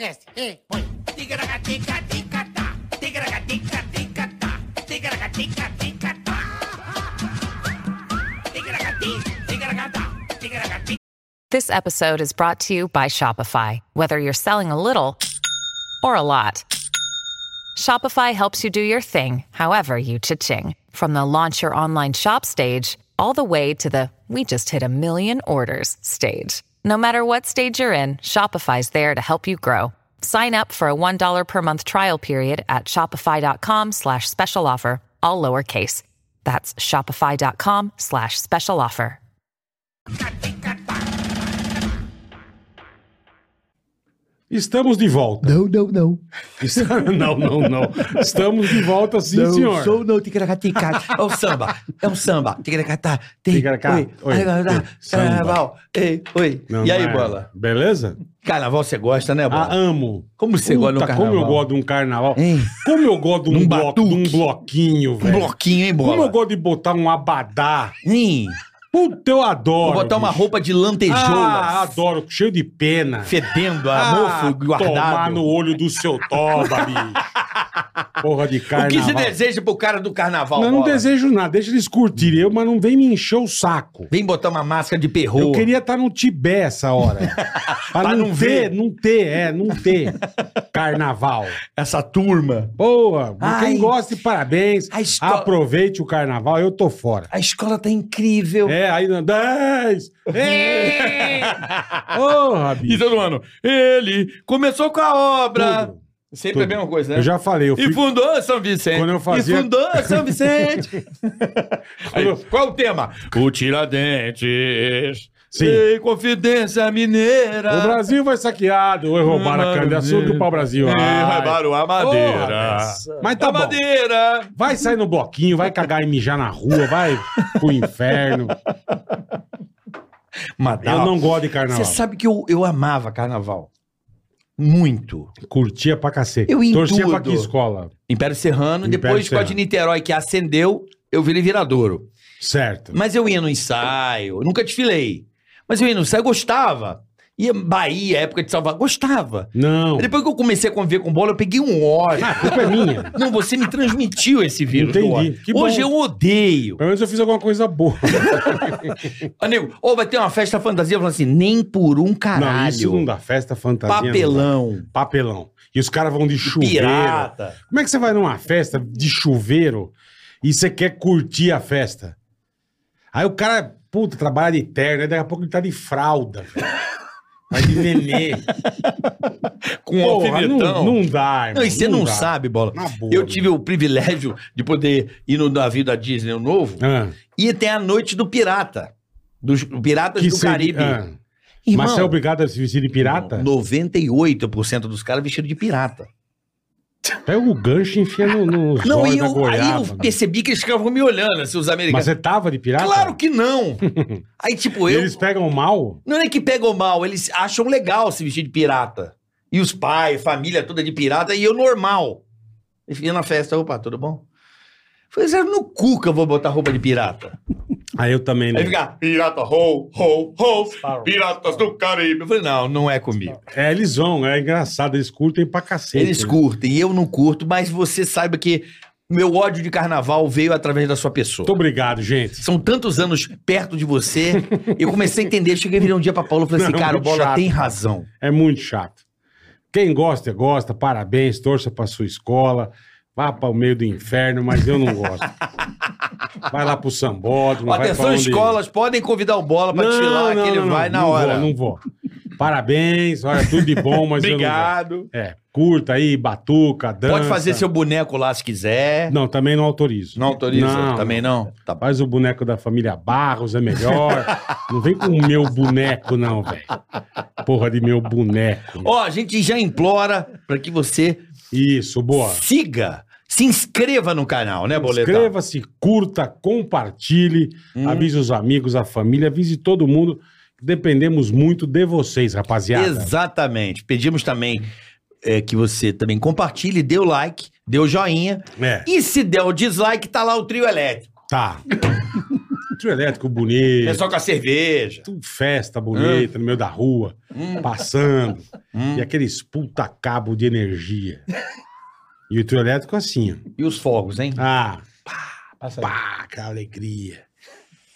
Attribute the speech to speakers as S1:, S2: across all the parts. S1: Desce, e põe. Tigaracatica-ticatá, tigaracatica-ticatá, tigaracatica-ticatá. Tigaracati, tigaracatá, tigaracati.
S2: This episode is brought to you by Shopify. Whether you're selling a little or a lot, Shopify helps you do your thing, however you cha-ching. From the launch your online shop stage, all the way to the we just hit a million orders stage. No matter what stage you're in, Shopify's there to help you grow. Sign up for a $1 per month trial period at shopify.com slash special offer, all lowercase. That's shopify.com slash special offer.
S3: Estamos de volta.
S4: Não, não, não.
S3: Está- Não, não, não. Estamos de volta, sim,
S4: não
S3: senhor.
S4: sou não ticaracatica. É um samba. É um samba. Ticaracatá. tem-
S3: Ticaracá,
S4: Oi.
S3: oi,
S4: Arará,
S3: oi, samba.
S4: Carnaval. Ei, oi.
S3: Não,
S4: E aí,
S3: mas-
S4: bola?
S3: Beleza?
S4: Carnaval você gosta, né,
S3: Ah,
S4: bola?
S3: amo.
S4: Como você gosta no
S3: Puta,
S4: carnaval?
S3: Como eu gosto de um carnaval.
S4: Hein?
S3: Como eu gosto de um,
S4: Num
S3: bloco,
S4: batuque.
S3: de um bloquinho,
S4: Um
S3: velho.
S4: bloquinho, hein, bola?
S3: Como eu gosto de botar um abadá.
S4: Hein?
S3: Puta, eu adoro.
S4: Vou botar uma
S3: bicho.
S4: roupa de
S3: Ah,
S4: lantejoula.
S3: adoro. Cheio de pena. Ah,
S4: Fedendo a mofo
S3: Tomar
S4: guardado.
S3: no olho do seu toba, bicho. Porra de
S4: O
S3: carnaval.
S4: que você deseja pro cara do carnaval,
S3: Não, não
S4: bola?
S3: desejo nada. Deixa eles curtirem eu, mas não vem me encher o saco.
S4: Vem botar uma máscara de perro.
S3: Eu queria estar no Tibete essa hora. pra
S4: Pra
S3: não,
S4: não
S3: ter,
S4: ver.
S3: não ter, é, não ter carnaval.
S4: Essa turma.
S3: Boa, quem
S4: Ai.
S3: gosta, parabéns.
S4: A escola-
S3: Aproveite o carnaval, eu tô fora.
S4: A escola tá incrível.
S3: É, aí É. na 10!
S4: É.
S3: Ei! Porra,
S4: E
S3: bicho.
S4: todo ano, ele começou com a obra.
S3: Tudo,
S4: Sempre
S3: tudo.
S4: é a mesma coisa, né?
S3: Eu já falei, eu
S4: E
S3: fui...
S4: fundou São Vicente.
S3: Quando eu fazia-
S4: E fundou São Vicente. Aí,
S3: eu-
S4: qual o tema? O Tiradentes.
S3: Sim.
S4: Ei, Confidência Mineira.
S3: O Brasil vai saqueado. Oi, roubaram a cana de açúcar para o Brasil.
S4: Ei,
S3: Ai.
S4: É, roubaram a madeira.
S3: Porra, Mas tá
S4: a
S3: bom.
S4: madeira.
S3: Vai sair no bloquinho, vai cagar e mijar na rua, vai pro inferno.
S4: Madal.
S3: Eu não gosto de carnaval.
S4: Você sabe que eu, eu amava carnaval. Muito.
S3: Curtia pra cacete.
S4: Eu em
S3: Torcia pra
S4: tudo.
S3: que escola?
S4: Império Serrano,
S3: Império
S4: depois com a
S3: Serrano.
S4: de Niterói que acendeu, eu virei viradouro.
S3: Certo.
S4: Mas eu ia no ensaio, eu nunca desfilei. Mas eu ia no ensaio, gostava. Ia Bahia, época de Salvador, gostava.
S3: Não.
S4: Aí Depois que eu comecei a conviver com bola, eu peguei um ódio.
S3: Ah, a culpa é minha.
S4: Não, você me transmitiu esse vírus. do
S3: Entendi.
S4: ódio.
S3: Que bom.
S4: Hoje eu odeio.
S3: Pelo menos eu fiz alguma coisa boa.
S4: Amigo, ou vai ter uma festa fantasia falando assim, nem por um caralho.
S3: É. Não, isso não dá festa fantasia. não dá.
S4: Papelão.
S3: Papelão. E os caras vão de chuveiro.
S4: Pirata.
S3: Como é que você vai numa festa de chuveiro e você quer curtir a festa? Aí o cara, puta, trabalha de terno, aí daqui a pouco ele tá de fralda, velho. Vai de nenê.
S4: Com
S3: Porra, não, não dá, irmão.
S4: Não, e você não,
S3: dá.
S4: sabe, Bola.
S3: Na boa, né?
S4: eu tive o privilégio de poder ir no navio da Disney o novo
S3: Ah,
S4: e tem a noite do pirata. Dos piratas
S3: que
S4: do
S3: seria-
S4: Caribe.
S3: ah,
S4: Irmão,
S3: mas você é obrigado a se vestir de pirata?
S4: 98% dos caras vestidos de pirata.
S3: Pega o gancho e enfia no, nos
S4: Não,
S3: olhos
S4: e
S3: da
S4: eu, aí
S3: goiaba.
S4: eu percebi que eles ficavam me olhando, assim, os
S3: Mas
S4: americanos.
S3: você tava de pirata?
S4: Claro que não! aí, tipo, eu.
S3: Eles pegam mal?
S4: Não é que pegam mal, eles acham legal se vestir de pirata. E os pais, família toda de pirata, e eu normal. Eu ia na festa, opa, tudo bom? Falei, "Zé, no cu que eu vou botar roupa de pirata.
S3: Aí eu também, né?
S4: Aí fica, pirata, ho, ho, ho, piratas do Caribe. Eu falei, não, não é comigo.
S3: É, eles vão, é engraçado, eles curtem pra cacete.
S4: Eles
S3: né?
S4: curtem, eu não curto, mas você saiba que meu ódio de carnaval veio através da sua pessoa.
S3: Muito obrigado, gente.
S4: São tantos anos perto de você, eu comecei a entender, cheguei a virar um dia pra Paulo e falei assim,
S3: Não,
S4: cara, o
S3: muito
S4: Bola
S3: chato,
S4: tem
S3: cara.
S4: razão.
S3: É muito chato. Quem gosta, gosta, parabéns, torça pra sua escola, vá para o meio do inferno, mas eu não gosto. vai lá pro sambódromo, vai pra
S4: Atenção,
S3: onde...
S4: escolas, podem convidar o Bola pra desfilar, que ele vai na
S3: não
S4: hora.
S3: Vou, não vou. Parabéns, olha, tudo de bom, mas eu
S4: Obrigado.
S3: não vou. É, curta aí, batuca, dança.
S4: Pode fazer seu boneco lá se quiser.
S3: Não, também não autorizo.
S4: Não autoriza?
S3: Não,
S4: Também não? Tá bom.
S3: Faz o boneco da família Barros, é melhor. não vem com o meu boneco, não, velho. Porra de meu boneco.
S4: Ó, a gente já implora pra que você
S3: Isso, boa.
S4: siga, se inscreva no canal, né, Boletão?
S3: Inscreva-se, curta, compartilhe,
S4: Hum.
S3: avise os amigos, a família, avise todo mundo. Dependemos muito de vocês, rapaziada.
S4: Exatamente. Pedimos também é, que você também compartilhe, dê o like, dê o joinha.
S3: É,
S4: E se der o dislike, tá lá o trio elétrico.
S3: tá. Trio elétrico bonito.
S4: É só com a cerveja.
S3: Tudo um festa bonita no meio da rua, passando. E aqueles puta cabo de energia. e o trio elétrico assim, ó.
S4: E os fogos, hein?
S3: Ah,
S4: Passa aí.
S3: pá, que alegria.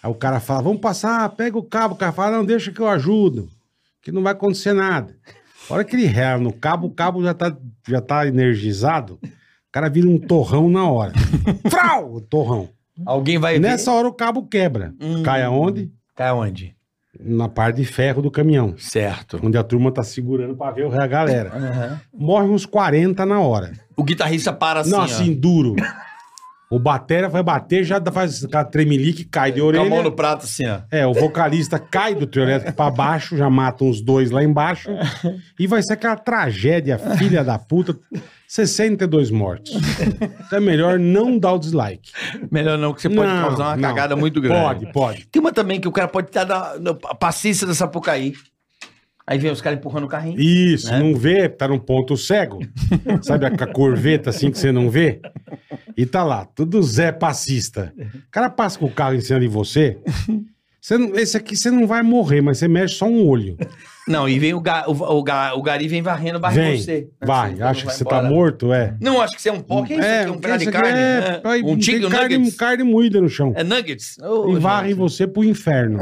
S3: Aí o cara fala, vamos passar, pega o cabo. O cara fala, não, deixa que eu ajudo, que não vai acontecer nada. A hora que ele rela no cabo, o cabo já tá, já tá energizado. O cara vira um torrão na hora. Frau! Torrão.
S4: Alguém vai
S3: Nessa hora o cabo quebra.
S4: Hum.
S3: Cai aonde?
S4: ver. Cai onde?
S3: Na parte de ferro do caminhão.
S4: Certo.
S3: Onde a turma tá segurando pra ver o resto da galera. Morre uns 40 na hora.
S4: O guitarrista para assim,
S3: não,
S4: ó.
S3: assim, duro. O batera vai bater, já dá- faz aquela tremelique, cai de
S4: com a
S3: orelha.
S4: mão no prato assim, ó.
S3: É, o vocalista cai do trio elétrico pra baixo, já mata uns dois lá embaixo. E vai ser aquela tragédia, filha da puta. 62 mortos. Então é melhor não dar o dislike.
S4: Melhor não, que você pode
S3: Não,
S4: causar uma
S3: não.
S4: cagada muito grande.
S3: Pode, pode.
S4: Tem uma também que o cara pode estar na, na paciência da Sapucaí. Aí vem os caras empurrando o carrinho.
S3: Isso,
S4: Né?
S3: não vê, tá num ponto cego. Sabe a, a corveta assim que você não vê? E tá lá, tudo Zé passista. O cara passa com o carro em cima de você. você não- esse aqui você não vai morrer, mas você mexe só um olho.
S4: Não, e vem o, ga, o, o, ga- o Gari vem varrendo barra
S3: Vem,
S4: você.
S3: vai,
S4: Assim,
S3: acha
S4: vai
S3: que você
S4: embora.
S3: tá morto, é.
S4: Não, acho que você é um pó. que é isso aqui? Um pedaço de
S3: isso aqui
S4: carne?
S3: é-
S4: É.
S3: aí
S4: Um
S3: tem
S4: chicken
S3: carne,
S4: nuggets?
S3: carne moída no chão.
S4: É nuggets? Ô,
S3: e varre
S4: gente.
S3: você pro inferno.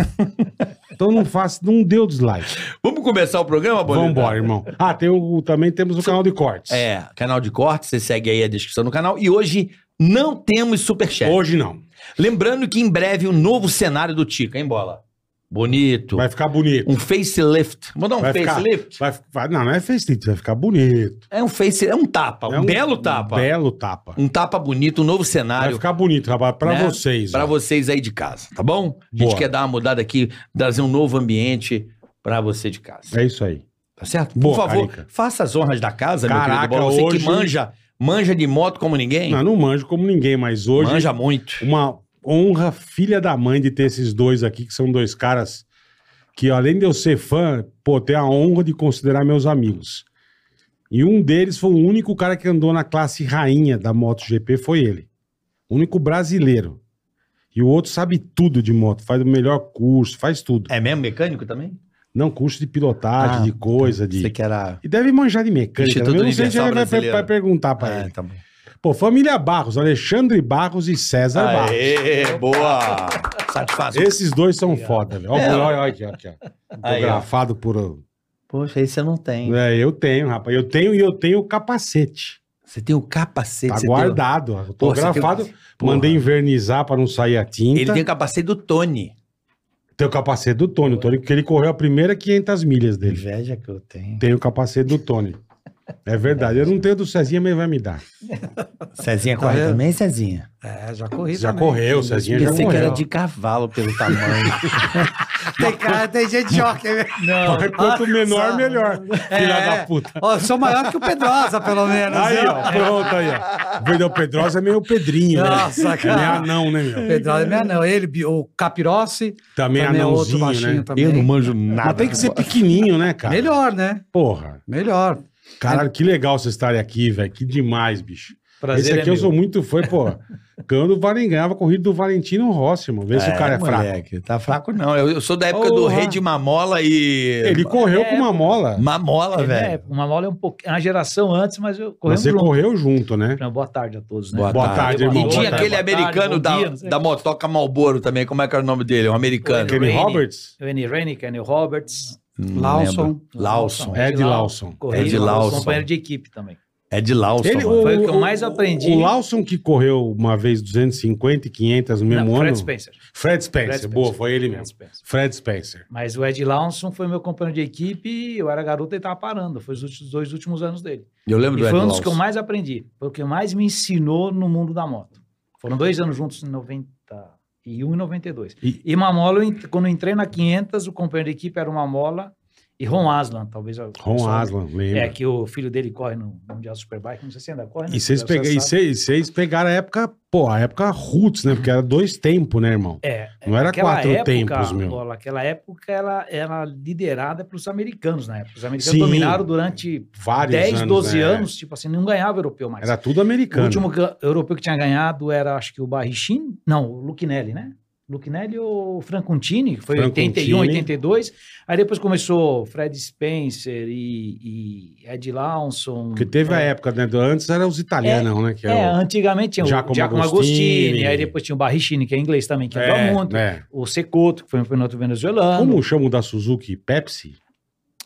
S3: então não faça, não dê o dislike.
S4: Vamos começar o programa, Bolívar?
S3: Vambora, irmão. Ah, tem o, também temos o canal de cortes.
S4: É, canal de corte, você segue aí a descrição do canal. E hoje não temos superchat.
S3: Hoje não.
S4: Lembrando que em breve o novo cenário do Tica, hein, Bola? Bonito.
S3: Vai ficar bonito.
S4: Um facelift. Vou dar um
S3: vai ficar,
S4: facelift?
S3: vai, fi- vai- não, não é facelift, vai ficar bonito.
S4: É um face, é um tapa, um,
S3: É
S4: belo tapa. Um,
S3: Um belo tapa.
S4: tapa bonito, um novo
S3: vai
S4: cenário.
S3: ficar bonito, rapaz, pra
S4: né?
S3: vocês.
S4: Pra
S3: ó.
S4: vocês aí de casa, tá bom? A gente
S3: Boa.
S4: quer dar uma mudada aqui, trazer um novo ambiente pra você de casa.
S3: É isso aí.
S4: Tá certo?
S3: Boa,
S4: Por favor,
S3: Carica.
S4: faça as honras da casa, meu
S3: Caraca,
S4: querido Bola. Você que
S3: hoje-
S4: manja, manja de moto como ninguém.
S3: Não, não manjo como ninguém, mas hoje
S4: Manja muito.
S3: uma honra filha da mãe de ter esses dois aqui, que são dois caras que, além de eu ser fã, pô, ter a honra de considerar meus amigos. E um deles foi o único cara que andou na classe rainha da MotoGP, foi ele. O único brasileiro. E o outro sabe tudo de moto, faz o melhor curso, faz tudo.
S4: É mesmo mecânico também?
S3: Não, curso de pilotagem,
S4: Ah,
S3: de coisa,
S4: Você
S3: de...
S4: que era.
S3: E deve manjar de mecânica. né?
S4: Instituto
S3: Eu não sei se
S4: Universal
S3: ele vai,
S4: Brasileiro.
S3: vai perguntar pra
S4: Ah,
S3: ele.
S4: tá bom.
S3: Pô, família Barros, Alexandre Barros e César Barros.
S4: Aê, boa! Satisfação.
S3: Esses dois são foda, velho. Olha,
S4: É,
S3: olha,
S4: ó.
S3: olha aqui, ó, aqui, ó.
S4: Aí, ó.
S3: Fotografado por.
S4: Poxa, aí você não tem.
S3: É, eu tenho, rapaz. Eu tenho e eu tenho o capacete.
S4: Você tem o capacete.
S3: Tá
S4: você
S3: guardado. ó.
S4: Tem... o- Pô, você
S3: Fotografado.
S4: tem o- Porra.
S3: Mandei invernizar pra não sair a tinta.
S4: Ele tem o capacete do Tony.
S3: Tem o capacete do Tony. O Tony, porque ele correu a primeira 500 milhas dele.
S4: Inveja que eu tenho.
S3: Tem o capacete do Tony. É verdade. Eu não tenho do Cezinha, mas ele vai me dar.
S4: Cezinha
S5: corre
S4: também, Cezinha?
S5: É, já corri
S3: Já
S5: também.
S3: correu, o Cezinha já
S4: Pensei que era
S3: correu.
S4: de cavalo pelo tamanho.
S5: Tem cara, tem gente pior que...
S4: não.
S3: Mas Quanto menor,
S5: Ah, só-
S3: melhor. Filha
S5: É.
S3: da puta.
S5: Ó, eu sou maior que o Pedrosa, pelo menos.
S3: Aí,
S5: né?
S3: ó, pronto aí, ó. O Verdão Pedrosa é meio Pedrinho, né?
S5: Nossa, cara.
S3: Ele é anão, né, meu?
S5: Pedrosa é minha não. Ele, Bi- o Capirossi.
S3: Também,
S5: Também é outro
S3: anãozinho,
S5: baixinho
S3: né?
S5: também. Eu não
S3: manjo nada. Mas tem que ser pequenininho, né, cara?
S5: Melhor, né?
S3: Porra.
S5: Melhor.
S3: Caralho, que legal vocês estarem aqui, velho. Que demais, bicho.
S4: É. Prazer
S3: Esse
S4: é
S3: aqui eu
S4: meu.
S3: sou muito fã, pô. Quando o Valen ganhava a corrida do Valentino Rossi, mano. Vê se o cara é fraco.
S4: moleque, Tá fraco não. Eu, eu sou da época do
S3: Porra.
S4: rei de mamola e...
S3: Ele correu com uma mola.
S4: Mamola,
S6: É, né?
S4: velho.
S6: Uma mola é um pouquinho, uma geração antes, mas eu
S3: Mas
S6: corremos
S3: você
S6: longe.
S3: correu junto, né?
S6: Não, Boa tarde a todos, né?
S4: Boa
S3: Boa tarde,
S6: tarde,
S3: irmão.
S4: E
S6: Boa
S4: tinha
S6: tarde,
S4: aquele
S6: boa tarde,
S4: americano
S6: bom
S4: da,
S6: dia, não sei.
S4: da motoca Malboro também. Como é que era o nome dele? Um americano.
S3: Kenny
S6: Rainey.
S3: Roberts?
S6: Kenny Rennie, Kenny Roberts.
S4: Não
S5: Lawson.
S4: lembro. Lawson.
S3: É de Lawson.
S6: Corrida,
S4: Ed Lawson.
S6: Companheiro de equipe também.
S4: É de Lawson.
S3: Ele-
S4: mano.
S6: Foi o que eu mais aprendi.
S3: O Lawson que correu uma vez 250 e 500 no mesmo
S6: Não,
S3: ano.
S6: Fred Spencer.
S3: é Fred Spencer.
S6: Fred
S3: Boa,
S6: Spencer.
S3: foi ele
S6: Fred
S3: mesmo.
S6: Spencer.
S3: Fred Spencer.
S6: Mas o Ed Lawson foi meu companheiro de equipe, eu era garoto e ele tava parando. Foi os últimos- dois últimos anos dele.
S4: Eu lembro
S6: E
S4: do Ed
S6: foi um dos
S4: Lawson.
S6: que eu mais aprendi. Foi o que mais me ensinou no mundo da moto. Foram dois anos juntos, em 91 e 92.
S3: E-
S6: E Mamola, eu ent- quando eu entrei na 500, o companheiro de equipe era o Mamola e Ron Aslan, talvez. o
S3: Ron
S6: pessoal-
S3: Aslan, lembra.
S6: É, que o filho dele corre no Mundial Superbike, não sei se ainda corre. né?
S3: E vocês,
S6: Deve ser
S3: pega- e
S6: assado.
S3: vocês- vocês pegaram a época, pô, a época roots, né? Porque era dois tempos, né, irmão?
S6: É,
S3: Não era
S6: aquela
S3: quatro
S6: época,
S3: tempos, meu.
S6: Bola, aquela época ela era liderada pelos americanos na época. Os americanos
S3: Sim.
S6: dominaram durante
S3: Vários
S6: 10,
S3: anos,
S6: 12
S3: né?
S6: anos, tipo assim, não ganhava europeu mais.
S3: Era tudo
S6: O
S3: americano.
S6: último ga- europeu que tinha ganhado era, acho que o Barrichin. Não, o Luquinelli, né? Luquinelli ou Francontini, que foi
S3: Francontini.
S6: 81, 82. Aí depois começou Fred Spencer e, e Ed Lawson.
S3: Porque teve a
S6: É,
S3: época, né? do- Antes eram os italianos, né? Que
S6: É,
S3: era o-
S6: antigamente tinha o
S3: Giacomo
S6: Giacomo,
S3: Agostini.
S6: Agostini, aí depois tinha o Barrichini, que é inglês também, que
S3: é,
S6: é, muito.
S3: é.
S6: O Secoto, que foi um piloto venezuelano.
S3: Como chamam da Suzuki Pepsi?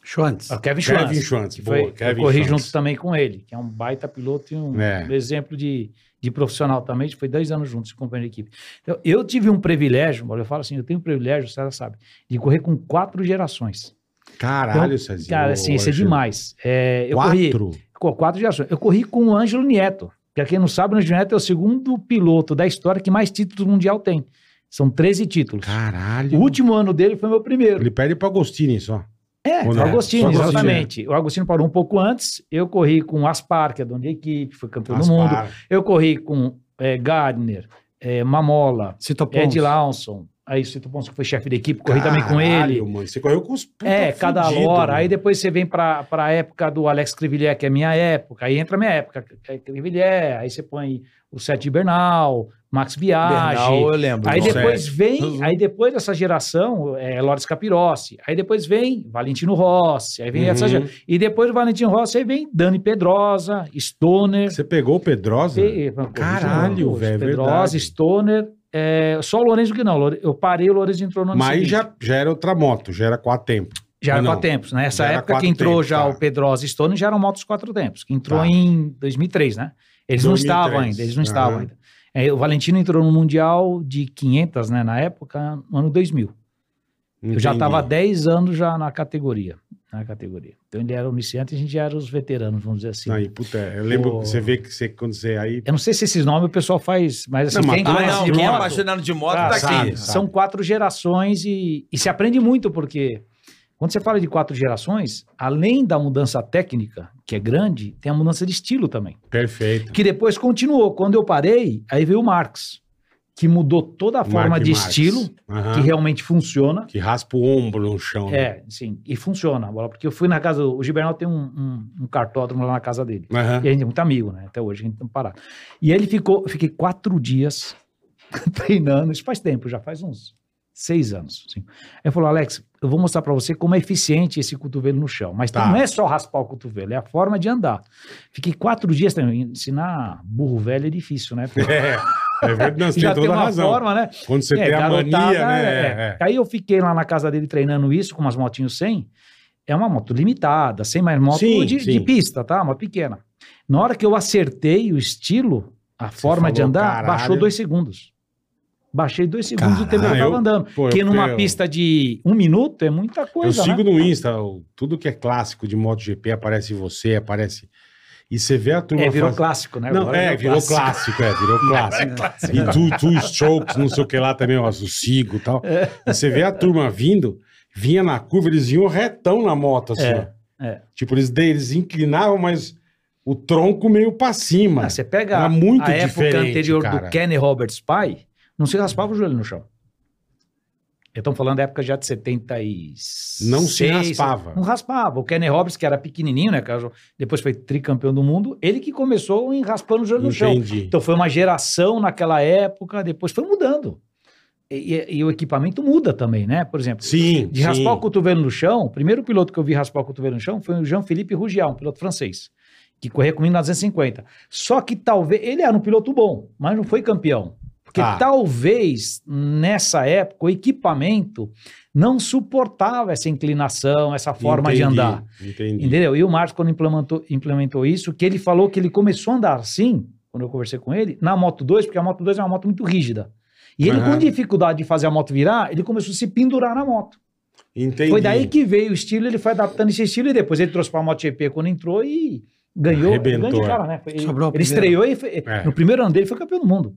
S5: Schwantz.
S3: Ah,
S6: O Kevin Schwantz.
S3: Kevin Schwantz.
S6: que
S3: Boa,
S6: foi, eu
S3: Kevin
S6: corri
S3: Schwantz.
S6: junto também com ele, que é um baita piloto e um
S3: É.
S6: exemplo de, de profissional também. A gente foi 10 anos juntos, companheiro de equipe. Então, eu tive um privilégio, Mauro, eu falo assim, eu tenho um privilégio, o Sara sabe, de correr com quatro gerações.
S3: Caralho,
S6: Então,
S3: Cezinho.
S6: Cara, assim, isso é
S3: Alexandre.
S6: demais. É, eu corri
S3: Quatro?
S6: com quatro gerações. Eu corri com o Ângelo Nieto. Pra quem não sabe, o Ângelo Nieto é o segundo piloto da história que mais títulos mundial tem. São 13 títulos.
S3: Caralho.
S6: O último ano dele foi meu primeiro.
S3: Ele perde pro Agostini só.
S6: É,
S3: Ou
S6: o
S3: não?
S6: Agostini,
S3: Só Agostini,
S6: exatamente. O Agostini parou um pouco antes. Eu corri com o Aspar, que é dono de equipe, foi campeão do
S3: Aspar.
S6: mundo. Eu corri com é, Gardner, é, Mamola,
S5: Citopons.
S6: Ed Lawson. Aí o Cito Ponce, que foi chefe da equipe, corri também com
S3: Caralho,
S6: ele.
S3: mano, você correu com os puta
S6: É, cada
S3: fudido,
S6: hora. Aí
S3: mano.
S6: depois você vem pra, pra época do Alex Crivillier, que é minha época. Aí entra a minha época. é Crivillier, aí você põe o Sete Bernal, Max Biagi.
S4: Bernal, eu lembro.
S6: Aí
S4: Nossa,
S6: depois vem, aí depois dessa geração, é Lores Capirossi. Aí depois vem Valentino Rossi. Aí vem essa
S3: Uhum.
S6: geração. E depois do Valentino Rossi, aí vem Dani Pedrosa, Stoner.
S3: Você pegou o Pedrosa?
S6: Pe-
S3: Caralho, velho,
S6: Pedrosa,
S3: verdade.
S6: Stoner. é, só o Lourenço que não. Lore- Eu parei, o Lourenço entrou no ano
S3: Mas aí
S6: seguinte.
S3: já, já era outra moto, já era quatro tempos.
S6: Já
S3: Ou
S6: era
S3: não?
S6: quatro tempos, né? Nessa
S3: Já era
S6: época
S3: quatro
S6: que entrou
S3: tempos,
S6: já
S3: tá.
S6: o Pedrosa e Stone, já eram motos quatro tempos, que entrou
S3: Tá.
S6: em 2003, né? Eles não
S3: 2003,
S6: estavam ainda, eles não estavam
S3: aham.
S6: ainda. É, o Valentino entrou no Mundial de 500, né, na época, no ano 2000. Eu já
S3: Entendi.
S6: estava há 10 anos já na categoria, na categoria. Então ele era o iniciante e a gente já era os veteranos, vamos dizer assim.
S3: Aí, puta, eu lembro que você vê que você, quando você aí...
S6: Eu não sei se esses nomes o pessoal faz, mas assim,
S3: Não, mas
S6: quem
S3: tá,
S4: Ah,
S6: conhece
S4: não,
S6: de
S4: quem é
S6: moto-
S4: apaixonado de moto
S6: Ah,
S4: tá
S3: sabe.
S4: aqui.
S6: São quatro gerações e, e se aprende muito, porque quando você fala de quatro gerações, além da mudança técnica, que é grande, tem a mudança de estilo também.
S3: Perfeito.
S6: Que depois continuou. Quando eu parei, aí veio o Marx, que mudou toda a forma
S3: Mark
S6: de
S3: Marx.
S6: estilo,
S3: Aham.
S6: que realmente funciona.
S3: Que raspa o ombro no chão. né?
S6: É, sim, e funciona a bola. Porque eu fui na casa, do- o Gibernal tem um, um, um cartódromo lá na casa dele.
S3: Aham.
S6: E a gente é muito amigo, né? Até hoje a gente não parar. E ele ficou, eu fiquei quatro dias treinando, isso faz tempo, já faz uns seis anos. Assim. Aí ele falou, Alex, eu vou mostrar pra você como é eficiente esse cotovelo no chão. Mas
S3: Tá.
S6: não é só raspar o cotovelo, é a forma de andar. Fiquei quatro dias treinando. Ensinar burro velho é difícil, né? Porque
S3: É, é verdade, não, você
S6: já
S3: tem
S6: tem
S3: toda a
S6: uma
S3: razão.
S6: forma, né?
S3: Quando você
S6: É,
S3: tem a
S6: garotada,
S3: mania, né?
S6: é.
S3: É, é.
S6: Aí eu fiquei lá na casa dele treinando isso com umas motinhos 100. É uma moto limitada, sem mais moto
S3: Sim,
S6: de,
S3: sim.
S6: de pista, tá? Uma pequena. Na hora que eu acertei o estilo, a forma de
S3: falou,
S6: andar,
S3: "Caralho".
S6: baixou dois segundos. Baixei dois segundos do tempo que eu
S3: Caralho,
S6: tava
S3: eu-
S6: andando.
S3: pô, eu-
S6: Porque numa
S3: eu-
S6: pista de um minuto é muita
S3: Eu
S6: coisa. né?
S3: sigo no Insta, o- tudo que é clássico de MotoGP aparece você, aparece... E você vê a turma...
S6: É, virou
S3: faz-
S6: clássico, né?
S3: Não,
S6: Agora
S3: é, virou clássico. é, virou clássico. E two, two strokes, não sei o que lá também, ó, o sigo e tal.
S6: É.
S3: E você vê a turma vindo, vinha na curva, eles vinham retão na moto, assim,
S6: É,
S3: ó.
S6: é.
S3: Tipo, eles, eles inclinavam, mas o tronco meio pra cima.
S6: Ah, você pega
S3: Era muito
S6: a época
S3: diferente,
S6: anterior
S3: cara.
S6: do Kenny Roberts pai, não se raspava o joelho no chão. Estão falando da época já de 76.
S3: Não se raspava.
S6: Não raspava. O Kenny Roberts, que era pequenininho, né? cara, Depois foi tricampeão do mundo. Ele que começou em raspando o joelho no chão.
S3: Entendi.
S6: Então foi uma geração naquela época, depois foi mudando. E, e- e o equipamento muda também, né? Por exemplo,
S3: sim,
S6: de
S3: sim.
S6: raspar o cotovelo no chão, o primeiro piloto que eu vi raspar o cotovelo no chão foi o Jean-Philippe Rougier, um piloto francês, que corria comigo na 250. Só que talvez. Ele era um piloto bom, mas não foi campeão. Porque
S3: Tá.
S6: talvez nessa época o equipamento não suportava essa inclinação, essa forma de
S3: Entendi,
S6: andar.
S3: Entendi.
S6: Entendeu? E o Marcos, quando implementou, implementou isso, que ele falou que ele começou a andar assim, quando eu conversei com ele, na Moto 2, porque a Moto 2 é uma moto muito rígida. E ele,
S3: Aham.
S6: com dificuldade de fazer a moto virar, ele começou a se pendurar na moto.
S3: Entendi.
S6: Foi daí que veio o estilo, ele foi adaptando esse estilo e depois ele trouxe para a MotoGP quando entrou e ganhou.
S3: Arrebentou,
S6: grande
S3: é.
S6: cara, né? Foi- ele
S5: Sobrou o
S6: ele
S5: primeiro.
S6: estreou e foi-
S3: É.
S6: no primeiro ano dele foi campeão do mundo.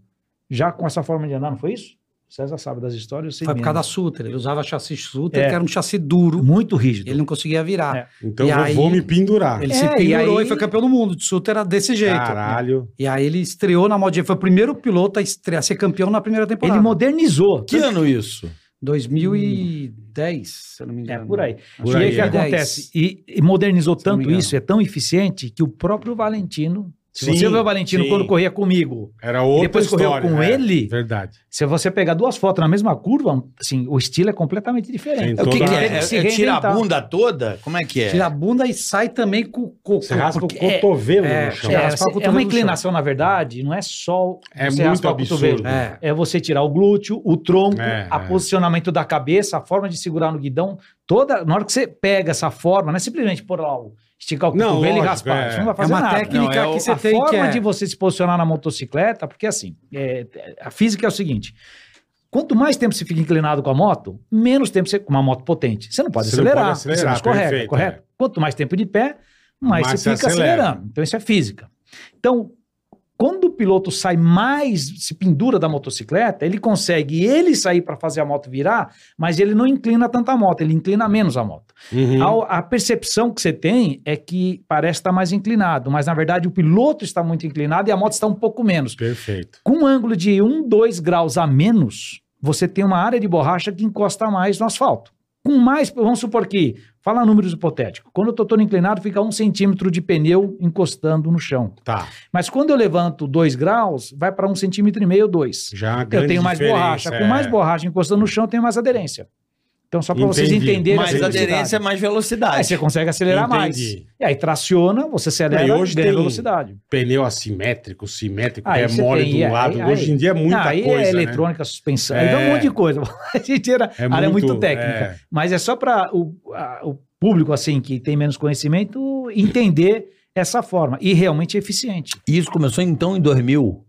S6: Já com essa forma de andar, não foi isso? O César sabe das histórias, eu sei
S5: Foi por
S6: menos.
S5: causa da Sutter. Ele usava chassi Sutter,
S6: É.
S5: que era um chassi duro.
S6: Muito rígido.
S5: Ele não conseguia virar.
S6: É.
S3: Então
S5: E
S3: eu vou
S5: aí-
S3: me pendurar.
S5: Ele
S6: É,
S5: se
S6: e
S5: pendurou e,
S6: aí-
S5: foi campeão do mundo. De Sutter era desse jeito.
S6: né?
S3: Caralho.
S5: E aí ele estreou na MotoGP. Foi o primeiro piloto a, estre- a ser campeão na primeira temporada.
S6: Ele modernizou.
S4: Que ano isso?
S5: 2010, se eu não me
S6: É,
S5: engano.
S6: por aí.
S3: Por
S6: e aí,
S3: aí,
S6: o que
S3: é.
S6: acontece? E, e modernizou
S5: Se não me
S6: tanto
S5: engano.
S6: isso, é tão eficiente, que o próprio Valentino Se
S3: Sim,
S6: você vê o Valentino
S3: sim.
S6: quando corria comigo,
S3: Era outra
S6: depois correu
S3: história.
S6: com
S3: é,
S6: ele?
S3: Verdade.
S6: se você pegar duas fotos na mesma curva, assim, o estilo é completamente
S3: Sim,
S6: diferente.
S3: É, o que
S6: Toda-
S3: que é?
S6: tem se
S4: tira a
S6: reinventar.
S4: bunda toda? Como é que é?
S5: Tira a bunda e sai também com o coco.
S3: Você raspa
S5: porque
S3: o
S5: é-
S3: cotovelo
S5: é,
S3: no chão.
S5: Você
S6: É,
S5: raspa o
S6: é
S5: cotovelo
S6: uma
S5: no
S6: inclinação, na verdade, não é só
S3: né? É
S6: você
S3: muito
S6: raspar o
S3: absurdo.
S6: cotovelo.
S5: É.
S6: É você tirar o glúteo, o tronco,
S3: É,
S6: a
S3: é.
S6: posicionamento da cabeça, a forma de segurar no guidão. Toda, na hora que você pega essa forma, não é simplesmente pôr lá, o- esticar o
S3: Não,
S6: cotovelo e
S3: lógico,
S6: raspar.
S3: é.
S6: Isso não vai
S5: É
S6: fazer
S5: uma
S6: nada.
S5: técnica
S4: Não, é o-
S5: que você
S6: a
S5: tem
S6: forma
S5: que é...
S6: de você se posicionar na motocicleta, porque assim, é, a física é o seguinte. Quanto mais tempo você fica inclinado com a moto, menos tempo você. Com uma moto potente. Você não pode
S3: Você não
S6: acelerar.
S3: pode acelerar,
S6: você não escorrega,
S3: perfeito, é.
S6: correto? Quanto mais tempo de pé, mais,
S3: Mais
S6: você
S3: você
S6: fica
S3: acelera.
S6: acelerando. Então, isso é física. Então, quando o piloto sai mais, se pendura da motocicleta, ele consegue ele sair para fazer a moto virar, mas ele não inclina tanto a moto, ele inclina menos a moto.
S3: Uhum.
S6: A, a percepção que você tem é que parece estar mais inclinado, mas na verdade o piloto está muito inclinado e a moto está um pouco menos.
S3: Perfeito.
S6: Com um ângulo de 1, 2 graus a menos, você tem uma área de borracha que encosta mais no asfalto. Com mais, vamos supor que, fala números hipotéticos, quando eu estou todo inclinado, fica um centímetro de pneu encostando no chão.
S3: Tá.
S6: Mas quando eu levanto 2 graus, vai para um centímetro e meio, dois.
S3: Já é uma grande
S6: Eu tenho mais
S3: diferença,
S6: borracha. Com
S3: é.
S6: mais borracha encostando no chão, eu tenho mais aderência. Então, só para vocês
S3: Entendi.
S6: entenderem
S3: Mais
S6: a
S4: mais
S6: simplicidade.
S4: aderência, mais velocidade.
S6: Aí você consegue acelerar
S3: Entendi.
S6: mais. E aí traciona, você acelera
S3: Não, e hoje
S6: ganha
S3: tem
S6: velocidade.
S3: Pneu assimétrico, simétrico,
S6: Aí
S3: é
S6: você
S3: mole
S6: tem-
S3: de
S6: aí-
S3: um lado.
S6: aí-
S3: Hoje em dia é muita
S6: Ah, aí
S3: coisa.
S6: é
S3: né?
S6: eletrônica, suspensão, aí dá
S3: É.
S6: um monte de coisa. A gente era,
S3: É
S6: área
S3: muito-
S6: muito, técnica.
S3: é.
S6: Mas é só para o, a- o público assim que tem menos conhecimento entender essa forma. E realmente é eficiente.
S4: Isso começou então em 2000.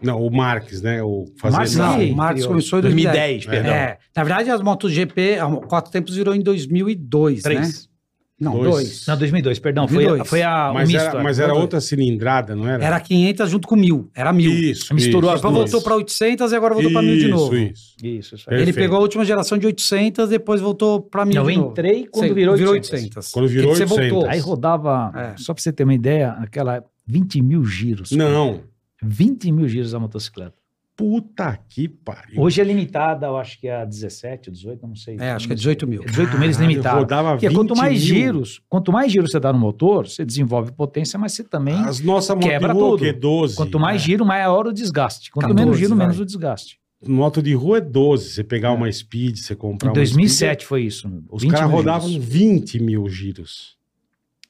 S3: Não, o Marques, né? O fazer
S6: Marques,
S3: essa-
S5: Não,
S6: Sim,
S5: o Marcos
S6: criou.
S5: começou em 2010.
S4: 2010,
S3: então.
S4: perdão.
S5: É, na verdade, as MotoGP, a Quatro Tempos virou em 2002, né?
S6: Três.
S5: Não,
S3: Dois.
S5: dois.
S6: Não, 2002, perdão. foi-
S5: 2002.
S6: Foi, a,
S3: Mas
S6: o misto. é.
S3: era, mas era outra cilindrada, não era?
S5: Era 500 junto com 1000, era 1000.
S3: É. Isso.
S6: Misturou
S3: isso,
S5: Depois voltou
S3: isso.
S5: para 800 e agora voltou para 1000 de novo.
S3: Isso, isso.
S6: Isso, isso. aí.
S5: Ele
S3: Perfeito.
S5: pegou a última geração de 800, depois voltou para 1000
S6: Eu
S5: de novo.
S6: entrei quando
S5: Sei,
S6: virou
S5: 800.
S3: Quando virou
S5: Porque você
S3: 800.
S5: voltou.
S6: Aí rodava,
S5: É.
S6: só para você ter uma ideia, aquela 20 mil giros.
S3: Não.
S6: 20 mil giros a motocicleta.
S3: Puta que pariu.
S6: Hoje é limitada, eu acho que é a 17, 18, eu não sei.
S5: É, acho que é
S6: Não sei.
S5: 18 mil.
S6: 18 mil eles
S3: Caralho,
S6: limitaram.
S3: Rodava
S6: Porque quanto
S3: 20
S6: mais
S3: mil.
S6: giros, quanto mais giro você dá no motor, você desenvolve potência, mas você também.
S3: As nossas motos de
S6: Quebra
S3: rua,
S6: tudo.
S3: que é 12.
S6: quanto mais giro, maior o desgaste. Quanto
S5: 14
S6: menos giro,
S5: vai.
S6: menos o desgaste.
S3: Moto de rua é 12. Você pegar uma Speed, você comprar
S6: Em
S3: uma
S6: 2007 foi isso. meu.
S3: Speed, os
S6: 20
S3: caras
S6: mil
S3: rodavam
S6: giros.
S3: 20 mil giros.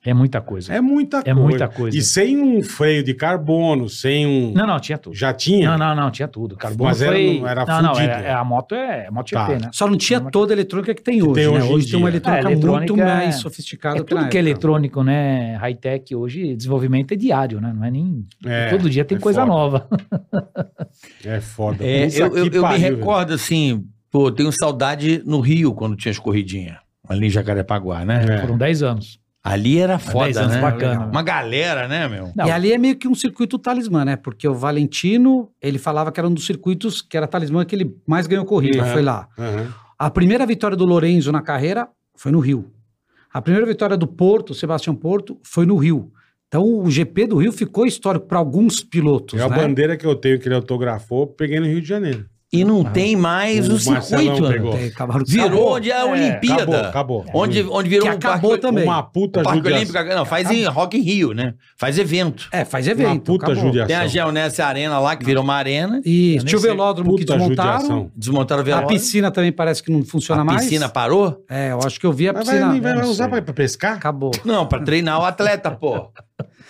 S6: É muita coisa.
S3: É muita coisa.
S6: É muita coisa.
S3: E sem um freio de carbono, sem um...
S6: Não, não, tinha tudo.
S3: Já tinha?
S6: Não, não, não, tinha tudo. Carbono
S3: Mas era-
S6: foi...
S3: não era
S6: Não, não,
S3: fudido.
S6: era- a moto é, é moto
S3: Tá.
S6: GP, né?
S5: Só não tinha toda a eletrônica que tem hoje,
S3: tem
S5: né?
S3: hoje em
S5: Hoje tem uma
S3: dia.
S5: eletrônica,
S6: É, a eletrônica
S5: muito
S6: é-
S5: mais
S3: Tá
S6: É
S5: sofisticada
S6: tudo
S5: na
S3: então.
S5: época.
S6: que é eletrônico, né? High-tech hoje, desenvolvimento é diário, né? Não é nem.
S3: É,
S6: Todo dia tem
S3: é
S6: coisa
S3: foda.
S6: nova.
S3: É foda.
S4: É,
S3: Puta
S4: eu
S3: que
S4: eu- eu me
S3: pariu, velho.
S4: recordo assim, pô, tenho saudade no Rio quando tinha as corridinhas. Ali em Jacarepaguá, né?
S3: É.
S6: Foram 10 anos.
S4: Ali era
S6: Dez
S4: foda,
S6: anos
S4: né?
S6: bacana.
S4: Uma galera, né, meu?
S6: Não.
S5: E ali é meio que um circuito talismã, né? Porque o Valentino, ele falava que era um dos circuitos que era talismã que ele mais ganhou corrida,
S3: Uhum.
S5: foi lá.
S3: Aham.
S5: A primeira vitória do Lorenzo na carreira foi no Rio. A primeira vitória do Porto, Sebastião Porto, foi no Rio. Então o GP do Rio ficou histórico para alguns pilotos,
S3: É a
S5: né?
S3: bandeira que eu tenho que ele autografou, eu peguei no Rio de Janeiro.
S4: E não tem mais o,
S3: Marcelão
S4: circuito. né?
S3: pegou.
S5: Tem, acabaram-
S4: Virou
S5: acabou.
S4: onde é a
S6: É,
S4: Olimpíada.
S3: Acabou, acabou.
S4: Onde, onde virou
S5: Que acabou
S4: parque,
S5: também.
S3: Uma puta
S4: parque
S3: judiação.
S4: Olímpico. Não, faz em Rock in Rio, né? Faz evento.
S5: É, faz
S3: Uma
S5: evento.
S3: puta
S5: acabou.
S3: judiação.
S4: Tem a Geonessa Arena lá, que virou uma arena.
S5: Isso,
S6: Eu nem
S5: tinha o
S6: sei.
S5: velódromo que
S3: Puta
S5: desmontaram.
S3: judiação.
S4: Desmontaram o
S5: A
S4: velório.
S5: Tá piscina também parece que não funciona
S4: A
S5: mais.
S4: piscina parou?
S5: É, eu acho que eu vi a
S3: Mas vai,
S5: piscina.
S3: vai, vai
S5: É,
S3: usar pra, pra pescar?
S5: Acabou.
S4: Não, pra treinar o atleta, pô.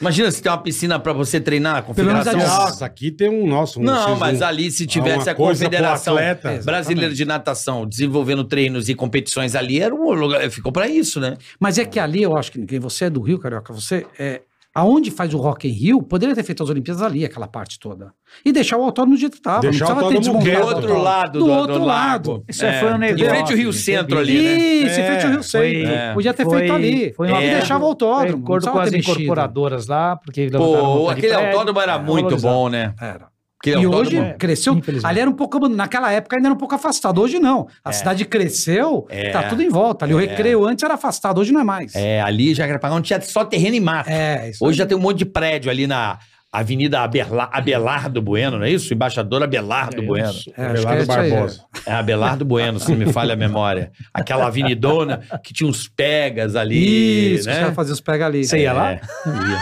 S4: Imagina se tem uma piscina pra você treinar, a
S5: Pelo menos a
S4: confederação.
S5: de água.
S3: Nossa, aqui tem um nosso. um-
S4: Não,
S3: vocês
S4: mas
S3: um-
S4: ali se tivesse
S3: uma
S4: a
S3: coisa pro
S4: Confederação
S3: atleta.
S4: Brasileira de Natação desenvolvendo treinos e competições ali, era um lugar, ficou pra isso, né?
S5: Mas é que ali, eu acho que ninguém. Você é do Rio, Carioca, você é. Aonde faz o Rock em Rio, poderia ter feito as Olimpíadas ali, aquela parte toda. E deixar o autódromo do jeito que tava.
S3: Deixar o
S5: não precisava ter
S3: autódromo
S5: desmontado.
S3: quieto.
S4: Do
S5: o
S4: outro
S5: autódromo.
S4: lado
S5: é, Do outro lado.
S4: lago. É,
S6: Isso aí foi um
S4: Em
S6: negócio,
S4: frente ao Rio
S6: gente,
S4: Centro ali, né?
S5: Isso,
S3: É,
S5: em frente ao Rio Centro.
S6: foi-
S5: Podia ter
S6: Foi-
S5: feito ali.
S6: Foi
S5: e
S4: É.
S5: deixava o
S6: Foi
S5: autódromo. não
S6: acordo com
S5: precisava
S6: as
S5: ter mexido.
S6: incorporadoras lá, porque levantaram
S4: Pô,
S6: outra de
S4: aquele
S6: prédio.
S4: autódromo era
S6: É,
S4: muito
S6: valorizado.
S4: bom, né?
S5: Era.
S4: Aquele
S5: e
S4: autódromo- é?
S5: hoje cresceu.
S6: Infelizmente.
S5: Ali era um pouco. abandonado. Naquela época ainda era um pouco afastado. Hoje não. A cidade cresceu,
S4: É.
S5: tá tudo em volta. Ali o recreio antes era afastado, hoje não é mais.
S4: É, ali já era não tinha só terreno e mato.
S5: É, isso
S4: Hoje já tem um monte de prédio ali na Avenida Aberla- Abelardo Bueno, não é isso? Embaixador Abelardo Bueno.
S5: É, acho que
S3: Abelardo
S5: é isso aí,
S3: Barbosa.
S4: É Abelardo Bueno, se não me falha a memória. Aquela avenidona que tinha uns pegas ali,
S5: Isso,
S4: né?
S5: os caras faziam os pega ali.
S6: Você ia lá?
S4: É, ia.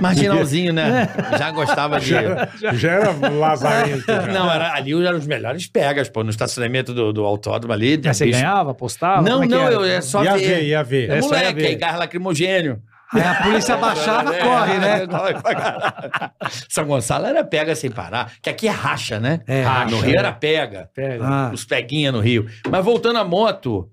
S4: Marginalzinho, né? Já gostava de.
S3: Já era lazarento. já.
S4: Não, é era, ali eram os melhores pegas, pô, no estacionamento do, do autódromo ali.
S6: Mas Você
S4: bicho.
S6: ganhava, apostava?
S4: Não,
S6: Como é que
S4: não,
S6: era?
S4: eu, é só
S3: ia
S4: ver.
S3: ver, ia ver.
S4: É
S6: É só ia
S4: moleque,
S6: ver.
S4: aí gás lacrimogênio.
S5: Aí a polícia baixava,
S4: É,
S5: corre, né?
S4: corre pra caralho. São Gonçalo era pega sem parar, que aqui é racha, né?
S5: É,
S4: racha, no
S5: racha,
S4: Rio
S5: é.
S4: era pega.
S6: Pega.
S5: Ah,
S4: Os peguinha no Rio. Mas voltando à moto,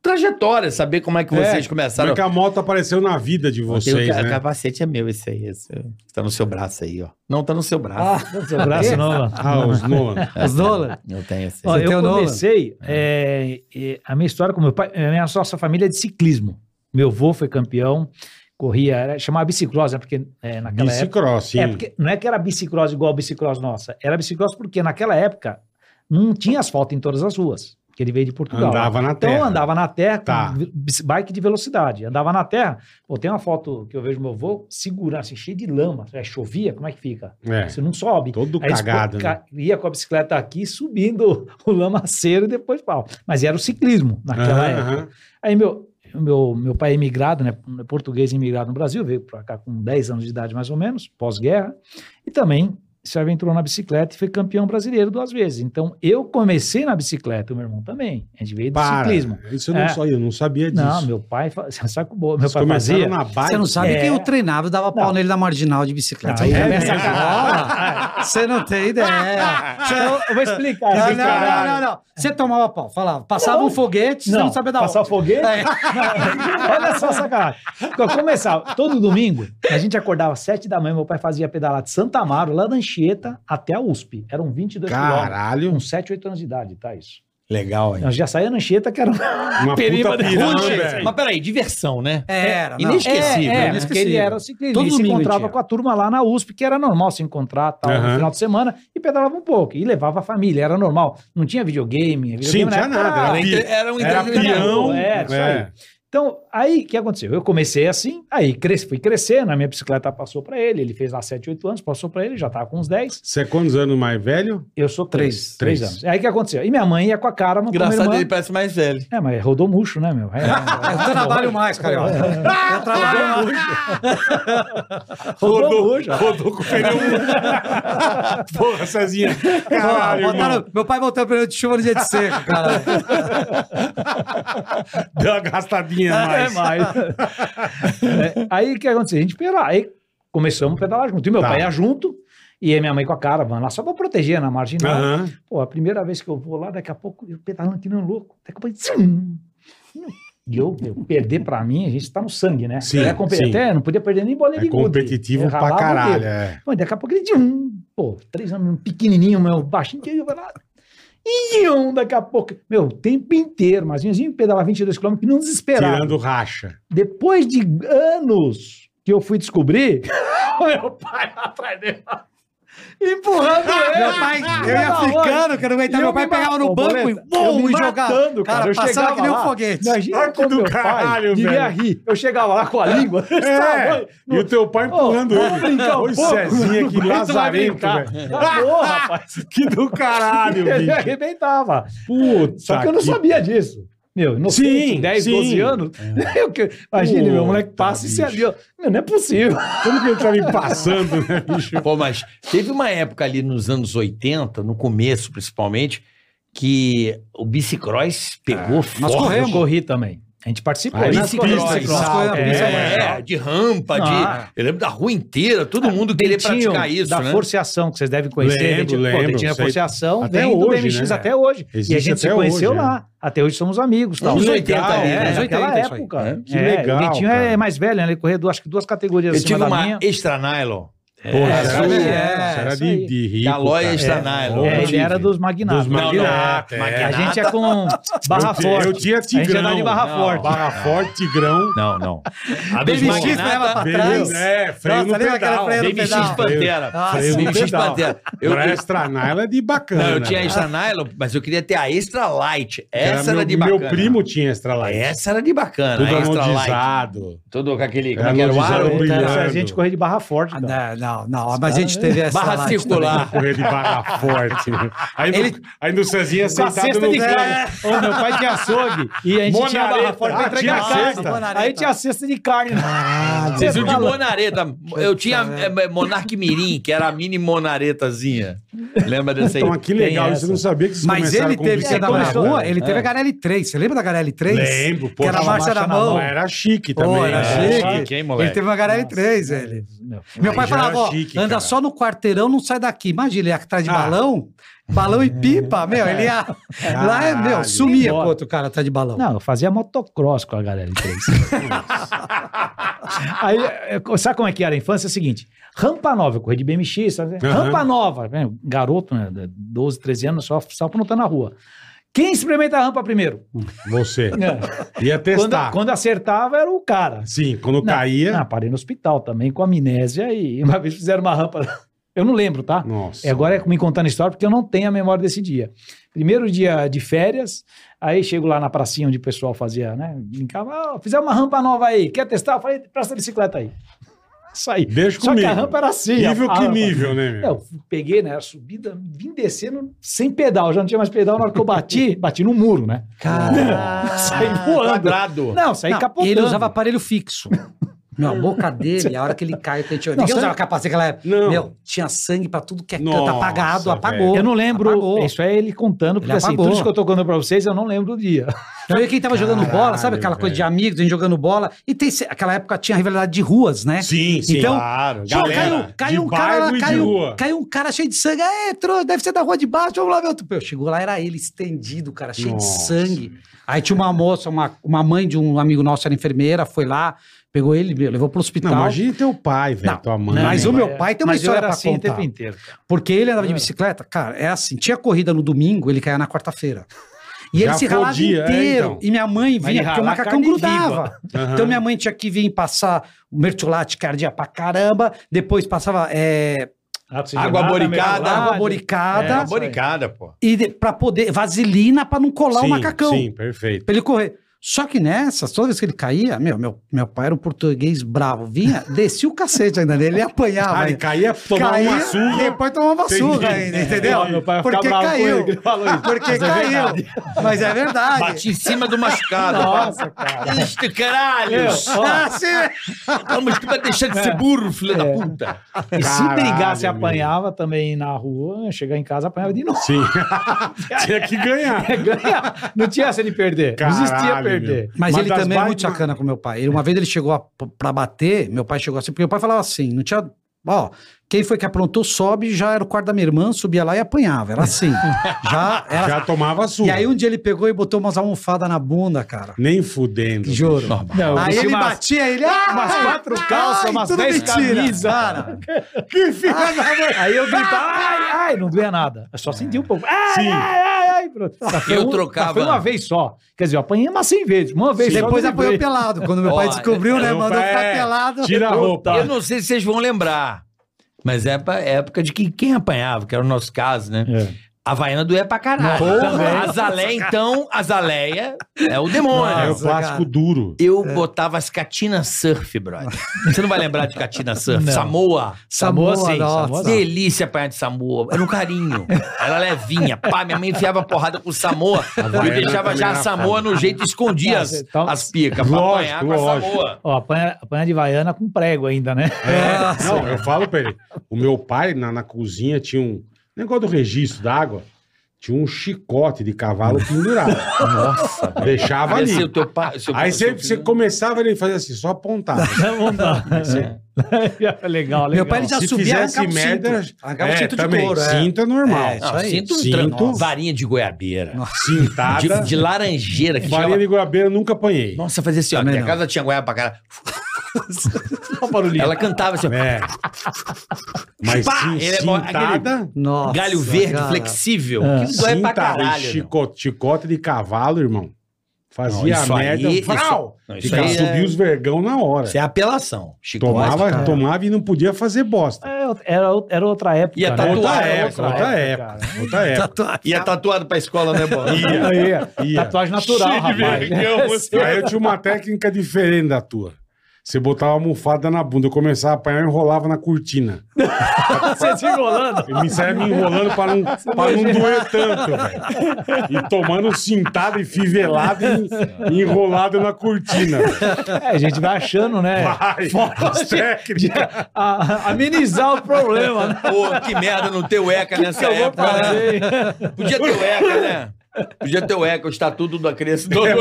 S4: trajetória, saber como é que vocês
S3: Como
S4: começaram.
S3: é que a moto apareceu na vida de
S4: Tem
S3: vocês,
S4: o ca-
S3: né?
S4: capacete é meu esse aí, esse. Tá no seu braço aí, ó. Não, tá no seu braço. É, tá.
S6: Não seu braço, não, mano.
S3: Ah, os Nolan.
S5: os dólares.
S4: Eu tenho né? esse. é
S6: Ó,
S5: Você tem
S6: eu
S5: o Nolan?
S6: comecei é, é, a minha história com meu pai. A minha nossa família é de ciclismo. Meu avô foi campeão, corria, era, chamava biciclose, né? porque é, naquela época.
S3: Bicicross, sim.
S6: É, porque não é que era bicicross igual a bicicross nossa. Era bicicross porque naquela época não tinha asfalto em todas as ruas. Que ele veio de Portugal.
S3: Andava na terra.
S6: Então andava na terra com
S3: Tá.
S6: bici- bike de velocidade. Andava na terra. Pô, tem uma foto que eu vejo meu avô segurando, assim, cheio de lama. É, chovia, como é que fica?
S3: É,
S6: Você não sobe.
S3: todo
S6: Aí eles
S3: cagado,
S6: co-
S3: né?
S6: ca- ia com a bicicleta aqui, subindo o lamaceiro e depois pau. Mas era o ciclismo naquela
S3: Aham,
S6: época.
S3: aham.
S6: Aí meu, meu, meu pai é imigrado, né, português imigrado no Brasil, veio para cá com 10 anos de idade mais ou menos, pós-guerra, e também se aventurou na bicicleta e foi campeão brasileiro duas vezes. Então eu comecei na bicicleta, o meu irmão também. A gente veio do
S3: Para.
S6: ciclismo.
S3: Isso eu não,
S6: É.
S3: só, eu não sabia disso.
S6: Não, meu pai, fa- saco boa, meu
S3: Vocês
S6: pai
S3: começaram
S6: fazia.
S3: na
S5: Você
S3: bike.
S5: não sabe
S6: É.
S5: quem eu treinava, eu dava pau nele na marginal de bicicleta.
S6: Aí é
S5: Aí
S3: É,
S6: começa a
S5: rola. Você não tem ideia. Ah,
S6: Eu, eu vou explicar.
S5: Não,
S6: assim,
S5: não, não,
S6: caralho.
S5: não, não. Você tomava pau, falava. Passava um foguete, você não sabia da
S6: passar
S5: onde. É.
S6: o foguete? Olha só, Então, sacanagem. Eu começava, é todo domingo, a gente acordava às sete da manhã, meu pai fazia pedalar de Santa Amaro, lá da Anchieta, até a USP. Eram 22 quilômetros.
S3: Caralho.
S6: Com 7, 8 anos de idade, tá isso.
S4: Legal, hein?
S6: Nós já saía na Anchieta, que era um-
S3: Uma
S6: Periba
S3: puta
S6: de
S3: pirâmide.
S6: Rude,
S3: velho. É.
S4: Mas peraí, diversão, né?
S5: Era, não.
S4: Inesquecível,
S6: um É, é,
S5: né?
S6: porque ele era o ciclista.
S5: Todo
S6: ele se
S5: domingo
S6: encontrava
S5: tinha.
S6: com a turma lá na USP, que era normal se encontrar tal,
S3: Aham.
S6: no final de semana, e pedalava um pouco. E levava a família, era normal. Não tinha videogame. videogame
S3: Sim, não tinha
S6: na época
S3: nada.
S6: era-
S3: Era, pi-
S4: um
S3: era peão.
S6: É, isso aí.
S3: é.
S6: Então, aí o que aconteceu? Eu comecei assim, aí cres- fui crescendo, a minha bicicleta passou para ele, ele fez lá 7, 8 anos, passou para ele, já estava com uns 10,
S3: Você é quantos anos mais velho?
S6: eu sou
S3: Três.
S6: 3, 3
S3: Três.
S6: anos. Aí o que aconteceu? E minha mãe ia com a cara, mas minha
S4: Engraçado,
S6: irmã...
S4: ele parece mais velho.
S6: É, mas rodou murcho, né, meu? É,
S5: Eu trabalho mais, carioca. Eu trabalho mais.
S6: rodou
S3: Rodou,
S6: murcho.
S3: rodou com o pneu. Porra, Cezinha. Caralho,
S5: Ah, Botaram-
S3: irmão.
S5: meu pai botou pneu de chuva no dia de seca, cara.
S3: Deu uma gastadinha a mais.
S6: É, mais. É, aí o que aconteceu? A gente pedalava. Aí começamos a pedalar junto. E meu
S3: Tá.
S6: pai ia junto, e a minha mãe com a cara, vamos lá, só para proteger na marginal.
S3: Aham.
S6: Pô, a primeira vez que eu vou lá, daqui a pouco eu pedalando que nem um louco. Daqui a pouco. Zum! E eu, meu, perder pra mim, a gente tá no sangue, né?
S3: Sim,
S6: Eu ia compe-
S3: sim.
S6: Até não podia perder nem bolinha
S3: É
S6: de gude.
S3: competitivo
S6: Eu
S3: pra
S6: ralava o
S3: caralho.
S6: dedo.
S3: É.
S6: Pô, daqui a pouco ele. Zum! Pô, três anos, um pequenininho, meu, baixinho, que eu vou lá. E um, daqui a pouco. Meu, o tempo inteiro, mas eu pedalava 22 km que não desesperava.
S3: Tirando racha.
S6: Depois de anos que eu fui descobrir, meu pai lá atrás dele. Empurrando ele.
S5: Meu pai, eu ia
S6: Não,
S5: ficando, que eu não aguentava.
S6: e eu
S5: tá Meu pai
S6: me
S5: pegava
S6: ma-
S5: no
S6: Ô,
S5: banco e
S6: Boleta, eu
S5: bum,
S6: me
S5: e jogava.
S6: matando,
S5: Cara,
S6: eu
S5: passava
S6: chegava
S5: que nem um
S6: lá.
S5: foguete.
S3: Ah,
S6: Imagina
S3: que
S6: como
S3: do
S6: meu
S3: caralho,
S6: pai devia
S3: velho.
S6: rir. Eu chegava lá com a língua. desse tamanho.
S3: É. E o teu pai
S6: Ô,
S3: empurrando
S6: vamos
S3: ele.
S6: brincar um
S3: Oi,
S6: pouco?
S3: Cezinha, que
S6: Não aguento mais
S3: lazarento,
S6: brincar.
S3: velho.
S6: Tá bom, rapaz.
S3: Que do caralho,
S6: Ele
S3: bicho.
S6: arrebentava.
S3: Puta
S6: Só que eu não sabia disso. Meu, inocente,
S3: Sim,
S6: 10,
S3: sim.
S6: 12 anos. Eu que- Imagina, É. meu moleque
S3: Puta,
S6: passa e se
S3: bicho.
S6: ali. Meu, não é possível.
S3: Como que ele tá me passando, né, bicho?
S4: Pô, mas teve uma época ali nos anos 80, no começo principalmente, que o bicicross pegou
S3: Ah,
S4: forte.
S5: nós corremos.
S6: Eu corri também. A gente participou.
S3: Aí
S6: né?
S3: nas
S6: Corrida,
S3: pistas,
S6: ciclo-
S5: nas coisas-
S6: É,
S5: isso
S4: É, de rampa,
S6: Ah.
S4: de. Eu lembro da rua inteira,
S3: Ah,
S4: todo mundo queria
S6: Dentinho
S4: praticar isso,
S6: da
S4: né?
S6: Força e Ação, que vocês devem conhecer.
S3: Lembro,
S6: Dentinho- pô,
S3: lembro,
S6: Dentinho da
S3: sei.
S6: Força e Ação
S3: Até
S6: vem do
S3: hoje,
S6: BMX
S3: né?
S6: até hoje. e a
S3: Existe
S6: gente se
S3: até
S6: conheceu
S3: hoje, né?
S6: lá. Até hoje somos amigos. Tal.
S4: Anos 80 ali,
S6: é,
S4: né?
S5: Anos 80
S6: naquela
S5: isso aí.
S6: época.
S4: É?
S3: Que
S6: É,
S3: legal,
S6: O Dentinho
S3: cara.
S6: é mais velho, né? Ele correu duas, acho que duas categorias
S4: Eu
S6: acima
S4: tive
S6: da
S4: uma
S6: minha.
S4: extra nylon.
S6: É,
S3: Porra,
S5: isso
S3: isso
S5: aí,
S3: era,
S5: é,
S3: isso era
S6: isso
S3: de,
S6: aí.
S3: de rico.
S4: Calóia
S3: cara.
S4: está na-
S3: Porra,
S6: É, ele
S3: tive.
S6: era dos magnatos.
S3: Dos magnata,
S4: Não,
S3: é.
S4: não,
S6: A
S4: magnata.
S6: gente é com Barra
S3: eu, tinha-
S6: Forte.
S3: eu tinha
S6: A gente
S3: Tigrão.
S6: era de Barra
S4: Não,
S6: Forte.
S3: Barra Forte, Tigrão.
S4: Não, não. A dos
S5: Baby X
S4: Magnata-
S5: leva pra
S3: Beleza,
S5: trás.
S3: É, freio
S5: Nossa,
S3: no
S5: lembra aquele
S3: pedal.
S5: freio no
S3: Baby
S5: pedal?
S3: X
S4: Pantera.
S5: Nossa,
S3: Freio no
S4: Baby X
S3: pedal.
S4: Pantera. Ah, Eu-
S3: Pra extra nylon é de bacana.
S4: Não, eu tinha
S3: né?
S4: extra nylon, mas eu queria ter a extra light.
S3: Era
S4: Essa era,
S3: meu,
S4: de bacana.
S3: Meu primo tinha extra light.
S4: Essa era de bacana.
S3: Tudo
S4: a extra light.
S3: anodizado.
S4: Todo com aquele.
S3: Era
S4: Como é que era o
S3: anodizado,
S4: aro?
S3: brilhante.
S6: Essa a né? gente correu de Barra Forte.
S5: Ah, Não,
S6: cara.
S5: não, Não, não,
S3: Tá.
S5: mas a gente teve essa
S7: Barra
S5: live
S7: circular.
S3: Correr de barra forte. Aí, no-
S5: Ele-
S3: aí no Cezinha
S6: Com a
S3: sentado
S6: cesta
S3: no
S6: de carne. Ô, meu pai tinha açougue. E a gente tinha
S3: Monareta.
S6: barra forte pra
S3: Ah,
S6: entregar
S3: tinha
S6: carne.
S3: cesta.
S6: Aí tinha a cesta de carne. né?
S5: Caralho.
S6: Você
S4: Vocês viram de
S6: fala-
S4: Monareta. Eu tinha
S5: velho.
S4: eh, Monarque Mirim, que era a mini Monaretazinha. Lembra dessa aí?
S3: Então, que legal.
S6: Tem
S3: Isso eu não
S6: essa.
S3: sabia que vocês
S5: Mas
S3: começaram
S5: ele
S3: com
S5: teve,
S3: bicicleta
S5: você tava na
S3: na
S5: rua, ele teve a Garelli 3. Você lembra da Garelli 3?
S3: É. Lembro,
S5: Que
S3: pô,
S5: era a
S3: tava
S5: marcha da mão.
S3: Pô, Era chique também.
S5: Então- Pô, era
S3: né?
S5: chique.
S4: chique, hein, moleque?
S5: ele teve uma Garelli 3,
S6: É,
S5: ele. Meu pai
S3: já era
S5: falava, ó,
S3: chique,
S5: anda
S3: cara.
S5: só no quarteirão, não sai daqui. Imagina, ele atrás de
S3: Ah.
S5: balão, balão e pipa, meu, ele ia... Lá, é, meu,
S3: Caralho.
S5: sumia
S6: Embora.
S5: com outro cara atrás de balão.
S6: Não, eu fazia motocross com a galera em três. Aí, eh, sabe como é que era a infância? É o seguinte, rampa nova, eu corri de BMX, sabe?
S3: Aham.
S6: tá rampa nova, né? garoto, né? 12, 13 anos, só, só aprontando na rua. Quem experimenta a rampa primeiro?
S3: Você.
S6: É.
S3: Ia
S6: Quando,
S3: testar. É?
S6: quando acertava, era o cara.
S3: Sim, quando
S6: Não,
S3: caía.
S6: não, parei no hospital também, com amnésia, e uma vez fizeram uma rampa... Eu não lembro, tá?
S3: Nossa.
S6: E agora é me contando a história, porque eu não tenho a memória desse dia. Primeiro dia de férias, aí chego lá na pracinha onde o pessoal fazia, né? Brincava, ah, fizeram uma rampa nova aí, quer testar? Eu falei, presta a bicicleta aí. Saí.
S3: Deixa
S6: Só
S3: comigo.
S6: que a rampa era assim.
S3: Nível
S6: a- a
S3: que
S6: rampa.
S3: nível, né? meu?
S6: Eu peguei, né? A subida, vim descendo sem pedal, já não tinha mais pedal. Na hora que eu bati, bati no muro, né?
S5: Caralho.
S6: Saí voando.
S4: Quadrado.
S6: Não, saí
S5: Não,
S6: capotando.
S5: Ele usava aparelho fixo. Meu, a boca dele, a hora que ele cai, eu tentei...
S6: Não, é-
S5: Ninguém
S6: sabe-
S5: usava capacete, galera.
S3: Não.
S5: Meu, tinha sangue pra tudo que é canto,
S3: Nossa,
S5: apagado,
S3: velho.
S5: apagou.
S6: Eu não lembro.
S5: Apagou.
S6: Isso é ele contando, porque
S5: Ele
S6: assim,
S5: apagou.
S6: tudo isso que eu tô contando pra vocês, eu não lembro do dia.
S5: Não, e quem tava jogando
S3: Caralho,
S5: bola, sabe aquela coisa de
S3: velho.
S5: amigos, a gente jogando bola. E tem, se- aquela época tinha rivalidade de ruas, né?
S3: Sim, sim.
S5: Então,
S3: claro.
S5: Pô, caiu,
S3: de
S5: caiu um cara
S3: bairro e
S5: lá,
S3: de
S5: caiu,
S3: rua.
S5: caiu um cara cheio de sangue. É, entrou, deve ser da rua de baixo, vamos lá ver outro. Pô, chegou lá, era ele estendido, cara, cheio de
S3: Nossa.
S5: sangue. Aí tinha uma moça, uma, uma mãe de um amigo nosso, era enfermeira, foi lá, pegou ele, meu, levou pro hospital.
S3: Não, imagina teu pai, velho,
S5: Não,
S3: tua mãe.
S5: mas
S3: né?
S5: o meu pai tem uma
S6: é. Mas eu
S5: história
S6: era
S5: pra
S6: assim o
S5: contar.
S6: tempo inteiro. cara.
S5: Porque ele andava de bicicleta, cara, é assim, tinha corrida no domingo, ele caía na quarta-feira. E
S3: Já
S5: ele se ralava
S3: podia, é,
S5: inteiro.
S3: então.
S5: E minha mãe
S6: Mas ele
S5: vinha, porque o
S6: ralar
S5: macacão
S6: carne
S5: grudava.
S3: Aham.
S5: Então minha mãe tinha que vir passar o mertiolate cardíaco pra caramba, depois passava é,
S6: Ah,
S4: Água boricada.
S5: água
S6: É,
S5: boricada
S4: Tá
S6: isso aí.
S4: boricada, pô.
S5: e de, pra poder. vaselina pra não colar o
S3: Sim,
S5: macacão.
S3: Sim, perfeito.
S5: Pra ele correr. Só que nessas, toda vez que ele caía, meu, meu, meu pai era um português bravo, vinha, descia o cacete ainda nele, ele apanhava.
S3: Ah, ele
S5: ainda.
S3: caía, tomava uma surra.
S5: Depois tomava
S3: Entendi.
S5: surra ainda, entendeu?
S6: É, meu pai vai
S5: Porque
S6: ficar bravo com ele
S5: caiu.
S6: que ele falou isso.
S5: Porque
S6: Mas é
S5: caiu.
S6: verdade.
S5: Mas é verdade.
S4: Bati em cima do machucado.
S6: Nossa, É. cara.
S4: Este caralho!
S6: Meu, ó,
S5: Ah, sim.
S4: Vamos que vai deixar de
S6: É.
S4: ser burro, filho da puta.
S6: e se
S3: Caralho,
S6: brigasse,
S3: meu.
S6: apanhava também na rua, chegar em casa, apanhava de novo.
S3: Sim. Tinha que ganhar.
S6: Ganhar. Não tinha essa de perder.
S3: Caralho,
S6: não existia perder.
S5: Mas, ele
S3: das
S5: também é
S3: ba-
S5: muito sacana com meu pai. Ele, uma vez ele chegou a, pra bater, meu pai chegou assim, porque meu pai falava assim, não tinha... Ó, quem foi que aprontou, sobe, já era o quarto da minha irmã, subia lá e apanhava. Era assim. já era...
S3: Já tomava surra.
S5: E aí um dia ele pegou e botou umas almofadas na bunda, cara.
S3: Nem fudendo.
S5: Juro.
S6: Não,
S5: Aí
S6: eu
S5: ele
S6: tinha umas-
S5: batia, ele... Ah,
S6: umas quatro calças,
S5: ai,
S6: umas
S5: tudo
S6: dez
S5: mentira.
S6: camisas.
S5: Cara,
S3: Que filho da mãe.
S6: Aí eu gritava, ai, ai, não doía nada. Eu só senti um pouco. Ai,
S3: Sim.
S6: ai, ai, ai. pronto. Só foi
S4: Eu
S6: um-
S4: trocava-
S6: só Foi uma vez só. Quer dizer, eu apanhei umas 100 vezes. Uma vez só.
S5: Depois
S6: eu me
S5: apanhou
S6: livrei.
S5: pelado. Quando meu pai
S4: Ó,
S5: descobriu, né?
S3: meu
S5: Mandou
S3: pai
S5: ficar
S3: é-
S5: pelado.
S3: Tira a roupa.
S4: Eu não sei se vocês vão lembrar, mas é pa- época de que quem apanhava, que era o nosso caso, né?
S6: É.
S4: A Havaiana doía pra caralho.
S6: também.
S4: A Zalé, então, a Zaleia é o
S3: Era
S4: demônio.
S3: o plástico
S5: cara.
S3: duro.
S4: Eu botava as Catina Surf, brother. Você não vai lembrar de Catina Surf?
S6: Não.
S4: Samoa.
S5: Samoa,
S4: assim,
S5: nossa.
S4: Samoa, Delícia apanhar de Samoa. Era um carinho. Era levinha. Pá, minha mãe enfiava porrada com Samoa e
S3: Havaiana
S4: deixava
S3: também
S4: já a
S3: era
S4: Samoa no jeito e escondia
S6: Nossa,
S4: as,
S6: então-
S4: as picas pra
S3: Lógico,
S4: apanhar com a
S3: lógico.
S4: Samoa.
S6: Ó, apanha, apanha de vaiana com prego ainda, né?
S4: É.
S5: Nossa.
S3: É. Não, eu falo pra ele. O meu pai, na, na cozinha, tinha um negócio do registro d'água. Tinha um chicote de cavalo pendurado. Nossa. Deixava ali.
S4: Parecia o teu pai. seu-
S3: Aí
S4: seu
S3: você, você começava ele fazia assim, só apontava.
S6: Vamos lá.
S4: É.
S6: legal, legal.
S5: Meu pai ele já
S3: Se
S5: subia
S3: fizesse
S5: arrancava o cinto.
S3: merda,
S5: Arrancava o
S3: é,
S5: cinto de
S3: também,
S5: couro. é.
S3: cinto é normal.
S5: É, isso
S4: Não,
S5: aí.
S4: sinto um
S3: Cinto.
S4: tran- varinha de goiabeira.
S3: Cintada.
S4: De, de laranjeira. Que
S3: Farinha
S4: chegava-
S3: de goiabeira eu nunca apanhei.
S4: Nossa, fazia assim, ó.
S5: Também
S4: Minha
S5: não.
S4: casa tinha goiaba pra caralho.
S6: um barulhinho.
S4: Ela cantava assim, ó.
S3: É. Mas
S4: Pá,
S3: cin-
S4: ele é bom-
S3: cintada,
S5: Nossa,
S4: galho verde,
S5: cara.
S4: flexível.
S6: Ah.
S3: É.
S4: Que dói pra
S3: cintada tá. e
S4: caralho. irmão.
S3: chicote, chicote de cavalo, irmão.
S4: Não,
S3: Fazia
S4: isso
S3: a merda.
S4: aí-
S3: vrau!
S4: isso- não, isso
S3: Fica-
S4: aí é-
S3: subia os vergão na hora.
S4: Isso é apelação. Chicote.
S3: tomava,
S5: cara.
S3: tomava e não podia fazer bosta.
S6: É, Era, era outra época.
S4: E a
S6: né?
S4: tatuagem,
S3: outra,
S4: outra
S3: época, outra época,
S6: cara.
S3: outra época.
S5: Tatuagem.
S4: Ia tatuado pra escola, né, Bola?
S6: Ia, ia.
S3: Ia.
S6: Tatuagem natural,
S4: Cheio de
S6: rapaz.
S4: vergão, você.
S3: Aí eu tinha uma técnica diferente da tua. Você botava a almofada na bunda, eu começava a apanhar e enrolava na cortina.
S6: Você Tá se enrolando.
S3: Eu me saia me enrolando pra não, pra não doer tanto, velho. E tomando cintada e fivelada e, e enrolado na cortina.
S6: É, a gente vai achando, né?
S3: Vai, as
S6: de-
S3: técnicas.
S6: a- a- amenizar o problema, né?
S4: Pô, que merda não ter o ECA nessa época, né?
S6: Fazer-
S4: Podia ter o ECA, né? Podia ter o ECA, o estatuto da criança. Do...
S6: É,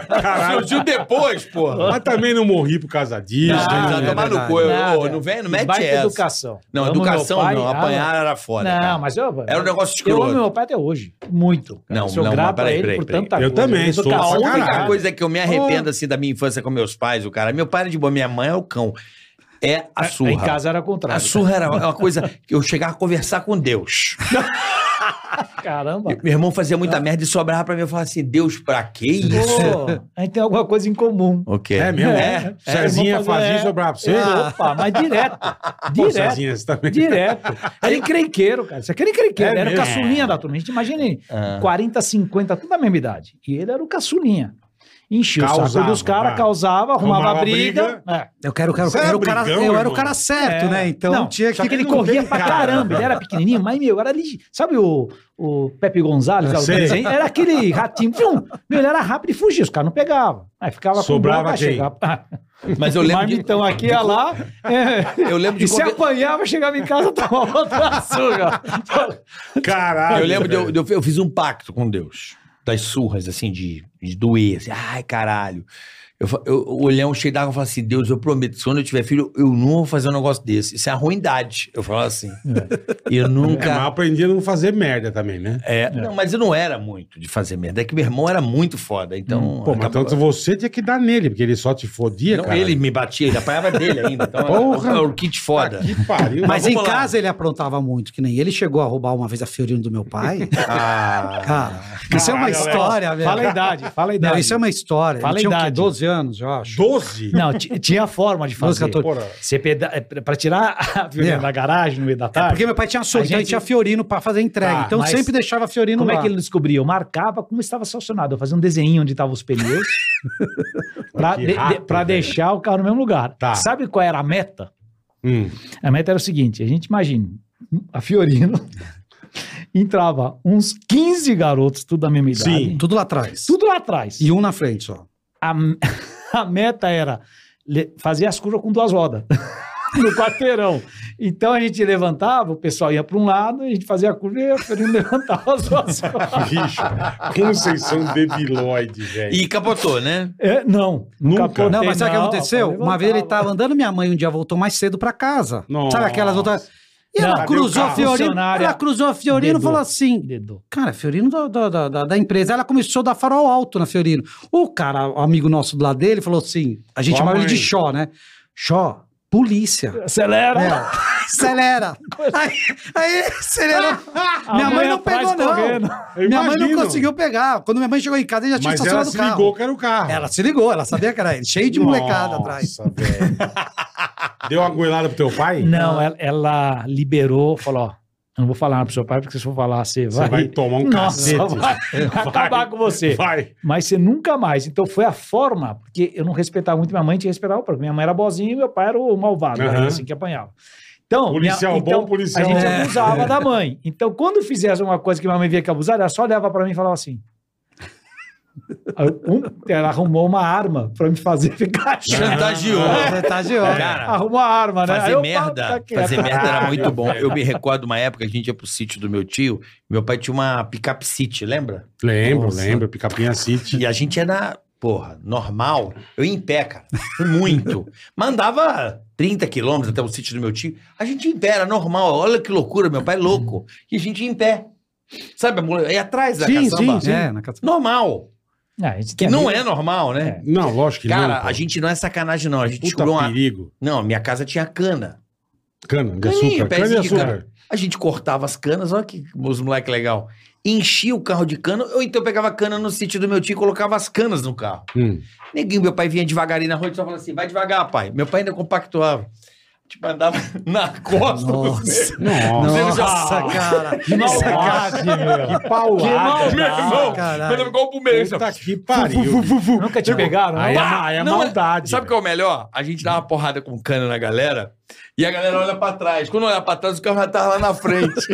S3: Caralho.
S4: Surgiu depois, porra.
S3: Mas também não morri por causa disso.
S4: Ah,
S3: né?
S4: vai tomar no
S5: verdade.
S4: cu.
S6: é Nada.
S4: Eu- ô, Não vem, não mete
S6: Baita
S4: essa.
S6: educação.
S4: Não,
S6: Amo meu
S4: educação
S6: pai,
S4: não.
S6: ah,
S4: Apanhar era foda.
S6: Não,
S4: cara.
S6: mas eu.
S4: Era um negócio
S6: Eu amo
S4: escroto.
S6: meu pai até hoje. Muito. cara.
S4: Não,
S6: Sou
S4: não, mas
S6: grato
S4: peraí,
S6: a ele
S4: peraí,
S6: por
S4: peraí.
S6: tanta
S3: Eu
S6: coisa.
S3: também sou
S6: Educação,
S3: pra
S4: A única
S3: Caralho.
S4: coisa que eu me arrependo assim da minha infância com meus pais, o cara. Meu pai era de boa, minha mãe é o cão. É a surra.
S6: Em casa é era o contrário.
S4: A surra era uma coisa que eu chegava a conversar com Deus.
S6: Caramba.
S4: Meu irmão fazia muita merda e sobrava pra mim e falava assim: Deus, pra que isso?
S6: Pô, a gente tem alguma coisa em comum.
S4: Ok.
S3: É mesmo?
S6: É, é,
S3: Cezinha
S6: vamos fazer-
S3: fazia
S6: é.
S3: isso sobrar pra você?
S6: É, Opa, mas direto.
S3: Ah. Pô,
S6: Direto.
S3: Cezinha, você também.
S6: Direto. Era encrenqueiro, cara. Isso aqui era encrenqueiro.
S3: É
S6: era o
S3: mesmo? É.
S6: caçulinha da turma. A gente imagina ele.
S4: Ah.
S6: 40, 50, tudo da mesma idade. E ele era o caçulinha. Enchia o saco
S3: Causava,
S6: dos caras,
S3: tá.
S6: causava, arrumava,
S3: Arrumava
S6: briga. É.
S5: Eu quero, quero,
S3: Você era
S5: era o cara,
S3: brigão,
S5: eu era o
S3: irmão?
S5: cara certo,
S6: É.
S5: né? Então
S6: Não,
S5: tinha
S6: Só que ele
S3: não
S6: corria
S3: tem
S6: pra
S3: cara,
S6: caramba. Ele era pequenininho, mas, meu, era ali. Sabe o, o Pepe Gonzalez? lá, o
S3: Ah, Sei.
S6: desenho? Era aquele ratinho. Fium! Meu, ele era rápido e fugia. Os caras não pegavam. Aí ficava
S3: Sobrava
S6: com
S3: quem?
S6: chegava...
S4: Mas eu lembro. de-
S6: Marmitão aqui, ia lá. é.
S4: Eu lembro de
S6: E se
S4: conver-
S6: apanhava, chegava em casa, tomava outra surra.
S3: Caralho.
S4: Eu lembro de eu,
S3: velho.
S4: de eu- eu fiz um pacto com Deus. Das surras, assim, de, de doer. assim, Ai, caralho. Eu, fa- eu o olhão cheio d'água e falava assim: Deus, eu prometo, se quando eu tiver filho, eu não vou fazer um negócio desse. Isso é a ruindade. Eu falava assim. Eu
S3: É, mas eu
S4: nunca.
S3: aprendi a não fazer merda também, né?
S4: É, não, mas eu não era muito de fazer merda. É que meu irmão era muito foda. Então.
S3: Pô, mas
S4: acabou-
S3: tanto você tinha que dar nele, porque ele só te fodia,
S4: Não,
S3: cara.
S4: ele me batia, ele apanhava dele ainda. Então,
S3: Porra.
S4: é o kit foda.
S3: Que pariu.
S5: Mas
S4: Mas
S5: em
S4: vamos lá.
S5: casa ele aprontava muito, que nem ele chegou a roubar uma vez a Fiorino do meu pai.
S4: Ah,
S5: Cara, isso é uma
S3: Caralho,
S5: história, velho.
S6: Fala a idade, fala a idade.
S5: Não, isso é uma história.
S6: Fala
S5: ele tinha
S6: a
S5: o quê?
S6: idade.
S5: 12 anos, eu acho.
S3: 12?
S6: Não, ti- tinha forma de
S5: Doze,
S6: fazer.
S5: 14.
S3: Porra.
S6: Você peda... é, pra- Pra tirar a violina
S5: É.
S6: da garagem no meio da
S5: É
S6: tarde.
S5: porque meu pai tinha açougue,
S6: Tá. A
S5: então ele
S6: gente-
S5: tinha Fiorino pra fazer entrega.
S6: Tá,
S5: então
S6: mas
S5: sempre deixava Fiorino
S6: Como
S5: lá.
S6: é que ele descobria? Eu marcava como estava estacionado. Eu fazia um desenho onde estavam os pneus pra,
S3: Que
S6: de- de-
S3: rato,
S6: pra
S3: velho.
S6: deixar o carro no mesmo lugar.
S3: Tá.
S6: Sabe qual era a meta?
S3: Hum.
S6: A meta era o seguinte: a gente imagina, a Fiorino entrava uns 15 garotos, tudo da mesma idade.
S3: Sim.
S5: Tudo lá atrás.
S6: Tudo lá atrás.
S5: E um na frente só.
S6: a, a meta era le- fazer as curvas com duas rodas no quarteirão. Então a gente levantava, o pessoal ia para um lado, a gente fazia a curva e o Fernando levantava as duas rodas.
S3: Bicho, como vocês são debilóide, velho.
S4: e capotou, né?
S6: É, não,
S3: Nunca.
S6: capotou,
S5: Não, mas sabe o que
S6: não,
S5: aconteceu?
S6: rapaz,
S5: Uma vez ele
S6: levantava.
S5: tava andando, minha mãe um dia voltou mais cedo pra casa.
S3: Nossa.
S5: Sabe aquelas outras. E ela
S6: Não,
S3: cadê o
S5: cruzou a
S3: carro?
S5: Fiorino,
S6: Funcionária.
S5: ela cruzou a Fiorino e
S6: Dedo.
S5: falou assim:
S6: Dedou.
S5: Cara, Fiorino da, da- da, da, da empresa. Ela começou a dar farol alto na Fiorino. O cara, o amigo nosso do lado dele, falou assim: a gente
S3: Tua
S5: chamava ele de
S3: mãe.
S5: Xó, né? Xó, polícia.
S6: Acelera!
S5: É, acelera. Aí, aí acelerou.
S6: A
S5: Minha mãe não
S6: atrás
S5: pegou, não.
S6: correndo.
S3: Eu
S5: Minha mãe não
S3: imagino.
S5: conseguiu pegar. Quando minha mãe chegou em casa, ele já tinha
S3: Mas ela
S5: estacionado o
S3: se
S5: carro.
S3: ligou que era o carro.
S5: Ela se ligou, ela sabia que era ele, cheio de molecada atrás.
S3: Nossa, velho. Deu uma goelada pro teu pai?
S6: Não, ela, ela liberou, falou: ó, eu não vou falar pro seu pai, porque se eu for falar, você
S3: Você
S6: vai.
S3: vai tomar um
S6: Nossa,
S3: cacete.
S6: vai, vai acabar com você.
S3: Vai.
S6: Mas você nunca mais. Então foi a forma, porque eu não respeitava muito minha mãe, tinha que respeitar o próprio. Minha mãe era bozinha e meu pai era o malvado,
S3: Aham.
S6: era assim que apanhava. Então,
S3: Policial
S6: minha,
S3: bom, É.
S6: então,
S3: policial
S6: A gente
S3: ruim.
S6: abusava da mãe. Então, quando fizesse uma coisa que minha mãe via que abusava, ela só olhava pra mim e falava assim. Aí, um, ela arrumou uma arma pra me fazer ficar chato.
S4: Chantageou.
S5: Vantageou.
S4: Cara,
S6: Arrumou a arma, né? Aí
S4: Fazer
S6: eu, pá, tá
S4: merda,
S6: quieto.
S4: fazer merda era muito
S3: Caralho,
S4: bom. Eu me recordo uma época, a gente ia pro sítio do meu tio, meu pai tinha uma picape City, lembra?
S3: Lembro,
S5: Nossa.
S3: lembro. Picapinha City.
S4: E a gente era, porra, normal. Eu ia em pé, cara, muito. Mandava 30 quilômetros até o sítio do meu tio. A gente ia em pé, era normal. Olha que loucura, meu pai é louco. E a gente ia em pé. Sabe, a mulher, ia atrás da
S3: Sim,
S4: caçamba.
S3: sim, sim.
S5: É, na casa.
S4: Normal.
S6: Ah, a gente
S4: Que
S6: tem
S4: não
S6: amigo.
S4: é normal, né?
S3: Não, lógico que não.
S4: Cara,
S3: pô.
S4: a gente não é sacanagem, não. A gente
S3: Puta
S4: descobriu uma.
S3: perigo.
S4: Não, minha casa tinha cana.
S3: Cana de
S4: Caninha,
S3: açúcar. Cana de
S4: pezinho de
S3: açúcar.
S4: A gente cortava as canas, olha que os moleque legal. Enchia o carro de cana, ou então pegava cana no sítio do meu tio e colocava as canas no carro.
S3: Hum.
S4: Neguinho, meu pai vinha devagarinho na rua e só falava assim: vai devagar, pai. Meu pai ainda compactuava. Te mandava na costa do
S5: Nossa.
S4: nego.
S3: Nossa,
S5: Nossa,
S4: é
S5: cara.
S3: que maldade, meu. Que paulada.
S6: Que
S4: Meu irmão,
S5: caralho.
S4: quando eu igual o Palmeiras.
S3: Puta que
S6: Fu,
S3: pariu.
S6: fu, fu, fu. Nunca te pegaram? né?
S3: Aí é,
S6: não?
S3: ma- aí é
S4: Não,
S3: maldade.
S4: Sabe o que é o melhor? A gente dá uma porrada com cana na galera e a galera olha pra trás. Quando olha pra trás, o cara já tá lá na frente.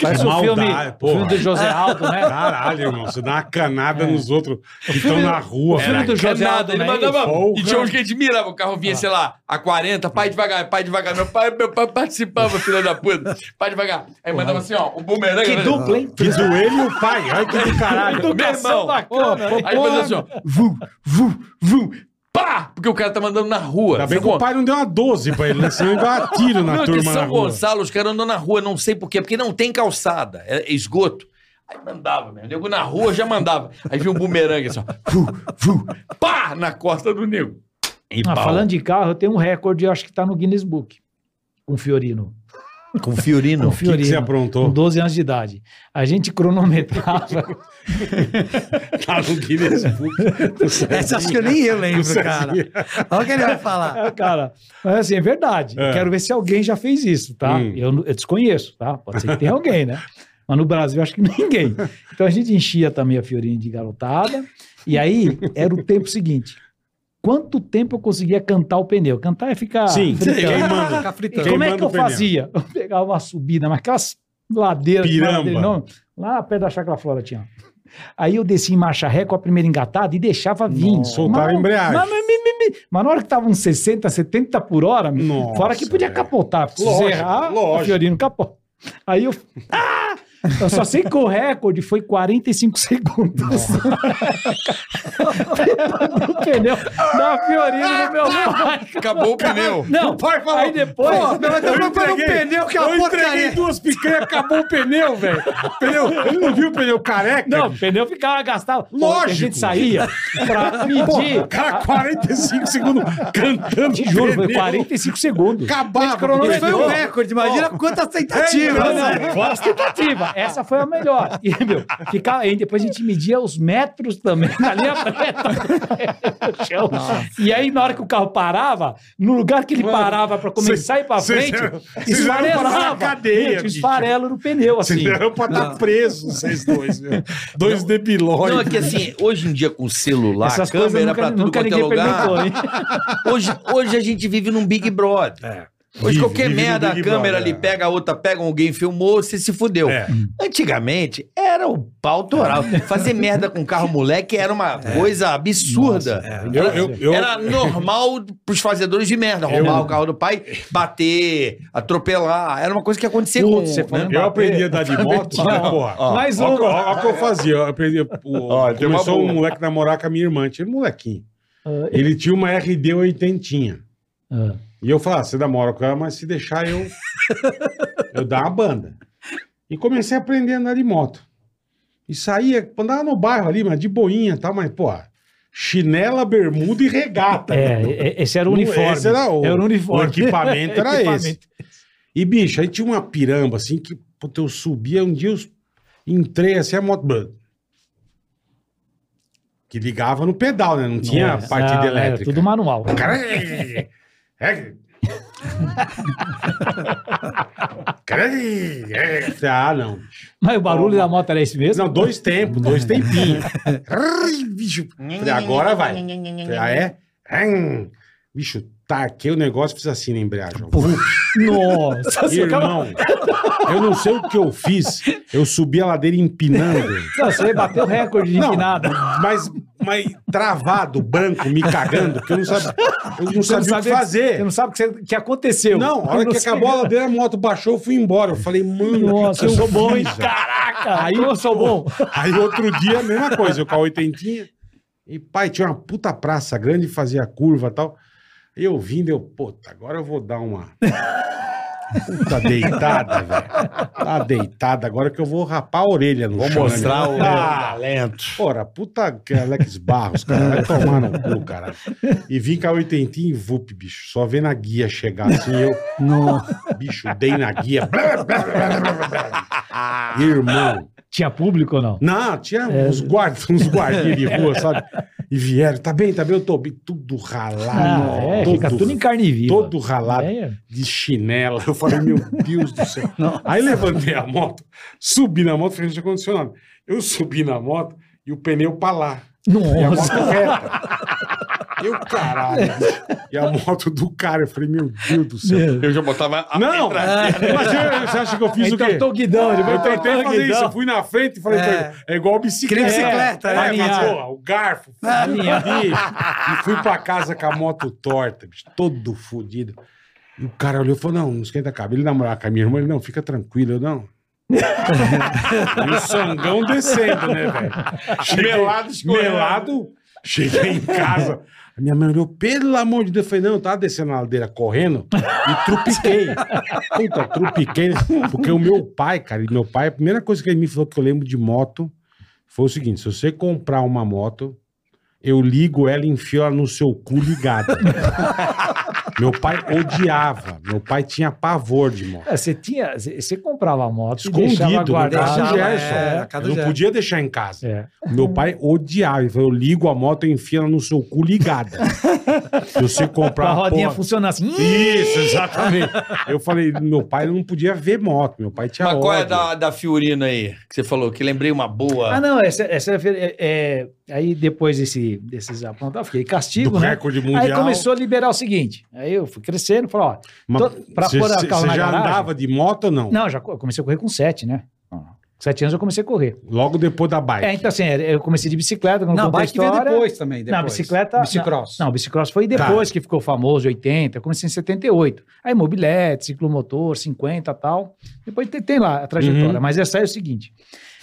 S6: Parece um
S3: maldade,
S6: filme,
S3: porra.
S6: filme do José Aldo, né?
S3: Caralho, irmão. Você dá uma canada nos outros que estão na rua.
S6: Um filme
S3: velho.
S6: do José
S4: Canada,
S6: Aldo,
S4: É ele
S6: né?
S4: mandava.
S3: Porra. Ah.
S4: E tinha uns que admirava. O carro vinha, sei lá, a 40, pai devagar, pai devagar. Meu pai, meu pai participava, filha da puta. Pai devagar. Aí mandava assim, ó, o bumerangue.
S6: Que
S4: né?
S6: dupla, hein?
S3: Fiz o ele e o pai. Olha que do caralho.
S4: Meu irmão.
S6: bacana, né? hein?
S4: Aí fazia assim, ó, vum, vum, vum, pá! Porque o cara tá mandando na rua.
S3: Ainda bem que
S4: sacou?
S3: o pai não deu uma 12 pra ele, né? Senão ele dá tiro na
S4: Não, é que
S3: turma na
S4: São
S3: rua.
S4: Gonçalo, os caras andam na rua, não sei por quê, porque não tem calçada, é esgoto. Aí mandava, meu. O nego na rua já mandava. Aí viu um bumerangue assim, ó. Fu, fu, pá! Na costa do nego. E
S6: Ah,
S4: pau.
S6: falando de carro, eu tenho um recorde, eu acho que tá no Guinness Book. Com o Fiorino.
S4: com Fiorino.
S6: Com
S3: O
S6: o
S3: que, que
S6: Fiorino.
S3: você
S6: com
S3: aprontou?
S6: 12 anos de idade. A gente cronometrava.
S3: Tá no Guinness Book.
S5: Essa acho que eu nem eu lembro,
S3: Não
S5: cara.
S3: sabia.
S5: Olha o que ele vai falar.
S6: É, cara, mas assim, é verdade.
S3: É.
S6: Eu quero ver se alguém já fez isso, tá?
S3: Hum.
S6: Eu, eu desconheço, tá? Pode ser que tenha alguém, né? Mas no Brasil, eu acho que ninguém. Então a gente enchia também a Fiorinha de garotada. E aí era o tempo seguinte. Quanto tempo eu conseguia cantar o pneu? Cantar é ficar.
S3: Sim,
S6: fritando.
S3: quem manda?
S5: Fica
S6: E
S5: fritando.
S3: Quem
S6: como é que
S3: manda
S6: eu
S3: o pneu?
S6: fazia? Eu pegava uma subida, mas aquelas ladeiras.
S3: Piramba.
S6: ladeira enorme, lá perto da Chácara Flora tinha. Aí eu desci em marcha ré com a primeira engatada e deixava vir.
S3: Nossa. Soltava
S6: Mas-
S3: a embreagem.
S6: Mas, mas- mas- mas- mas na hora que tava uns 60, 70 por hora,
S3: Nossa,
S6: fora que podia
S3: velho.
S6: capotar. Se você
S3: Lógico,
S6: errar,
S3: lógico.
S6: o Fiorino capota. Aí eu... Ah! Eu só sei que o recorde foi 45 segundos. Pegando o pneu da Fiorino no meu pai.
S4: Acabou o pneu.
S6: Não, aí depois...
S5: Pô, meu,
S3: Eu
S5: eu pelo
S3: entreguei.
S5: pneu que é
S3: Eu
S5: uma
S3: entreguei
S5: porcaria.
S3: duas picanhas, acabou o pneu, velho. Pneu, ele não viu o pneu careca?
S6: Não, o pneu ficava gastado.
S3: Lógico.
S6: A gente saía pra medir.
S3: O cara 45 segundos cantando.
S6: Te juro, foi
S3: pneu.
S6: 45 segundos.
S3: Acabava.
S5: Mas foi
S3: pneu.
S5: um recorde, imagina quantas tentativas.
S6: Não, não, fora as tentativas. Essa foi a melhor. E, meu, ficava, aí depois a gente media os metros também na linha preta. No chão. E aí, na hora que o carro parava, no lugar que ele parava pra começar a ir pra
S3: vocês
S6: frente,
S3: eram- vocês eram pra
S6: esfarelava.
S3: cadeia,
S6: Gente,
S3: bicho.
S6: esfarelo no pneu,
S3: Vocês
S6: assim.
S3: deram pra estar preso, vocês dois, meu. Dois debilóides.
S4: Não, é que assim, hoje em dia com celular,
S6: Essas coisas
S4: câmera pra
S6: nunca,
S4: tudo
S6: nunca
S4: quanto é
S6: ninguém perguntou,
S4: lugar.
S6: hein?
S4: Hoje, hoje a gente vive num Big Brother. Hoje
S3: Vive,
S4: qualquer
S3: vive no
S4: merda, a
S3: Big
S4: câmera
S3: Brother,
S4: ali
S3: é.
S4: pega, a outra pega, um alguém filmou, você se fudeu.
S3: É.
S4: Antigamente era o pau toral. Fazer merda com carro moleque era uma coisa absurda.
S3: É. Eu, eu, eu,
S4: Era normal pros fazedores de merda, roubar o carro do pai, bater, atropelar. Era uma coisa que acontecia com...
S6: Putz, você
S4: né?
S6: falando
S3: eu aprendi a andar de moto, né, porra.
S6: Mais
S3: Olha o que-
S6: uma.
S3: Olha o que eu fazia. Eu aprendi, o-
S4: tem uma
S3: começou
S4: boa.
S3: um moleque namorar com a minha irmã. Tinha um molequinho. Ele tinha uma RD 80.
S6: Ah.
S3: E eu falava, ah, você namora com ela, mas se deixar eu. eu dar uma banda. E comecei a aprender a andar de moto. E saía, andava no bairro ali, mas de boinha e tal, mas, pô, chinela, bermuda e regata.
S6: É, é, esse era o
S3: Não,
S6: uniforme. um
S3: esse era o-
S6: uniforme.
S3: o equipamento era
S6: Equipamento.
S3: esse. E, bicho, aí tinha uma piramba, assim, que puta, eu subia, um dia eu entrei, assim, a moto... blá, Que ligava no pedal, né? Não tinha
S6: Nossa.
S3: partida
S6: Ah, era
S3: elétrica.
S6: tudo manual.
S3: O cara... é, é. O cara... é, é. Ah, não.
S6: Mas o barulho da moto era esse mesmo?
S3: Não, dois tempos, dois tempinhos. Ai, Bicho, falei, agora vai.
S6: Uhum.
S3: Falei, ah, é? Ai, Bicho, taquei o negócio, precisa assim na embreagem.
S6: Nossa, você acaba-
S3: Irmão, eu não sei o que eu fiz. Eu subi a ladeira empinando.
S6: Não, você bateu o recorde de
S3: Não,
S6: empinada.
S3: Mas, mas travado, branco, me cagando, que eu não sabia, eu não
S6: Você não
S3: sabia o que
S6: sabia- Você
S3: fazer.
S6: não sabe o que, você- que aconteceu.
S3: Não, a hora
S6: Eu
S3: que
S6: sei.
S3: acabou a ladeira, a moto baixou, eu fui embora. Eu falei, mano,
S6: Nossa,
S3: o
S6: eu
S3: que
S6: sou
S3: eu
S6: bom,
S3: fiz,
S6: hein?
S3: velho?
S6: Caraca! Aí eu sou bom.
S3: Aí outro dia, a mesma coisa, eu com a oitentinha. E pai, tinha uma puta praça grande, fazia curva e tal. Aí Eu vindo, eu, puta, agora eu vou dar uma. Puta deitada, velho. Tá deitada, agora que eu vou rapar a orelha no
S4: Vou
S3: chão, né,
S4: mostrar
S3: meu?
S4: o meu
S3: Ah,
S4: talento.
S3: Ora, puta que Alex Barros, cara, vai tomar no cu, cara. E vim com a oitentinha e vup, bicho. Só vendo a guia chegar assim, eu.
S5: Nossa.
S3: Bicho, dei na guia. blá, blá, blá, blá, blá, blá. Irmão.
S6: Tinha público ou não? É.
S3: Não, tinha uns guardas, uns guardinhas de rua, sabe? E vieram, tá bem, tá bem, eu tô bem, tudo ralado.
S6: Ah, é,
S3: todo,
S6: fica tudo em carne viva.
S3: todo ralado,
S6: É.
S3: de chinela. Eu falei, meu Deus do céu. Aí levantei a moto, subi na moto, falei, não tinha condicionado. um Eu subi na moto e o pneu pra lá. E a moto
S6: Nossa.
S3: reta. Eu, caralho. bicho. E a moto do cara. Eu falei, meu Deus do céu.
S4: Eu já botava a
S3: Não!
S4: entrada.
S3: Mas eu- você acha que eu fiz o quê?
S6: Então, tô guidão. ele vai
S3: Eu tentei
S6: tentar
S3: fazer isso,
S6: guidão.
S3: eu fui na frente e falei,
S5: É.
S3: é, é igual bicicleta.
S5: Cria bicicleta,
S3: é,
S5: né?
S3: é, mas,
S6: Alinhar.
S3: porra, o garfo, fudi, e fui pra casa com a moto torta, bicho, todo fudido. E o cara olhou e falou, não, não esquenta a cabeça. Ele namorava com a minha irmã, ele, não, fica tranquilo, eu, não. e o sangão descendo, né, velho? Cheguei-
S4: Melado escorrendo.
S3: Melado, cheguei em casa, a minha mãe olhou, pelo amor de Deus, eu falei, não, eu tava descendo a ladeira correndo e trupiquei. Puta, trupiquei, né? porque o meu pai, cara, e meu pai, a primeira coisa que ele me falou que eu lembro de moto foi o seguinte, se você comprar uma moto, eu ligo ela e enfio ela no seu cu ligada. meu pai odiava, meu pai tinha pavor de moto.
S6: É, Você tinha, você você comprava a moto
S3: Escondido,
S6: e deixava
S3: no
S6: guardada.
S3: Deixava,
S5: Deixava,
S3: Gerson.
S5: é, na
S3: Eu
S5: casa do
S3: não
S5: Gerson.
S3: podia deixar em casa.
S6: É.
S3: Meu pai odiava. Ele falou: eu ligo a moto e enfio ela no seu cu ligada. Se você comprar
S6: Pra
S3: uma
S6: rodinha
S3: porra-
S6: funcionar assim.
S3: Isso, exatamente. Eu falei: meu pai não podia ver moto. Meu pai tinha
S4: Mas qual é
S3: ódio.
S4: da, da Fiorino aí? Que você falou, que lembrei uma boa.
S6: Ah, não, essa, essa é, é- aí depois desse, desses apontar, eu fiquei castigo,
S3: Do
S6: né?
S3: recorde mundial.
S6: Aí começou a liberar o seguinte. Aí eu fui crescendo, falei, ó,
S3: Mas
S6: to- pra
S3: você-
S6: pôr a
S3: você-
S6: carro
S3: Você
S6: na
S3: já
S6: garagem.
S3: andava de moto ou não?
S6: não, já co- eu comecei a correr com sete, né? Com Sete anos eu comecei a correr.
S3: Logo depois da bike.
S6: É, então assim, eu comecei de bicicleta, quando
S5: Não,
S6: contei a
S5: bike veio
S6: história-
S5: depois também. Depois.
S6: Na bicicleta.
S5: Bicicross.
S6: Não, o bicicross foi
S3: Tá.
S6: depois que ficou famoso, 80. Eu comecei em 78. Aí mobilete, ciclomotor, 50 e tal. Depois tem, tem lá a trajetória.
S3: Uhum.
S6: Mas essa aí é o seguinte.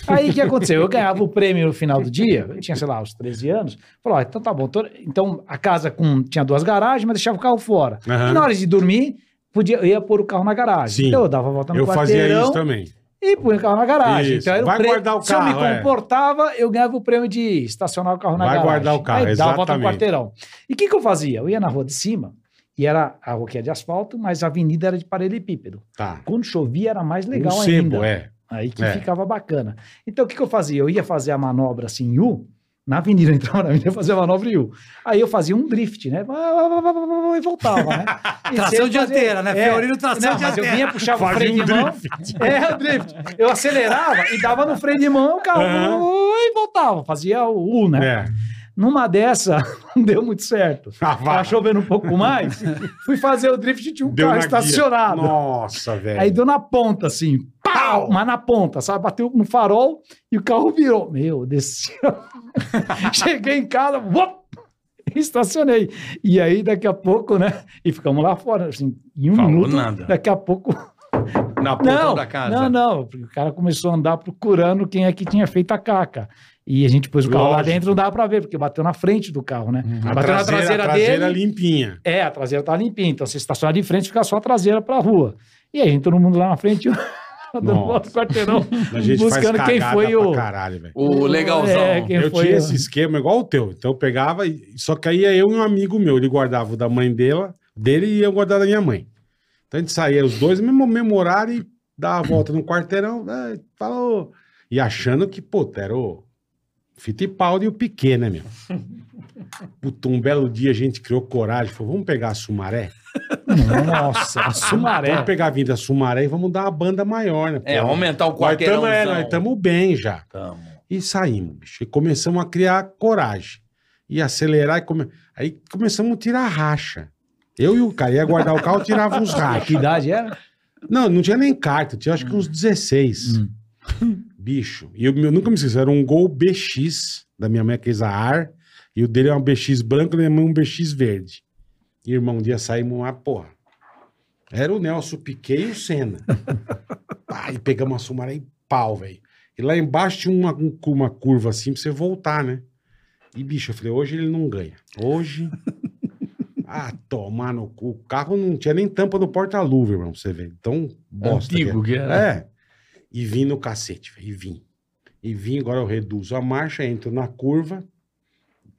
S6: Aí o que aconteceu? Eu ganhava o prêmio no final do dia, eu tinha, sei lá, uns 13 anos. Falou, ó, então tá bom. tô- Então a casa com, tinha duas garagens, mas deixava o carro fora.
S3: Aham.
S6: E na hora de dormir, podia, eu ia pôr o carro na garagem.
S3: Sim.
S6: Então eu dava a volta no
S3: eu fazia
S6: quarteirão
S3: isso também.
S6: e punha o carro na garagem.
S3: Isso.
S6: Então era
S3: Vai
S6: o prêmio.
S3: guardar o
S6: Se eu me
S3: carro, é.
S6: comportava, eu ganhava o prêmio de estacionar o carro na
S3: Vai
S6: garagem.
S3: guardar o carro,
S6: Aí dava a volta no
S3: exatamente.
S6: quarteirão. E o que, que eu fazia? Eu ia na rua de cima, e era a rua que era de asfalto, mas a avenida era de paralelepípedo.
S3: Tá.
S6: Quando chovia era mais legal
S3: um
S6: ainda.
S3: sebo, é.
S6: Aí que
S3: É.
S6: ficava bacana. Então o que, que eu fazia? Eu ia fazer a manobra assim em U, na avenida, eu entrava na avenida e fazia a manobra em U. Aí eu fazia um drift, né? E voltava, né? E
S5: Tração
S6: sempre
S5: dianteira,
S6: fazia-
S5: né?
S6: É,
S5: Fiorino tração
S6: Não, mas eu
S5: dianteira.
S6: vinha, puxava o
S3: Fazia
S6: freio
S3: um
S6: de mão. É, o drift. Eu acelerava e dava no freio de mão, o carro e voltava. Fazia o U, né?
S3: É.
S6: Numa dessa, não deu muito certo.
S3: Ah, vá.
S6: Tava chovendo um pouco mais. Fui fazer o drift e tinha um
S3: Deu
S6: carro
S3: na guia.
S6: estacionado.
S3: Nossa, velho.
S6: Aí deu na ponta, assim, pau! Mas na ponta, sabe? Bateu no farol e o carro virou. Meu, desci. Cheguei em casa, uop, estacionei. E aí, daqui a pouco, né? E ficamos lá fora, assim, em um
S4: Falou
S6: minuto.
S4: nada.
S6: Daqui a pouco.
S4: Na porta
S6: Não,
S4: da casa.
S6: não, não. porque O cara começou a andar procurando quem é que tinha feito a caca. E a gente pôs o carro lá
S3: Lógico.
S6: dentro, não dava pra ver, porque bateu na frente do carro, né?
S3: A traseira,
S6: bateu na traseira,
S3: a traseira
S6: dele.
S3: limpinha.
S6: É, a traseira tá limpinha. Então, você estacionar de frente, fica só a traseira pra rua. E aí, todo mundo lá na frente, eu dando
S3: Nossa.
S6: volta no quarteirão,
S3: A gente
S6: buscando
S3: faz
S6: quem
S3: cagada
S6: foi
S3: pra
S6: o...
S3: caralho, velho.
S4: O legalzão.
S6: É, quem
S3: eu
S6: foi
S3: tinha
S6: o-
S3: esse esquema igual o teu. Então eu pegava, e- só que aí eu e um amigo meu, ele guardava o da mãe dela, dele e eu guardava da minha mãe. Então a gente saía os dois, mesmo, mesmo horário, e dava a volta no quarteirão, né, falou. E achando que, puta, era o Fittipaldi e o Piquet, né, meu? Puta, um belo dia a gente criou coragem, falou, vamos pegar a Sumaré?
S6: Nossa, a
S3: Vamos
S6: Sumaré.
S3: pegar a vinda Sumaré e vamos dar uma banda maior, né?
S4: É,
S3: pô?
S4: aumentar o
S3: Nós
S4: quarteirão.
S3: estamos é, nós tamo bem já.
S4: Tamo.
S3: E saímos, bicho. E começamos a criar coragem. E acelerar. E come... Aí começamos a tirar racha. Eu e o cara ia guardar o carro e tirava uns
S6: Que
S3: rachos.
S6: idade era?
S3: Não, não tinha nem carta. Tinha acho que uns 16.
S6: Hum.
S3: Bicho. E eu, eu nunca me esqueci. Era um Gol BX da minha mãe, que é ar. E o dele é um BX branco, da minha mãe um BX verde. E, irmão, um dia saímos lá, porra. Era o Nelson Piquet e o Senna. Pá, e pegamos a Sumaré e pau, velho. E lá embaixo tinha uma, um- uma curva assim pra você voltar, né? E, bicho, eu falei, hoje ele não ganha. Hoje. ah, tomar no cu. O carro não tinha nem tampa do porta-luva, irmão, pra você ver. Então, bosta.
S6: Antigo
S3: que
S6: que
S3: era. É. E vim no cacete, velho. E vim. E vim, agora eu reduzo a marcha, entro na curva.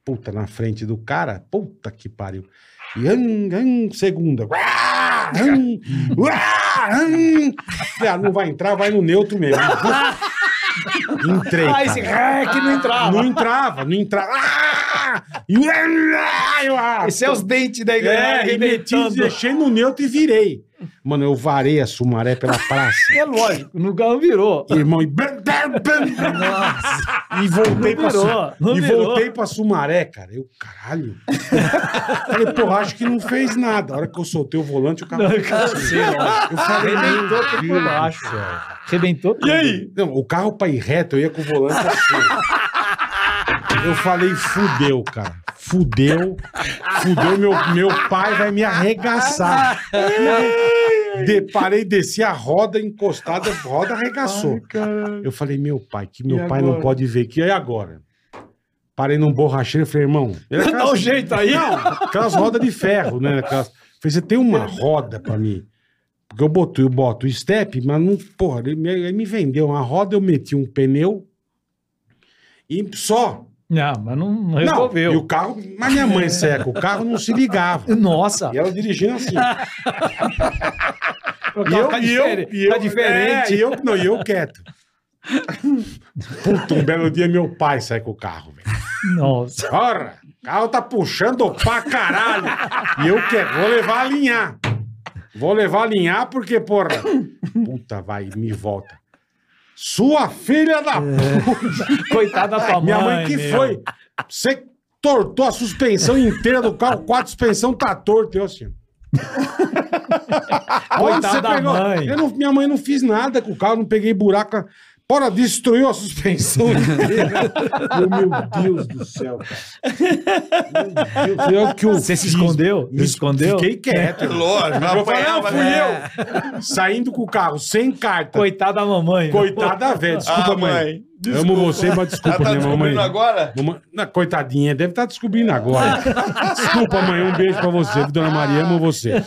S3: Puta, na frente do cara. Puta que pariu. E hum, hum, segunda. Uá, hum, uá, hum. Falei, Ah, não vai entrar, vai no neutro mesmo. Entrei.
S6: Ah, esse
S3: cara.
S6: ré que não entrava.
S3: Não entrava, não entrava. Ah! E eu, ah,
S4: Esse é os dentes da
S6: tá
S4: igreja
S3: é, e meti, deixei no neutro e virei. Mano, eu varei a Sumaré pela praça.
S6: É lógico, no galo virou.
S3: Irmão, e, e voltei pra, Su-
S6: virou, não
S3: e
S6: virou.
S3: voltei pra Sumaré, cara. Eu, caralho. falei, porra, acho que não fez nada. A hora que eu soltei o volante, o cara. eu falei, meu Deus
S6: tudo
S3: do
S6: por baixo.
S3: céu.
S6: Arrebentou tudo.
S3: E aí? Não, o carro pra ir reto, eu ia com o volante assim. Eu falei, fudeu, cara. Fudeu. Fudeu, meu, meu pai vai me arregaçar. Deparei, desci a roda encostada, a roda arregaçou. eu falei, meu pai, que meu
S6: E
S3: pai não
S6: agora?
S3: pode ver aqui. E aí agora? Parei num borracheiro e falei, irmão. Ele é
S6: Dá um jeito aí.
S3: aquelas rodas de ferro, né? Aquelas... Falei, você tem uma roda pra mim? Porque eu boto, eu boto o step, mas não, porra, ele me, ele me vendeu uma roda, eu meti um pneu e só.
S6: Não, mas não, não
S3: Não, e
S6: resolveu.
S3: o carro, mas minha mãe seca, o carro não se ligava.
S6: Nossa,
S3: E ela dirigindo assim. E eu,
S6: tá,
S3: e eu,
S6: diferente,
S3: e eu,
S6: tá diferente.
S3: é, e eu, não, e eu quieto. Puta, um belo dia meu pai sai com o carro, velho.
S6: Nossa.
S3: Ora, o carro tá puxando pra caralho. E eu quero, vou levar a linhar. Vou levar a linhar porque, porra. Puta, vai, me volta. Sua filha da
S6: É.
S3: puta.
S6: Coitada da tua mãe.
S3: Minha mãe que
S6: meu.
S3: foi. Você tortou a suspensão inteira do carro, quatro suspensão tá torta. Eu assim. Onde
S6: Coitada
S3: você
S6: da
S3: pegou?
S6: mãe.
S3: Eu não- minha mãe não fiz nada com o carro, não peguei buraco. Porra, destruiu a suspensão inteira. Eu, meu Deus do céu, cara. Meu Deus, é o que eu
S6: Você se
S3: fiz.
S6: escondeu?
S3: Me
S6: Se escondeu? É.
S3: Fiquei quieto.
S4: Lógico,
S3: Eu falei, não,
S4: apanhava,
S3: fui
S4: né?
S3: eu. Saindo com o carro, sem carta.
S6: Coitada da mamãe.
S3: Coitada, velho. Desculpa,
S4: Ah, mãe,
S3: mãe. Amo você, mas desculpa,
S4: Ela tá
S3: minha mamãe.
S4: descobrindo agora?
S3: Mamãe- Não, coitadinha, deve estar descobrindo agora. Desculpa, mãe, um beijo pra você. Dona Maria, amo você.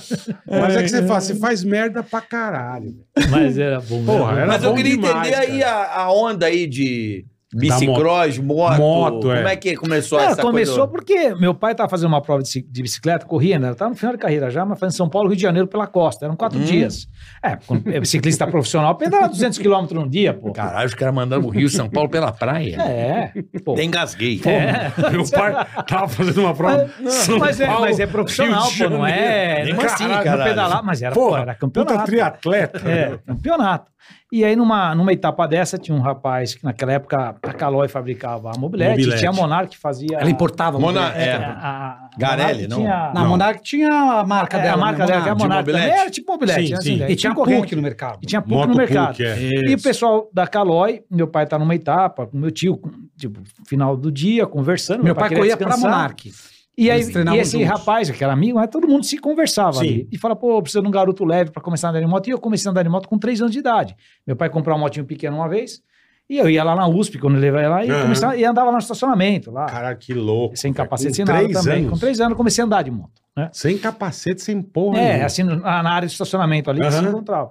S3: Mas é que você faz, você faz merda pra caralho. velho.
S6: Mas era bom. né?
S3: Porra,
S6: era
S3: era
S4: Mas eu
S3: bom
S4: queria
S3: demais,
S4: entender aí
S3: cara.
S4: a, a onda aí de
S3: Da moto.
S4: bicicross, moto.
S3: Moto, é.
S4: Como é que começou
S6: É,
S4: essa
S6: começou
S4: coisa?
S6: porque meu pai estava fazendo uma prova de, ci- de bicicleta, corria, né? Estava no final de carreira já, mas fazendo São Paulo, Rio de Janeiro pela costa. Eram quatro dias. É, quando é ciclista profissional, pedala 200 quilômetros num dia, pô.
S4: Caralho, os caras mandaram o Rio São Paulo pela praia.
S6: É, pô.
S4: Até engasguei.
S6: É.
S3: Meu pai tava fazendo uma prova.
S6: Mas, mas é, mas é profissional,
S3: Rio de
S6: pô, não é?
S4: Janeiro.
S6: Não é assim,
S4: Caralho,
S6: não
S4: caralho.
S6: pedalar, mas era, pô,
S3: Porra,
S6: era
S3: puta
S6: campeonato.
S3: triatleta.
S6: É,
S3: velho.
S6: campeonato. E aí, numa, numa etapa dessa, tinha um rapaz que naquela época a Calói fabricava a mobilete,
S3: Mobilete.
S6: tinha a Monark que fazia.
S5: Ela importava.
S4: Mona-
S5: mobilete.
S4: é.
S6: a- a- a
S4: Garelli,
S6: Monark
S4: não?
S6: Tinha,
S5: Na
S3: Não.
S5: Monark tinha a marca
S6: É,
S5: dela.
S6: a marca
S5: né?
S6: dela, que é a
S5: Monark.
S6: Monark
S4: mobilete?
S6: também, era tipo mobilete.
S3: Sim,
S6: né,
S3: sim.
S6: assim,
S5: E tinha a
S6: concorrente.
S5: PUC no mercado.
S6: E tinha PUC
S3: Moto
S6: no mercado.
S3: Puc, é.
S6: E o pessoal da Calói, meu pai tá numa etapa, com meu tio, com- tipo, final do dia, conversando.
S5: Meu pai
S6: queria
S5: corria pra
S6: descansar.
S5: Monark.
S6: E aí,
S5: Eles treinavam
S6: e esse
S5: juntos.
S6: rapaz, aquele amigo, aí todo mundo se conversava
S3: Sim.
S6: ali. E fala, pô, precisa de um garoto leve para começar a andar de moto. E eu comecei a andar de moto com 3 anos de idade. Meu pai comprou uma motinho pequena uma vez. E eu ia lá na USP, quando ele levava ela, e,
S3: Aham.
S6: começava, e andava lá no estacionamento, lá.
S3: Caralho, que louco.
S6: sem
S3: velho.
S6: capacete,
S3: É, Com
S6: sem nada
S3: três
S6: também.
S3: anos.
S6: Com 3 anos eu comecei a andar de moto. Né?
S3: Sem capacete, sem porra.
S6: É,
S3: nenhuma.
S6: assim, no- na na área de estacionamento ali, que se
S3: Aham.
S6: encontrava.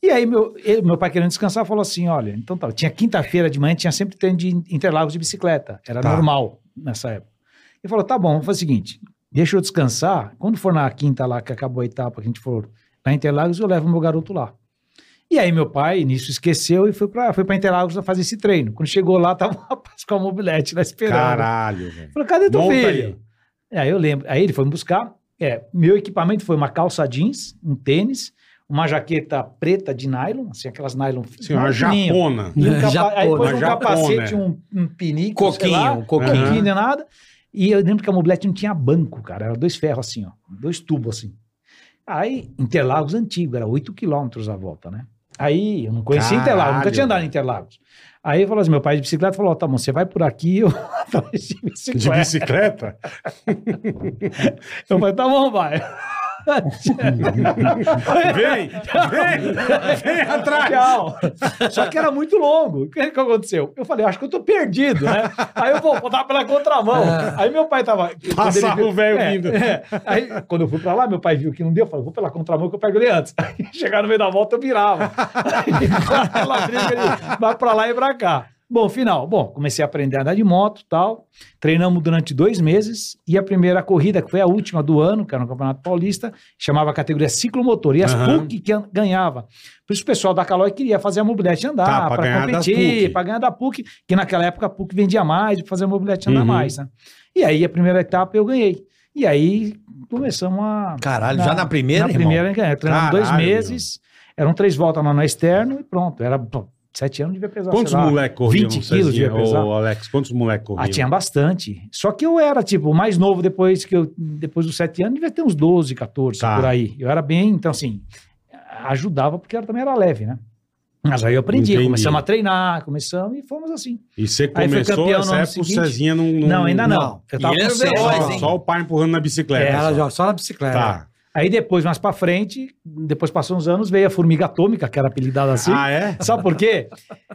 S6: E aí, meu, ele- meu pai querendo descansar, falou assim: olha, então tá, tinha quinta-feira de manhã, tinha sempre treino de interlagos de bicicleta. Era
S3: Tá.
S6: normal nessa época. Ele falou: tá bom, vamos fazer o seguinte: deixa eu descansar. Quando for na quinta lá, que acabou a etapa, que a gente for na Interlagos, eu levo meu garoto lá. E aí, meu pai, nisso, esqueceu e foi pra, foi pra Interlagos fazer esse treino. Quando chegou lá, tava o rapaz com a mobilete lá esperando.
S3: Caralho, velho.
S6: Falou, cadê teu
S3: Uhum. Monta
S6: filho? Aí eu lembro. Aí ele foi me buscar. É, meu equipamento foi uma calça jeans, um tênis, uma jaqueta preta de nylon, assim, aquelas nylon
S3: Sim, uma
S6: fininho.
S3: japona.
S6: E um capa-
S5: Japona,
S6: aí pôs um
S3: Japona.
S6: capacete, um, um pinico, sei lá,
S4: Coquinho,
S6: um
S4: coquinho.
S6: coquinho nem nada. E eu lembro que a mobilete não tinha banco, cara. Era dois ferros assim, ó. Dois tubos assim. Aí, Interlagos antigo, era 8 quilômetros a volta, né? Aí, eu não conhecia
S3: Caralho,
S6: Interlagos, nunca tinha andado
S3: velho.
S6: em Interlagos. Aí, falou assim, meu pai de bicicleta falou, ó, tá bom, você vai por aqui, eu vou atrás de
S3: De
S6: bicicleta.
S3: bicicleta?
S6: Eu falei, tá bom, vai.
S3: Vem! Vem! Vem atrás!
S6: Tchau. Só que era muito longo. O que, que aconteceu? Eu falei, acho que eu tô perdido, né? Aí eu vou, vou dar pela contramão. Aí meu pai tava.
S3: Passava
S6: quando ele viu-
S3: o velho
S6: é,
S3: vindo.
S6: é. Aí quando eu fui pra lá, meu pai viu que não deu. Eu falei, vou pela contramão que eu pego ele antes. Aí chegar no meio da volta, eu virava. Aí, pela briga, ele vai pra lá e pra cá. Bom, final. Bom, comecei a aprender a andar de moto tal. Treinamos durante dois meses. E a primeira corrida, que foi a última do ano, que era no Campeonato Paulista, chamava a categoria ciclomotor. E as
S3: Aham.
S6: PUC que an- ganhava. Por isso o pessoal da Calói queria fazer a mobilete andar,
S3: Tá, pra
S6: para
S3: ganhar das PUC.
S6: competir, para ganhar da PUC, que naquela época a PUC vendia mais, pra fazer a mobilete andar
S3: Uhum.
S6: mais. Né? E aí a primeira etapa eu ganhei. E aí começamos a
S4: Caralho, já na primeira,
S6: na
S4: irmão?
S6: primeira, ganhei. Treinamos dois
S3: Caralho,
S6: meses, eram três voltas lá no externo e pronto. Era pô, sete anos, devia pesar.
S3: Quantos
S6: sei lá.
S3: moleques corriam?
S6: 20 quilos
S3: Cezinha?
S6: devia pesar.
S3: Ô, Alex, quantos moleques corriam?
S6: Ah, tinha bastante. Só que eu era, tipo, o mais novo depois que eu, depois dos sete anos, devia ter uns 12, 14,
S3: Tá.
S6: por aí. Eu era bem, então assim, ajudava porque eu também era leve, né? Mas aí eu aprendi,
S3: Entendi.
S6: começamos a treinar, começamos e fomos assim.
S3: E você
S6: Aí foi
S3: começou
S6: campeão no
S3: essa
S6: ano
S3: época, o
S6: seguinte.
S3: Cezinha não...
S6: Não, ainda não. é assim.
S5: não.
S6: Eu tava
S4: E
S6: com
S4: era
S6: seis.
S4: veloz,
S3: Só,
S4: hein?
S3: só o pai empurrando na bicicleta.
S5: Ela
S3: só.
S5: já- só na bicicleta.
S3: É. Tá.
S6: Aí depois, mais pra frente, depois passou uns anos, veio a formiga atômica, que era apelidada assim.
S3: Ah, é?
S6: Sabe por quê?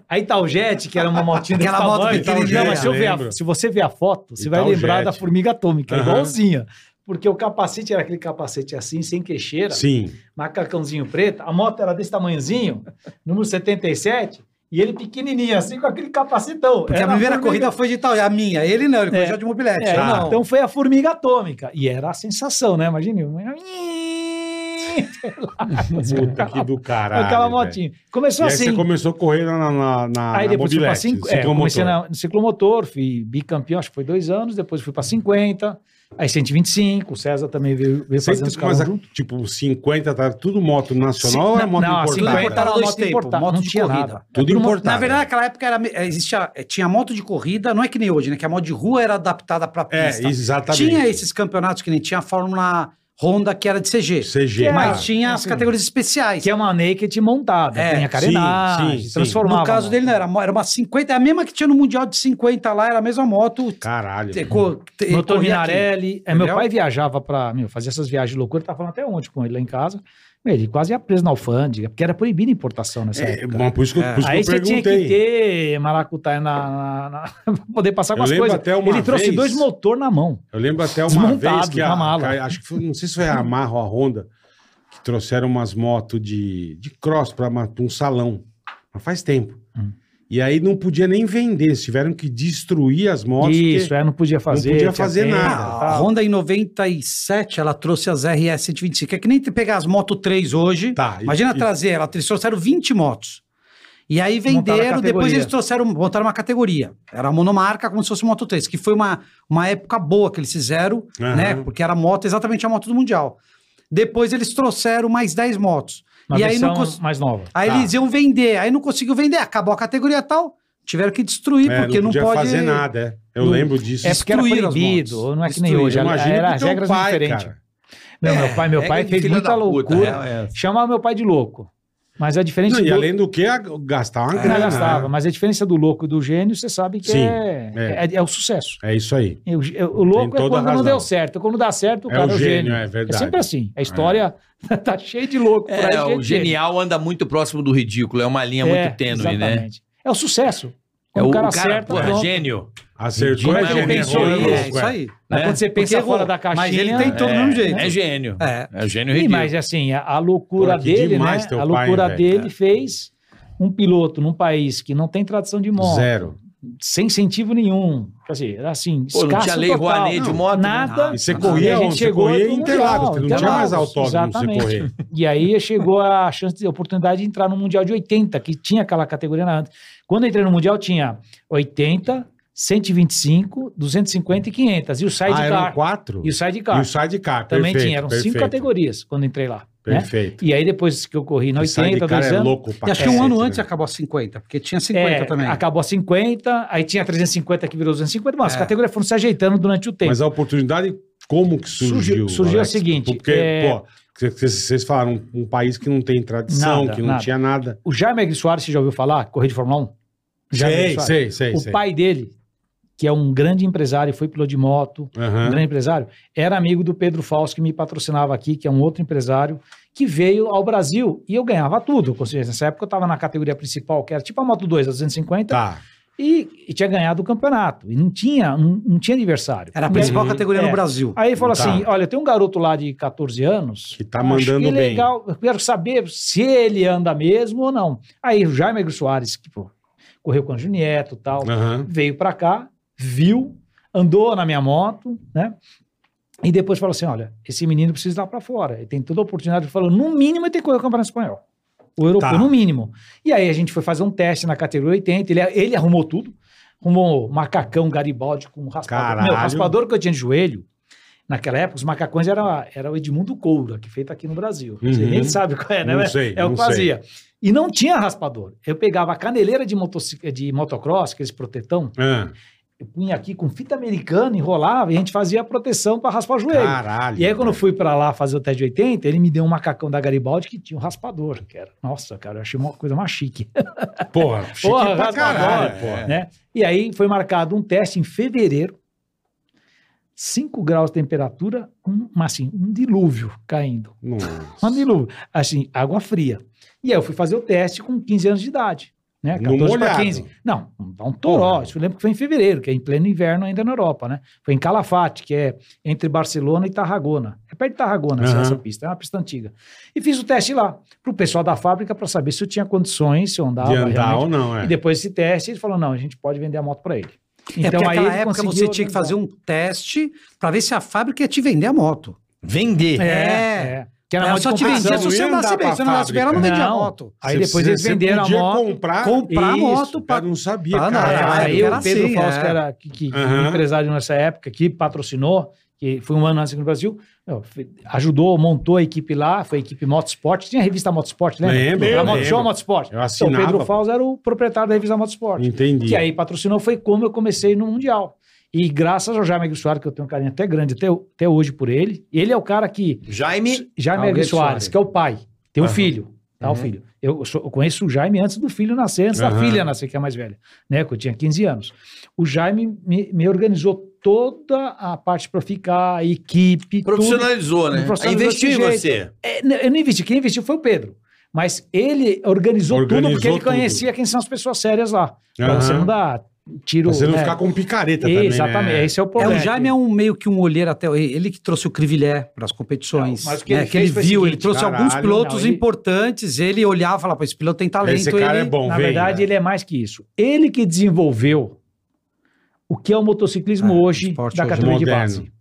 S6: A Italjet, que era uma motinha desse
S5: Aquela moto
S6: tamanho,
S5: pequenininha.
S6: não, mas se, eu ver
S3: Lembro.
S6: a, se você ver a foto, você vai
S3: Italjet.
S6: lembrar da formiga atômica,
S3: Aham.
S6: igualzinha. Porque o capacete era aquele capacete assim, sem queixeira,
S3: Sim.
S6: macacãozinho preto. A moto era desse tamanhozinho, número 77, e ele pequenininho assim, com aquele capacetão.
S5: Porque a
S6: Era
S5: primeira
S6: formiga-
S5: corrida foi de tal, a minha. Ele não, ele foi
S6: É.
S5: já de mobilete.
S6: é,
S5: eu
S3: tá.
S5: não.
S6: Então foi a formiga atômica. E era a sensação, né? Imagine.
S3: Puta que do caralho.
S6: Aquela
S3: velho.
S6: motinha.
S3: E
S6: Começou
S3: aí
S6: assim.
S3: você começou a correr na, na, Ah, na,
S6: Aí
S3: na
S6: depois fui para
S3: mobilete, um
S6: cinco, é,
S3: ciclomotor.
S6: comecei na- no ciclomotor, fui bicampeão, acho que foi dois anos, depois fui para 50, aí 125, o César também veio, veio fazendo os
S3: Sempre,
S6: carros
S3: mas,
S6: junto.
S3: tipo, 50, tá tudo moto nacional ou é moto
S6: a
S3: importada?
S6: 50 era
S5: Importada dois
S6: moto
S5: tempos,
S6: assim, importada,
S5: moto
S6: não
S5: de
S6: tinha
S5: corrida.
S6: nada. é
S3: Tudo
S5: Tudo mo-
S3: importada.
S5: Na verdade, naquela época era, eh, existia, eh, tinha moto de corrida, não é que nem hoje, né? Que a moto de rua era adaptada pra
S3: É,
S5: pista.
S3: exatamente.
S5: Tinha esses campeonatos que nem tinha a Fórmula Honda, que era de CG.
S3: CG.
S5: Mas
S6: Ah,
S5: tinha as
S6: assim.
S5: categorias especiais.
S6: Que é uma naked montada,
S5: É,
S6: tem a carenagem,
S3: sim, sim, sim.
S6: transformava.
S5: No caso dele, né, não, era, mo- era uma 50, é a mesma que tinha no Mundial de 50 lá, era a mesma moto.
S3: Caralho.
S5: te- co- te-
S6: Motor
S5: corria aqui.
S6: Minarelli. É,
S5: Entendeu?
S6: meu pai viajava para meu, fazia essas viagens de loucura, tava falando até ontem com ele lá em casa. Meu, ele quase ia preso na alfândega, porque era proibida a importação nessa
S3: É,
S6: época.
S3: mas por isso que, eu-
S5: É.
S3: por isso que
S6: Ah, Aí
S3: eu
S6: você tinha
S3: perguntei.
S6: que ter maracutaia na, na- na- pra poder passar com
S3: Eu
S6: as
S3: lembro
S6: coisas.
S3: até uma
S6: Ele trouxe
S3: vez-
S6: dois motor na mão.
S3: Eu lembro até uma
S6: Desmontado,
S3: vez que a,
S6: na mala.
S3: que a- acho que foi, não sei se foi a Amarra ou a Honda que trouxeram umas motos de, de cross para um salão. Mas faz tempo.
S6: Hum.
S3: E aí não podia nem vender, eles tiveram que destruir as motos.
S6: Isso,
S3: porque-
S6: é, não podia fazer.
S3: podia
S6: tinha
S3: fazer
S6: tempo,
S3: nada.
S5: Ah, a
S6: tal.
S5: Honda em 97, ela trouxe as RS 125. É que nem te pegar as Moto 3 hoje.
S3: Tá, e-
S5: Imagina
S3: e-
S5: trazer, ela eles trouxeram 20 motos. E aí
S6: Montaram a
S5: venderam, depois
S6: categoria.
S5: eles trouxeram, montaram uma categoria. Era monomarca como se fosse Moto 3, que foi uma, uma época boa que eles fizeram,
S3: Aham.
S5: né? Porque era moto, exatamente a moto do Mundial. Depois eles trouxeram mais 10 motos.
S6: Uma
S5: e aí não
S6: versão
S5: cons-
S6: mais nova.
S5: Aí
S3: Tá.
S5: eles iam vender, aí não conseguiu vender, acabou a categoria tal, tiveram que destruir,
S3: É,
S5: porque não,
S3: podia
S5: pode.
S3: fazer nada, é. Eu
S5: Não-
S3: lembro disso.
S6: É porque era
S5: destruíram as
S6: proibido,
S5: motos.
S6: não é que nem
S5: Destruíram.
S6: hoje. era-
S3: Imagina
S6: Era
S3: pro
S6: as
S3: teu
S6: regras
S3: pai,
S6: diferentes.
S3: cara.
S6: Não, meu pai,
S4: É,
S5: É
S6: meu pai fez muita loucura.
S4: né?
S6: Chamava meu pai de louco. Mas a diferença
S3: Não, e
S6: do-
S3: além do que, a- gastar uma
S6: Ah,
S3: grana.
S6: gastava,
S3: né?
S6: mas a diferença do louco e do gênio, você sabe que
S3: Sim,
S6: é,
S3: é.
S6: é. é o sucesso.
S3: É isso aí.
S6: Eu- eu- o louco
S3: toda
S6: é
S3: a
S6: quando
S3: razão.
S6: não deu certo. Quando dá certo, o
S3: É
S6: cara
S3: o
S6: é o
S3: gênio,
S6: gênio.
S3: é verdade. É.
S6: sempre assim. A história tá cheia de louco. por aí,
S4: É,
S6: cheia
S4: o
S6: de gênio.
S4: genial anda muito próximo do ridículo, é uma linha muito tênue, né?
S6: exatamente. É o sucesso.
S4: É
S6: Quando o, cara acerta,
S4: pô,
S6: pronto.
S4: gênio.
S3: Acertou
S4: Mas
S3: é
S4: ele
S3: gênio,
S6: pensou
S3: errou,
S6: nisso,
S3: louco,
S5: É, isso aí.
S6: Mas
S4: né?
S6: quando você pensa
S5: errou,
S6: fora da caixinha...
S5: mas ele tentou Então, do
S4: é,
S5: mesmo jeito.
S4: É gênio.
S5: É.
S4: É, o gênio
S6: Sim,
S4: ridículo.
S6: mas assim, a, a loucura
S3: Pô, que
S6: dele,
S3: demais
S6: né?
S3: teu
S6: A
S3: pai,
S6: loucura
S3: velho.
S6: dele fez um piloto num país que não tem tradição de moto,
S3: Zero.
S6: sem incentivo nenhum. Quer dizer, era assim,
S4: Pô, não tinha
S6: escasso
S4: lei
S6: total.
S4: Rouanet de
S6: Não,
S4: moto. né?
S6: Nada.
S3: E você
S5: Ah,
S6: E
S3: corria
S6: a gente
S3: onde? Você
S6: chegou
S3: corria
S6: no
S3: em
S6: Mundial,
S3: Interlagos, porque não tinha mais
S6: Interlagos,
S3: autódromo pra você
S6: exatamente.
S3: correr.
S6: E aí chegou a chance, de- a oportunidade de entrar no Mundial de 80, que tinha aquela categoria na antes. Quando eu entrei no Mundial, tinha 80, 125, 250 e 500. E o
S3: ah, eram
S6: sidecar.
S3: quatro?
S6: e o sidecar.
S3: E o sidecar,
S6: Também
S3: perfeito,
S6: tinha, eram
S3: perfeito,
S6: cinco categorias quando entrei lá. né?
S3: Perfeito.
S6: E aí depois que eu corri na
S3: O
S6: 80,
S3: sidecar
S6: dois
S3: é
S6: anos.
S3: louco pra
S5: E acho que um
S3: cacete,
S5: ano
S3: né?
S5: antes acabou a 50, porque tinha 50
S6: é,
S5: também.
S6: Acabou a 50, aí tinha 350 que virou 250. Mas
S5: É.
S6: as categorias foram se ajeitando durante o tempo.
S3: Mas a oportunidade, como que surgiu?
S6: Surgiu- surgiu
S3: Alex?
S6: a seguinte,
S3: Porque,
S6: é-
S3: pô, c- c- vocês falaram, um, um país que não tem tradição,
S6: Nada,
S3: que não
S6: nada.
S3: tinha nada.
S6: O Jaime Agri Soares, você já ouviu falar? Correr de Fórmula 1? Jaime Agri
S3: Sei,
S6: Soares.
S3: sei, sei.
S6: o
S3: sei.
S6: pai dele, que é um grande empresário, foi piloto de moto,
S3: Aham.
S6: um grande empresário, era amigo do Pedro Fausto, que me patrocinava aqui, que é um outro empresário, que veio ao Brasil e eu ganhava tudo. Ou seja, nessa época eu estava na categoria principal, que era tipo a Moto 2, a 250,
S3: Tá.
S6: e, e tinha ganhado o campeonato. E não tinha, não, não tinha aniversário.
S5: Era a
S6: E
S5: principal
S3: Uhum.
S5: categoria
S6: É.
S5: no Brasil.
S6: Aí ele falou
S3: Tá.
S6: assim: olha, tem um garoto lá de 14 anos.
S3: Que tá mandando
S6: que é
S3: bem.
S6: legal. Eu quero saber se ele anda mesmo ou não. Aí o Jaime Agri Soares, que, pô, correu com o Anjo Nieto e tal.
S3: Aham.
S6: Veio pra cá, viu, andou na minha moto, né? E depois falou assim: olha, esse menino precisa ir lá pra fora. Ele tem toda a oportunidade. Ele falou: no mínimo ele tem que correr o Campeonato Espanhol. O europeu,
S3: Tá.
S6: no mínimo. E aí a gente foi fazer um teste na categoria 80. Ele, ele arrumou tudo. Arrumou um macacão Garibaldi com um raspador.
S3: Caralho.
S6: Meu, raspador que eu tinha de joelho. Naquela época, os macacões era, era o Edmundo Coura, que é feito aqui no Brasil. Você
S3: Uhum.
S6: nem sabe qual é, né?
S3: Não
S6: É-
S3: sei,
S6: é o
S3: não
S6: que fazia. E não tinha raspador. Eu pegava a caneleira de, motocic... de motocross, aqueles protetão,
S3: Ah,
S6: eu punha aqui com fita americana, enrolava e a gente fazia a proteção para raspar o joelho.
S3: Caralho.
S6: E aí, quando eu fui pra lá fazer o teste de 80, ele me deu um macacão da Garibaldi que tinha um raspador. Que era, nossa, cara, eu achei uma coisa mais chique.
S3: Porra, chique
S6: Porra,
S3: pra
S6: raspa
S3: caralho,
S6: agora,
S3: porra.
S6: Né? E aí foi marcado um teste em fevereiro, 5 graus de temperatura, um, mas assim, um dilúvio caindo. Um
S3: Nossa.
S6: dilúvio. Assim, água fria. E aí eu fui fazer o teste com 15 anos de idade. Né?
S3: No
S6: 14 para
S3: molhado.
S6: 15. Não, dá um toró.
S3: Porra.
S6: Isso eu lembro que foi em fevereiro, que é em pleno inverno ainda na Europa, né? Foi em Calafate, que é entre Barcelona e Tarragona. É perto de Tarragona essa-
S3: Aham.
S6: essa pista, é uma pista antiga. E fiz o teste lá, pro pessoal da fábrica, para saber se eu tinha condições, se eu andava.
S3: De andar
S6: realmente.
S3: ou não, é.
S6: E depois desse teste, ele falou: não, a gente pode vender a moto para ele.
S5: é porque naquela
S6: Então, ele
S5: época você
S6: conseguiu
S5: tinha que
S6: organizar.
S5: fazer um teste pra ver se a fábrica ia te vender a moto.
S4: Vender.
S5: É.
S6: Que era
S5: ela
S6: moto
S5: só
S6: de
S5: te
S6: competição.
S5: vendia se você
S3: Não ia
S5: andasse
S3: andar
S5: bem.
S3: pra
S5: Se você não andasse bem, ela não
S3: fábrica.
S5: vendia a
S6: Não.
S5: moto.
S6: Aí depois eles venderam a
S3: podia
S6: moto.
S3: comprar,
S5: comprar a
S3: Isso,
S5: moto
S3: cara,
S5: pra-
S3: não sabia,
S5: pra andar.
S3: cara.
S5: Naquela
S6: Ah, é, Aí
S5: época
S6: o
S5: era
S6: Pedro
S5: assim,
S6: Fausto,
S5: é.
S6: que era que, que- que
S3: Aham.
S6: empresário nessa época, que patrocinou, que foi um ano antes aqui no Brasil, meu, fe- ajudou, montou a equipe lá, foi a equipe Motorsport. Tinha a revista Motorsport, lembra?
S3: Lembro,
S6: Era
S3: eu
S6: Moto Show,
S3: lembro.
S6: Motorsport.
S3: Eu assinava,
S6: o Pedro
S3: pô.
S6: Fausto era o proprietário da revista Motorsport.
S3: Entendi.
S6: Que aí patrocinou, foi como eu comecei no Mundial. E graças ao Jaime Aguirre Soares, que eu tenho um carinho até grande até, até hoje por ele, ele é o cara que
S4: Jaime.
S6: Jaime
S5: Alguém
S6: Aguirre Soares,
S5: Soares.
S6: que é o pai. Tem um
S3: Aham. Uhum.
S6: filho. Tá, o filho. Eu, sou- eu conheço o Jaime antes do filho nascer, antes
S3: Aham.
S6: da filha nascer, que é a mais velha, né? Que eu tinha 15 anos. O Jaime me, me organizou toda a parte para ficar, a equipe. tudo.
S4: Profissionalizou, né? Aí
S6: Profissionalizou
S4: investiu em
S6: desse
S4: você.
S6: É, n- eu não investi, quem investiu foi o Pedro. Mas ele
S3: Organizou
S6: organizou, tudo porque ele
S3: tudo.
S6: conhecia quem são as pessoas sérias lá. Pra
S3: Aham.
S6: você não dar tiro.
S3: Pra você não
S6: né?
S3: ficar com picareta também, né?
S6: Exatamente, esse é o
S5: É,
S6: problema.
S5: o Jaime é um meio que um olheiro até. Ele que trouxe o Crivilé para as competições.
S6: Não, mas o que ele
S5: né, que
S6: fez
S5: ele
S6: foi o
S5: viu, ele
S6: seguinte,
S5: trouxe
S3: caralho,
S5: alguns pilotos
S6: não, ele-
S5: importantes, ele olhava e falava: "Pô, esse piloto tem talento.
S3: Esse cara é
S5: ele...
S3: bom,
S6: Na
S3: vem,
S6: verdade,
S3: né?
S6: ele é mais que isso. Ele que desenvolveu o que é o motociclismo
S5: É, o
S6: hoje da
S5: esporte hoje
S6: categoria de
S3: moderno.
S6: base.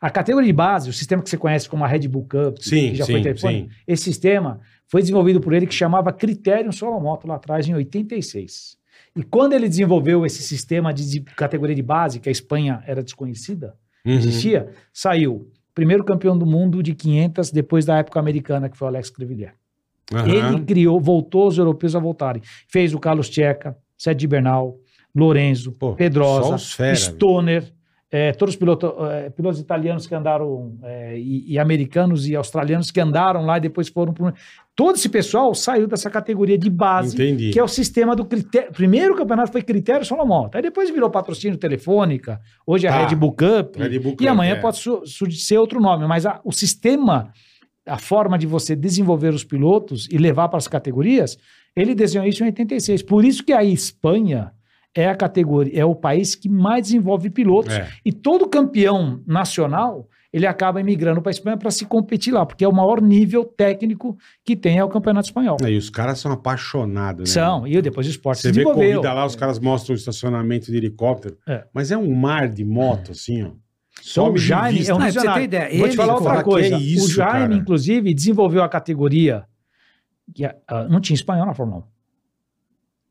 S6: A categoria de base, o sistema que você conhece como a Red Bull Cup,
S3: Sim,
S6: que já
S3: sim,
S6: foi telefone,
S3: sim.
S6: esse sistema foi desenvolvido por ele que chamava Criterium Solo Moto lá atrás, em 86. E quando ele desenvolveu esse sistema de, de categoria de base, que a Espanha era desconhecida,
S3: Uhum.
S6: existia, saiu primeiro campeão do mundo de 500 depois da época americana, que foi o Alex Crevillier.
S3: Aham.
S6: Ele criou, voltou os europeus a voltarem. Fez o Carlos Tcheca, Sérgio Bernal, Lorenzo,
S3: Pô, só
S6: Pedrosa,
S3: os fera,
S6: Stoner, eh, todos os piloto- eh, pilotos italianos que andaram, eh, e, e americanos e australianos que andaram lá e depois foram para Todo esse pessoal saiu dessa categoria de base,
S3: Entendi.
S6: que é o sistema do critério. Primeiro o campeonato foi critério Solomon. Aí depois virou patrocínio Telefônica, hoje é
S3: Tá.
S6: Red Bull Cup.
S3: Red Bull
S6: e
S3: Cup,
S6: amanhã
S3: é.
S6: pode su- su- ser outro nome, mas a- o sistema, a forma de você desenvolver os pilotos e levar para as categorias, ele desenhou isso em 86. Por isso que a Espanha é a categoria, é o país que mais desenvolve pilotos.
S3: É.
S6: E todo campeão nacional, ele acaba emigrando para a Espanha para se competir lá, porque é o maior nível técnico que tem é o Campeonato Espanhol.
S3: E os caras são apaixonados, né?
S6: São, e depois o esporte
S3: Você
S6: se
S3: vê
S6: desenvolveu.
S3: corrida lá, os caras mostram o estacionamento de helicóptero.
S6: É.
S3: Mas é um mar de moto, assim, ó.
S6: Então,
S3: Some
S6: o
S3: de
S6: Jaime
S3: vista.
S6: é um
S5: Não, pra você
S6: visionário.
S5: ter ideia,
S6: Vou
S5: ele
S6: te falar
S5: fala
S6: outra
S3: que
S6: coisa.
S3: é isso,
S6: o Jaime,
S3: cara.
S6: inclusive, desenvolveu a categoria que ah, não tinha espanhol na Fórmula 1.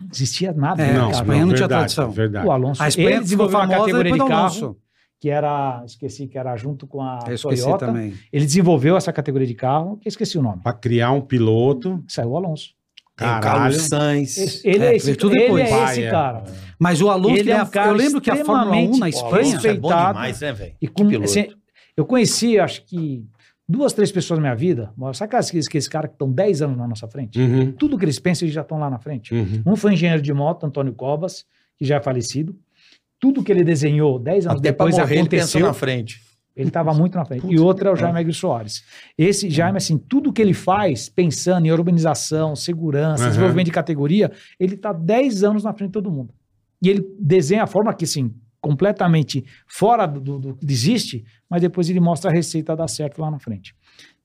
S6: Não existia nada.
S5: É,
S6: né,
S3: Não,
S5: a
S6: cara?
S5: Espanha não tinha
S3: verdade,
S5: tradição.
S3: Verdade.
S6: O Alonso,
S5: A
S6: ele
S5: Espanha ficou
S6: desenvolveu uma
S5: famosa
S6: categoria
S5: depois
S6: de
S5: do
S6: carro,
S5: Alonso.
S6: que era, esqueci, que era junto com a
S5: É Eu esqueci
S6: Toyota.
S5: também.
S6: Ele desenvolveu essa categoria de carro, que eu esqueci o nome.
S3: Pra criar um piloto,
S6: Saiu o Alonso.
S4: Tem
S6: um
S4: o
S3: caralho.
S4: Carlos Sainz.
S6: Ele é,
S5: É,
S6: esse,
S5: tudo
S6: ele
S5: depois.
S6: é esse
S3: Vai, é.
S6: cara.
S5: Mas o Alonso,
S6: Ele é
S5: tem
S6: um
S5: a-
S6: cara
S5: eu lembro que a Fórmula 1 na
S6: extremamente
S5: Espanha.
S4: Alonso é bom
S6: respeitado.
S4: demais, né, velho?
S6: E com,
S4: Que piloto.
S6: assim, eu conheci, acho que duas, três pessoas na minha vida. Sabe aquelas- aqueles, aqueles caras que estão 10 anos na nossa frente?
S4: Hum.
S3: Uhum,
S6: Tudo que eles pensam, eles já estão lá na frente.
S3: uhum.
S6: Um foi engenheiro de moto, Antônio Cobas, que já é falecido. Tudo que ele desenhou 10 anos
S4: Até pra
S6: depois
S4: morrer, ele pensou
S6: aconteceu.
S4: na frente.
S6: Ele estava muito na frente. e outro é o Jaime Aguirre Soares. Esse Jaime, assim, tudo que ele faz, pensando em urbanização, segurança,
S3: Aham.
S6: desenvolvimento de categoria, ele está 10 anos na frente de todo mundo. E ele desenha a forma que, assim, completamente fora do, do, do que existe, mas depois ele mostra a receita dar certo lá na frente.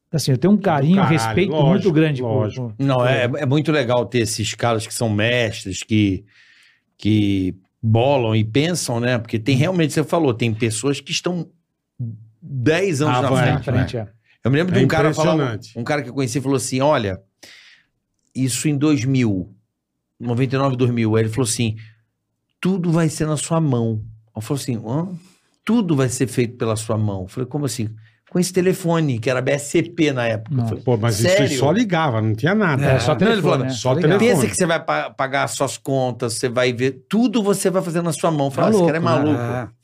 S6: Então, assim, eu tenho um carinho,
S3: caralho,
S6: respeito
S3: lógico,
S6: muito grande. por-
S3: lógico.
S4: é
S6: por-
S4: Não, é, é muito legal ter esses caras que são mestres, que que bolam e pensam, né? Porque
S3: Uhum.
S4: tem realmente, você falou, tem pessoas que estão 10 anos
S3: Ah,
S4: na
S3: vai.
S4: frente. né?
S6: Na frente, é.
S4: Eu me lembro
S3: É
S4: de um cara falar,
S3: impressionante.
S4: um cara que eu conheci falou assim, olha, isso em 2000, 99, 2000, aí ele falou assim, tudo vai ser na sua mão. Eu falei assim, Hã? tudo vai ser feito pela sua mão. Eu falei, como assim? Com esse telefone, que era BSCP na época. Eu
S6: Nossa.
S4: falei,
S3: Pô, mas isso
S4: Sério?
S3: aí só ligava, não tinha nada.
S6: É,
S4: Não,
S6: só
S4: ele falou,
S6: telefone, né?
S3: só
S6: Legal.
S3: telefone.
S4: Pensa que você vai pa- pagar suas contas, você vai ver, tudo você vai fazer na sua mão. Eu
S5: Tá
S4: falei, ah, esse cara é
S5: louco,
S4: maluco.
S5: né? É.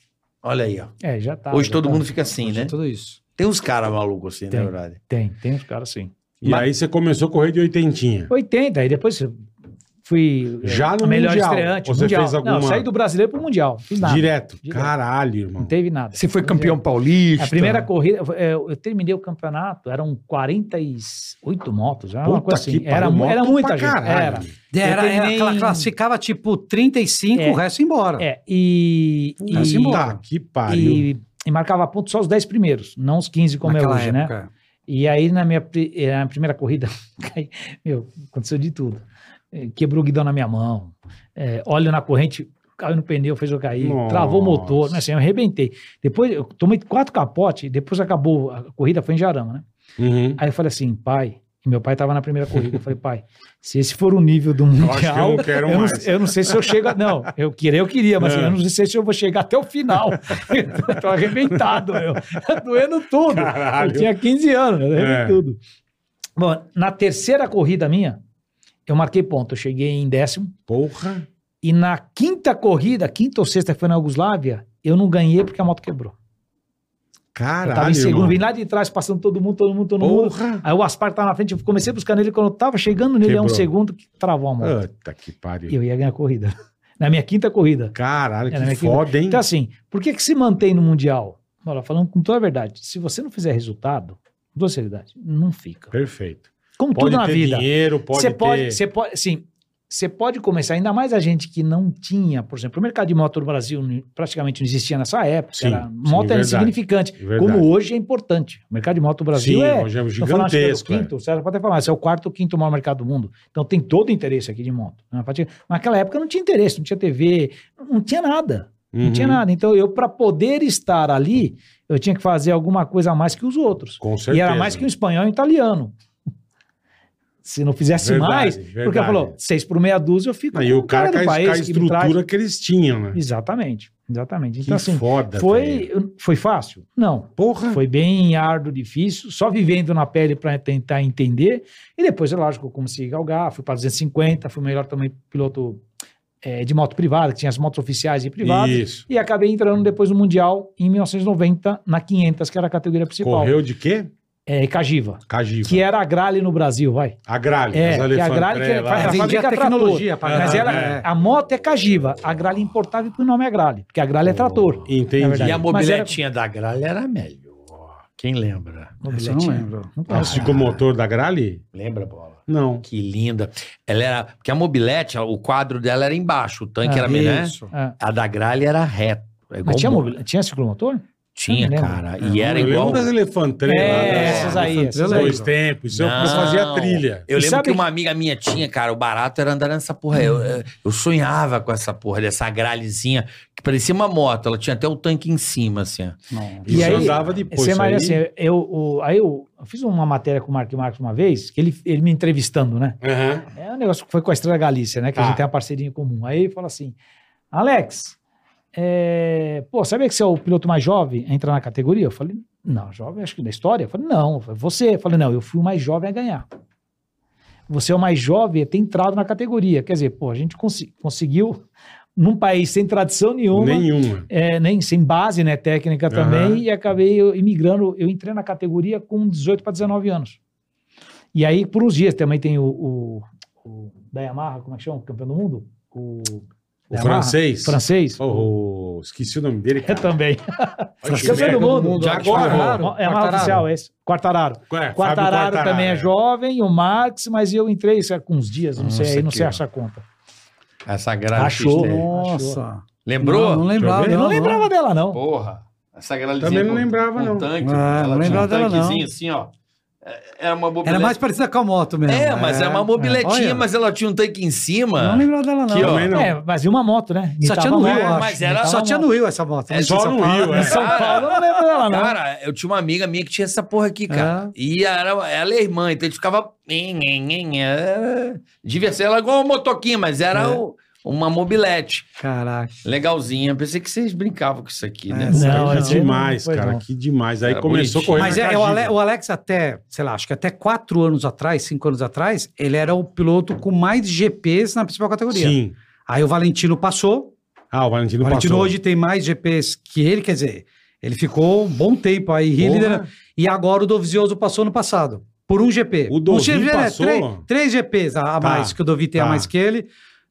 S4: Olha aí, ó.
S6: É, já tá.
S4: Hoje
S6: já
S4: todo
S6: tá.
S4: mundo fica assim,
S5: Hoje é
S4: né?
S5: Tudo isso.
S4: Tem uns caras malucos assim,
S6: Tem.
S4: na verdade.
S6: Tem, tem os caras assim.
S3: E aí você começou a correr de oitentinha.
S6: 80, aí depois eu fui eh,
S3: Já no
S6: a melhor
S3: Mundial,
S6: estreante.
S3: você
S6: mundial.
S3: fez alguma-
S6: Não, saí do brasileiro pro mundial. Fiz nada.
S3: Direto.
S6: Direto.
S3: Caralho, irmão.
S6: Não teve nada.
S7: Você foi
S6: Quer dizer,
S7: campeão paulista.
S6: É A primeira corrida, eh, eu, terminei o campeonato, eram 48 motos, era uma
S3: Puta
S6: coisa assim.
S3: que pariu,
S6: era,
S3: moto
S6: era muita
S3: pra
S6: gente.
S3: caralho.
S6: Era.
S5: Era, era,
S6: terminei
S5: cla-
S6: em-
S5: classificava tipo 35,
S6: É.
S5: o resto ia embora.
S6: É, e, e,
S5: Mas
S3: Puta
S5: embora.
S3: que pariu.
S6: e, e marcava ponto só os 10 primeiros, não os 15 como é hoje, né? E aí, na minha pri- eh, na primeira corrida, caí- meu, aconteceu de tudo. Eh, Quebrou o guidão na minha mão, eh, óleo na corrente, caiu no pneu, fez eu cair,
S3: Nossa.
S6: travou o motor, né, assim, eu arrebentei. Depois, eu tomei quatro capotes, depois acabou, a corrida foi em Jarama, né?
S3: Uhum.
S6: Aí eu falei assim, pai, e meu pai tava na primeira corrida, eu falei, pai, se esse for o nível do Mundial,
S3: acho que eu não quero
S6: eu,
S3: mais. É.
S6: eu não sei se eu chego, a- não, eu queria, eu queria, mas assim, eu não sei se eu vou chegar até o final, eu tô arrebentado, meu, tá doendo tudo.
S3: Caralho.
S6: Eu tinha 15 anos, eu lembro
S3: É.
S6: de tudo. Bom, na terceira corrida minha, eu marquei ponto. Eu cheguei em décimo.
S3: Porra.
S6: E na quinta corrida, quinta ou sexta que foi na Yugoslávia, eu não ganhei porque a moto quebrou.
S3: Caralho.
S6: eu tava em segundo,
S3: irmão.
S6: vim lá de trás, passando todo mundo, todo mundo, todo mundo.
S3: Porra.
S6: Aí o Aspar tá na frente, eu comecei a buscar nele. Quando eu tava chegando nele, é um
S3: Quebrou.
S6: segundo que travou a moto.
S3: Puta que
S6: E
S3: pariu.
S6: eu ia ganhar a corrida. Na minha quinta corrida.
S3: Caralho,
S6: Era
S3: que
S6: minha quinta-
S3: foda, hein?
S6: Então, assim, por que, que se mantém no Mundial? Olha, falando com toda a verdade, se você não fizer resultado, com toda seriedade, não fica.
S3: Perfeito.
S6: Como
S3: Pode
S6: tudo na
S3: ter
S6: vida.
S3: dinheiro, pode
S6: Você
S3: ter...
S6: pode, você pode, sim. Você pode começar, ainda mais a gente que não tinha, por exemplo, o mercado de moto no Brasil n- praticamente não existia nessa época.
S3: Sim,
S6: era,
S3: sim,
S6: moto era
S3: verdade,
S6: insignificante.
S3: verdade.
S6: como hoje é importante. O mercado de moto no Brasil
S3: Sim,
S6: é.
S3: hoje é
S6: eu falo, acho que é o
S3: gigantesco. é.
S6: quinto, você pode até falar, esse é o quarto ou quinto maior mercado do mundo. Então tem todo o interesse aqui de moto. né? Mas Naquela época não tinha interesse, não tinha TV, não tinha nada. Não
S3: Uhum.
S6: tinha nada. Então eu, para poder estar ali, eu tinha que fazer alguma coisa a mais que os outros.
S3: Com certeza.
S6: E era mais que um espanhol e um italiano. Se não fizesse
S3: Verdade,
S6: mais, porque
S3: verdade.
S6: ela falou, seis por meia dúzia, eu fico
S3: Aí
S6: com
S3: o cara
S6: do
S3: com a, com a
S6: que me traz.
S3: estrutura que, eles tinham, né?
S6: Exatamente, exatamente.
S3: Que
S6: Então, assim,
S3: foda, velho.
S6: foi, foi fácil? Não.
S3: Porra.
S6: Foi bem árduo, difícil, só vivendo na pele para tentar entender. E depois, é lógico, eu consegui galgar, fui para 250, fui o melhor também piloto eh, de moto privada, que tinha as motos oficiais e privadas.
S3: Isso.
S6: E acabei entrando depois no Mundial, em 1990, na 500, que era a categoria principal.
S3: Correu de quê?
S6: É, Cagiva.
S3: Cagiva.
S6: Que era a Grale no Brasil, vai.
S3: A gralha.
S6: É, que a Grale que
S3: elefantré lá.
S6: faz-
S5: É,
S6: Ela
S5: vendia
S6: fabrica
S5: tecnologia pra
S6: Mas
S5: caralho,
S6: era,
S5: né?
S6: a moto é Cagiva. A Grale importava e o nome é Grale, porque a Grale é trator. na
S3: Entendi.
S6: verdade.
S4: E a
S6: Mas
S4: mobiletinha da gralha era melhor. Quem lembra?
S5: Essa eu não lembro.
S3: Nossa, ficou motor da gralha?
S4: Lembra, Bola?
S3: Não.
S4: Que linda. Ela era... Porque a mobilete, o quadro dela era embaixo, o tanque
S6: Ah,
S4: era menor.
S5: Isso.
S6: É.
S4: A da gralha era reto. É igual
S6: Mas tinha,
S4: um-
S6: mobil... tinha ciclomotor? Eu
S4: Tinha,
S6: não lembro.
S4: cara. E era
S3: eu
S4: igual...
S3: lembro das elefantré lá,
S6: É,
S3: das-
S6: essas aí.
S5: Fantasma.
S6: Essas aí.
S3: Dois tempos. Isso é eu eu
S4: Não.
S3: fazia trilha.
S4: Eu
S6: E
S4: lembro
S6: sabe
S4: que
S6: que-
S4: uma amiga minha tinha, cara, o barato era andar nessa porra. Eu, eu- eu sonhava com essa porra, dessa gralhezinha, que parecia uma moto. Ela tinha até o tanque em cima, assim. ó.
S5: Não.
S6: E
S3: Isso
S6: aí,
S3: andava depois.
S6: Você
S3: isso
S6: imagina
S3: aí-
S6: assim, eu, o- aí eu, eu fiz uma matéria com o Mark Marcos uma vez, que ele, ele me entrevistando, né?
S3: Aham.
S6: É um negócio que foi com a Estrela Galícia, né? Que a
S3: Tá.
S6: gente tem uma parceria em comum. Aí ele fala assim: Alex, é, pô, sabia que você é o piloto mais jovem a entrar na categoria? Eu falei, não, jovem, acho que na história. Eu falei, não, foi você. Eu falei, não, eu fui o mais jovem a ganhar. Você é o mais jovem a ter entrado na categoria. Quer dizer, pô, a gente consi- conseguiu, num país sem tradição nenhuma,
S3: Nenhuma.
S6: é, nem sem base né, técnica
S3: Aham.
S6: também, e acabei eu imigrando. Eu entrei na categoria com 18 para 19 anos. E aí, por uns dias, também tem o, o, o da Yamaha, como é que chama? O campeão do mundo? O,
S3: O
S6: da Yamaha?
S3: francês.
S6: Francês.
S3: Oh, esqueci o nome dele,
S6: Eu
S3: cara.
S6: também.
S3: Francês.
S6: campeão é do mundo.
S3: De agora.
S5: Quartararo.
S6: Mo- É Yamaha
S5: Quartararo.
S6: oficial, esse. Quartararo.
S3: Ué, é? Fábio
S6: Quartararo também é jovem, o Max, mas eu entrei sei lá, com uns dias, não
S4: Nossa,
S6: sei, é. aí não
S4: que
S6: sei
S4: ó.
S6: essa conta.
S4: Essa gralha.
S6: Achou.
S4: existente.
S5: Nossa.
S4: Lembrou?
S5: Não, não lembrava.
S3: Deixa
S6: Eu não lembrava dela, não.
S4: Porra. Essa gralhazinha.
S3: Também não
S4: com-
S3: lembrava,
S4: com um
S3: não.
S4: Tanque,
S5: Ah, não
S4: ela tinha
S5: lembrava
S4: um
S5: dela, não.
S4: tanquezinho assim, ó. Era uma
S5: Era
S4: mobilete.
S5: mais parecida com a moto mesmo. né?
S4: É, mas é, uma mobiletinha,
S5: Olha,
S4: mas ela tinha um tanque em
S5: Não
S4: cima.
S5: lembrava dela, não.
S4: Aqui, ó.
S3: Também não.
S6: É, mas e uma moto, né?
S5: Só tinha no
S6: Imitava
S5: Rio,
S6: moto,
S5: eu acho.
S4: Mas era-
S5: Só
S6: imitava
S5: tinha
S6: moto.
S5: no Rio essa moto. né?
S4: É,
S5: não tinha
S3: só
S5: São
S3: no
S5: Paulo.
S3: Rio, é.
S6: Em São
S4: Cara,
S6: Paulo, eu não lembro dela, não.
S4: Cara, eu tinha uma amiga minha que tinha essa porra aqui, cara. E era, ela é irmã, então a gente ficava. Era- É, Devia ser ela igual uma motoquinha, mas era
S5: É.
S4: o- uma mobilete.
S5: Caraca.
S4: Legalzinha. Pensei que vocês brincavam com isso aqui, né?
S5: É.
S3: Cara,
S6: Não,
S3: que
S6: não,
S3: demais,
S6: não foi
S3: cara.
S6: não.
S3: Que demais. Aí
S4: Era
S3: começou
S4: bonitinho.
S3: correndo.
S5: Mas
S3: com a
S5: é, o,
S3: Giga.
S5: Ale- o Alex até, sei lá, acho que até quatro anos atrás, cinco anos atrás, ele era o piloto com mais GPs na principal categoria.
S3: Sim.
S5: Aí o Valentino passou.
S3: Ah, o
S5: O
S3: Valentino,
S5: Valentino
S3: passou.
S5: hoje tem mais GPs que ele, quer dizer, ele ficou um bom tempo aí
S3: Porra.
S5: liderando. E agora o Dovizioso passou no passado, por um GP.
S3: O Dovi
S5: Um GP, né,
S3: passou?
S5: Três, três GPs a a
S3: Tá,
S5: mais, que o Dovi tem
S3: tá.
S5: a mais que ele,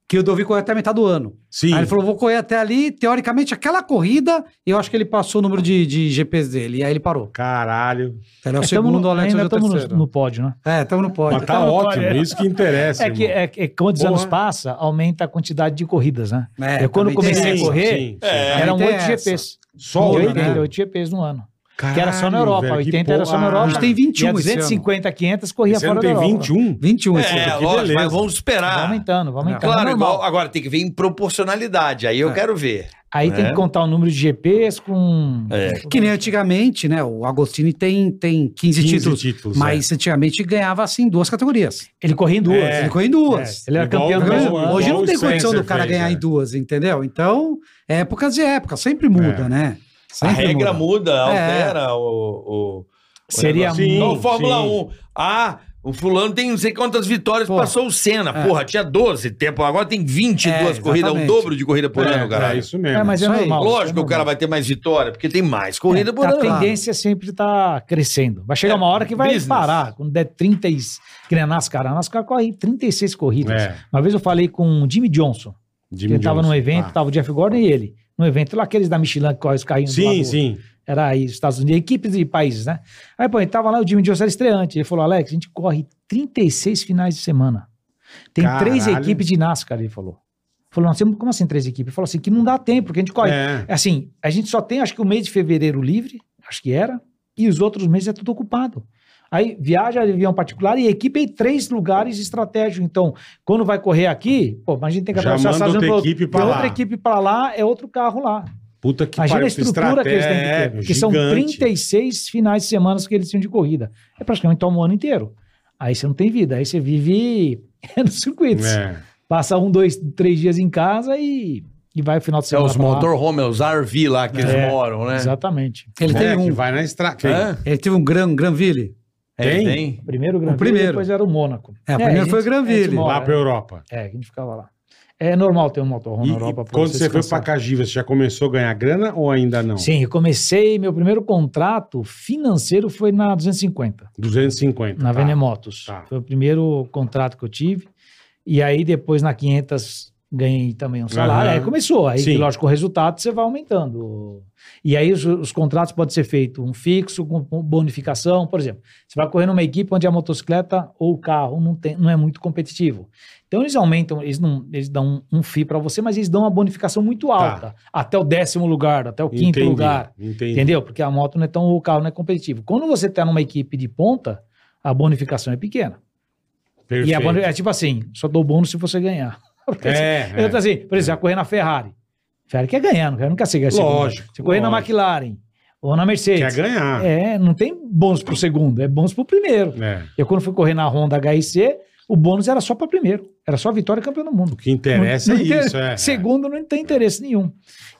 S5: que o Dovi correu até a metade do ano.
S3: Sim.
S5: Aí ele falou, vou correr até ali, teoricamente, aquela corrida, eu acho que ele passou o número de, de GPs dele, e aí ele parou.
S3: Caralho.
S5: Ele é o
S6: Mas tamo
S5: segundo,
S6: no-
S5: o Alex
S6: ainda
S5: hoje é o
S6: estamos
S5: terceiro.
S6: no, no pódio, né?
S5: É, estamos no pódio.
S3: Mas tá
S6: Então,
S3: ótimo,
S6: olha-
S3: isso que interessa.
S6: É que,
S3: irmão.
S6: é, que- é que quando os
S3: Porra.
S6: anos passam, aumenta a quantidade de corridas, né?
S5: É,
S6: eu, quando eu
S5: também tem
S6: comecei a
S5: essa.
S6: correr,
S3: sim, sim.
S5: É.
S6: eram
S5: Também tem
S6: oito
S5: essa.
S6: GPs.
S3: Só
S6: De
S3: uma,
S6: 80,
S3: né?
S6: 8 GPs no ano.
S3: Caralho,
S6: que era só na Europa.
S3: velho, que
S6: 80 era só na
S3: porra.
S6: Europa.
S5: A gente tem
S6: E
S5: 21
S6: a
S5: esse
S6: 250, 500 corria
S3: Esse
S6: fora
S3: ano
S6: da
S3: tem
S6: Europa.
S3: 21?
S5: 21 esse
S4: É,
S5: ano.
S3: que
S4: lógico,
S3: beleza.
S4: mas vamos
S6: Vamos
S5: Ah.
S4: esperar.
S6: aumentando, vamos
S5: Não.
S6: aumentando.
S4: Claro,
S6: é normal.
S4: igual, agora tem que ver em proporcionalidade. Aí eu
S5: É.
S4: quero ver.
S6: Aí tem
S4: É.
S6: que contar o número de GPs com.
S4: É.
S6: com-
S5: Que nem antigamente, né? O Agostini tem, tem 15,
S3: 15
S5: títulos.
S3: títulos,
S5: Mas antigamente ganhava assim duas categorias.
S6: Ele corria em duas.
S3: É.
S5: Ele correu em duas.
S6: Ele era
S3: Igual-
S6: campeão do
S5: Entendeu?
S6: mesmo ano.
S5: Hoje
S3: igual
S5: não
S3: o
S5: tem condição
S3: Spencer
S5: do cara
S3: fez,
S5: ganhar
S3: é.
S5: em duas, entendeu? Então, é épocas e épocas, sempre muda,
S3: É.
S5: né?
S4: A
S5: Sempre
S4: regra muda,
S5: É.
S4: altera o. o- o
S6: Seria
S4: negócio.
S3: Sim,
S4: Igual Fórmula
S3: sim.
S4: 1. Ah, o fulano tem não sei quantas vitórias,
S5: Porra.
S4: passou o Senna.
S5: É.
S4: Porra, tinha 12 tempo, agora tem 22
S5: É,
S4: corridas, o
S5: exatamente.
S4: dobro de corrida por ano,
S3: É,
S4: cara.
S3: é isso mesmo.
S6: É, mas é
S5: Isso aí.
S6: normal.
S4: Lógico que
S6: é
S4: o cara
S6: normal.
S4: vai ter mais vitória, porque tem mais corrida por
S6: a
S4: ano.
S6: tendência sempre está crescendo. Vai chegar
S4: É,
S6: uma hora que vai
S4: business.
S6: parar. Quando der 30, e- que nem a NASCAR. A NASCAR corre 36 corridas.
S3: É,
S6: Uma vez eu falei com o Jimmy Johnson.
S3: Jimmy
S6: ele tava
S3: Johnson.
S6: num evento,
S3: Ah.
S6: tava o Jeff Gordon e ele. Num evento lá, aqueles da Michelin que corre os carrinhos. do
S3: Sim,
S6: lado-
S3: sim.
S6: Era aí, Estados Unidos, equipes de países, né? Aí, pô, ele tava lá, o Jimmy Johnson era estreante. Ele falou, Alex, a gente corre 36 finais de semana. Tem três
S3: Caralho.
S6: equipes de NASCAR, ele falou. Falou, nós temos, como assim três equipes? Ele falou assim, que não dá tempo, porque a gente corre
S3: É.
S6: assim, a gente só tem, acho que o mês de fevereiro livre, acho que era, e os outros meses é tudo ocupado. Aí viaja avião particular e a equipe em três lugares estratégicos. Então, quando vai correr aqui, pô, mas a gente tem que
S3: Já
S6: atravessar
S3: manda
S6: Estados
S3: outra
S6: Unidos pro-
S3: equipe pra
S6: tem
S3: lá.
S6: outra equipe para lá, é outro carro lá.
S3: Puta que
S6: Imagina
S3: pariu,
S6: a estrutura que eles têm que
S3: estratégia,
S6: ter. Porque são
S3: gigante.
S6: 36 finais de semana que eles tinham de corrida. É praticamente um ano inteiro. Aí você não tem vida, aí você vive nos circuitos.
S3: É.
S6: Passa um, dois, três dias em casa e, e vai o final de
S4: É
S6: semana.
S4: os
S6: pra lá.
S4: motorhome, é os RV lá que
S6: É,
S4: eles moram, né?
S6: Exatamente.
S5: Ele
S3: É,
S5: teve
S3: que
S5: um,
S3: vai na estrada.
S4: Hã? É,
S5: ele teve um Gran, Granville.
S3: Tem?
S4: Tem?
S6: Primeiro o Gran
S5: O
S6: Prix,
S5: primeiro.
S6: depois era o Mônaco.
S5: É, o primeiro
S6: a
S5: foi o Gran Prix,
S6: a gente
S5: ele.
S6: mora,
S3: Lá pra Europa.
S6: É, a gente ficava lá. É normal ter um
S3: E,
S6: motorhome na
S3: e
S6: Europa. pra
S3: quando você foi pra
S6: descansar.
S3: Cagiva, você já começou a ganhar grana ou ainda não?
S6: Sim, eu comecei, meu primeiro contrato financeiro foi na 250,
S3: 250.
S6: na
S3: tá.
S6: Venemotos.
S3: tá.
S6: Foi o primeiro contrato que eu tive. E aí depois na 500 ganhei também um salário.
S3: Aham.
S6: Aí começou. Aí,
S3: Sim.
S6: lógico, o resultado você vai aumentando. E aí os, os contratos podem ser feitos um fixo, com com bonificação. Por exemplo, você vai correr numa equipe onde a motocicleta ou o carro não, tem, não é muito competitivo. Então eles aumentam, eles, não, eles dão um, um FII para você, mas eles dão uma bonificação muito alta. Até o décimo lugar, até o quinto
S3: Tá. Entendi,
S6: lugar.
S3: Entendi.
S6: Entendeu? Porque a moto não é tão, o carro não é competitivo. Quando você está numa equipe de ponta, a bonificação é pequena.
S3: Perfeito.
S6: E a boni- é tipo assim, só dou bônus se você ganhar. Porque assim,
S3: É,
S6: eu
S3: é.
S6: tô assim, por exemplo, vai correr na Ferrari. Ferrari quer ganhar, não quer, não quer ser ganhar
S3: Lógico,
S6: Se correr na
S3: lógico.
S6: McLaren ou na
S3: Quer
S6: Mercedes.
S3: ganhar.
S6: É, não tem bônus pro segundo, é bônus pro primeiro.
S3: É.
S6: Eu quando fui correr na Honda HRC, o bônus era só para primeiro. Era só vitória e campeão do mundo.
S3: O que interessa
S6: Não-
S3: é
S6: não tem-
S3: isso. É.
S6: Segundo, não tem interesse nenhum.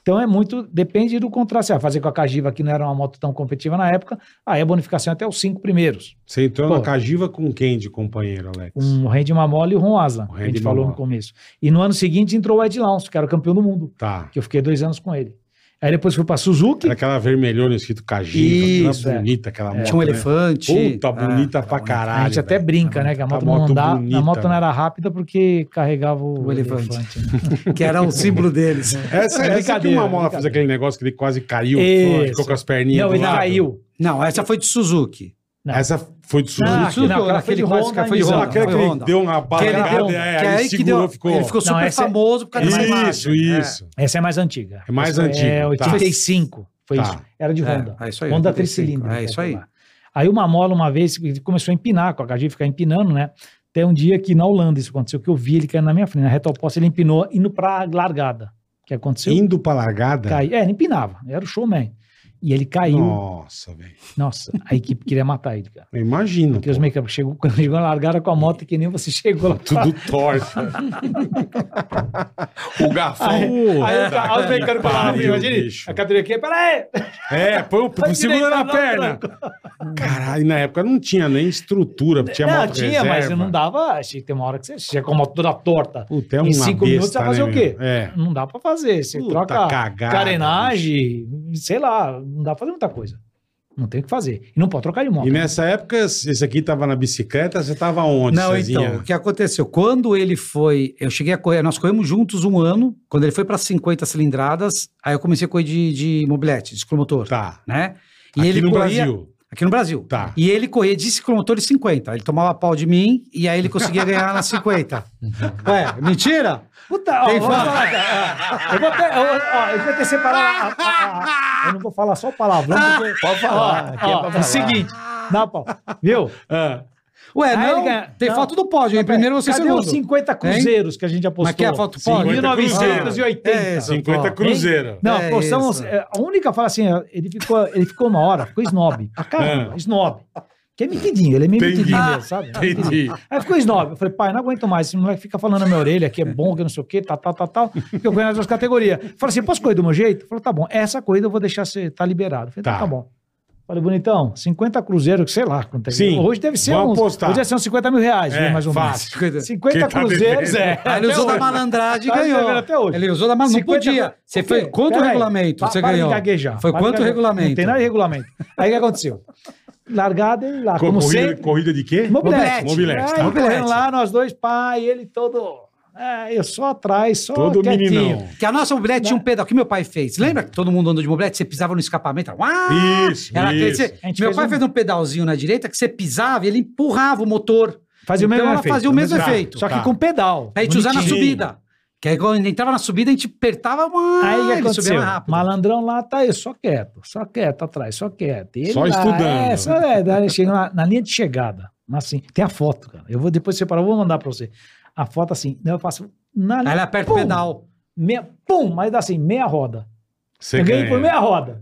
S6: Então é muito, depende do contrato. Você vai fazer com a Cagiva, que não era uma moto tão competitiva na época, aí a bonificação é até os cinco primeiros.
S3: Você entrou na
S6: Pô.
S3: Cagiva com quem de companheiro, Alex?
S6: Um Randy Mamola e o Ron Aslan,
S3: O
S6: que a
S3: Randy
S6: gente falou
S3: Mamola.
S6: no começo. E no ano seguinte entrou o Ed Lounge, que era o campeão do mundo,
S3: Tá.
S6: que eu fiquei dois anos com ele. Aí depois fui para Suzuki,
S3: Era aquela vermelhona escrito Cagiva.
S6: Isso,
S3: aquela
S6: é.
S3: bonita aquela moto.
S5: Tinha um
S3: né?
S5: elefante.
S3: Puta,
S5: É,
S3: bonita
S5: era
S3: pra
S5: bonito.
S3: caralho.
S6: Ah, tá a gente até
S3: velho.
S6: brinca, né? Que a
S3: A
S6: moto,
S3: moto
S6: não andava,
S3: bonita,
S6: a moto não
S3: né?
S6: era rápida porque carregava o,
S5: O elefante.
S6: elefante.
S5: Que era o símbolo deles.
S3: Essa,
S6: É
S3: essa que o
S6: brincadeira,
S3: Mamola
S6: brincadeira.
S3: fez aquele negócio que ele quase caiu,
S6: Isso.
S3: ficou com as
S6: né?
S3: perninhas
S6: Não,
S3: do
S6: ele
S3: lado.
S6: caiu.
S5: Não, essa foi de Suzuki.
S6: Não.
S3: Essa foi de Suzuki.
S6: Não,
S5: Suzuki,
S6: Ah, aquela foi de
S5: quase
S6: Honda,
S5: que foi de
S6: Nissan.
S5: Honda.
S3: aquele
S5: foi
S3: que ele
S5: Honda.
S3: deu uma
S5: Que ele,
S3: balacada, é,
S5: deu- que
S3: aí
S5: aí que
S3: segurou,
S5: deu,
S3: ficou...
S5: ele ficou
S6: Não,
S5: super
S6: essa é-
S5: famoso por causa da
S3: Isso,
S5: imagem.
S3: isso.
S6: Essa é mais antiga.
S3: É mais
S6: Essa
S3: antiga,
S6: É
S3: tá.
S6: 85. Foi
S3: Tá.
S6: isso. Era de
S5: É,
S6: Honda.
S5: é isso aí,
S6: Honda
S5: 85,
S6: tricilíndrica.
S5: é isso aí.
S6: Aí uma mola, uma vez, ele começou a empinar, com a cadeia ficar empinando, né? Até um dia que na Holanda isso aconteceu, que eu vi ele caindo na minha frente, na reta oposta, ele empinou indo pra largada. O que aconteceu?
S3: Indo pra largada.
S6: É. Caiu. É, ele empinava, era o showman. E ele caiu.
S3: Nossa, velho.
S6: Nossa, a equipe queria matar ele, cara.
S3: Eu imagino.
S6: Porque os
S3: pô.
S6: make-up chegou, quando chegou na largada com a moto, que nem você chegou lá.
S3: Tudo torto.
S1: O garfão.
S6: Aí, aí, o
S1: Puta
S6: ca- aí os
S1: que
S6: mecânicos falaram pra mim,
S3: pariu,
S6: imagina,
S3: bicho.
S6: a cadeira aqui, peraí!
S3: É, põe o
S6: Vai
S3: segura
S6: direita,
S3: na
S6: não,
S3: perna. Caralho, na época não tinha nem estrutura, tinha
S6: não,
S3: moto
S6: tinha, mas
S3: reserva.
S6: não dava. achei que Tem uma hora que você chega com a moto toda torta.
S3: Puta, é
S6: em
S3: uma
S6: cinco minutos você vai
S3: besta,
S6: fazer
S3: né,
S6: o quê?
S3: meu? É.
S6: Não dá pra fazer. Você
S3: Puta
S6: troca
S3: cagada,
S6: carenagem, sei lá, não dá pra fazer muita coisa. Não tem o que fazer. E não pode trocar de moto.
S3: E nessa época, esse aqui tava na bicicleta, você tava onde,
S5: Não, então, o que aconteceu? Quando ele foi. Eu cheguei a correr, nós corremos juntos um ano. Quando ele foi para 50 cilindradas, aí eu comecei a correr de, de mobilete, de ciclomotor.
S3: Tá.
S5: Né?
S3: aqui no
S5: corria-
S3: Brasil.
S5: Aqui no Brasil.
S3: Tá.
S5: E ele corria de ciclomotor de 50. Ele tomava pau de mim e aí ele conseguia ganhar na 50. Ué, mentira?
S6: Puta, ó,
S5: Tem
S6: vamos
S5: fala-
S6: falar, cara. eu, vou até, eu, ó, eu vou até separar. a- a- a- eu não vou falar só palavrão, porque.
S4: Pode falar. aqui é
S6: Ó,
S4: pra
S6: é o
S4: falar.
S6: seguinte, dá pau. Viu?
S3: Ah,
S5: Ué,
S6: Aí
S5: não.
S6: ele ganha-
S5: Tem
S6: não.
S5: foto do pódio, hein? Primeiro você
S6: Cadê
S5: segundo.
S6: os 50 cruzeiros que a gente apostou?
S5: Mas quer a foto do pódio?
S6: 1980.
S5: É, esse.
S3: 50
S5: Ó,
S3: cruzeiro.
S6: Não,
S5: É
S6: pô, são-
S5: isso.
S6: é, a única fala assim, ele ficou, ele ficou uma hora, ficou snob. Pra caramba,
S3: É.
S6: snob. Que é metidinho, ele é meio
S3: Entendi.
S6: metidinho mesmo, sabe?
S3: Entendi.
S6: Aí ficou snob. Eu falei, pai, não aguento mais. Esse moleque fica falando na minha orelha que é bom, que não sei o quê, tal, tal, tal, tal. Que eu ganho as duas categorias. Eu Falei assim, posso correr do meu jeito? Falei, tá bom, essa corrida eu vou deixar você, tá liberado. Eu Falei, tá,
S3: Tá.
S6: tá bom. Falei, bonitão, 50 cruzeiros, sei lá quanto é. que-
S3: Sim,
S6: Hoje deve ser
S3: vamos
S6: uns,
S3: apostar.
S6: Hoje deve ser uns 50 mil reais,
S3: É,
S6: né, mais ou menos.
S3: fácil.
S6: 50
S3: Quem tá
S6: cruzeiros,
S3: devendo?
S6: é.
S5: Aí ele usou da malandragem e
S6: Tá
S5: ganhou.
S6: devendo até hoje.
S5: Ele usou da malandragem. Não
S6: 50
S5: podia. Você
S6: Por
S5: foi
S6: quê?
S5: contra o
S6: Peraí.
S5: regulamento.
S6: Pa-
S5: Você
S6: para de
S5: ganhou.
S6: gaguejar.
S5: Foi
S6: Para de
S5: contra o
S6: gaguejar.
S5: regulamento.
S6: Não tem nada de regulamento. Aí o que aconteceu? Largada e lá,
S3: Co-
S6: como
S3: corrida,
S6: sempre.
S3: corrida de quê?
S6: Mobilete.
S3: Mobilete,
S6: Aí
S3: tá.
S6: Ah, correndo lá, nós dois, pai, ele todo. É, eu só atrás, só
S3: Todo
S6: quietinho.
S3: meninão.
S5: Que a nossa mobilete
S6: Né?
S5: tinha um pedal que meu pai fez. Lembra que todo mundo andou de mobilete? Você pisava no escapamento. Uau!
S3: Isso,
S5: Era aquele-
S3: isso.
S5: você-
S6: A gente
S5: meu
S6: fez
S5: pai
S6: um-
S5: fez um pedalzinho na direita que você pisava e ele empurrava o motor.
S6: Fazia o mesmo
S5: Então ela
S6: efeito.
S5: fazia o mesmo
S3: Tá.
S5: efeito.
S6: Só que
S3: Tá.
S6: com pedal.
S5: Aí a gente usava na
S3: Bonitinho.
S5: subida. Que aí quando entrava na subida, a gente apertava. uau,
S6: Aí o que
S5: ele subia
S6: aconteceu?
S5: mais rápido.
S6: Malandrão lá tá eu, só quieto, só quieto atrás, só quieto. E ele
S3: Só
S6: lá,
S3: estudando.
S6: É, só, é, daí chega lá, na linha de chegada, assim, tem a foto, cara. Eu vou depois separar, eu vou mandar pra você. A foto assim, daí eu faço. Na
S5: Aí ele aperta o
S6: pum,
S5: pedal.
S6: Meia, pum, mas dá assim, meia roda.
S3: Você
S6: eu ganhei por
S3: ganha.
S6: meia roda.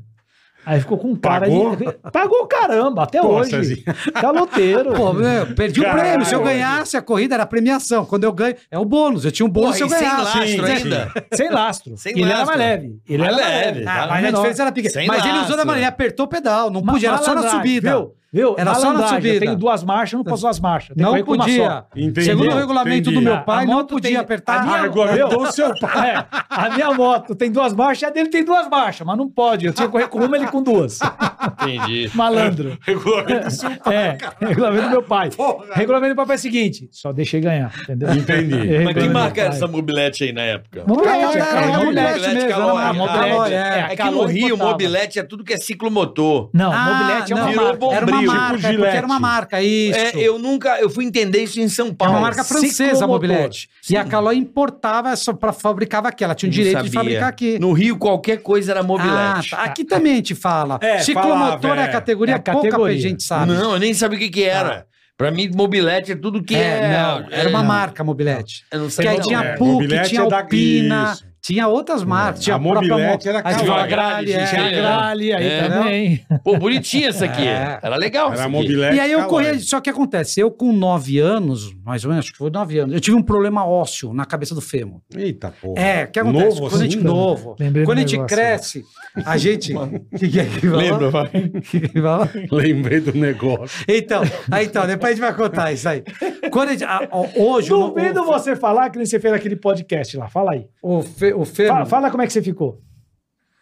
S6: Aí ficou com um cara
S3: Pagou?
S6: de. Pagou caramba, até
S3: Pô,
S6: hoje. Tá
S3: Cezinha.
S6: Caloteiro.
S5: Pô, né? meu, perdi
S3: Caralho.
S5: o prêmio. Se eu ganhasse a corrida, era a premiação. Quando eu ganho, é o bônus. Eu tinha um
S4: Porra,
S5: bônus
S4: e
S5: se eu
S4: sem
S5: ganhasse.
S4: lastro
S3: sim,
S4: ainda.
S6: sem lastro.
S4: Sem
S6: ele era
S4: lastro.
S6: mais leve. Ele
S4: Ah,
S6: era mais
S4: leve,
S6: leve.
S4: tá.
S5: Ah, mas a
S6: menor.
S5: diferença era pequena.
S4: Sem
S5: Mas ele
S4: lastro.
S5: usou da maneira, ele apertou o pedal, não podia, era só na
S6: Malandragem,
S5: subida.
S6: Viu? Viu?
S5: Era só na
S6: Malandragem,
S5: subida.
S6: Eu tenho duas marchas, não posso duas marchas. Tenho que
S5: Não
S6: correr com uma
S5: podia.
S6: só.
S3: Entendi.
S5: Segundo o regulamento do
S3: Entendi.
S5: meu pai,
S6: A
S5: não
S6: moto
S5: podia
S6: tem-
S5: apertar.
S6: a
S3: Ah,
S6: minha-
S3: Argumentou então seu pai.
S6: É, a minha moto tem duas marchas, a dele tem duas marchas, mas não pode. Eu tinha que correr com uma, ele com duas.
S4: Entendi.
S6: Malandro.
S3: Regulamento
S6: É, regulamento do meu pai. Regulamento do papai é o seguinte: só deixei ganhar, entendeu?
S3: Entendi. Mas que
S4: Mas que
S6: Regulamento do
S4: marca era
S6: pai.
S4: essa mobilete aí na época?
S6: Mobilete, é,
S5: Calói,
S6: cara,
S5: era
S6: mobilete
S5: mobilete
S6: mesmo,
S3: é
S4: mesmo,
S6: era uma
S4: calói,
S6: mobilete,
S5: calói,
S6: é,
S5: é.
S4: É que no
S6: calói
S4: Rio,
S6: botava.
S4: mobilete é tudo que é ciclomotor.
S6: Não,
S5: Ah,
S6: mobilete é uma
S5: não,
S4: virou
S6: marca.
S5: Era uma
S4: bombril.
S5: marca,
S3: Tipo
S5: é porque era uma
S3: Gillette.
S5: marca, isso.
S4: É, eu nunca. Eu fui entender isso em São
S5: É
S4: Paulo.
S5: uma marca francesa, a
S6: Ciclomotor.
S5: mobilete. E a Calói importava, só pra, fabricava aqui. Ela tinha o
S4: Não
S5: direito de
S4: sabia.
S5: fabricar aqui.
S4: No Rio, qualquer coisa era mobilete.
S5: Ah, tá. Aqui também a gente fala.
S3: É,
S5: Ciclomotor
S3: falava,
S5: é
S3: é.
S5: a categoria,
S6: É a
S5: pouca
S6: categoria.
S5: gente tá, sabe. Ah.
S4: Não, eu nem sabia o que que era. Pra mim, mobilete é tudo que é.
S5: É, não, era uma marca, mobilete.
S4: Eu não sei
S5: Porque aí
S4: não.
S5: tinha
S3: É,
S5: PUC,
S3: mobilete
S5: tinha
S3: é da-
S5: Alpina,
S3: isso.
S5: tinha outras marcas. Tinha
S3: A
S5: própria
S3: mobilete
S5: moto.
S3: era
S5: Aí tinha
S3: Caloi.
S5: a Grale,
S4: Tinha
S5: é.
S6: Tinha a gralha aí
S4: É.
S6: também.
S4: Pô, bonitinha essa aqui.
S5: É.
S4: Era legal.
S3: Era
S4: essa aqui.
S6: É,
S3: mobilete. tá
S5: E aí eu
S6: tá
S3: calói.
S5: corria, só que acontece, eu com nove anos, mais ou menos, acho que foi nove anos, eu tive um problema ósseo na cabeça do fêmur.
S3: Eita, porra.
S5: É, o que acontece?
S3: Novo
S5: quando a gente
S3: assim?
S5: novo,
S6: Lembrei do
S5: quando a gente
S6: negócio.
S5: cresce, a gente... que que é que fala?
S3: Lembra, vai.
S5: Que que fala?
S3: Lembrei do negócio.
S5: Então, aí, então, depois a gente vai contar isso aí. Quando a gente, a- ó, hoje, o,
S6: Duvido você falar que nem você fez aquele podcast lá. Fala aí.
S5: o, fe- o fêmur...
S6: Fala, fala como é que você ficou.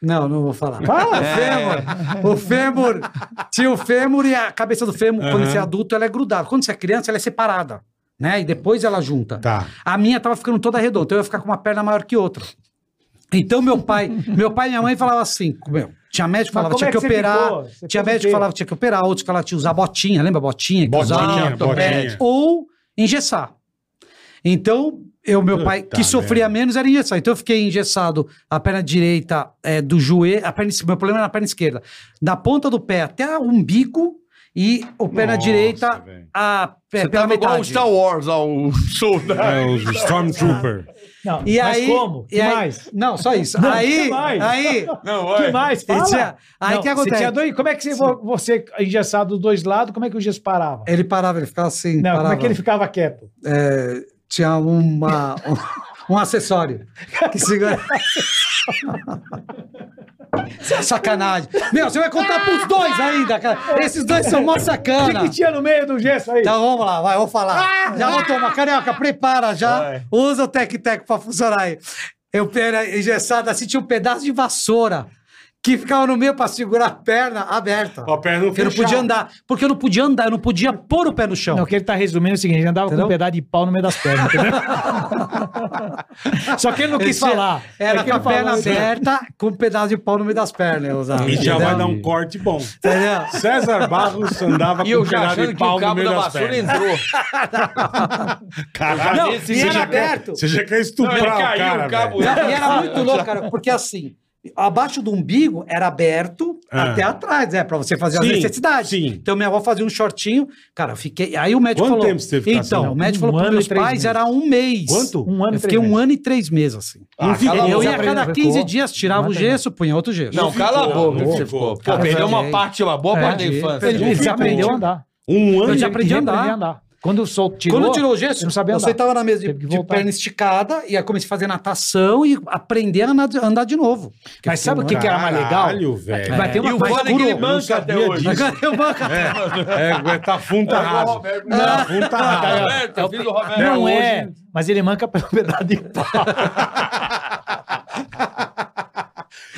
S5: Não, não vou falar.
S6: Fala.
S4: É.
S5: O fêmur, o fêmur, tinha o fêmur e a cabeça do fêmur, quando você é adulto, ela é grudada. Quando você é criança, ela é separada, né? E depois ela junta.
S3: Tá.
S5: A minha tava ficando toda redonda, então eu ia ficar com uma perna maior que outra. Então meu pai, meu pai e minha mãe falavam assim, meu, tinha médico que
S6: Mas
S5: falava
S6: como
S5: tinha
S6: é
S5: que
S6: que você
S5: operar,
S6: ficou? Você
S5: tinha
S6: fez o
S5: médico que
S6: quê?
S5: falava tinha que operar, outros que ela tinha que usar botinha, lembra botinha? que usava?
S3: Botinha,
S4: ortopédico.
S3: botinha.
S5: ou engessar. Então, eu, meu pai,
S3: Puta
S5: que sofria
S3: merda.
S5: menos, era engessar. Então, eu fiquei engessado a perna é, direita eh, do joelho, a perna, es- meu problema era na perna esquerda, da ponta do pé até o umbigo. E o pé na
S3: Nossa,
S5: direita,
S3: velho.
S5: a, é,
S4: Você
S5: pela
S4: tava igual o
S5: metade.
S4: Star Wars, lá, o soldado.
S3: É, os Stormtrooper.
S6: Não,
S5: E
S6: mas
S5: aí,
S6: como?
S5: E
S6: que
S5: aí,
S6: mais?
S5: Não, só isso.
S6: Não,
S5: aí,
S6: que mais?
S5: aí,
S4: Não,
S6: que mais? Fala.
S5: Ele tinha- aí
S6: Não,
S5: que
S6: você
S5: acontece?
S6: tinha dois- como é que você, vo- você engessado dos dois lados, como é que o gesso parava?
S5: ele parava, ele ficava assim,
S6: não, como
S5: parava.
S6: é que ele ficava quieto?
S5: É, Tinha uma, um, um acessório que segura... Isso é sacanagem. Meu, você vai contar pros dois ainda, cara. Esses dois são mó
S6: O que,
S5: sacana.
S6: que tinha no meio do gesso aí?
S5: Então vamos lá, vai, vou falar. já vou tomar. Carioca, prepara já.
S4: Vai.
S5: Usa o Tec-Tec pra funcionar aí. Eu era engessado assim, tinha um pedaço de vassoura que ficava no meio pra segurar a perna aberta.
S3: Com a perna
S5: Porque eu não podia
S3: fechada.
S5: andar. Porque eu não podia andar, eu não podia pôr o pé no chão.
S6: Não, o que ele tá resumindo é o seguinte: ele andava
S5: Entendeu?
S6: com um pedaço de pau no meio das pernas, entendeu? Só que ele não
S5: Ele
S6: quis
S5: tinha-
S6: falar.
S5: Era
S6: É que
S5: com a
S6: ele falou
S5: perna
S6: assim,
S5: aberta, com um pedaço de pau no meio das pernas. Eu usava,
S3: E já vai
S5: entendeu?
S3: dar um corte bom.
S5: Entendeu?
S3: César Barros andava
S4: E
S3: com
S4: eu
S3: um
S4: já
S3: pedaço
S4: achando
S3: de
S4: que o
S3: pau no
S4: cabo
S3: meio
S4: da
S3: das
S4: vassoura
S3: pernas.
S4: entrou.
S3: Caralho,
S5: Não,
S3: esse
S5: e
S3: você
S5: era
S3: já quer-
S5: aberto.
S3: Você já quer estuprar
S4: Não, ele
S3: o
S4: caiu,
S3: cara,
S4: o cabo-
S3: velho.
S5: Não, e era muito louco, cara, porque assim, abaixo do umbigo era aberto
S3: Ah.
S5: até atrás, é, pra você fazer
S3: Sim,
S5: as necessidades.
S3: sim.
S5: Então minha avó fazia um shortinho, cara, eu fiquei. Aí o médico
S3: Quanto
S5: falou.
S3: tempo você teve que ficar
S5: então,
S3: assim?
S5: o médico
S6: Um
S5: falou
S6: ano
S5: pros
S6: e
S5: meus
S6: três
S5: pais
S6: meses.
S5: era um mês.
S3: Quanto?
S6: Um ano
S5: eu fiquei
S6: e três
S5: um
S6: meses.
S5: ano e três meses, assim.
S3: Não
S4: Ah,
S3: ficou.
S4: cala a
S5: eu
S4: boca.
S5: ia a cada
S6: aprendeu,
S5: 15
S6: ficou.
S5: dias, tirava o
S6: Nada.
S5: gesso, punha outro gesso.
S4: Não,
S3: ficou,
S4: cala a boca.
S3: não
S4: Você
S3: ficou.
S4: ficou. Pô, perdeu uma
S5: Aprendi.
S4: parte, uma boa parte da
S5: Aprendi.
S4: infância.
S6: Ele,
S5: Não
S6: ele
S5: ficou.
S6: aprendeu a andar.
S3: Um
S5: Eu
S3: ano já...
S5: já
S6: Ele
S5: aprendi a andar.
S6: reaprendi Quando o sol tirou,
S5: Quando tirou o gesso,
S6: ele não sabia
S5: eu
S6: andar.
S5: sentava na mesa de,
S6: Teve que
S5: de
S6: voltar.
S5: perna esticada e aí comecei a fazer natação e aprender a andar, andar de novo. Porque
S6: Mas sabe o
S5: fiquei
S6: que,
S5: um
S6: que era mais legal?
S3: Caralho, velho.
S6: Vai ter
S4: E
S6: uma
S4: o
S6: coisa
S4: foda é que
S6: curou.
S4: ele
S3: Eu não
S4: manca até
S3: sabia
S4: hoje.
S3: disso.
S5: ano. Eu banco até
S3: É, aguentar fundo tá
S4: É igual o
S3: raso.
S4: Roberto.
S3: Tá fundo tá raso.
S4: Roberto, eu fiz o Roberto.
S6: Não
S4: hoje. né?
S6: é, mas ele manca pelo pedaço de pau.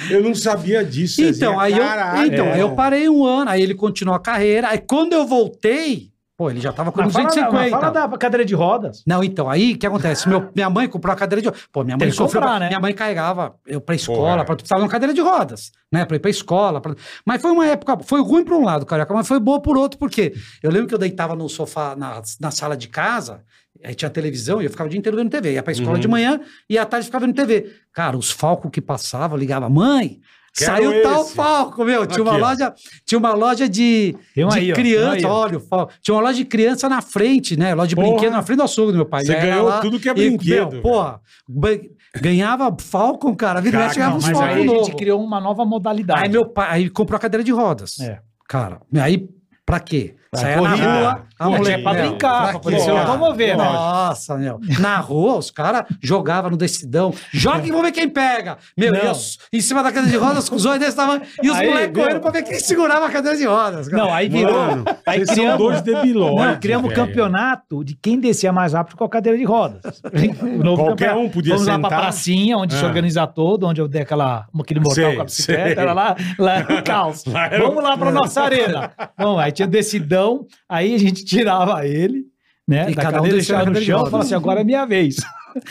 S3: Eu não sabia disso.
S5: Então,
S3: Cezinha.
S5: aí eu,
S3: Caralho.
S5: então aí eu
S3: É.
S5: parei um ano, aí ele continuou a carreira. Aí quando eu voltei, pô, ele já tava com
S6: Mas fala da-
S5: 250.
S6: mas Fala da cadeira de rodas.
S5: Não, então, aí o que acontece? Meu- minha mãe comprou a cadeira de rodas. Pô, minha mãe
S6: Tem que
S5: sofreu.
S6: comprar, né?
S5: Minha mãe carregava eu pra
S3: Porra.
S5: escola, pra, precisava de uma cadeira de rodas, né? Pra ir pra escola. pra- Mas foi uma época. Foi ruim por um lado, carioca, mas foi boa por outro, porque eu lembro que eu deitava no sofá na, na sala de casa, aí tinha televisão e eu ficava o dia inteiro vendo TV. Ia pra escola de
S3: Uhum.
S5: manhã e à tarde ficava vendo TV. Cara, os falcos que passavam, eu ligava, mãe.
S3: Quero
S5: saiu tal
S3: esse."
S5: falco, meu. Tinha uma
S3: Aqui, ó.
S5: loja, tinha uma loja de,
S6: Tem um
S5: de
S6: aí, ó, tem um
S5: criança,
S6: aí, ó.
S5: olha, o falco. Tinha uma loja de criança na frente, né? Loja de
S3: Porra.
S5: brinquedo na frente do açougue do meu pai.
S3: Você
S5: Era
S3: ganhou tudo que é
S5: e,
S3: brinquedo,
S5: meu, porra, ban- ganhava Falcon, cara. Vira e mexe,
S3: Cara,
S5: ganhava
S3: não,
S5: uns
S6: Mas aí
S5: Falcon
S6: a
S5: novo.
S6: gente criou uma nova modalidade.
S5: Aí meu pai aí comprou a cadeira de rodas.
S6: É.
S5: Cara, aí pra quê?
S6: Pra
S5: Saia
S6: corrida.
S5: na rua, a
S6: Pô,
S5: mulher
S6: tinha pra brincar, pra poder se locomover, né?
S5: Nossa, meu. Na rua, os caras jogavam no decidão. Joga e vamos ver quem pega. Meu,
S6: Não.
S5: ia em cima da cadeira de rodas, com os olhos desse tamanho, e os
S6: Aí,
S5: moleques
S6: meu.
S5: correndo pra ver quem segurava a cadeira de rodas. cara.
S6: Não, aí virou.
S3: É. Mano,
S6: aí
S3: vocês são
S6: criamos,
S3: dois debilóides,
S6: Não, criamos um
S3: velho.
S6: campeonato de quem descia mais rápido com a cadeira de rodas. O novo
S3: Qualquer um podia
S6: Vamos lá
S3: sentar.
S6: pra pracinha, onde se
S3: Ah.
S6: organiza todo, onde eu dei aquela, aquele mortal
S3: Sei,
S6: com a bicicleta,
S3: sei.
S6: era lá, lá era o caos. Vamos lá pra nossa arena. Bom, aí tinha decidão, aí a gente tirava ele, né?
S5: E
S6: da
S5: cada um
S6: cadeira
S5: descia na
S6: deixava no
S5: cadeira de
S6: chão e
S5: rodas.
S6: falava assim, agora é minha vez.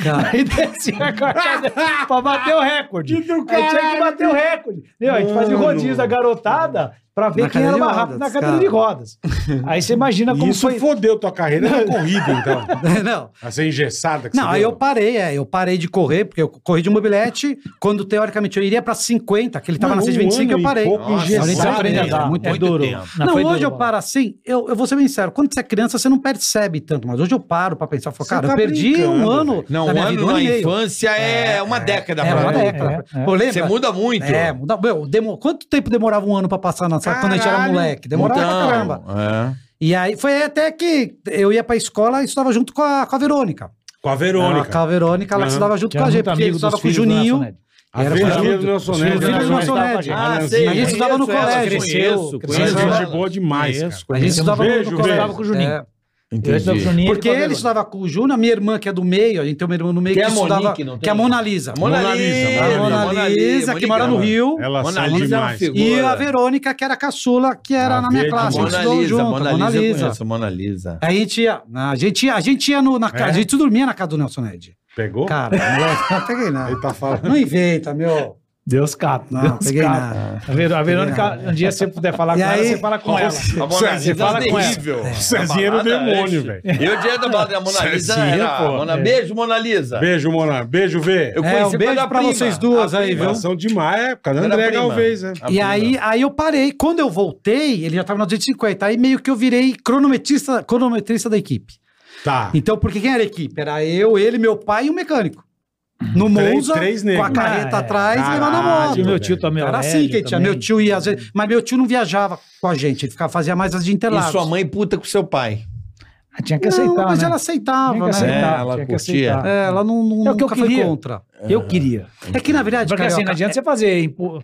S5: Cara,
S6: Aí descia com a cadeira pra bater o recorde. Aí tinha que bater o
S5: né?
S6: recorde. Meu, a gente fazia o
S3: Mano.
S6: rodízio da garotada pra ver
S5: Na
S6: quem era
S5: cadeira
S6: mais
S5: de
S6: rápido na
S5: rodas,
S6: cadeira de
S5: cara.
S6: rodas. Aí você imagina como
S3: Isso
S6: foi.
S3: fodeu tua carreira na corrida, então.
S5: não.
S3: Essa engessada que
S5: Não,
S3: você
S5: aí
S3: deu.
S5: eu parei, é, eu parei de correr, porque eu corri de mobilete, quando teoricamente eu iria pra 50, que ele tava
S3: Mano,
S5: na
S3: um
S5: 125,
S3: ano
S5: eu
S3: e
S5: parei.
S3: pouco
S5: Nossa,
S3: engessado,
S5: você aprende a
S3: né?
S5: andar,
S3: É
S5: muito
S6: muito
S5: duro.
S6: tempo.
S5: Não,
S6: Não, foi
S5: hoje
S6: duro,
S5: eu
S6: Bola.
S5: paro assim, eu, eu vou ser bem sincero, quando você é criança, você não percebe tanto, mas hoje eu paro pra pensar, falo,
S3: Você
S5: cara,
S3: tá
S5: eu perdi
S3: brincando,
S5: um ano
S4: Não,
S5: da
S4: um
S5: minha
S4: ano
S5: vida, um
S4: na
S5: ano e meio.
S4: infância é, uma década.
S5: É,
S4: pra
S5: uma
S4: mim.
S5: década.
S6: É, é.
S5: Pô, lembra?
S4: Você muda muito.
S5: É, muda. Meu, demo- quanto tempo demorava um ano pra passar na sala quando a gente era
S3: Caralho.
S5: moleque? Demorava pra
S4: Então,
S5: caramba.
S4: é.
S5: E aí foi até que eu ia pra escola e estudava junto com a, com a Verônica.
S3: Com a
S5: Verônica.
S3: Verônica.
S5: Ah, A Verônica, ela
S3: Aham.
S5: estudava junto
S6: Tinha
S5: com a gente,
S6: é muito
S5: porque ele
S6: amigo
S5: estudava
S6: dos
S5: com o
S6: filhos né, do Nelson
S5: Juninho.
S6: Ned.
S3: A
S5: Era
S3: Verônica é
S5: parecido.
S3: do Nelson
S6: Os
S3: Ned,
S6: filhos do
S3: era
S5: Nelson
S3: mais-
S5: Ned.
S6: Ned.
S3: Ah,
S4: Ah,
S3: Leãozinho.
S4: sei.
S5: Mas isso
S4: conheço
S5: dava no
S4: ela,
S5: colégio.
S4: Conheço,
S6: Cresceu,
S3: Ela
S4: conheço.
S5: cresceu.
S3: é
S4: ela.
S3: gente boa demais,
S6: Conheço,
S3: cara.
S5: A gente
S6: conheço.
S5: estudava
S3: Beijo,
S5: no
S6: Eu
S5: colégio.
S6: estudava com o Juninho.
S5: É,
S6: Eu estudava com o
S4: Entendi.
S6: Juninho. e
S5: porque
S6: com a
S5: ele
S6: Verônica.
S5: estudava com o Júnior, a minha irmã que é do meio, a gente tem uma irmã no meio
S4: Tem
S5: que,
S4: a
S5: estudava,
S4: Monique, não
S5: que é a
S4: tem?
S5: Mona Lisa.
S4: Mona
S3: Mona
S4: Lisa.
S3: Lisa,
S5: a
S3: Mona
S5: Mona Lisa, que mora no Rio.
S3: Ela
S4: Mona
S3: sai
S4: Lisa é uma
S3: demais.
S4: figura.
S5: E
S4: Agora.
S5: a Verônica, que era a caçula, que era
S3: Ah,
S5: na minha
S3: verde,
S5: classe. a gente
S4: Mona
S5: estudou
S4: Lisa,
S5: junto,
S4: Mona Lisa, eu conheço, Mona Lisa.
S5: A gente ia, a gente ia, a gente ia no, na casa,
S3: É?
S5: a gente dormia na casa do Nelson Ned.
S3: Pegou?
S5: Cara, moleque, não peguei nada.
S3: Ele tá falando.
S5: Não inventa, meu.
S6: Deus cata.
S5: Não,
S6: Deus
S5: peguei
S6: cata.
S5: nada.
S6: A Ver- a Verônica, um dia você puder falar
S5: E
S6: com ela,
S5: aí?
S6: você fala com ela.
S4: A Mona Lisa
S6: Você fala com ela.
S4: terrível.
S3: O Cezinha era o demônio, velho.
S4: Eu o dia da balada da Mona Lisa
S3: Cezinha,
S4: era...
S3: pô.
S4: Mona-
S6: É.
S4: Beijo, Mona Lisa.
S3: Beijo, Monar. Beijo, Vê.
S4: Eu
S5: É,
S4: conheci
S5: um
S4: por
S5: beijo
S4: causa da
S5: pra
S4: prima.
S5: vocês duas
S4: A
S5: aí,
S4: prima.
S5: viu?
S3: São demais, é, por causa da
S4: Era
S3: André
S4: prima.
S3: Galvez, né?
S4: A
S5: E
S4: prima.
S5: aí, aí eu parei. Quando eu voltei, ele já tava na 250. Aí meio que eu virei cronometrista, cronometrista da equipe.
S3: Tá.
S5: Então, porque quem era a equipe? Era eu, ele, meu pai e o mecânico. No
S3: Três-
S5: Monza,
S3: três
S5: com
S3: negros.
S5: a carreta
S6: Ah, é.
S5: atrás e levando a
S3: Caralho,
S5: moto.
S6: E o meu tio
S3: velho.
S6: também.
S5: Era assim
S6: Alérgio
S5: que ele tinha.
S6: também.
S5: Meu tio ia às vezes. Mas meu tio não viajava com a gente, ele ficava, fazia mais as de Interlagos.
S4: E sua mãe puta com seu pai.
S6: Ah, Tinha que
S5: Não,
S6: aceitar,
S5: mas
S6: né?
S5: ela aceitava,
S6: Tinha que
S5: né?
S6: aceitar,
S4: É, ela
S6: tinha que
S4: curtia.
S6: aceitar.
S5: É, ela não, não
S6: É o que eu
S5: nunca foi
S6: queria.
S5: contra.
S6: Eu queria.
S5: É que, na verdade,
S6: Porque assim, não
S5: Carioca,
S6: adianta você fazer. impo-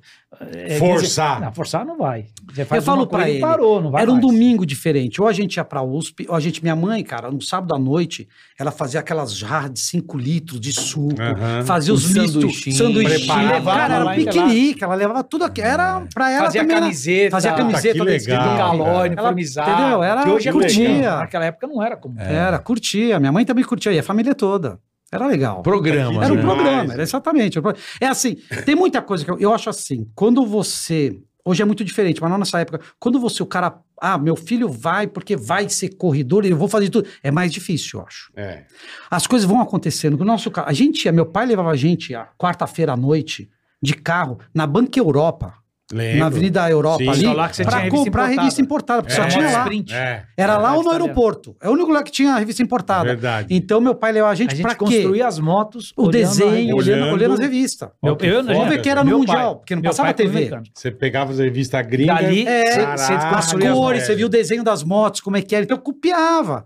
S6: é,
S3: Forçar.
S6: quer dizer, Não, forçar não vai. Você
S5: Eu
S6: faz
S5: falo
S6: uma
S5: pra
S6: coisa e
S5: ele.
S6: Parou, não vai
S5: era um
S6: mais.
S5: domingo diferente. Ou a gente ia pra USP, ou a gente, minha mãe, cara, no sábado à noite, ela fazia aquelas jarras de 5 litros de suco,
S3: Aham.
S5: fazia
S4: Um
S5: os mistos,
S4: sanduichinho.
S5: sanduichinho.
S3: Preparava
S5: Cara,
S6: lá
S5: era
S6: em Interlagos.
S5: piquenique, ela levava tudo aqui. Era pra ela
S6: fazia
S5: também. era-
S6: camiseta.
S5: Fazia camiseta
S3: Puta, que
S5: desse
S3: legal,
S5: tipo de
S3: cara.
S6: Calório,
S5: Ela-
S6: uniformizado.
S5: entendeu? Era-
S6: que hoje é
S5: curtia. É.
S6: comum. Naquela época não era comum.
S5: Era, curtia. Minha mãe também curtia, e a família toda. Era legal.
S4: Programa.
S5: Era um
S4: né?
S3: Demais,
S5: programa,
S3: né?
S5: era exatamente. um pro- É assim, tem muita coisa que eu, eu acho assim, quando você. Hoje é muito diferente, mas não nessa época. Quando você, o cara. Ah, meu filho vai porque vai ser corredor, eu vou fazer tudo. É mais difícil, eu acho.
S3: É.
S5: As coisas vão acontecendo. O nosso, ca- a gente, meu pai levava a gente a quarta-feira à noite de carro na Banca Europa,
S3: Lembro.
S5: na Avenida Europa
S3: Sim.
S5: ali,
S3: Só
S6: lá que você
S5: pra
S6: tinha revista
S5: comprar
S6: importada.
S5: revista importada, porque
S3: É.
S5: só tinha lá.
S6: Sprint.
S3: É,
S5: Era lá
S6: Verdade,
S5: ou no
S6: tá vendo?
S5: aeroporto. É o único lugar que tinha a revista importada.
S3: verdade.
S5: Então meu pai levava a gente,
S6: A gente
S5: pra quê?
S6: construía as motos.
S5: O desenho,
S3: revista.
S5: olhando,
S3: Olhando.
S5: olhando as revistas.
S6: Meu, eu,
S3: Vamos
S5: ver que era no
S6: meu
S5: Mundial, porque não
S6: meu
S5: passava
S6: pai foi
S5: TV.
S6: americano.
S3: Você pegava as revistas gringas.
S6: Dali,
S5: É,
S6: você- você
S3: Caraca,
S5: as
S6: construía
S3: olha,
S5: cores,
S3: velho.
S5: você via o desenho das motos, como é que era. Então eu copiava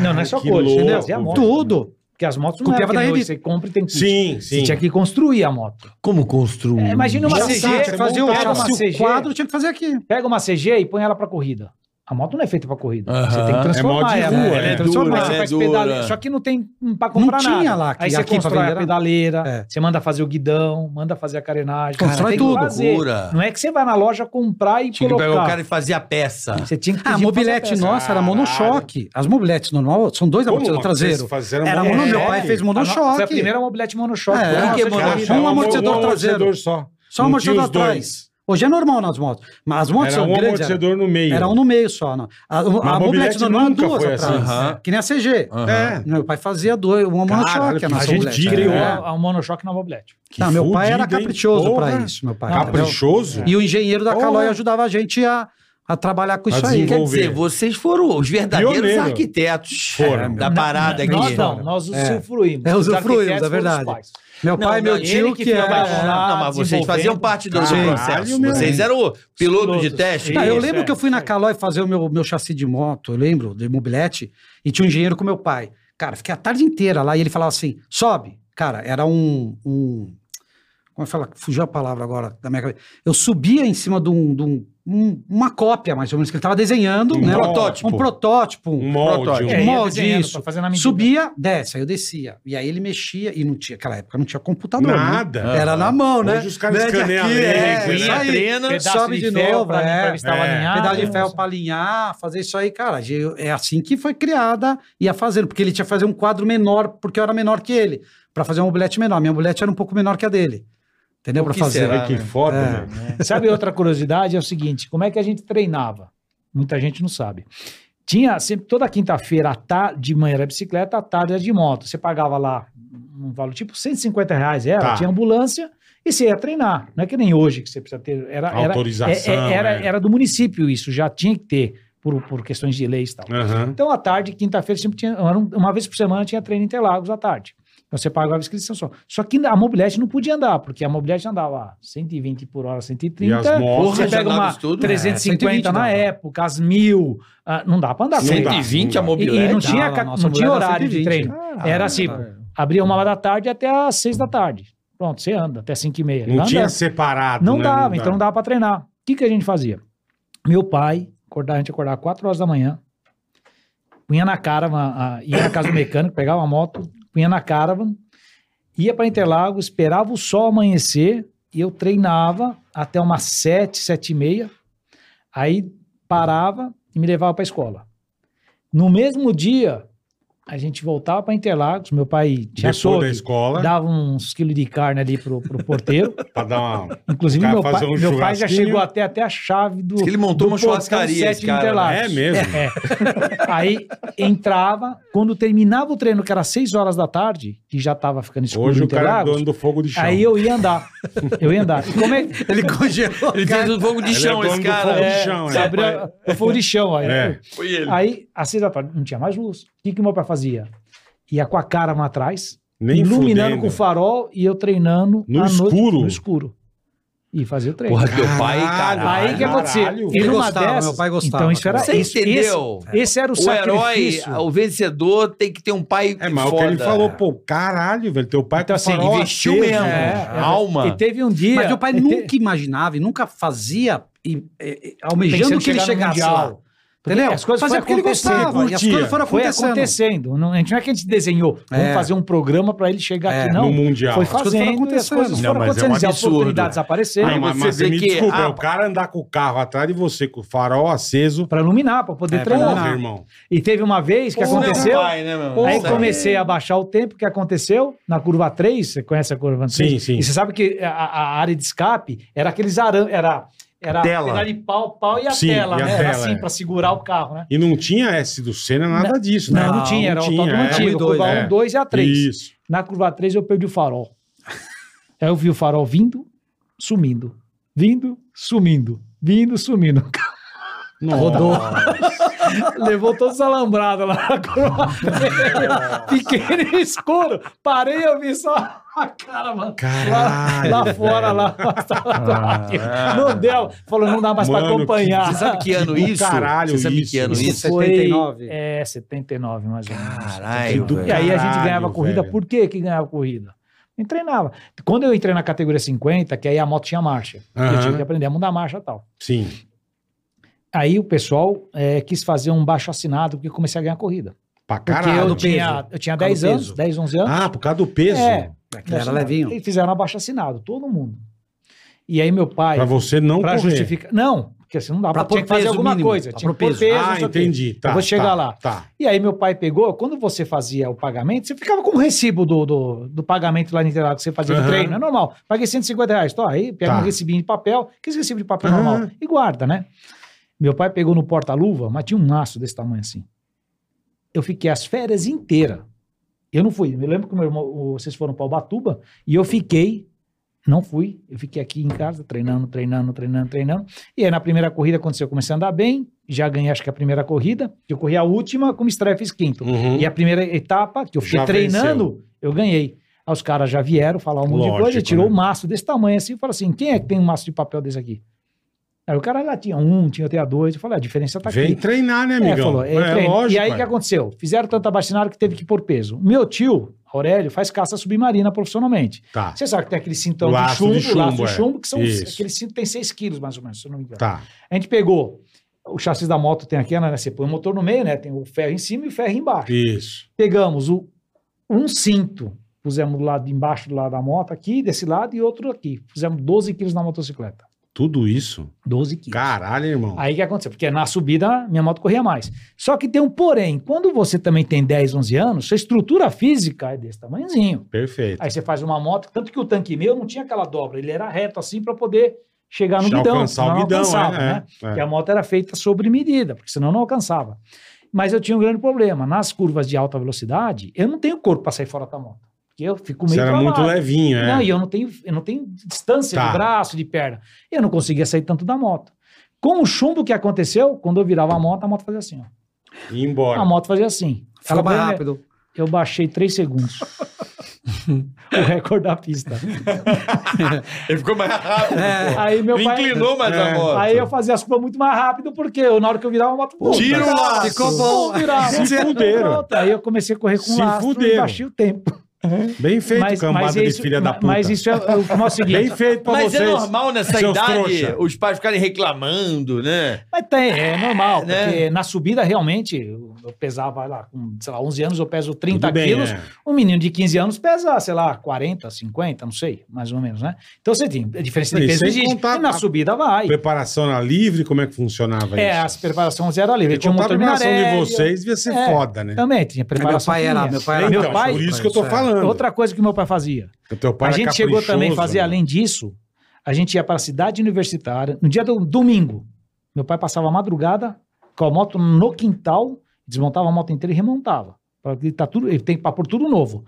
S6: Não, não é só
S3: que
S6: cores,
S3: louco,
S6: entendeu? Fazia moto.
S5: tudo.
S6: Porque as motos não
S5: Copiava
S6: eram que
S5: da
S6: nem hoje,
S5: revista.
S6: Você compra e tem kit.
S3: Sim, sim.
S6: Você tinha que construir a moto.
S4: Como construir?
S6: É, imagina uma
S5: Já
S6: CG,
S5: sabe, um você fazia o
S6: pega uma
S5: chassi, o
S6: CG,
S5: quadro, tinha que fazer aqui.
S6: pega uma CG e põe ela pra corrida. A moto não é feita pra corrida. Você tem
S4: Aham.
S6: que
S3: É mó
S6: transformar
S3: de
S6: ela.
S3: rua,
S5: né?
S6: Ela
S3: é
S6: transformada,
S4: dura,
S6: você
S4: é
S6: faz
S4: dura.
S6: pedaleira. Só que não tem hum, pra comprar nada.
S5: tinha lá, que
S6: Aí você
S5: aqui pra
S6: constrói
S5: vender
S6: a
S5: era-
S6: pedaleira,
S5: É.
S6: você manda fazer o guidão, manda fazer a carenagem.
S5: Constrói
S6: Cara, tem
S5: tudo.
S6: Que fazer.
S4: Loucura.
S6: Não é que você vai na loja comprar e
S4: Tinha que
S6: colocar.
S4: pegar o cara e fazer a peça.
S6: Você tinha que
S5: Ah, a
S6: pedir pra fazer a
S5: mobilete
S6: peça.
S5: nossa era
S3: Caralho.
S5: monochoque. As mobiletes normal são dois
S3: Como,
S5: amortecedores
S3: mano?
S5: traseiros.
S3: Vocês faziam
S5: Era
S3: mono-
S5: mono, meu
S3: É.
S5: pai fez
S6: A no- Foi a
S5: monochoque.
S6: primeira mobilete monochoque.
S5: É,
S6: Foi uma
S4: que
S6: mobilete
S4: monochoque?
S3: Achava
S5: um amortecedor
S3: amortecedor
S5: traseiro.
S3: só.
S5: Só um
S3: Não tinha
S5: amortecedor
S3: os dois.
S5: atrás. Hoje é normal nas motos. Mas as
S3: Era
S5: motos são
S3: um
S5: grandes. era-
S3: amortecedor no meio.
S5: Era um no meio só. não. A, a,
S3: a
S5: a
S3: mobilete
S5: mobilete normal
S3: nunca
S5: duas
S3: foi
S5: atrás.
S3: assim.
S4: Aham.
S5: Que nem a CG.
S3: É.
S5: Meu pai fazia dois, uma
S3: Caralho,
S5: monochoque.
S3: que
S5: a nossa
S6: A gente
S5: mobilete.
S6: criou
S5: É.
S6: a- o monochoque um na mobilete.
S3: Que
S5: Não, meu pai era
S3: fudido, hein?
S5: caprichoso pra
S3: Porra.
S5: isso, meu pai. entendeu?
S3: Caprichoso?
S5: E o engenheiro da
S3: Porra.
S5: Calói ajudava a gente a, a trabalhar com
S3: A
S5: isso aí.
S3: desenvolver.
S4: Quer dizer, vocês foram os verdadeiros
S3: Pioneiro.
S4: arquitetos é,
S3: Foram.
S4: da parada Tá aqui.
S6: Nós não, nós usufruímos.
S5: É,
S6: Os
S5: usufruímos,
S6: arquitetos
S5: é
S6: foram os
S5: verdade.
S6: pais.
S5: Meu
S4: Não,
S5: pai,
S4: não,
S5: meu
S4: ele
S5: tio,
S6: que
S5: que, é
S6: ficava
S5: era.
S6: lá.
S4: Não, mas vocês
S6: desenvolvendo.
S4: faziam parte do do
S3: Caralho,
S4: processo.
S3: meu.
S4: Vocês eram o piloto de
S6: pilotos.
S4: teste.
S5: Não, eu
S6: Isso,
S5: lembro
S6: é,
S5: que eu fui na
S6: isso aí.
S5: Calói fazer o meu, meu chassi de moto, eu lembro, de mobilete, e tinha um engenheiro com meu pai. Cara, fiquei a tarde inteira lá e ele falava assim: sobe. Cara, era um. um- como é que fala? Fugiu a palavra agora da minha cabeça. Eu subia em cima de, um, de um- um- uma cópia, mais ou menos, que ele estava desenhando.
S3: Um
S5: né?
S4: protótipo.
S5: Um protótipo.
S3: Um molde.
S4: protótipo.
S3: um-
S6: É, ia
S5: molde,
S6: desenhando
S5: isso.
S6: pra fazer na medida.
S5: Subia, desce, aí eu descia. E aí ele mexia, e não tinha, aquela época não tinha computador. né?
S3: Nada.
S5: Era na mão, né?
S3: Hoje os caras
S5: Mede
S3: escaneiam
S5: aqui,
S3: a
S5: é,
S3: laser,
S5: isso
S3: né?
S5: aí.
S4: Treina,
S6: Pedaço
S5: sobe de
S6: ferro
S5: novo,
S6: pra,
S5: é.
S6: pra ver se tava
S3: É.
S6: alinhado.
S5: Pedal de ferro para alinhar, fazer isso aí, cara. ge- É assim que foi criada ia fazendo, porque ele tinha que fazer um quadro menor, porque eu era menor que ele, Pra fazer uma mobilete menor. Minha mobilete era um pouco menor que a dele. Entendeu?
S4: O
S5: Pra
S4: que
S5: fazer.
S4: será?
S6: né?
S3: Que foda, né?
S5: É.
S3: velho.
S6: Sabe outra curiosidade? É o seguinte, como é que a gente treinava? Muita gente não sabe. Tinha sempre, toda quinta-feira, à ta- de manhã era bicicleta, à tarde era de moto. Você pagava lá um valor, tipo 150 reais era,
S3: Tá.
S6: tinha ambulância, e você ia treinar. Não é que nem hoje que você precisa ter... Era, era-
S3: Autorização,
S6: é- é- Era,
S3: né?
S6: era do município isso, já tinha que ter, por, por questões de leis e tal.
S3: Aham.
S6: Então, à tarde, quinta-feira, sempre tinha. era um- Uma vez por semana tinha treino em Interlagos à tarde. Então você pagava a inscrição só. Só que a mobilete não podia andar, porque a mobilete andava 120 por hora, 130.
S3: E as motos?
S6: você
S4: Porra, já
S6: pega
S4: andava
S6: uma
S4: isso tudo?
S6: 350
S5: É, 120
S6: na
S5: dava.
S6: época, as mil. ah, não dá pra andar.
S3: Não dá.
S4: 120 a
S6: E, e
S4: mobilete.
S6: não tinha,
S5: Dava,
S6: ca-
S5: nossa,
S6: não tinha
S5: mulher era
S6: horário de
S5: 120.
S6: treino. era assim, abria uma hora da tarde até às seis da tarde. Pronto, você anda até cinco e meia.
S3: Não
S6: Anda.
S3: tinha separado.
S6: Não
S3: né?
S6: dava, então não dava pra treinar. O que, que a gente fazia? Meu pai, acordava, a gente acordava 4 horas da manhã, punha na cara, uma- a- ia na casa do mecânico, pegava a moto, punha na caravan, ia pra Interlagos, esperava o sol amanhecer, e eu treinava até umas 7, 7 e meia, aí parava e me levava pra escola. No mesmo dia, A gente voltava para Interlagos, meu pai tinha
S3: Depois da
S6: açougue,
S3: escola,
S6: dava uns quilos de carne ali pro, pro porteiro.
S3: pra dar uma...
S6: Inclusive,
S3: O cara
S6: meu pai,
S3: fazia um
S6: meu pai já
S3: churrasquinho.
S6: chegou até, até a chave do.
S4: Diz que ele montou
S6: do
S4: uma
S6: portão
S4: churrascaria,
S6: sete
S4: esse cara, né?
S3: É mesmo?
S6: É. Aí entrava, quando terminava o treino, que era 6 horas da tarde, e já tava ficando escuro
S3: Hoje
S6: em
S3: o cara é
S6: Interlagos,
S3: dono do fogo de chão.
S6: aí eu ia andar. Eu ia andar. E como é-
S5: Ele congelou.
S4: Ele fez um fogo de
S3: Ele é
S4: chão,
S3: dono
S4: esse
S3: do
S4: cara.
S3: fogo de
S4: É,
S3: chão, é.
S4: sabe,
S6: Abriu
S4: pai?
S6: o fogo de chão. Aí, né?
S3: É.
S4: Foi ele.
S6: aí às 6 da tarde, não tinha mais luz. O que, que meu pai fazia? Ia com a cara lá atrás,
S3: Nem
S6: iluminando
S3: fudendo.
S6: com farol e eu treinando
S3: No
S6: à
S3: escuro?
S6: no escuro. E fazia o treino.
S4: Porra, teu pai,
S3: Caralho.
S4: cara.
S6: Aí o que aconteceu?
S3: Caralho.
S5: Ele
S6: numa
S5: gostava, meu pai gostava.
S6: Então isso era
S4: Você
S6: isso-
S4: entendeu?
S6: Esse, esse era o,
S4: O herói,
S6: sacrifício.
S4: o vencedor, tem que ter um pai
S3: É, mas o que
S4: foda.
S3: ele falou, pô, caralho, velho, teu pai
S6: Então,
S3: com
S6: assim,
S3: farol
S4: investiu
S3: aceso,
S4: mesmo.
S3: né?
S6: É, é.
S4: Alma.
S6: E teve um dia.
S5: Mas meu pai
S6: e te-
S5: nunca imaginava e nunca fazia, e, e, e, almejando
S6: pensando
S5: que ele
S6: chegar no
S5: chegasse
S6: Mundial.
S5: lá.
S6: Porque
S5: Entendeu?
S6: As coisas
S5: Fazia
S6: foram
S5: porque ele
S6: acontecendo.
S5: gostava. E as
S3: curtia.
S5: coisas foram
S6: Foi
S5: acontecendo.
S6: acontecendo. Não, a gente não é que a gente desenhou, vamos
S5: É.
S6: fazer um programa para ele chegar
S5: É,
S6: aqui, não.
S3: no Mundial.
S6: Foi
S3: As coisas
S5: foram
S6: fazendo, e as
S5: acontecendo.
S6: coisas
S4: mas
S5: Não,
S6: foram
S4: é um
S6: acontecendo, e as
S4: absurdo.
S6: oportunidades
S3: Não,
S6: apareceram
S3: mas,
S4: você
S3: mas
S4: vê
S3: me
S4: que-
S3: desculpa, é
S4: ah,
S3: o cara andar com o carro atrás de você, com o farol aceso,
S6: para iluminar, para poder
S5: É, pra
S6: treinar.
S3: porra, irmão.
S6: E teve uma vez que
S4: Porra,
S6: aconteceu.
S4: pai, né, meu?
S6: Aí
S4: Sabe?
S6: comecei a baixar o tempo que aconteceu na curva 3. Você conhece a curva 3?
S3: Sim, sim.
S6: E você sabe que a, a área de escape era aqueles arame, era, era
S4: Tela.
S6: pedaço de pau, pau e a
S3: Sim,
S6: tela,
S3: e a
S6: né? Era
S3: tela,
S6: assim,
S3: é.
S6: para segurar o carro, né?
S3: E não tinha S do Senna, nada disso, né?
S6: Não, não tinha, era o autódromo
S3: é.
S6: antigo,
S5: dois,
S6: curva
S3: é.
S6: 1, 2 e a 3.
S3: Isso.
S6: Na curva 3 eu perdi o farol. Aí eu vi o farol vindo, sumindo. Vindo, sumindo. Vindo, sumindo.
S3: Rodou.
S6: Levou todos os alambrados lá na curva. Fiquei no escuro. Parei, eu vi só a cara, mano.
S3: Caralho,
S6: lá, lá fora,
S3: velho. Ah.
S6: lá. Não deu. Falou, não dá mais pra
S3: Mano,
S6: acompanhar.
S4: Você sabe que ano
S3: do
S4: isso?
S3: caralho
S4: Você sabe
S3: isso.
S4: que ano
S5: Isso.
S4: isso?
S6: Isso foi,
S5: 79?
S6: É, 79, mais ou menos.
S4: Caralho,
S3: Que do-
S6: E
S4: velho.
S6: aí a gente
S3: Caralho,
S6: ganhava corrida.
S3: velho.
S6: Por que que ganhava corrida? Eu treinava. Quando eu entrei na categoria 50, que aí a moto tinha marcha. Eu
S3: Aham.
S6: tinha que aprender a mudar a marcha e tal.
S3: Sim.
S6: Aí o pessoal eh, quis fazer um baixo assinado porque eu comecei a ganhar corrida.
S3: Pra
S6: Porque
S3: caralho.
S6: eu tinha, eu tinha
S5: Por causa
S6: 10
S5: do
S6: anos,
S5: peso.
S6: 10, 11 anos.
S3: Ah, por causa do peso.
S6: É.
S5: Ele era levinho.
S6: E fizeram abaixo assinado, todo mundo. E aí meu pai,
S3: Pra você não
S6: pra
S3: correr.
S6: justificar... Não, porque assim não dá,
S5: Pra
S6: pra tinha
S5: pôr
S6: que fazer
S5: peso
S6: alguma
S5: mínimo,
S6: coisa.
S5: pra
S6: Tinha que
S5: pôr
S6: pôr
S5: peso.
S6: peso. não
S3: Ah,
S6: sei o quê.
S3: entendi. Tá,
S6: Eu vou chegar
S3: tá,
S6: lá.
S3: Tá.
S6: E aí meu pai pegou, quando você fazia o pagamento, você ficava com o recibo do, do, do pagamento lá no Interlagos que você fazia
S3: Aham.
S6: no treino, é normal. Paguei 150 reais, tô, aí pega
S3: Tá.
S6: um recibinho de papel, que esse recibo de papel
S3: Aham.
S6: normal, e guarda, né? Meu pai pegou no porta-luva, mas tinha um maço desse tamanho assim. Eu fiquei as férias inteiras. Eu não fui. Eu lembro que meu irmão, o- vocês foram para Ubatuba e eu fiquei, não fui, eu fiquei aqui em casa treinando, treinando, treinando, treinando. E aí na primeira corrida aconteceu, eu comecei a andar bem, já ganhei acho que a primeira corrida, eu corri a última, como estreia fiz quinto.
S3: Uhum.
S6: E a primeira etapa, que eu fiquei
S3: Já
S6: treinando, eu ganhei. Aí os caras já vieram falar um monte
S3: Lógico,
S6: de coisa, tirou
S3: né?
S6: o maço desse tamanho assim, e falou assim, quem é que tem um maço de papel desse aqui? Aí o cara lá tinha um, tinha até dois, eu falei, a diferença tá
S3: Vem
S6: aqui.
S3: treinar, né,
S6: É,
S3: amigão?
S6: falou, é, treino.
S3: lógico.
S6: e aí o
S3: é.
S6: que aconteceu? Fizeram tanta bacinada que teve que pôr peso. Meu tio, Aurélio, faz caça submarina profissionalmente.
S3: Tá,
S6: Você sabe que tem aquele cintão
S3: Laço de
S6: de chumbo, laço
S3: chumbo,
S6: de
S3: é.
S6: chumbo, que são
S3: Isso.
S6: aquele cinto tem 6 quilos mais ou menos, se eu não me engano.
S3: tá.
S6: A gente pegou o chassi da moto, tem aquela, né? Você põe o motor no meio, né? Tem o ferro em cima e o ferro embaixo.
S3: Isso.
S6: Pegamos o, um cinto, pusemos do lado de embaixo do lado da moto aqui, desse lado, e outro aqui. Fizemos 12 quilos na motocicleta.
S3: Tudo isso.
S6: 12 quilos.
S3: Caralho, irmão.
S6: Aí o que aconteceu? Porque na subida minha moto corria mais. Só que tem um porém. Quando você também tem 10, 11 anos, sua estrutura física é desse tamanhozinho.
S3: Perfeito.
S6: Aí você faz uma moto, tanto que o tanque meu não tinha aquela dobra, ele era reto assim para poder chegar no
S3: Já
S6: guidão.
S3: alcançar
S6: senão
S3: o
S6: não
S3: guidão,
S6: alcançava,
S3: é,
S6: né?
S3: é, é.
S6: Porque a moto era feita sobre medida, porque senão não alcançava. Mas eu tinha um grande problema. Nas curvas de alta velocidade, eu não tenho corpo para sair fora da moto. Porque eu fico
S3: Você
S6: meio
S3: era muito
S6: travado.
S3: levinho, é.
S6: Não, e eu não tenho, eu não tenho distância
S3: Tá.
S6: de braço, de perna. Eu não conseguia sair tanto da moto. Com o chumbo que aconteceu, quando eu virava a moto, a moto fazia assim. Ó.
S3: E ir embora.
S6: A moto fazia assim.
S5: Ficou mais
S6: bem-
S5: rápido.
S6: Eu baixei 3 segundos. o recorde da pista.
S4: Ele ficou mais rápido. pô.
S6: Aí meu
S4: Ele
S6: pai.
S4: inclinou mais a
S3: É.
S4: moto.
S6: Aí eu fazia as curvas muito mais rápido, porque eu, na hora que eu virava a moto. pum,
S4: Tira o laço.
S5: Ficou bom.
S6: Virava.
S3: Se fuderam.
S6: Pronto, Aí eu comecei a correr com
S3: Se
S6: o lastro
S3: fuderam.
S6: e baixei o tempo.
S3: Bem feito, cambada de filha da
S6: mas-
S3: puta.
S6: Mas isso é, eu- como é o seguinte.
S3: Bem feito pra
S4: Mas
S3: vocês.
S4: é normal nessa
S3: seus
S4: idade
S3: trouxa.
S4: os pais ficarem reclamando, né?
S6: Mas tem, é normal,
S4: Né?
S6: porque na subida realmente eu eu pesava lá, com, sei lá, 11 anos eu peso 30
S3: Tudo bem,
S6: quilos,
S3: é.
S6: um menino de 15 anos pesa, sei lá, 40, 50, não sei, mais ou menos, né? Então você tem a diferença de
S3: E
S6: peso
S3: sem
S6: existe,
S3: contar
S6: e na
S3: a-
S6: subida vai.
S3: Preparação na livre, como é que funcionava
S6: É,
S3: isso?
S6: as preparações eram livres.
S3: Porque
S6: Tinha um
S3: contar a
S6: motor
S3: preparação de
S6: Minarelli,
S3: vocês devia ser
S6: É,
S3: foda, né?
S6: Também tinha
S5: Meu
S6: preparação.
S5: pai era.
S6: fininha.
S5: Meu pai era.
S3: Então,
S6: meu pai-
S3: por isso que eu tô
S5: é.
S3: falando.
S6: Outra coisa que meu pai fazia.
S3: O teu pai
S6: a
S3: era
S6: gente chegou também a
S3: caprichoso,
S6: fazer,
S3: né?
S6: além disso, a gente ia para a cidade universitária, no dia do domingo. Meu pai passava a madrugada com a moto no quintal, desmontava a moto inteira e remontava. Pra que Tá tudo, ele tem que pôr tudo novo.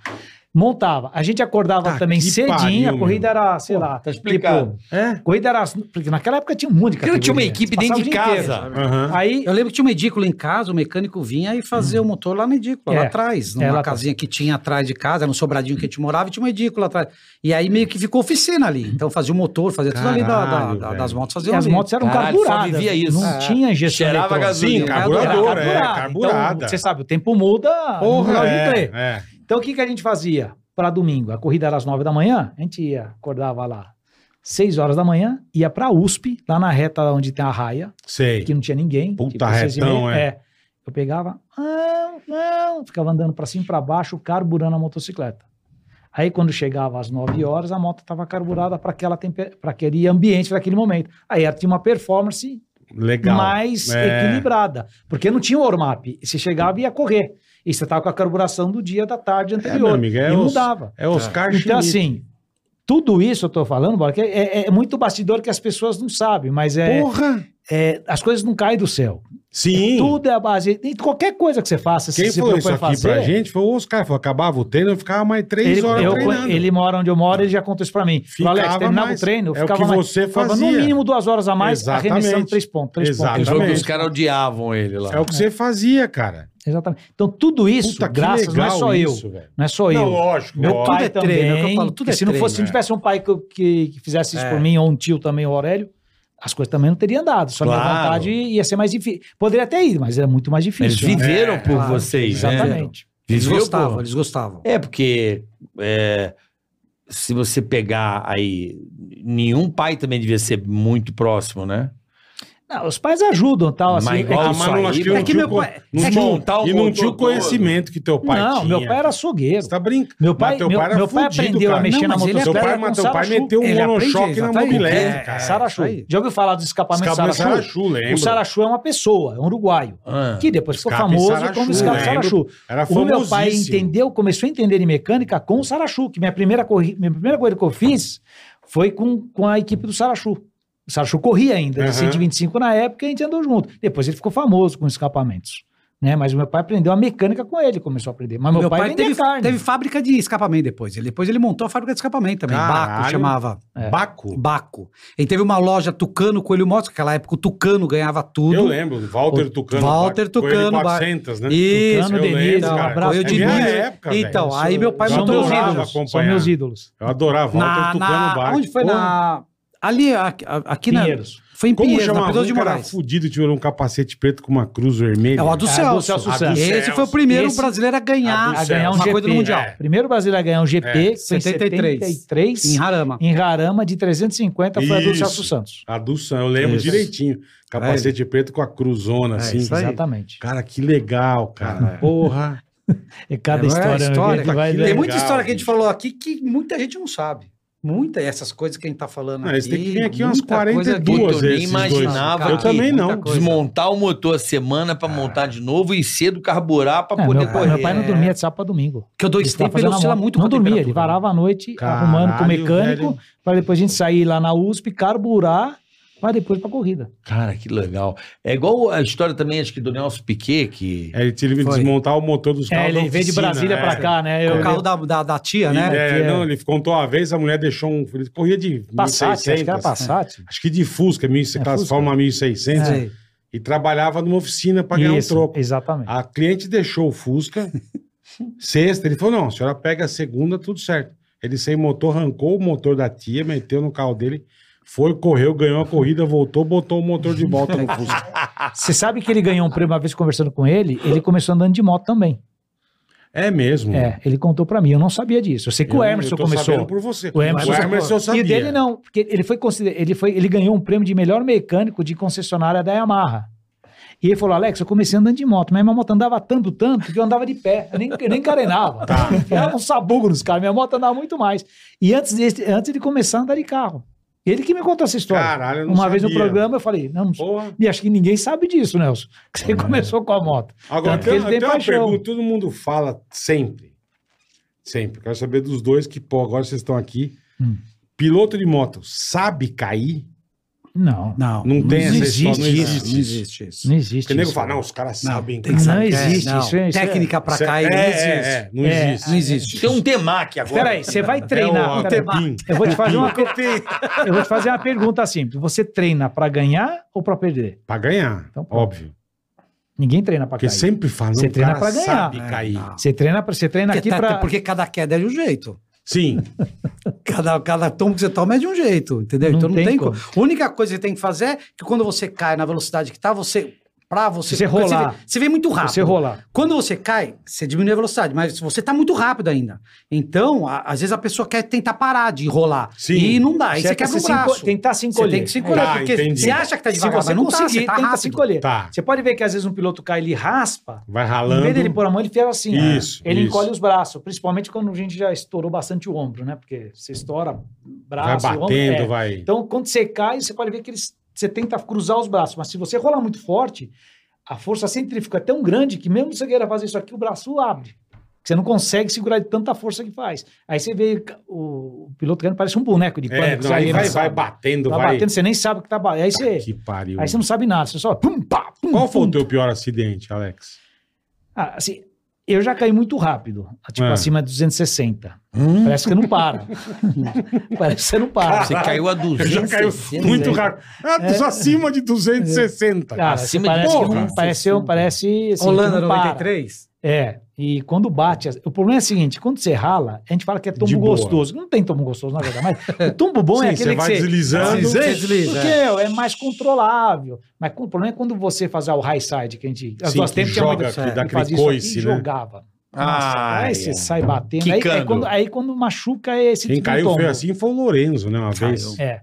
S6: Montava. A gente
S4: Ah,
S6: acordava
S3: Tá
S6: também
S3: que
S6: cedinho,
S3: pariu,
S6: a corrida era, sei
S4: Pô,
S6: lá.
S4: tá explicado.
S6: tipo,
S3: É?
S6: corrida era. Porque naquela época tinha um monte de
S4: Porque tinha uma
S6: categoria.
S4: equipe dentro
S6: Passava o
S4: de
S6: dia inteiro,
S4: casa.
S6: sabe?
S3: Aham.
S6: Aí, Uhum.
S5: Eu lembro que tinha um edícula em casa, o mecânico vinha e fazia o motor lá no edícula,
S6: É.
S5: lá atrás, numa
S6: É, lá
S5: casinha que tinha atrás de casa, era um sobradinho que a gente morava e tinha um edícula atrás. E aí meio que ficou oficina ali. Então fazia o motor, fazia tudo ali da- da-
S3: Caralho,
S5: da-
S3: velho.
S5: das motos, fazia
S6: as
S5: ali.
S6: motos eram
S4: Caralho, só
S6: carburadas.
S4: vivia isso.
S6: Não
S5: É.
S6: tinha injeção
S4: Cheirava
S6: eletrônica.
S4: gasolina.
S3: Sim, carburador,
S5: Carburador,
S3: é, carburada.
S6: né? Então, você sabe, o tempo muda. Ah, não
S3: Porra,
S6: dá jeito
S3: é,
S6: aí.
S3: é.
S6: Então, o que, que a gente fazia para domingo? A corrida era às nove da manhã, a gente ia, acordava lá seis horas da manhã, ia para USP, lá na reta onde tem a raia,
S3: Sei.
S6: que não tinha ninguém. tipo,
S3: Puta
S6: seis e
S3: retão,
S6: meia,
S3: é.
S6: Eu pegava, não, não, ficava andando para cima e para baixo, carburando a motocicleta. Aí, quando chegava às nove horas, a moto estava carburada para aquele ambiente, para aquele momento. Aí ela tinha uma performance
S3: Legal.
S6: mais
S3: É.
S6: equilibrada. Porque não tinha o Ormap. Você chegava e ia correr. E você estava com a carburação do dia da tarde anterior.
S3: meu amigo, é
S6: e
S3: os-
S6: mudava.
S3: É Oscar
S6: Então,
S3: Schmidt.
S6: assim, tudo isso eu tô falando, Bola, que é, é- é muito bastidor que as pessoas não sabem, mas é,
S3: Porra!
S6: é- as coisas não caem do céu.
S3: Sim.
S6: Tudo é a base. E qualquer coisa que você faça, se
S3: Quem
S6: você
S3: falou isso
S6: propõe
S3: aqui
S6: fazer.
S3: pra gente foi o Oscar. Falou, acabava o treino, eu ficava mais três
S6: ele,
S3: horas
S6: eu-
S3: treinando.
S6: ele mora onde eu moro, ele já contou isso pra mim. Falou, Alex,
S3: Ficava
S6: terminava
S3: mais.
S6: o treino, eu
S3: É o
S6: ficava
S3: que
S6: mais-
S3: você
S6: ficava no
S3: fazia.
S6: mínimo duas horas a mais,
S3: Exatamente.
S6: arremessando três pontos. Três
S3: Exatamente.
S6: pontos.
S4: Jogo que
S3: Exatamente.
S4: os caras odiavam ele lá.
S3: É o que você fazia, cara.
S6: Exatamente. Então, tudo isso,
S3: Puta, que
S6: graças, não é
S3: legal
S6: só
S3: isso,
S6: eu.
S3: velho.
S6: Não é só
S3: Não,
S6: eu.
S3: lógico.
S6: Meu
S3: lógico.
S6: pai
S5: é
S6: também.
S5: treino, é o que eu falo, tudo
S6: porque
S5: é
S6: se não fosse, se
S5: treino,
S6: não tivesse um pai que, eu- que, que fizesse isso
S5: É.
S6: por mim, ou um tio também, ou o Aurélio, as coisas também não teriam dado. Só minha
S4: Claro.
S6: vontade ia ser mais difícil. Poderia ter ido, mas era muito mais
S4: Eles
S6: difícil. né?
S4: viveram
S3: É,
S4: por
S5: claro.
S4: vocês, né?
S6: Exatamente.
S5: Eles
S4: Viveu
S5: gostavam,
S4: por-
S5: eles gostavam.
S4: É, porque é, se você pegar aí, nenhum pai também devia ser muito próximo, né?
S6: Não, os pais ajudam tal. Assim,
S4: Mas
S6: é
S4: igual
S6: que-
S3: Ah,
S4: isso
S3: mas não,
S4: aí,
S3: acho que
S4: velho.
S3: não
S5: É que
S3: tinha
S5: meu
S3: o con-
S5: pai-
S3: não
S4: é que
S3: tinha- um- E
S4: montar o
S3: não tinha o
S4: motor todo.
S3: conhecimento que teu pai
S6: não,
S3: tinha.
S6: meu pai era açougueiro.
S3: Você tá brincando.
S6: Meu pai,
S3: Mas teu
S6: meu,
S3: pai era
S6: meu pai
S3: fudido,
S6: aprendeu
S3: cara.
S6: a mexer
S5: Não,
S6: na
S5: mas ele
S6: motocicleta.
S3: Seu pai,
S6: com
S3: mas teu pai
S6: Sarachu.
S3: meteu um
S5: Ele aprende,
S3: monochoque na
S5: exatamente.
S3: mobilete,
S5: É,
S3: cara.
S5: é,
S6: Tá né? Sarachu.
S5: isso aí.
S6: Já ouviu falar do escapamento
S3: Escapamento
S6: Sarachu?
S3: Sarachu, lembro.
S6: O Sarachu é uma pessoa, é um uruguaio.
S4: Ah.
S6: Que depois ficou
S3: Escape
S6: famoso
S3: Sarachu,
S6: como escape
S3: lembro.
S6: Sarachu.
S3: Era
S6: O meu pai
S3: É famosíssimo.
S6: entendeu, começou a entender de mecânica com o Sarachu, que minha primeira, corri- minha primeira corrida que eu fiz foi com, com a equipe do Sarachu. O Sarachu corria ainda,
S3: Aham.
S6: de 125 na época, e a gente andou junto. Depois ele ficou famoso com escapamentos. Né? Mas o meu pai aprendeu a mecânica com ele, começou a aprender. Mas meu, pai, vendia
S5: teve,
S6: carne.
S5: teve fábrica de escapamento depois. Ele, depois ele montou a fábrica de escapamento também.
S3: Caralho.
S5: Baco chamava.
S3: É. Baco.
S5: Baco. Ele teve uma loja Tucano Coelho Motos, que naquela época o Tucano ganhava tudo.
S3: Eu lembro, Walter
S5: O-
S3: Tucano. Coelho
S5: Walter Tucano,
S3: 400, né?
S5: Isso,
S6: Tucano,
S3: eu
S6: Denise,
S3: lembro,
S6: um
S3: cara.
S6: abraço.
S5: Foi o
S3: É
S5: de
S3: minha
S5: Minas.
S3: época,
S5: Então,
S3: velho.
S5: aí meu pai
S3: Eu
S6: São
S5: montou
S6: meus
S5: os
S3: adorava
S5: ídolos.
S6: ídolos. São meus ídolos.
S3: Eu adorava Walter
S5: Na,
S3: Tucano
S5: na,
S3: Baco.
S5: onde foi?
S3: Pô,
S5: Na, ali, a- a- aqui na...
S6: Pinheiros.
S5: Foi em
S3: Como
S5: Pinheiros, na
S3: chamava
S5: Pedroso
S3: um
S5: de
S3: cara
S5: Moraes.
S3: fudido, tinha um capacete preto com uma cruz vermelha?
S5: É o a do
S6: Ah,
S5: Celso.
S6: do Celso
S5: A do
S6: Santos.
S5: Esse foi o primeiro
S6: Esse-
S5: brasileiro a ganhar,
S3: A
S6: A ganhar um
S5: uma
S6: GP.
S5: coisa do Mundial.
S3: É.
S6: Primeiro brasileiro a ganhar um GP,
S3: É.
S6: foi em
S5: 73.
S6: 73.
S5: Em Harama.
S6: em Rarama de 350 foi a do
S3: Isso.
S6: Celso Santos.
S3: A do Sam, eu lembro
S5: Isso.
S3: direitinho. Capacete preto com a cruzona, assim.
S5: isso aí.
S6: Exatamente.
S3: Cara, que legal, cara. Porra.
S6: E cada
S5: É,
S6: história,
S5: é
S6: né,
S5: história,
S6: que
S5: cara,
S6: vai-
S3: que
S5: Tem
S3: legal,
S5: muita história que a gente
S3: bicho.
S5: falou aqui que muita gente não sabe. Muita, essas coisas que a gente tá falando
S3: Não,
S5: aqui.
S3: eles têm que vir aqui umas
S5: muita coisa
S3: 42
S5: que-
S3: vezes.
S4: nem
S3: esses
S4: imaginava
S3: dois. Eu
S5: que-
S3: também não.
S5: muita coisa.
S4: Desmontar o motor a semana pra montar de novo e cedo carburar pra
S6: É,
S4: poder
S6: meu,
S4: correr.
S6: meu pai não dormia de sábado pra domingo.
S5: Que eu dou
S6: Ele ficava
S5: estepe, é. ele
S6: fazendo
S5: oscila
S6: a mão.
S5: muito
S6: Não
S5: com a
S6: dormia, ele
S5: temperatura.
S6: varava a noite
S3: Caralho,
S6: arrumando com o mecânico,
S3: velho.
S6: pra depois a gente sair lá na USP, carburar, pra depois pra corrida.
S4: Cara, que legal. É igual a história também, acho que do Nelson Piquet, que...
S3: É, ele teve que
S5: Foi.
S3: desmontar o motor dos carros.
S6: É, ele
S3: da
S6: veio de
S3: oficina,
S6: Brasília
S3: é.
S6: pra cá, né?
S5: Com
S6: Eu,
S5: o carro da, da, da tia,
S3: E,
S5: né?
S3: é,
S6: Que é-
S3: Não, ele contou uma vez, a mulher deixou um. Ele corria de
S6: Passat,
S3: 1600.
S6: acho que era Passat.
S3: Acho que de Fusca, 1600,
S6: É,
S3: transforma 1600.
S5: É.
S3: E trabalhava numa oficina para ganhar um troco.
S6: exatamente.
S3: A cliente deixou o Fusca. sexta, ele falou: não, a senhora pega a segunda, tudo certo. Ele sem motor, arrancou o motor da tia, meteu no carro dele, foi, correu, ganhou a corrida, voltou, botou o motor de volta no Fusca.
S6: Você sabe que ele ganhou um prêmio uma vez conversando com ele, ele começou andando de moto também.
S3: É mesmo.
S6: É, ele contou pra mim, eu não sabia disso. Eu sei que
S3: Eu-
S6: o
S3: eu
S6: Emerson
S3: tô
S6: começou.
S3: sabendo por você.
S6: O Emerson,
S3: o Emerson eu sabia.
S6: E dele não, porque ele foi consider- ele foi, ele ganhou um prêmio de melhor mecânico de concessionária da Yamaha. E ele falou, Alex, eu comecei andando de moto, mas minha moto andava tanto, tanto, que eu andava de pé, eu nem, eu nem carenava.
S3: Tá.
S6: Era um sabugo nos caras, minha moto andava muito mais. E antes, desse, antes de começar a andar de carro. Ele que me contou essa história.
S3: Caralho, eu não
S6: Uma vez no
S3: sabia.
S6: programa eu falei, não,
S3: Porra.
S6: e acho que ninguém sabe disso, Nelson, que você começou com a moto.
S3: Agora,
S6: Tanto
S3: tem,
S6: que ele
S3: tem
S6: tem
S3: uma
S6: paixão.
S3: pergunta, todo mundo fala sempre. Sempre. Quero saber dos dois que, pô, agora vocês estão aqui.
S6: Hum.
S3: Piloto de moto sabe cair?
S6: Não,
S5: Não,
S3: Não tem essa
S5: existe
S3: história, não
S5: isso,
S3: existe
S5: Não
S3: isso.
S5: existe isso.
S6: não existe
S3: Porque o nego
S6: isso.
S3: fala, não, os caras sabem.
S5: tem que
S6: Não
S5: saber.
S6: existe, isso é- isso é-
S5: Técnica pra
S3: Isso é-
S5: cá não
S3: é,
S5: existe.
S3: é, é, não
S6: É,
S3: existe.
S5: Não existe.
S4: Tem um temaki agora.
S6: Peraí, você vai treinar.
S3: É o É Cupim.
S6: eu, vou te fazer uma, per- eu vou te fazer uma pergunta simples. Você treina pra ganhar ou pra perder?
S3: Pra ganhar,
S6: Então, pronto.
S3: óbvio.
S6: Ninguém treina pra
S3: Porque
S6: cair.
S3: sempre falam,
S6: Você
S3: o
S6: treina
S3: cara
S6: pra ganhar.
S3: sabe
S5: É,
S3: cair.
S5: não.
S6: Você treina, pra- você treina
S5: Porque,
S6: aqui
S5: tá-
S6: pra.
S5: porque cada queda é de um jeito.
S3: Sim,
S5: Cada, cada tom que você toma é de um jeito, entendeu?
S6: Não
S5: então não
S6: tem
S5: tem,
S6: como.
S5: como. A única coisa que tem que fazer é que quando você cai na velocidade que tá, você. Pra você.
S6: Você
S5: porque Você
S6: rolar.
S5: vem, você vem muito rápido.
S6: Você rolar.
S5: Quando você cai, você diminui a velocidade, mas você tá muito rápido ainda. Então, a- às vezes a pessoa quer tentar parar de rolar.
S3: Sim.
S5: E não dá. Aí você, quebra o
S6: se enco-
S5: braço.
S6: Tentar se encolher.
S5: Você tem que se encolher,
S3: Tá,
S5: porque
S3: entendi.
S5: você acha que tá
S6: Se
S5: devagar,
S6: você
S5: mas não tá,
S6: conseguir,
S5: você tá
S6: tenta
S5: rápido.
S6: se encolher.
S3: Tá.
S6: Você pode ver que às vezes um piloto cai, ele raspa.
S3: vai
S6: Em vez dele
S3: ralando.
S6: pôr a mão, ele fica assim.
S3: Isso,
S6: Ele
S3: isso.
S6: encolhe os braços, principalmente quando a gente já estourou bastante o ombro, né? Porque você estoura
S3: Vai
S6: braço, o ombro, é.
S3: batendo, vai.
S6: Então, quando você cai, você pode ver que eles, você tenta cruzar os braços, mas se você rolar muito forte, a força centrífuga é tão grande que mesmo se você queira fazer isso aqui, o braço abre. Você não consegue segurar de tanta força que faz. Aí você vê o, o piloto caindo, parece um boneco de pano.
S3: É,
S6: que
S3: não,
S6: sai
S3: aí vai,
S6: lançado.
S3: vai batendo,
S6: Tá
S3: vai.
S6: batendo, você nem sabe o que tá batendo. Aí você,
S3: Que pariu.
S6: aí você não sabe nada, você só... Pum, pá, pum,
S3: Qual foi
S6: pum.
S3: o teu pior acidente, Alex?
S6: Ah, assim, eu já caí muito rápido, tipo
S3: Ah.
S6: acima de 260. Parece que não para. Parece que você não para.
S4: Hum? Você caiu a
S3: Eu
S4: 200.
S3: já caiu muito rápido. Ah, tu só acima de 260.
S6: É. Cara,
S4: Acima de
S6: você parece, que
S3: porra.
S6: não- parece, parece assim,
S5: Holanda
S6: que não para.
S5: 93?
S6: É, e quando bate. as- O problema é o seguinte: quando você rala, a gente fala que é
S3: De
S6: tombo
S3: boa.
S6: gostoso. Não tem tombo gostoso, na verdade, mas o tombo bom é
S3: Sim,
S6: aquele
S3: você
S6: que
S3: vai
S6: você.
S3: deslizando.
S5: Deslizando.
S6: Você
S5: desliza,
S6: Porque é. mais controlável. Mas o problema é quando você fazia o high side, que a gente. As
S3: Sim,
S6: duas
S3: que
S6: tempos tinha
S3: joga,
S6: muito-
S3: que dá
S6: que fazia
S3: aquele
S6: isso
S3: coice,
S6: aqui e
S3: né? é.
S6: jogava.
S4: Ah,
S6: aí você sai batendo. Aí, aí,
S4: Quicando.
S6: quando, aí quando machuca é esse
S3: Quem
S6: tipo de
S3: caiu
S6: tombo.
S3: foi assim foi o Lourenço, né? Uma
S5: Caiu.
S3: vez.
S6: É.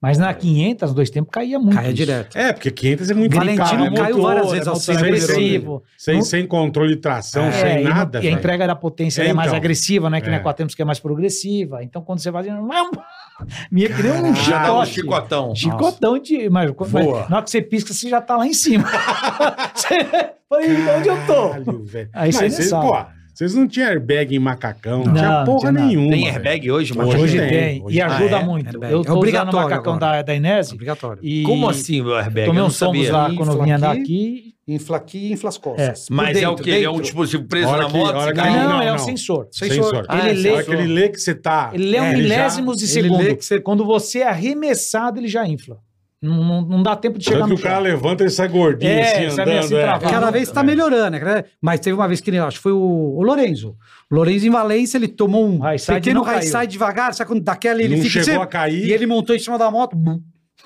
S6: Mas na 500, dois tempos, caía muito.
S5: Caia
S6: isso.
S5: direto.
S3: É, porque 500 é muito
S5: Valentino
S3: caro, né?
S5: caiu
S3: Motor,
S5: várias
S3: é
S5: vezes ao
S3: motor
S5: centro,
S3: agressivo.
S6: agressivo.
S3: Sem,
S6: Não-
S3: sem controle de tração,
S6: É,
S3: Então, sem
S6: e não-
S3: nada.
S6: E a
S3: velho.
S6: entrega da potência
S3: É,
S6: ela é mais
S3: então.
S6: agressiva, né? Que
S3: É.
S6: na Quatempos que é mais progressiva. Então, quando você vai... Minha que nem um
S4: Já dá um
S6: chicote.
S4: chicotão.
S6: Chicotão de... Mas, mas na
S4: Voa.
S6: hora que você pisca, você já tá lá em cima. Você- Falei, onde eu tô?
S3: Caralho, velho.
S6: Aí
S3: Mas
S6: você não
S3: vocês,
S6: sabe.
S3: pô, vocês não tinham airbag em macacão, não,
S6: Não,
S3: tinha
S6: não
S3: porra
S6: tinha nada.
S3: nenhuma.
S4: Tem
S3: velho.
S4: airbag hoje,
S3: Hoje
S4: Macaco?
S6: Hoje
S3: tem,
S6: tem.
S3: hoje
S6: E ajuda
S4: Ah, é?
S6: muito.
S5: É
S6: Eu tô usando o
S5: obrigatório
S6: macacão
S5: agora.
S6: da, da Inés.
S5: É Obrigatório.
S6: E
S4: Como assim, o airbag?
S6: Tomei
S4: Eu não
S6: uns tombos
S4: sabia.
S6: lá
S5: Infla
S6: quando eu vim andar
S5: aqui.
S6: aqui.
S5: Infla aqui e infla as costas. Por
S4: Mas é o
S5: dentro,
S4: que? Ele é um
S5: dentro.
S4: tipo preso
S3: Hora
S4: na
S3: que-
S4: moto?
S3: hora
S4: se
S3: que-
S4: cai?
S6: Não,
S3: não,
S6: é
S3: não.
S6: o sensor.
S3: Sensor.
S4: Ah,
S6: Ele
S4: é
S6: lê
S3: Na hora que ele lê que você tá...
S6: Ele é um
S3: É, ele
S6: milésimo de
S5: ele
S6: segundo.
S5: lê que você-
S6: Quando você é arremessado, ele já infla. Não, não- não dá tempo de chegar
S3: Tanto que
S6: no
S3: o cara
S6: chão.
S3: levanta, ele sai gordinho,
S6: É,
S3: assim,
S6: sabe, assim,
S3: andando. é.
S6: travado.
S5: Cada vez tá melhorando, né? Mas teve uma vez que ele, acho que foi o, o Lorenzo. O Lorenzo em Valência, ele tomou um
S6: High side
S5: pequeno
S6: não
S5: high
S6: caiu.
S5: side devagar, sabe quando daquela ele
S3: Não
S5: fica
S3: chegou
S5: assim,
S3: a cair.
S5: E ele montou em cima da moto, bum,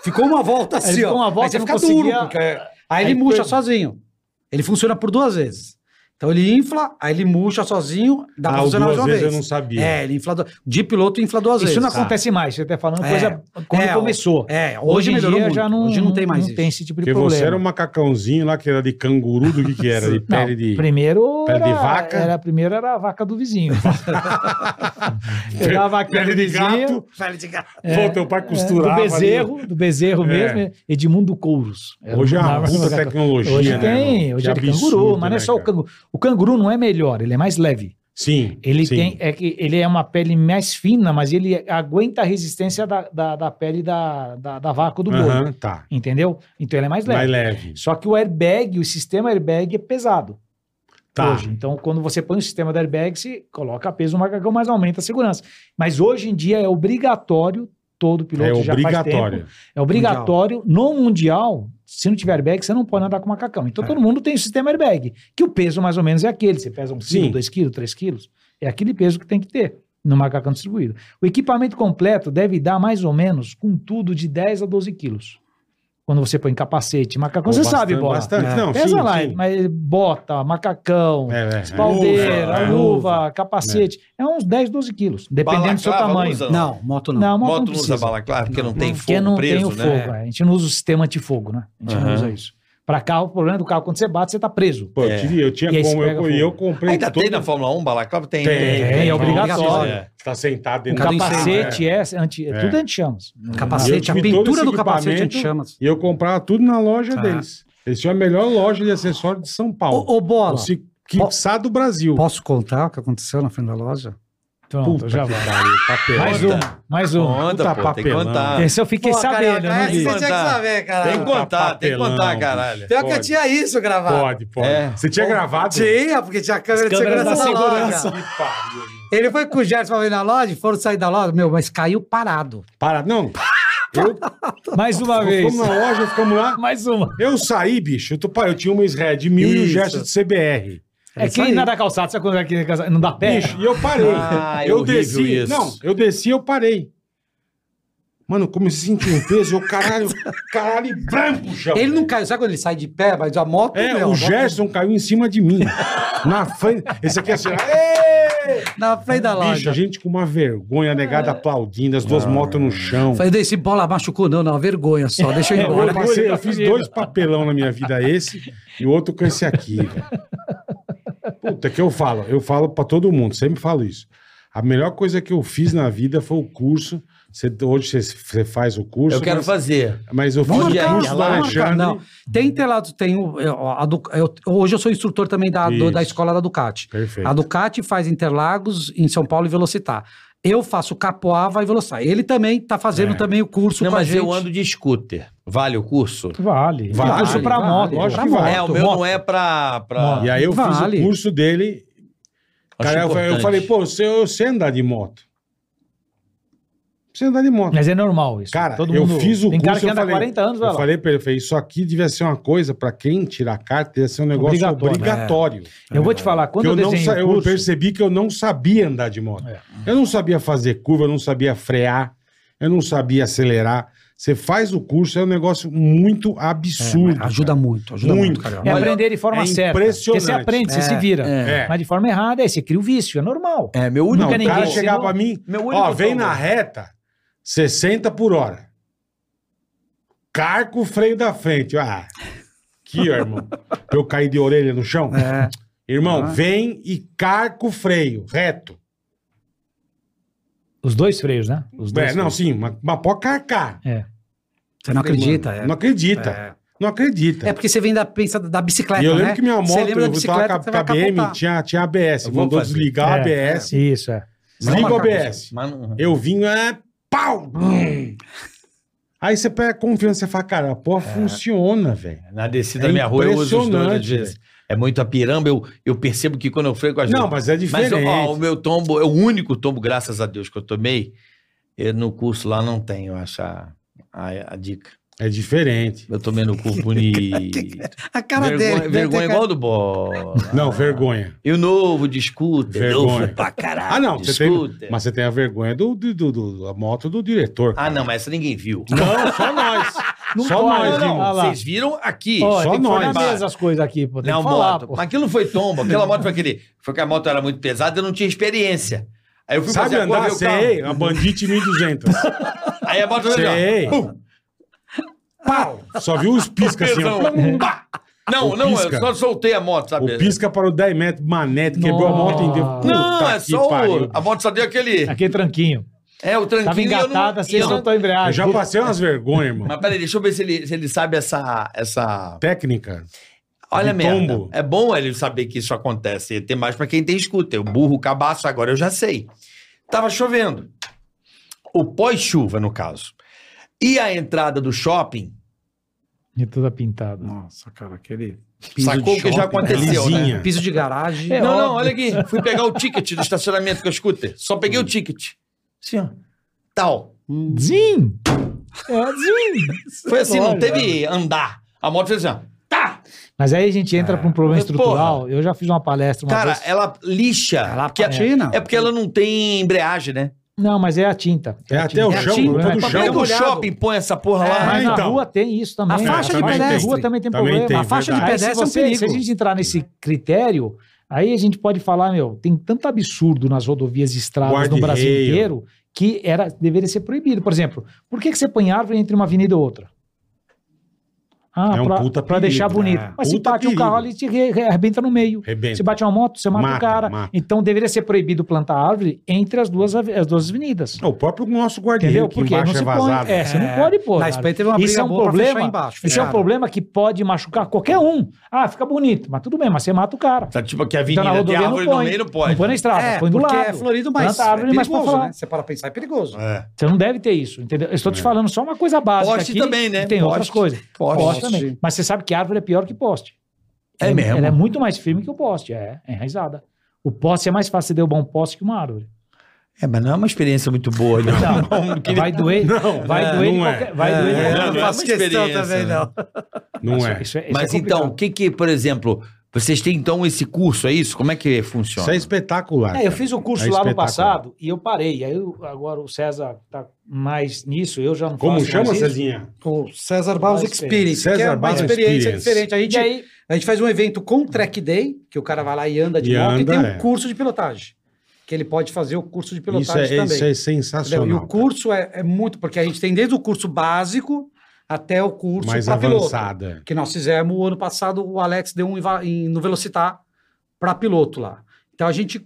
S5: ficou uma volta assim,
S6: ficou
S5: ó.
S6: uma volta,
S5: aí você
S6: não
S5: fica
S6: conseguia-
S5: duro, porque é. aí, ele
S6: Aí
S5: murcha
S6: foi-
S5: sozinho. Ele funciona por duas vezes. Então ele infla, aí ele murcha sozinho, dá
S3: Ah,
S5: pra
S3: o
S5: funcionar
S3: duas
S5: de uma
S3: vezes
S5: vez.
S3: eu não sabia.
S5: É, ele infla, du- de piloto infla duas
S6: Isso
S5: vezes.
S6: não
S3: Ah.
S5: Tá.
S6: acontece mais. Você tá falando
S5: É.
S6: coisa quando
S5: É,
S6: começou.
S5: É, hoje,
S6: em
S5: melhorou
S6: dia
S5: muito.
S6: já não,
S5: hoje não tem mais
S6: não
S5: isso.
S6: tem esse tipo de
S3: Porque
S6: problema.
S3: você era um macacãozinho lá que era de canguru, do que que era? De
S6: Não,
S3: pele de...
S6: primeiro
S3: pele de
S6: era,
S3: vaca?
S6: Era, primeiro era a vaca do vizinho. Pegava a vaquinha do
S3: Pele de
S6: vizinho.
S3: gato. Pô, teu pai costurava
S6: É, Do
S3: ali.
S6: bezerro, do bezerro
S3: É.
S6: mesmo, Edmundo Couros. Era
S3: Hoje é
S6: o
S3: uma
S6: nome da
S3: puta
S6: vaca.
S3: tecnologia,
S6: Hoje
S3: né?
S6: tem,
S3: irmão?
S6: hoje
S3: Que
S6: é de canguru,
S3: absurdo,
S6: mas não é
S3: né,
S6: só o
S3: cara?
S6: canguru. O canguru não é melhor, ele é mais leve.
S3: Sim.
S6: Ele
S3: sim.
S6: tem, é que ele é uma pele mais fina, mas ele aguenta a resistência da, da, da pele da, da, da vaca do boi,
S3: Aham, tá.
S6: entendeu? Então ele é mais leve.
S3: Mais leve.
S6: Só que o airbag, o sistema airbag é pesado
S3: Tá.
S6: hoje. Então, quando você põe o sistema do airbag, você coloca peso no macacão, mas aumenta a segurança. Mas hoje em dia é obrigatório, todo piloto
S3: é
S6: já faz tempo,
S3: obrigatório.
S6: é obrigatório no Mundial. Se não tiver airbag, você não pode andar com macacão.
S3: É.
S6: Então todo mundo tem o sistema airbag, que o peso mais ou menos é aquele. Você pesa um
S3: Sim.
S6: quilo, dois quilos, três quilos. É aquele peso que tem que ter no macacão distribuído. O equipamento completo deve dar mais ou menos, com tudo, de 10 a 12 quilos. Quando você põe capacete, macacão,
S3: Pô,
S6: você
S3: bastante-
S6: sabe, bola.
S3: bastante.
S5: É.
S3: Não,
S6: Pesa
S3: sim,
S6: lá,
S3: sim.
S6: mas bota, macacão,
S3: É, é, é.
S6: espaldeira,
S3: Luva, é.
S6: luva, capacete. É. uns 10, 12 quilos, dependendo do seu
S4: Balaclava,
S6: tamanho.
S4: usa?
S5: Não, moto não.
S6: Não, moto,
S4: Moto
S6: não
S4: não usa
S6: precisa.
S4: balaclava, porque não, tem
S6: Porque
S4: fogo
S6: não
S4: preso,
S6: tem o
S4: né?
S6: fogo. é. A gente não usa o sistema antifogo, né? A gente não
S4: Aham.
S6: usa isso. Pra carro, o problema é do carro, quando você bate, você tá preso.
S3: Pô,
S4: É.
S3: eu, tive, eu tinha
S6: E aí
S3: como,
S6: você pega
S3: eu, e
S6: fogo.
S3: eu comprei
S4: Ainda
S3: todo-
S4: tem na Fórmula 1 balaclava? Tem.
S3: Tem,
S4: né?
S3: tem,
S6: é obrigatório.
S5: É.
S3: Você tá sentado
S6: O
S3: dentro
S5: Cada
S3: do carro, é.
S6: capacete é, anti, é.
S3: É.
S6: tudo anti-chamas.
S5: Capacete, a
S3: Eu tive todo
S5: pintura
S3: esse
S5: do capacete é
S3: equipamento.
S5: anti-chamas.
S3: E eu comprava tudo na loja
S5: Tá.
S3: deles. Eles tinham a melhor loja de acessórios de São Paulo.
S5: Ô, ô, Bola,
S3: Se quiçá do Brasil.
S5: posso contar o que aconteceu na frente da loja?
S6: Pronto,
S3: Puta
S6: já
S3: que
S6: vai.
S3: pariu, papel.
S6: Mais
S4: Conta.
S6: uma, mais uma.
S4: Conta,
S3: Puta
S4: pô, tem que
S3: papelão.
S4: contar.
S6: Esse eu fiquei sabendo, eu não
S4: essa
S6: vi.
S4: você tinha que saber, Tem
S3: Puta
S4: que contar, tem que
S3: papelão,
S4: contar,
S3: bicho.
S4: caralho.
S5: Pior que eu
S3: Pode.
S5: tinha isso gravado.
S3: Pode, pode.
S4: É.
S3: Você tinha gravado?
S5: Tinha, porque tinha câmera de
S6: câmeras
S5: segurança da,
S6: da
S5: loja.
S3: Que pariu.
S5: Ele foi com o Gerson pra ir na loja, foram sair da loja, meu, mas caiu parado.
S3: Para, não. Eu,
S6: Mais uma
S3: eu
S6: vez.
S3: fomos na loja, ficamos lá.
S6: Mais uma.
S3: Eu saí, bicho. Eu, tô, pá, eu tinha uma SRED de mil e um
S5: Isso.
S3: gesto de CBR.
S6: É
S5: isso
S6: quem
S5: aí.
S6: nada calçado, sabe quando é que não dá pé?
S3: Bicho, e eu parei.
S4: Ah, é
S3: eu
S4: horrível
S3: desci.
S4: isso.
S3: Não, eu desci eu parei. Mano, eu comecei a sentir um peso, eu caralho, caralho, branco, chão.
S5: Ele não caiu, sabe quando ele sai de pé, mas a moto.
S4: né?
S3: É,
S5: meu, a
S3: o
S5: moto-
S4: tá
S3: Gerson caiu em cima de mim. na frente. Esse aqui é assim. "Ê!"
S5: Na frente da
S3: Bicho,
S5: loja.
S3: a gente com uma vergonha, a negada
S4: É.
S3: aplaudindo, as
S4: Ah.
S3: duas motos no chão.
S5: Falei, desse bola machucou, não, não, vergonha só, deixa eu ir
S3: É, eu,
S5: embora.
S3: passei- eu fiz dois papelão na minha vida, esse e o outro com esse aqui. velho. Puta, que eu falo, eu falo pra todo mundo, sempre falo isso. A melhor coisa que eu fiz na vida foi o curso. Você- hoje você, você faz o curso.
S4: Eu quero
S3: mas,
S4: fazer.
S3: Mas eu fiz
S5: Vamos
S3: o
S4: Onde é?
S5: marcar,
S3: curso
S4: É
S3: do
S4: lá?
S5: vamos marcar.
S3: Alexandre.
S5: Não, tem Interlagos, tem o, é, a Du- eu- hoje eu sou instrutor também da, do- da
S3: Isso.
S5: escola da Ducati.
S3: Perfeito.
S5: A Ducati faz Interlagos em São Paulo e Velocitar. Eu faço Capoava e Velocitar. Ele também tá
S3: É.
S5: fazendo também o curso
S4: Não,
S5: com a
S4: mas
S5: gente.
S4: eu ando de scooter. Vale o curso?
S6: Vale.
S3: Vale,
S6: Curso pra
S5: vale,
S6: moto.
S3: lógico
S6: pra
S3: que vale.
S4: É, o
S6: moto,
S4: meu
S6: moto.
S4: não é pra. pra...
S3: E aí eu
S5: Vale.
S3: fiz o curso dele.
S4: Acho
S3: Cara, eu, falei- eu
S4: importante.
S3: falei, pô, você, eu sei andar de moto. Você andar de moto.
S6: Mas é normal isso.
S3: Cara, eu fiz o
S6: Tem
S3: curso.
S6: cara que
S3: eu
S6: anda
S3: falei,
S6: 40 anos, vai
S3: Eu
S6: lá.
S3: falei pra ele, eu falei, isso aqui devia ser uma coisa, pra quem tirar carta, devia ser um negócio
S6: Obrigatório.
S3: obrigatório.
S6: Eu vou te falar,
S3: Que
S6: quando
S3: eu,
S6: eu,
S3: não
S6: desenhei
S3: sa-
S6: o
S3: eu
S6: curso,
S3: percebi que eu não sabia andar de moto.
S6: É.
S3: Eu não sabia fazer curva, eu não sabia frear, eu não sabia acelerar. Você faz o curso, é um negócio muito absurdo.
S5: É, Ajuda muito, ajuda muito,
S3: Muito.
S5: Carioca.
S6: é
S4: Olha,
S6: aprender de forma
S3: é
S6: certa. Porque
S3: impressionante.
S6: você aprende, você
S5: É,
S6: se vira.
S3: é.
S6: Mas de forma errada, aí você cria o vício, é normal.
S4: É, meu
S3: Não,
S4: único.
S6: Nunca
S3: o cara
S6: ninguém
S3: chegava
S6: ensinou.
S3: pra mim,
S4: Meu único
S3: ó, vem
S4: favor.
S3: na reta, 60 por hora. Carca o freio da frente. Ah, aqui, ó, irmão. Eu caí de orelha no chão.
S5: É.
S3: Irmão,
S5: Ah.
S3: vem e carca o freio, reto.
S6: Os dois freios, né? Os dois
S3: É, não,
S6: freios.
S3: sim, mas, mas pode carcar.
S6: É.
S5: Você não acredita, é.
S3: Não acredita.
S5: É.
S3: Não acredita.
S5: É porque você vem da, pensa da bicicleta,
S3: e eu lembro
S5: né?
S3: que minha moto,
S5: você lembra da
S3: eu tava
S5: bicicleta,
S3: com
S5: você
S3: a- com a
S5: vai
S3: BM,
S5: capotar.
S3: tinha, tinha ABS.
S4: Eu vou
S3: Mandou
S4: fazer.
S3: desligar
S6: É,
S3: o ABS.
S6: Isso, é.
S3: Desliga o
S5: Vamos marcar
S3: ABS.
S4: Mas não-
S3: Eu vim, é, pau! Aí você pega a confiança e fala, cara, pô, funciona, velho.
S4: Na descida
S3: É
S4: da minha rua, eu uso os dois às
S3: impressionante,
S4: vezes. É muito a piramba, eu, eu percebo que quando eu freio com as
S3: Não,
S4: duas-
S3: mas é
S4: Mas
S3: diferente.
S4: eu- ó, o meu tombo, é o único tombo, graças a Deus, que eu tomei. Eu, no curso lá não tem, eu acho, a, a- a dica.
S3: É diferente.
S4: Eu tomei no curso bonito.
S5: A cara
S4: vergonha
S5: dele.
S4: vergonha
S5: deve ter
S4: igual do bola.
S3: Não, vergonha.
S4: E o novo de scooter.
S3: Vergonha.
S4: Novo pra caralho.
S3: Ah, não,
S4: de
S3: você tem,
S4: scooter.
S3: mas você tem a vergonha do, do, do- do- da moto do diretor.
S4: Ah, não, mas essa ninguém viu.
S3: Não, só nós.
S6: Não
S3: só
S6: pode,
S3: nós,
S6: não.
S3: irmão.
S6: Ah lá.
S4: Vocês viram aqui.
S6: Ó,
S3: só
S6: tem que pôr na
S3: nós.
S6: mesa as coisas aqui, pô. Tem
S4: Não,
S6: que falar,
S4: moto.
S6: pô.
S4: Mas aquilo foi tombo. Aquela moto foi aquele. Foi que a moto era muito pesada, eu não tinha experiência. Aí eu fui
S3: Sabe
S4: fazer a curva,
S3: andar?
S4: eu vi o
S3: Sei, a Bandit 1200.
S4: carro. Aí a moto veio
S3: Sei.
S4: assim, ó. Pum,
S3: Pau! Só viu os pisca assim. ó.
S4: pesão. Ah, Pá! Não,
S3: O
S4: não,
S3: pisca.
S4: eu só soltei a moto, sabe?
S3: O pisca parou 10 metros, manete, quebrou a moto inteira.
S6: Nossa.
S4: Não,
S3: Puta
S4: é
S3: que
S4: só
S3: pariu.
S4: o. A moto só deu aquele.
S6: Aqui é tranquinho.
S4: É, o tranquinho.
S6: Tava assim,
S4: e eu não-
S6: engatada,
S4: e
S6: você
S4: eu não-
S6: soltou a
S3: Eu
S6: embreagem.
S3: já passei umas vergonhas, irmão.
S4: Mas peraí, deixa eu ver se ele, se ele sabe essa. essa...
S3: Técnica.
S4: Olha a
S3: De
S4: merda.
S3: tombo.
S4: É bom ele saber que isso acontece. Tem mais pra quem tem scooter. O burro, o cabaço, agora eu já sei. Tava chovendo. O pós-chuva, no caso. E a entrada do shopping,
S6: E toda pintada.
S5: Nossa, cara, aquele.
S4: sacou o que já aconteceu,
S3: lisinha.
S4: né?
S5: Piso de garagem.
S6: É,
S4: não,
S6: óbvio.
S4: não, olha aqui. Fui pegar o ticket do estacionamento com a scooter. Só peguei o ticket. Assim, ó. Tal.
S5: Hum.
S6: Zim! É, zim!
S4: Foi assim, não
S6: Olha.
S4: teve andar. A moto fez assim, ó. Tá!
S6: Mas aí a gente entra pra um problema
S4: Mas, porra.
S6: estrutural. Eu já fiz uma palestra uma
S4: Cara,
S6: vez.
S4: ela lixa. é-
S5: Ela
S4: porque-
S5: patina.
S4: É porque ela não tem embreagem, né?
S6: Não, mas é a tinta.
S3: É
S6: a
S3: até
S6: tinta.
S3: o
S6: É a
S3: chão,
S6: tinta,
S3: todo
S6: é.
S3: chão.
S4: Por que
S5: Papel
S4: que o
S5: molhado.
S4: shopping põe essa porra
S6: Ah,
S4: lá?
S6: Mas
S3: É,
S6: na
S3: então.
S6: rua tem isso também.
S5: A faixa
S6: cara.
S5: de
S6: Mas na
S5: pedestre.
S6: rua também tem
S3: Também
S6: problema.
S3: tem,
S5: A faixa de
S3: verdade.
S6: Aí, se,
S5: pedestre é um
S6: você- se a
S5: perigo.
S6: gente entrar nesse critério, aí a gente pode falar, meu, tem tanto absurdo nas rodovias e estradas
S3: Guarda
S6: no Brasil
S3: e reio.
S6: inteiro que era, deveria ser proibido. Por exemplo, por que, que você põe árvore entre uma avenida e outra? Ah,
S3: É um
S6: pra,
S3: puta
S6: pra deixar
S3: perigo.
S6: bonito.
S3: Ah,
S6: Mas se
S3: puta
S6: bate um
S3: perigo.
S6: carro ali, te re- re- arrebenta no meio.
S3: Rebenta.
S6: Se bate uma moto, você mata,
S3: Mata,
S6: o cara.
S3: mata.
S6: Então deveria ser proibido plantar árvore entre as duas, ave- as duas avenidas.
S3: É, o próprio nosso
S6: Entendeu?
S3: guardião que
S6: Porque não
S3: embaixo é
S6: se põe.
S3: vazado.
S6: É, você não pode pôr.
S5: Na
S6: cara.
S5: Espanha teve uma
S6: Isso
S5: briga
S6: é um
S5: boa pra
S6: problema.
S5: fechar embaixo,
S6: isso é um
S5: fecharam.
S6: problema que pode machucar qualquer um. Ah, fica bonito, mas tudo bem, mas você mata o cara.
S4: Tá tipo que a
S6: Então,
S4: avenida tem árvore no meio, não pode. né?
S6: Não põe na estrada,
S5: É,
S6: põe do
S5: porque
S6: lado.
S5: é florido, mas
S6: Planta árvore,
S5: é
S6: mas pra
S5: perigoso,
S6: falar.
S5: né? Você para pensar, é perigoso.
S4: É.
S6: Você não deve ter isso, entendeu? Eu estou te falando só uma coisa básica
S4: Poste
S6: aqui,
S4: também, né?
S6: que Tem outras
S4: Poste.
S6: coisas.
S4: Poste.
S6: também. Mas você sabe que árvore é pior que poste.
S4: É
S6: Ela-
S4: mesmo?
S6: Ela é muito mais firme que o poste, é, é enraizada. O poste é mais fácil de derrubar um poste que uma árvore.
S4: É, mas não é uma experiência muito boa. Não, não, queria-
S6: Vai doer,
S3: Não,
S6: vai
S3: é,
S6: doer de
S3: não é.
S6: qualquer... Vai doer de
S4: É, né?
S6: qualquer-
S4: não, não faço questão também, não.
S3: Não é.
S6: Isso é- isso
S4: Mas
S6: é
S4: então, o
S6: complicado.
S4: que que, por exemplo, vocês têm então esse curso, é isso? Como é que funciona?
S3: Isso é espetacular.
S6: É, eu
S3: cara.
S6: fiz o curso
S3: É
S6: lá no
S3: espetacular.
S6: passado e eu parei. Aí eu- agora o César tá mais nisso, eu já não
S3: Como
S6: faço
S3: chama,
S6: mais isso.
S3: Cezinha?
S5: O César Barros
S6: Uma
S5: Experience,
S3: experiência.
S5: que é
S3: César
S5: uma
S3: Barros
S5: experiência
S3: Experience.
S5: diferente. A gente,
S6: E aí,
S5: a gente faz um evento com track day, que o cara vai lá e anda de
S3: E
S5: moto, e
S3: anda,
S5: tem um
S3: é.
S5: curso de pilotagem, que ele pode fazer o curso de
S3: Isso é,
S5: pilotagem também.
S3: isso é
S5: Entendeu?
S3: sensacional.
S5: E o curso é, é muito, porque a gente tem desde o curso básico até o
S3: cara.
S5: curso
S3: mais
S5: pra
S3: avançada.
S5: que nós fizemos o ano passado, o Alex deu um em Va- em- no Velocitar para piloto lá. Então a gente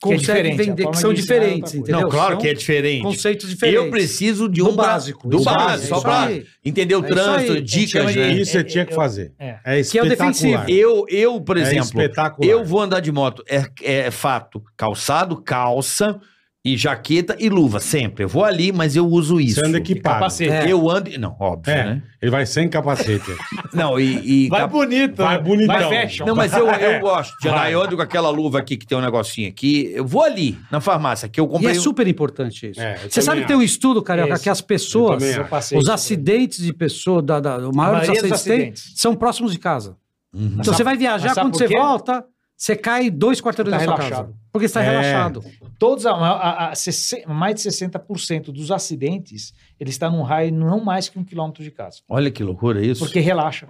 S5: consegue
S6: é diferente, a
S5: vender
S6: forma
S5: que são
S6: de ensinar é outra
S5: diferentes,
S6: coisa.
S5: entendeu?
S4: Não, claro
S5: São
S4: que é diferente.
S5: conceitos
S4: Eu
S5: diferentes.
S4: preciso de
S5: Do
S4: um bra-
S5: básico,
S4: Do
S5: isso aí,
S4: básico,
S5: é
S4: só
S5: isso
S4: pra
S5: aí.
S4: entender o
S5: É isso
S4: trânsito,
S5: aí,
S4: dicas,
S6: gente,
S4: né?
S6: é-
S3: Isso
S6: é-
S3: você tinha que
S6: eu-
S3: fazer.
S6: é.
S3: É
S5: Que é o defensivo.
S3: espetacular.
S4: Eu, eu por
S3: É
S4: exemplo,
S3: espetacular.
S4: eu vou andar de moto, é, é fato, calçado, calça e jaqueta e luva, sempre. Eu vou ali, mas eu uso isso.
S3: Você anda equipado.
S6: capacete.
S5: É.
S4: Eu ando... Não, óbvio,
S3: É,
S4: né?
S3: ele vai sem capacete.
S4: Não, e... e
S6: Vai
S4: cap-
S6: bonito.
S3: Vai
S6: né?
S3: bonitão.
S6: Vai fashion.
S4: Não, mas eu, eu gosto de andar.
S3: Vai.
S4: Eu ando com aquela luva aqui que tem um negocinho aqui. Eu vou ali, na farmácia, que eu
S5: E
S4: comprei...
S5: é
S4: um-
S5: super importante isso.
S3: É, eu
S5: Você sabe
S3: também
S5: que tem um estudo, Carioca,
S6: Isso.
S5: que as pessoas,
S3: Eu também
S6: Eu passei
S5: os
S6: isso.
S5: acidentes de pessoas, da, da, o maior dos
S6: maioria dos
S5: acidentes, que tem,
S6: acidentes.
S5: são próximos de casa.
S4: Uhum.
S5: Então
S6: sabe-
S5: você vai
S6: mas
S5: viajar,
S6: sabe
S5: quando
S6: por
S5: você
S6: quê?
S5: volta, você cai dois quarteirões
S6: Tá
S5: da sua
S6: relaxado.
S5: casa. Porque você está
S3: É.
S5: relaxado.
S6: Todos, a, a- a- sesse- mais de 60% dos acidentes, ele está num raio não mais que um quilômetro de casa.
S4: Olha que loucura isso.
S6: Porque relaxa.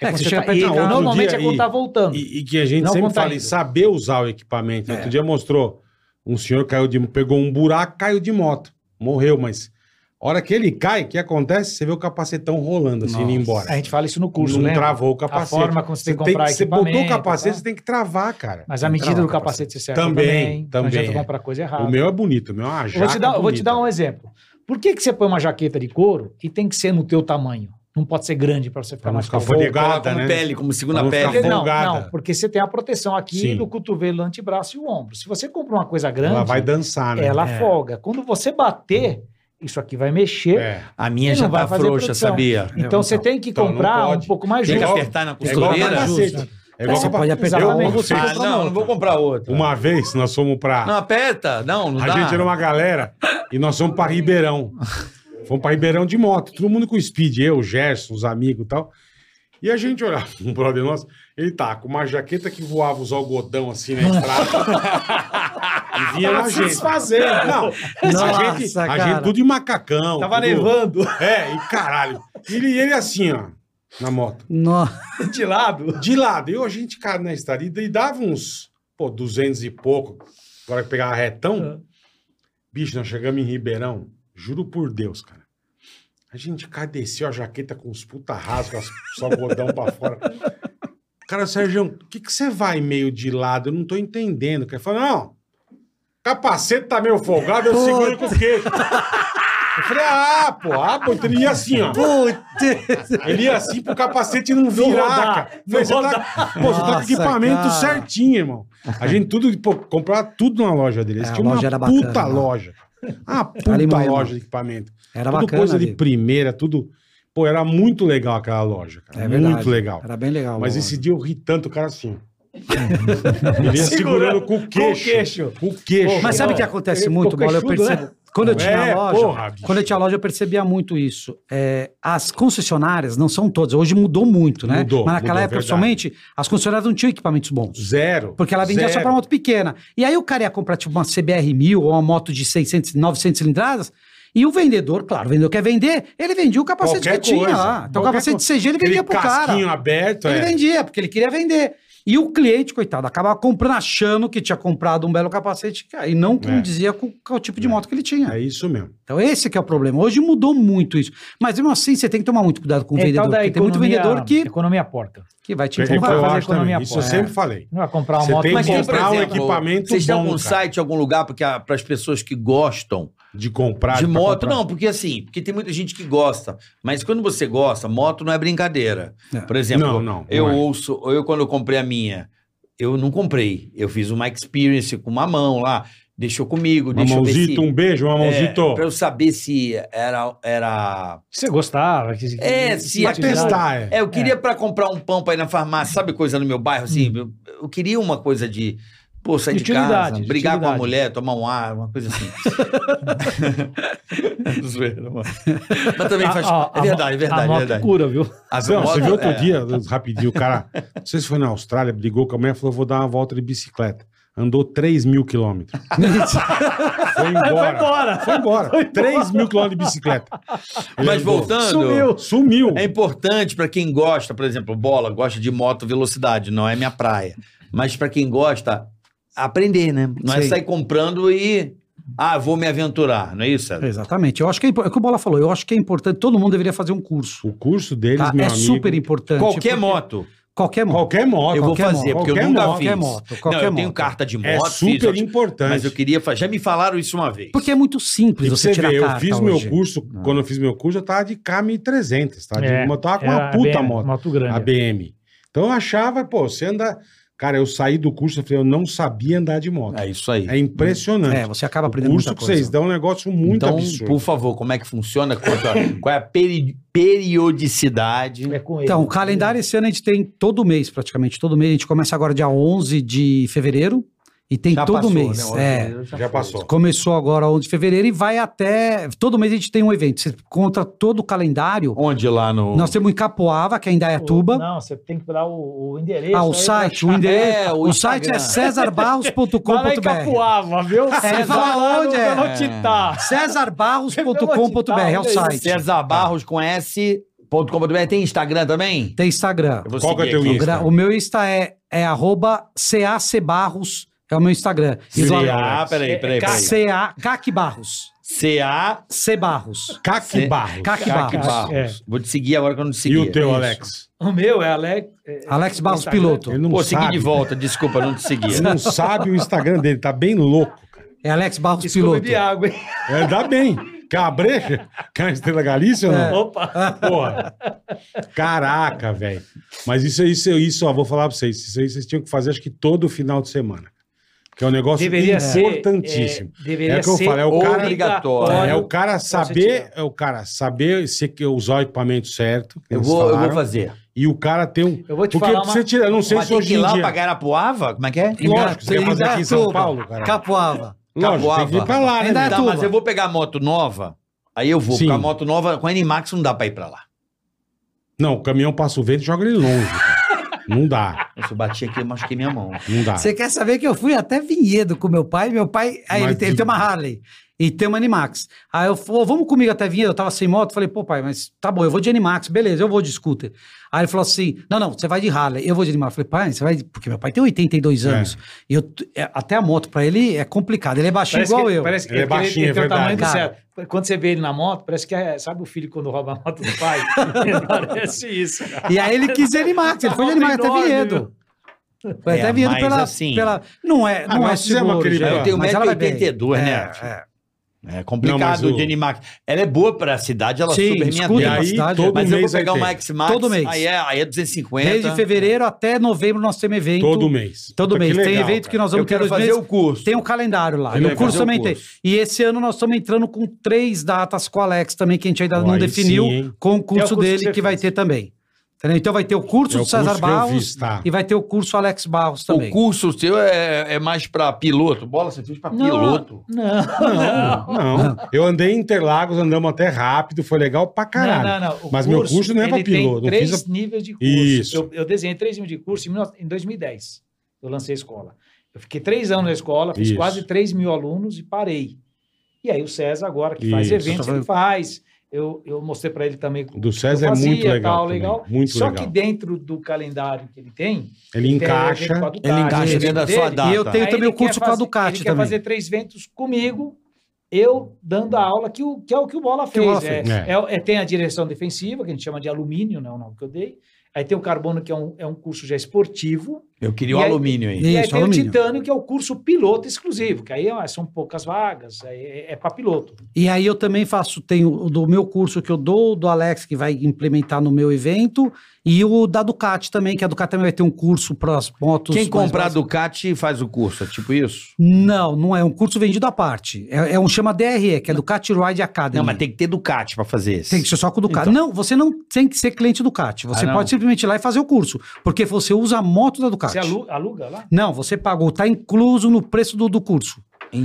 S5: É,
S6: quando
S5: que você chega perto
S6: e
S5: de casa.
S3: Outro
S6: Normalmente
S3: dia,
S6: é quando
S3: e-
S6: está voltando.
S3: E, e que a gente
S6: Não
S3: sempre
S6: conta
S3: fala em
S6: isso.
S3: saber usar o equipamento. Outro dia mostrou um senhor caiu de pegou um buraco, caiu de moto, morreu, mas a hora que ele cai, o que acontece? Você vê o capacetão rolando assim indo
S5: Nossa.
S3: embora.
S6: a gente fala isso no curso,
S3: não
S6: lembra?
S3: travou o capacete.
S6: A forma como você tem que
S3: tem
S6: comprar
S3: Você botou o
S6: equipamento,
S3: capacete,
S6: tá?
S3: você tem que travar, cara.
S6: Mas a medida do capacete você serve
S3: Também,
S6: Não
S3: também,
S6: adianta
S3: é.
S6: comprar coisa errada.
S3: O meu é bonito, o meu é uma
S6: Eu vou, te
S3: jaca
S6: dar, eu vou te
S3: bonita.
S6: dar um exemplo. Por que, que você põe uma jaqueta de couro e tem que ser no teu tamanho? Não pode ser grande para você ficar
S3: Pra não
S6: mais
S3: ficar
S6: confortável.
S3: folgada,
S4: como
S3: né?
S4: pele, como segunda
S3: Vamos ficar
S4: pele.
S6: Porque- Não,
S3: folgada.
S6: não, porque você tem a proteção aqui
S3: Sim.
S6: do cotovelo, antebraço e o ombro. Se você compra uma coisa grande,
S3: Ela
S6: ela,
S3: vai dançar, né?
S4: É.
S6: folga. Quando você bater, isso aqui vai mexer.
S3: É.
S4: A minha
S6: Ele
S4: já
S6: não vai
S4: tá
S6: fazer
S4: frouxa,
S6: produção.
S4: sabia?
S6: Então você tem que
S3: Então, não
S6: comprar um
S3: pode.
S6: pouco mais
S4: Tem que
S6: justo.
S4: apertar na
S3: É igual
S4: costureira.
S3: capacete. É igual
S5: Você
S3: capa-
S5: pode apertar o
S6: Exatamente.
S5: ombro, você
S4: Ah,
S3: assim,
S5: compra
S4: não,
S5: outra.
S4: não vou comprar outra.
S3: Uma vez nós fomos pra.
S4: Não, aperta. Não, não
S3: a
S4: dá.
S3: gente era uma galera e nós fomos pra Ribeirão. Fomos pra Ribeirão de moto. Todo mundo com speed, eu, Gerson, os amigos e tal. E a gente olhava um brother nosso, ele tá com uma jaqueta que voava os algodão assim na estrada. e vinha na gente. Não, a
S5: Nossa,
S3: gente, a
S5: cara.
S3: gente tudo de macacão.
S6: Tava
S3: tudo-
S6: nevando
S3: É, e caralho. E ele, ele assim, ó, na moto.
S5: Nossa.
S6: de lado.
S3: De lado. E a gente, cara, na estrada. E daí dava uns, pô, 200 e pouco. Agora que pegava retão. Bicho, nós chegamos em Ribeirão. Juro por Deus, cara. A gente, cara, desceu a jaqueta com os puta rasgos, os algodão pra fora. Cara, Sérgio, por que que você vai meio de lado? Eu não tô entendendo. Cara, falou, não. Capacete tá meio folgado, eu seguro com o quê? Eu falei, ah, pô, ah, pô. Então ele ia assim, ó.
S5: Putz.
S3: Ele ia assim pro capacete não virar,
S6: rodar,
S3: cara. Falei, você tá, pô, você tá com
S5: Nossa,
S3: equipamento
S5: cara.
S3: certinho, irmão. A gente tudo, pô, comprava tudo na loja dele. Eles
S5: É, a
S3: tinham uma
S5: loja era
S3: puta
S5: bacana, né?
S3: loja. Uma puta
S5: Ali em Moema.
S3: loja de equipamento.
S5: Era
S3: tudo
S5: bacana.
S3: coisa de
S5: ali.
S3: primeira, tudo. Pô, era muito legal aquela loja, cara.
S5: É verdade.
S3: muito legal.
S5: Era bem legal.
S3: Mas
S5: mano.
S3: esse dia eu ri tanto, o cara assim. Ele ia segurando com o queixo. Com o queixo.
S5: Mas sabe o que
S6: Não,
S5: acontece
S6: ele
S5: muito,
S6: ficou
S3: um
S5: Bola? Eu
S6: queixudo,
S5: percebo. Quando eu tinha
S3: É,
S5: loja,
S3: porra, bicho.
S5: quando eu tinha loja, eu percebia muito isso. É, as concessionárias não são todas. Hoje mudou muito, né?
S3: Mudou,
S5: Mas naquela
S3: mudou,
S5: época,
S3: verdade.
S5: principalmente, as concessionárias não tinham equipamentos bons.
S3: Zero.
S5: Porque ela vendia só
S3: Zero.
S5: pra moto pequena. E aí o cara ia comprar tipo uma CBR 1000 ou uma moto de 600, 900 cilindradas. E o vendedor, claro, o vendedor quer vender, ele vendia o capacete
S3: Qualquer
S5: que tinha
S3: coisa.
S5: lá. Então o
S3: Qualquer
S5: capacete
S3: coisa.
S5: CG ele
S3: Aquele
S5: vendia pro cara.
S3: casquinho aberto,
S5: Ele
S3: é.
S5: vendia, porque ele queria vender. E o cliente, coitado, acabava comprando, achando que tinha comprado um belo capacete e não condizia com, com o tipo de moto que ele tinha.
S3: É isso mesmo.
S5: Então esse que é o problema. Hoje mudou muito isso. Mas mesmo assim, você tem que tomar muito cuidado com o
S6: É
S5: vendedor,
S6: tal da
S5: porque tem muito
S6: economia-
S5: vendedor que,
S6: Economia porca.
S5: que vai te
S3: É,
S6: Então
S3: eu
S6: vai fazer
S3: acho também.
S6: economia,
S3: Isso
S6: pô,
S3: eu
S6: é.
S3: sempre falei.
S6: Não vai comprar uma
S3: Você
S6: moto.
S3: tem
S6: Mas
S3: que
S6: tem
S4: por
S3: comprar um
S4: exemplo,
S3: equipamento
S4: Vocês têm
S3: bom,
S4: algum
S3: cara.
S4: site, algum lugar para as pessoas que gostam
S3: De comprar.
S4: de
S3: pra
S4: moto?
S3: comprar.
S4: Não, porque assim, porque tem muita gente que gosta. Mas quando você gosta, moto não é brincadeira.
S5: É.
S4: Por exemplo,
S3: Não, não,
S4: eu
S3: não é.
S4: ouço, eu quando eu comprei a minha, eu não comprei. Eu fiz uma experience com uma mão lá, deixou comigo, deixou
S3: Mamãozito, um beijo, mamãozito.
S4: É, Pra eu saber se era. era...
S6: Você gostava. que-
S4: É,
S6: que-
S4: se
S6: que
S4: a
S3: Pra
S6: utilidade.
S3: testar, é.
S4: É, eu queria pra comprar um pão pra ir na farmácia, sabe coisa no meu bairro, assim? Eu, eu queria uma coisa de. Pô, sair de
S6: Utilidade,
S4: casa, brigar
S6: utilidade.
S4: com a mulher, tomar um ar, uma coisa assim. Zoeira, mano. Mas também
S6: A-
S4: faz.
S6: ó,
S4: é
S6: a
S4: verdade, é
S6: mo-
S4: verdade,
S6: A
S4: é
S6: moto
S4: verdade.
S6: cura, viu?
S4: A
S3: Não, você
S4: moto-
S3: viu outro
S4: é.
S3: dia, rapidinho, o cara. Não sei se foi na Austrália, brigou com a mulher, falou: vou dar uma volta de bicicleta. Andou 3 mil quilômetros. Foi embora.
S6: embora.
S3: Foi embora. 3 mil quilômetros de bicicleta. Ele
S4: Mas
S3: andou.
S4: voltando.
S6: Sumiu.
S3: Sumiu.
S4: É importante pra quem gosta, por exemplo, bola, gosta de moto velocidade, não é minha praia. Mas pra quem gosta, aprender, né? Não é
S5: Sim.
S4: sair comprando e. Ah, vou me aventurar, não é isso, César?
S5: Exatamente. Eu acho que é, impo- é o que o Bola falou, eu acho que é importante, todo mundo deveria fazer um curso.
S3: O curso deles,
S4: Ah,
S5: tá?
S3: meu
S5: É tipo
S3: amigo.
S5: super importante.
S4: Qualquer
S5: porque-
S4: moto.
S5: Qualquer moto.
S3: Qualquer moto.
S4: eu vou
S3: qualquer
S4: fazer,
S3: moto,
S4: porque eu
S3: qualquer
S4: nunca
S3: moto.
S4: fiz.
S5: qualquer moto,
S4: não, eu
S5: qualquer
S4: tenho
S5: moto.
S4: carta de moto,
S3: É
S4: fiz, eu
S3: super
S4: te-
S3: importante.
S4: mas eu queria fazer. Já me falaram isso uma vez.
S5: Porque é muito simples
S3: E
S5: você
S3: você
S5: tirar
S3: vê,
S5: a carta
S3: eu fiz
S5: hoje.
S3: meu curso, quando eu fiz meu curso, eu tava de K1300, tá? De,
S6: É,
S3: eu tava com
S6: era
S3: uma
S6: a
S3: puta
S6: BM,
S3: moto,
S6: Moto grande.
S3: a BM. Então eu achava, pô, você anda... Cara, eu saí do curso, eu falei, eu não sabia andar de moto.
S4: É isso aí.
S3: É impressionante.
S5: É, você acaba
S3: o
S5: aprendendo
S3: curso
S5: muita
S3: que vocês
S5: coisa.
S3: dão é um negócio muito
S4: então,
S3: absurdo.
S4: por favor, como é que funciona? Quanto a- qual é a peri- periodicidade?
S6: É com ele.
S5: Então, o calendário esse ano a gente tem todo mês, praticamente. Todo mês. A gente começa agora dia 11 de fevereiro e tem todo
S4: né?
S5: mês. é.
S3: Já passou.
S5: Começou agora 11 de fevereiro e vai até... Todo mês a gente tem um evento. Você conta todo o calendário.
S4: Onde lá no.
S5: Nós temos em Capoava, que é em Dayatuba.
S6: Oh, Não, você tem que dar o, o endereço.
S5: Ah,
S6: aí é né?
S5: o
S6: pra
S5: site,
S6: achar.
S5: o endereço.
S4: É, o
S5: o site é
S4: Instagram.
S6: Fala em
S5: cesarbarros.com.br.
S6: Capuava, viu?
S5: É, fala onde é.
S6: Velocità.
S5: Cesarbarros.com.br é o
S6: Olha isso.
S5: site.
S4: César Barros com S.com.br. Tem Instagram também?
S5: Tem Instagram.
S4: Eu vou
S3: Qual que
S4: seguir
S3: é teu
S4: aqui.
S5: O gra- O meu Insta é, é arroba cacbarros, é o meu Instagram. E
S3: Sim.
S5: lá-
S4: Ah, peraí, peraí, peraí.
S5: C-A, Cac Barros.
S4: C.A.
S5: C Barros.
S3: Caque
S4: Cê-
S3: Barros.
S5: Cac
S4: Caque
S5: Barros.
S4: Barros. Vou te seguir agora que eu não te segui.
S3: E o teu, Alex?
S6: O meu é Alex. é-
S5: Alex Barros
S6: Instagram.
S5: Piloto.
S3: Ele não
S4: Pô, segui
S3: sabe.
S4: de volta, desculpa, não te
S3: Ele
S4: segui.
S3: não sabe o Instagram dele, tá bem louco.
S5: É Alex Barros
S6: Desculpa de
S5: Piloto.
S6: água, hein?
S3: É, dá bem. Cabreja? Quer uma estrela galícia ou
S5: É.
S3: não?
S6: Opa.
S3: Porra. Caraca, velho. Mas isso, isso, isso, ó, vou falar pra vocês. Isso aí vocês tinham que fazer, acho que todo final de semana. Que é um negócio
S6: Deveria ser.
S3: importantíssimo.
S6: É, deveria
S3: É o que eu
S6: ser
S3: falo, é o cara-
S4: Obrigatório.
S3: é,
S4: olha,
S3: o cara
S6: você
S3: saber,
S6: tirar.
S3: é o cara saber se, que usar o equipamento certo. que
S4: Eu
S3: eles
S4: vou, eu vou
S3: falaram,
S4: fazer.
S3: E o cara ter um.
S6: Eu vou te
S3: Porque
S6: falar uma-
S3: você tira, eu não sei
S4: Mas
S3: se
S4: tem que
S3: hoje
S4: ir
S3: em
S4: lá
S3: dia.
S4: pra Garapuava? Como é que é?
S3: Lógico, você quer fazer aqui em São Paulo, cara.
S5: Capoava.
S3: Lógico, tem que ir pra lá, né?
S5: Ainda é
S3: meu?
S4: Tá,
S5: Tuba.
S4: mas eu vou pegar a moto nova, aí eu vou.
S3: Sim.
S4: Com a moto nova, com a N-Max não dá pra ir pra lá.
S3: Não, o caminhão passa o vento e joga ele longe. cara. não dá,
S4: Se eu bati aqui, eu machuquei minha mão.
S3: não dá.
S5: Você quer saber que eu fui até Vinhedo com meu pai? Meu pai, aí ele,
S3: Mas
S5: tem,
S3: de-
S5: ele tem uma Harley e tem uma Animax. Aí eu falei, vamos comigo até Vinhedo. Eu tava sem moto, falei, pô, pai, mas tá bom, eu vou de Animax, beleza, eu vou de scooter. Aí ele falou assim: não, não, você vai de Harley, eu vou de Animax. Eu falei, pai, você vai. de- Porque meu pai tem 82
S3: É.
S5: anos. E eu, é, até a moto pra ele é complicado, ele é baixinho
S6: Parece
S5: igual
S6: que,
S5: eu.
S6: Parece que
S3: Ele é
S6: ele, ele,
S3: baixinho, é
S6: tem o tamanho do
S5: verdade.
S6: certo. Quando você vê ele na moto, parece que é, sabe o filho quando rouba a moto do pai? parece isso.
S5: E aí ele quis de Animax,
S3: Tá
S5: ele foi de
S6: Uma
S5: Animax
S6: moto
S5: até
S6: enorme,
S5: Vinhedo. Foi
S4: É,
S5: até Vinhedo
S4: mas
S5: pela,
S4: assim- um
S5: pela. Não é,
S3: Ah,
S5: não é
S3: nós fizemos
S5: seguro.
S3: aquele-
S5: gente,
S3: Eu
S4: tenho
S5: mas ela vai bem.
S4: 1,82, né?
S5: É,
S4: É
S3: Não,
S4: complicado
S3: mas o-
S4: o de N-Max. Ela é boa pra cidade, ela
S5: Sim,
S4: super minha
S5: escuta,
S3: E
S4: vida.
S3: aí,
S5: capacidade,
S3: todo
S4: Mas eu vou
S3: mês aí
S4: pegar um
S3: tem.
S4: uma X-Max.
S5: Todo mês.
S4: Aí é, aí é
S5: é.
S4: 250.
S5: Desde fevereiro até novembro nós temos evento.
S3: Todo mês.
S5: Todo
S3: Puta, que
S5: mês. tem
S3: legal,
S5: evento que
S3: cara.
S5: nós vamos
S4: Eu quero
S5: ter dois
S4: fazer
S5: meses.
S4: o curso.
S5: Tem um calendário lá.
S3: Que
S5: E o
S3: legal.
S5: curso
S3: Fazer o
S5: também tem.
S3: curso.
S5: E esse ano nós estamos entrando com três datas com o Alex também, que a gente ainda
S3: Ó,
S5: não
S3: aí
S5: definiu,
S3: sim, hein?
S5: com o curso
S6: curso que
S5: dele
S6: você
S5: que vai
S6: fez.
S5: ter também. Entendeu? Então vai ter o curso
S3: É o
S5: do César
S3: curso que eu
S5: Barros
S3: fiz, tá.
S5: e vai ter o curso Alex Barros também.
S4: O curso seu é, é mais pra piloto. Bola, você fez pra piloto.
S6: Não,
S3: Não, não. Eu andei em Interlagos, andamos até rápido, foi legal pra caralho.
S6: Não, não, não. O
S3: Mas meu curso não é pra
S6: ele tem
S3: piloto, eu
S6: três
S3: fiz
S6: níveis de curso.
S3: Isso.
S6: Eu, eu desenhei três níveis de curso em, 19 em 2010. Eu lancei a escola. Eu fiquei três anos na escola, fiz
S3: Isso.
S6: quase 3 mil alunos e parei. E aí o César agora, que faz
S3: Isso.
S6: eventos, ele faz. Eu, eu mostrei para ele também
S3: Do César
S6: eu
S3: é muito
S6: fazia,
S3: legal.
S6: tal,
S3: também,
S6: legal.
S3: Muito
S6: Só
S3: legal.
S6: que dentro do calendário que ele tem,
S3: Ele
S6: tem
S3: encaixa.
S6: evento com a
S3: Ele
S6: Ducati,
S4: encaixa
S6: evento
S4: dentro da sua
S6: dele.
S4: data.
S5: E
S3: Tá.
S5: eu tenho
S6: Aí
S5: também
S6: ele
S5: o curso
S6: quer
S5: com a
S6: fazer-
S5: Ducati
S6: Ele quer
S5: também.
S6: fazer três ventos comigo, eu dando a aula, que, o, que é o que o Bola fez.
S5: Bola né?
S6: é,
S3: fez. É.
S6: é o- é- tem a direção defensiva, que a gente chama de alumínio, né, o nome que eu dei. Aí tem o carbono, que é um, é um curso já esportivo.
S4: Eu queria
S6: E
S4: o
S6: aí-
S4: alumínio aí.
S6: E, aí
S5: Isso,
S6: tem
S5: alumínio.
S6: o titânio, que é o curso piloto exclusivo, que aí ó, são poucas vagas, é, é para piloto.
S5: E aí eu também faço, tenho o do meu curso que eu dou, o do Alex que vai implementar no meu evento, e o da Ducati também, que a Ducati também vai ter um curso para as motos.
S4: Quem
S5: mais
S4: comprar
S5: básicas.
S4: Ducati faz o curso, é tipo isso?
S5: Não, não é um curso vendido à parte. É, é um chama DRE, que é Ducati Ride Academy.
S4: Não, mas tem que ter Ducati pra fazer isso.
S5: Tem que ser só com o Ducati. Não, você não tem que ser cliente Ducati. Você
S4: Ah, não?
S5: pode simplesmente ir lá e fazer o curso, porque você usa a moto da Ducati.
S4: é
S6: Você alu- aluga lá?
S5: Não, você pagou, tá incluso no preço do, do curso.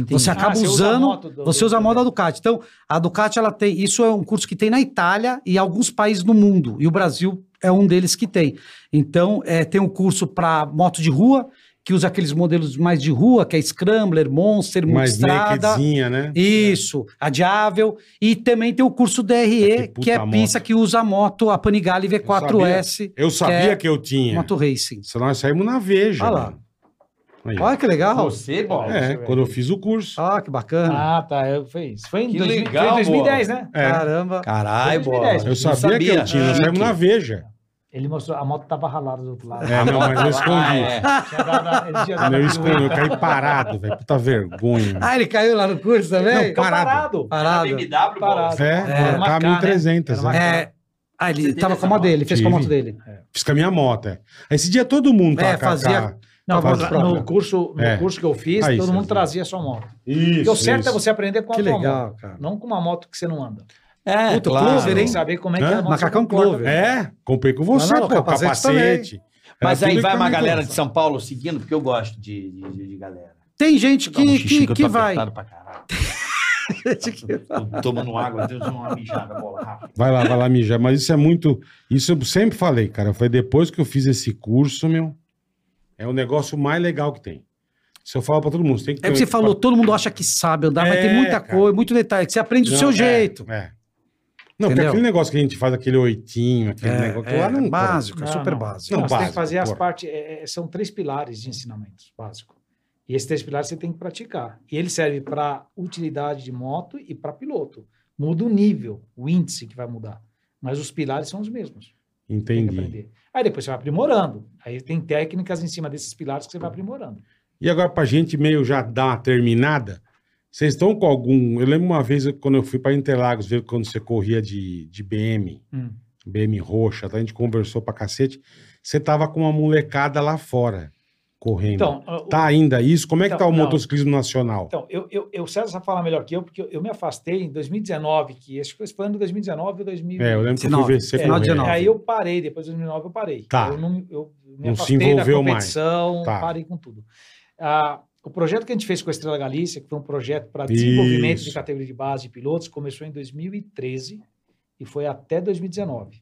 S5: Você acaba
S6: Ah, você usa a
S5: usando,
S6: moto do-
S5: você
S6: do-
S5: usa a moto da Ducati. Então, a Ducati ela tem, isso é um curso que tem na Itália e alguns países do mundo, e o Brasil é um deles que tem. Então, é, tem um curso para moto de rua, que usa aqueles modelos mais de rua, que é Scrambler, Monster,
S3: mais
S5: Multistrada.
S3: nakedzinha, né?
S5: Isso, adiável. E também tem o curso DRE,
S3: É que
S5: que,
S3: puta
S5: é
S3: moto.
S5: pista que usa a moto, a Panigale V4S,
S3: Eu sabia que,
S5: é
S3: eu tinha.
S5: moto racing.
S3: Senão nós saímos na veja.
S5: Olha lá.
S3: mano. Aí, ó.
S5: Olha que legal.
S4: Você, Bola?
S3: É, quando eu fiz o curso.
S5: Olha que bacana.
S6: Ah, tá. eu- foi isso. Foi em,
S4: Que
S6: 2000,
S4: legal,
S6: foi em 2010, né?
S3: É.
S5: Caramba.
S4: Caralho, Bola.
S6: 2010.
S3: Eu sabia, que eu tinha, nós saímos na veja.
S6: Ele mostrou, a moto tava ralada do outro lado.
S3: É, não, mas eu escondi.
S4: Ah,
S6: Tinha dado- ele tinha dado
S3: Eu
S6: aquele
S3: escondi, eu caí parado, velho. Puta vergonha.
S5: Ah, ele caiu lá no curso também?
S3: Não, parado.
S6: parado.
S5: Parado.
S4: BMW, Bola.
S6: Parado.
S3: É,
S6: Era uma
S3: tá
S6: K, né?
S3: 1300.
S6: Era uma
S3: né?
S5: É. Ah, ele
S4: Você
S5: tava
S4: teve
S5: com a moto
S4: essa
S5: dele, fez com a
S3: Tive.
S5: moto dele.
S3: Fiz com a minha moto. é. Esse dia todo mundo
S5: É,
S3: tava com a-
S5: fazia-
S3: com a-
S6: Não,
S3: Tá
S6: mas
S3: bom.
S6: lá no curso, no
S3: É.
S6: curso que eu fiz,
S3: Aí,
S6: todo mundo
S3: César.
S6: trazia sua moto. Porque
S3: Isso.
S6: o certo é
S3: isso.
S6: você aprender com a
S5: Que
S6: tua
S5: legal,
S6: moto.
S5: cara.
S6: Não com uma moto que você não anda.
S4: É,
S5: Puta,
S4: claro.
S5: Clover,
S6: Tem
S5: hein?
S6: que saber como é que
S3: Hã?
S6: é a moto.
S5: Macacão
S6: comporta.
S5: Clover.
S3: É, comprei com você,
S5: Mas não,
S3: pô, capacete.
S5: capacete É,
S4: Mas
S3: Era
S4: aí
S3: tudo
S4: vai uma
S3: econômico.
S4: galera de São Paulo seguindo, porque eu gosto de, de, de- de galera.
S5: Tem gente
S4: Dá um
S5: que,
S4: xixi
S5: que,
S4: eu
S5: que
S4: tô
S5: vai.
S3: tá
S4: apertado pra caralho. Tô tomando água, Deus, uma mijada, Bola, rápido.
S3: Vai lá, vai lá mijar. Mas isso é muito. Isso eu sempre falei, cara. Foi depois que eu fiz esse curso, meu. É o negócio mais legal que tem. Se eu falo pra todo mundo, você tem que um
S5: É o que você falou, todo mundo acha que sabe andar, mas
S3: É,
S5: tem muita
S3: cara.
S5: coisa, muito detalhe, que você aprende do
S3: Não,
S5: seu
S3: é,
S5: jeito.
S3: É. Não, porque
S5: Entendeu?
S3: aquele negócio que a gente faz, aquele oitinho, aquele negócio. aquilo lá não
S5: básico, é
S6: Não,
S5: super
S6: não.
S5: básico.
S3: Não,
S6: Não, você tem
S3: básico,
S6: que fazer as
S3: porra.
S6: partes. é, é, são três pilares de ensinamentos básico. E esses três pilares você tem que praticar. E ele serve para utilidade de moto e para piloto. Muda o nível, o índice que vai mudar. Mas os pilares são os mesmos. Tem que
S3: Entendi.
S6: aprender. Aí depois você vai aprimorando. Aí tem técnicas em cima desses pilares que você vai aprimorando.
S3: E agora, pra gente meio já dar uma terminada, vocês estão com algum. Eu lembro uma vez eu- quando eu fui pra Interlagos ver quando você corria de, de BM,
S6: Hum.
S3: BM roxa, tá? a gente conversou pra cacete. Você tava com uma molecada lá fora correndo.
S6: Então, o-
S3: Tá ainda isso? Como é que
S6: Então,
S3: tá o
S6: não.
S3: motociclismo nacional?
S6: Então, eu, eu, eu, o César sabe falar melhor que eu, porque eu, eu me afastei em 2019, que acho que foi esse ano de 2019 ou 2020.
S3: é, eu lembro que eu
S5: 19,
S3: fui ver você
S5: final
S3: correr.
S5: de
S6: É,
S5: 19.
S6: Então, aí eu parei, depois de 2009 eu parei.
S3: Tá.
S6: Eu não, eu me
S3: Não se
S6: afastei
S3: envolveu
S6: da
S3: mais.
S6: competição,
S3: Tá.
S6: parei com tudo. Ah, o projeto que a gente fez com a Estrela Galícia, que foi um projeto para desenvolvimento
S3: Isso.
S6: de categoria de base de pilotos, começou em 2013 e foi até 2019.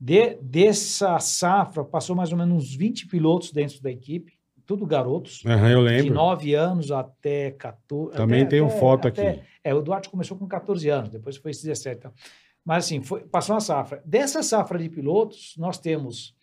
S6: De- dessa safra, passou mais ou menos uns 20 pilotos dentro da equipe, tudo garotos,
S3: Aham, eu
S6: de
S3: lembro.
S6: 9 anos até 14.
S3: Também
S6: até-
S3: tenho
S6: até-
S3: foto
S6: até-
S3: aqui.
S6: é, o Duarte começou com 14 anos, depois foi 17. então. Mas assim, foi- passou uma safra. Dessa safra de pilotos, nós temos.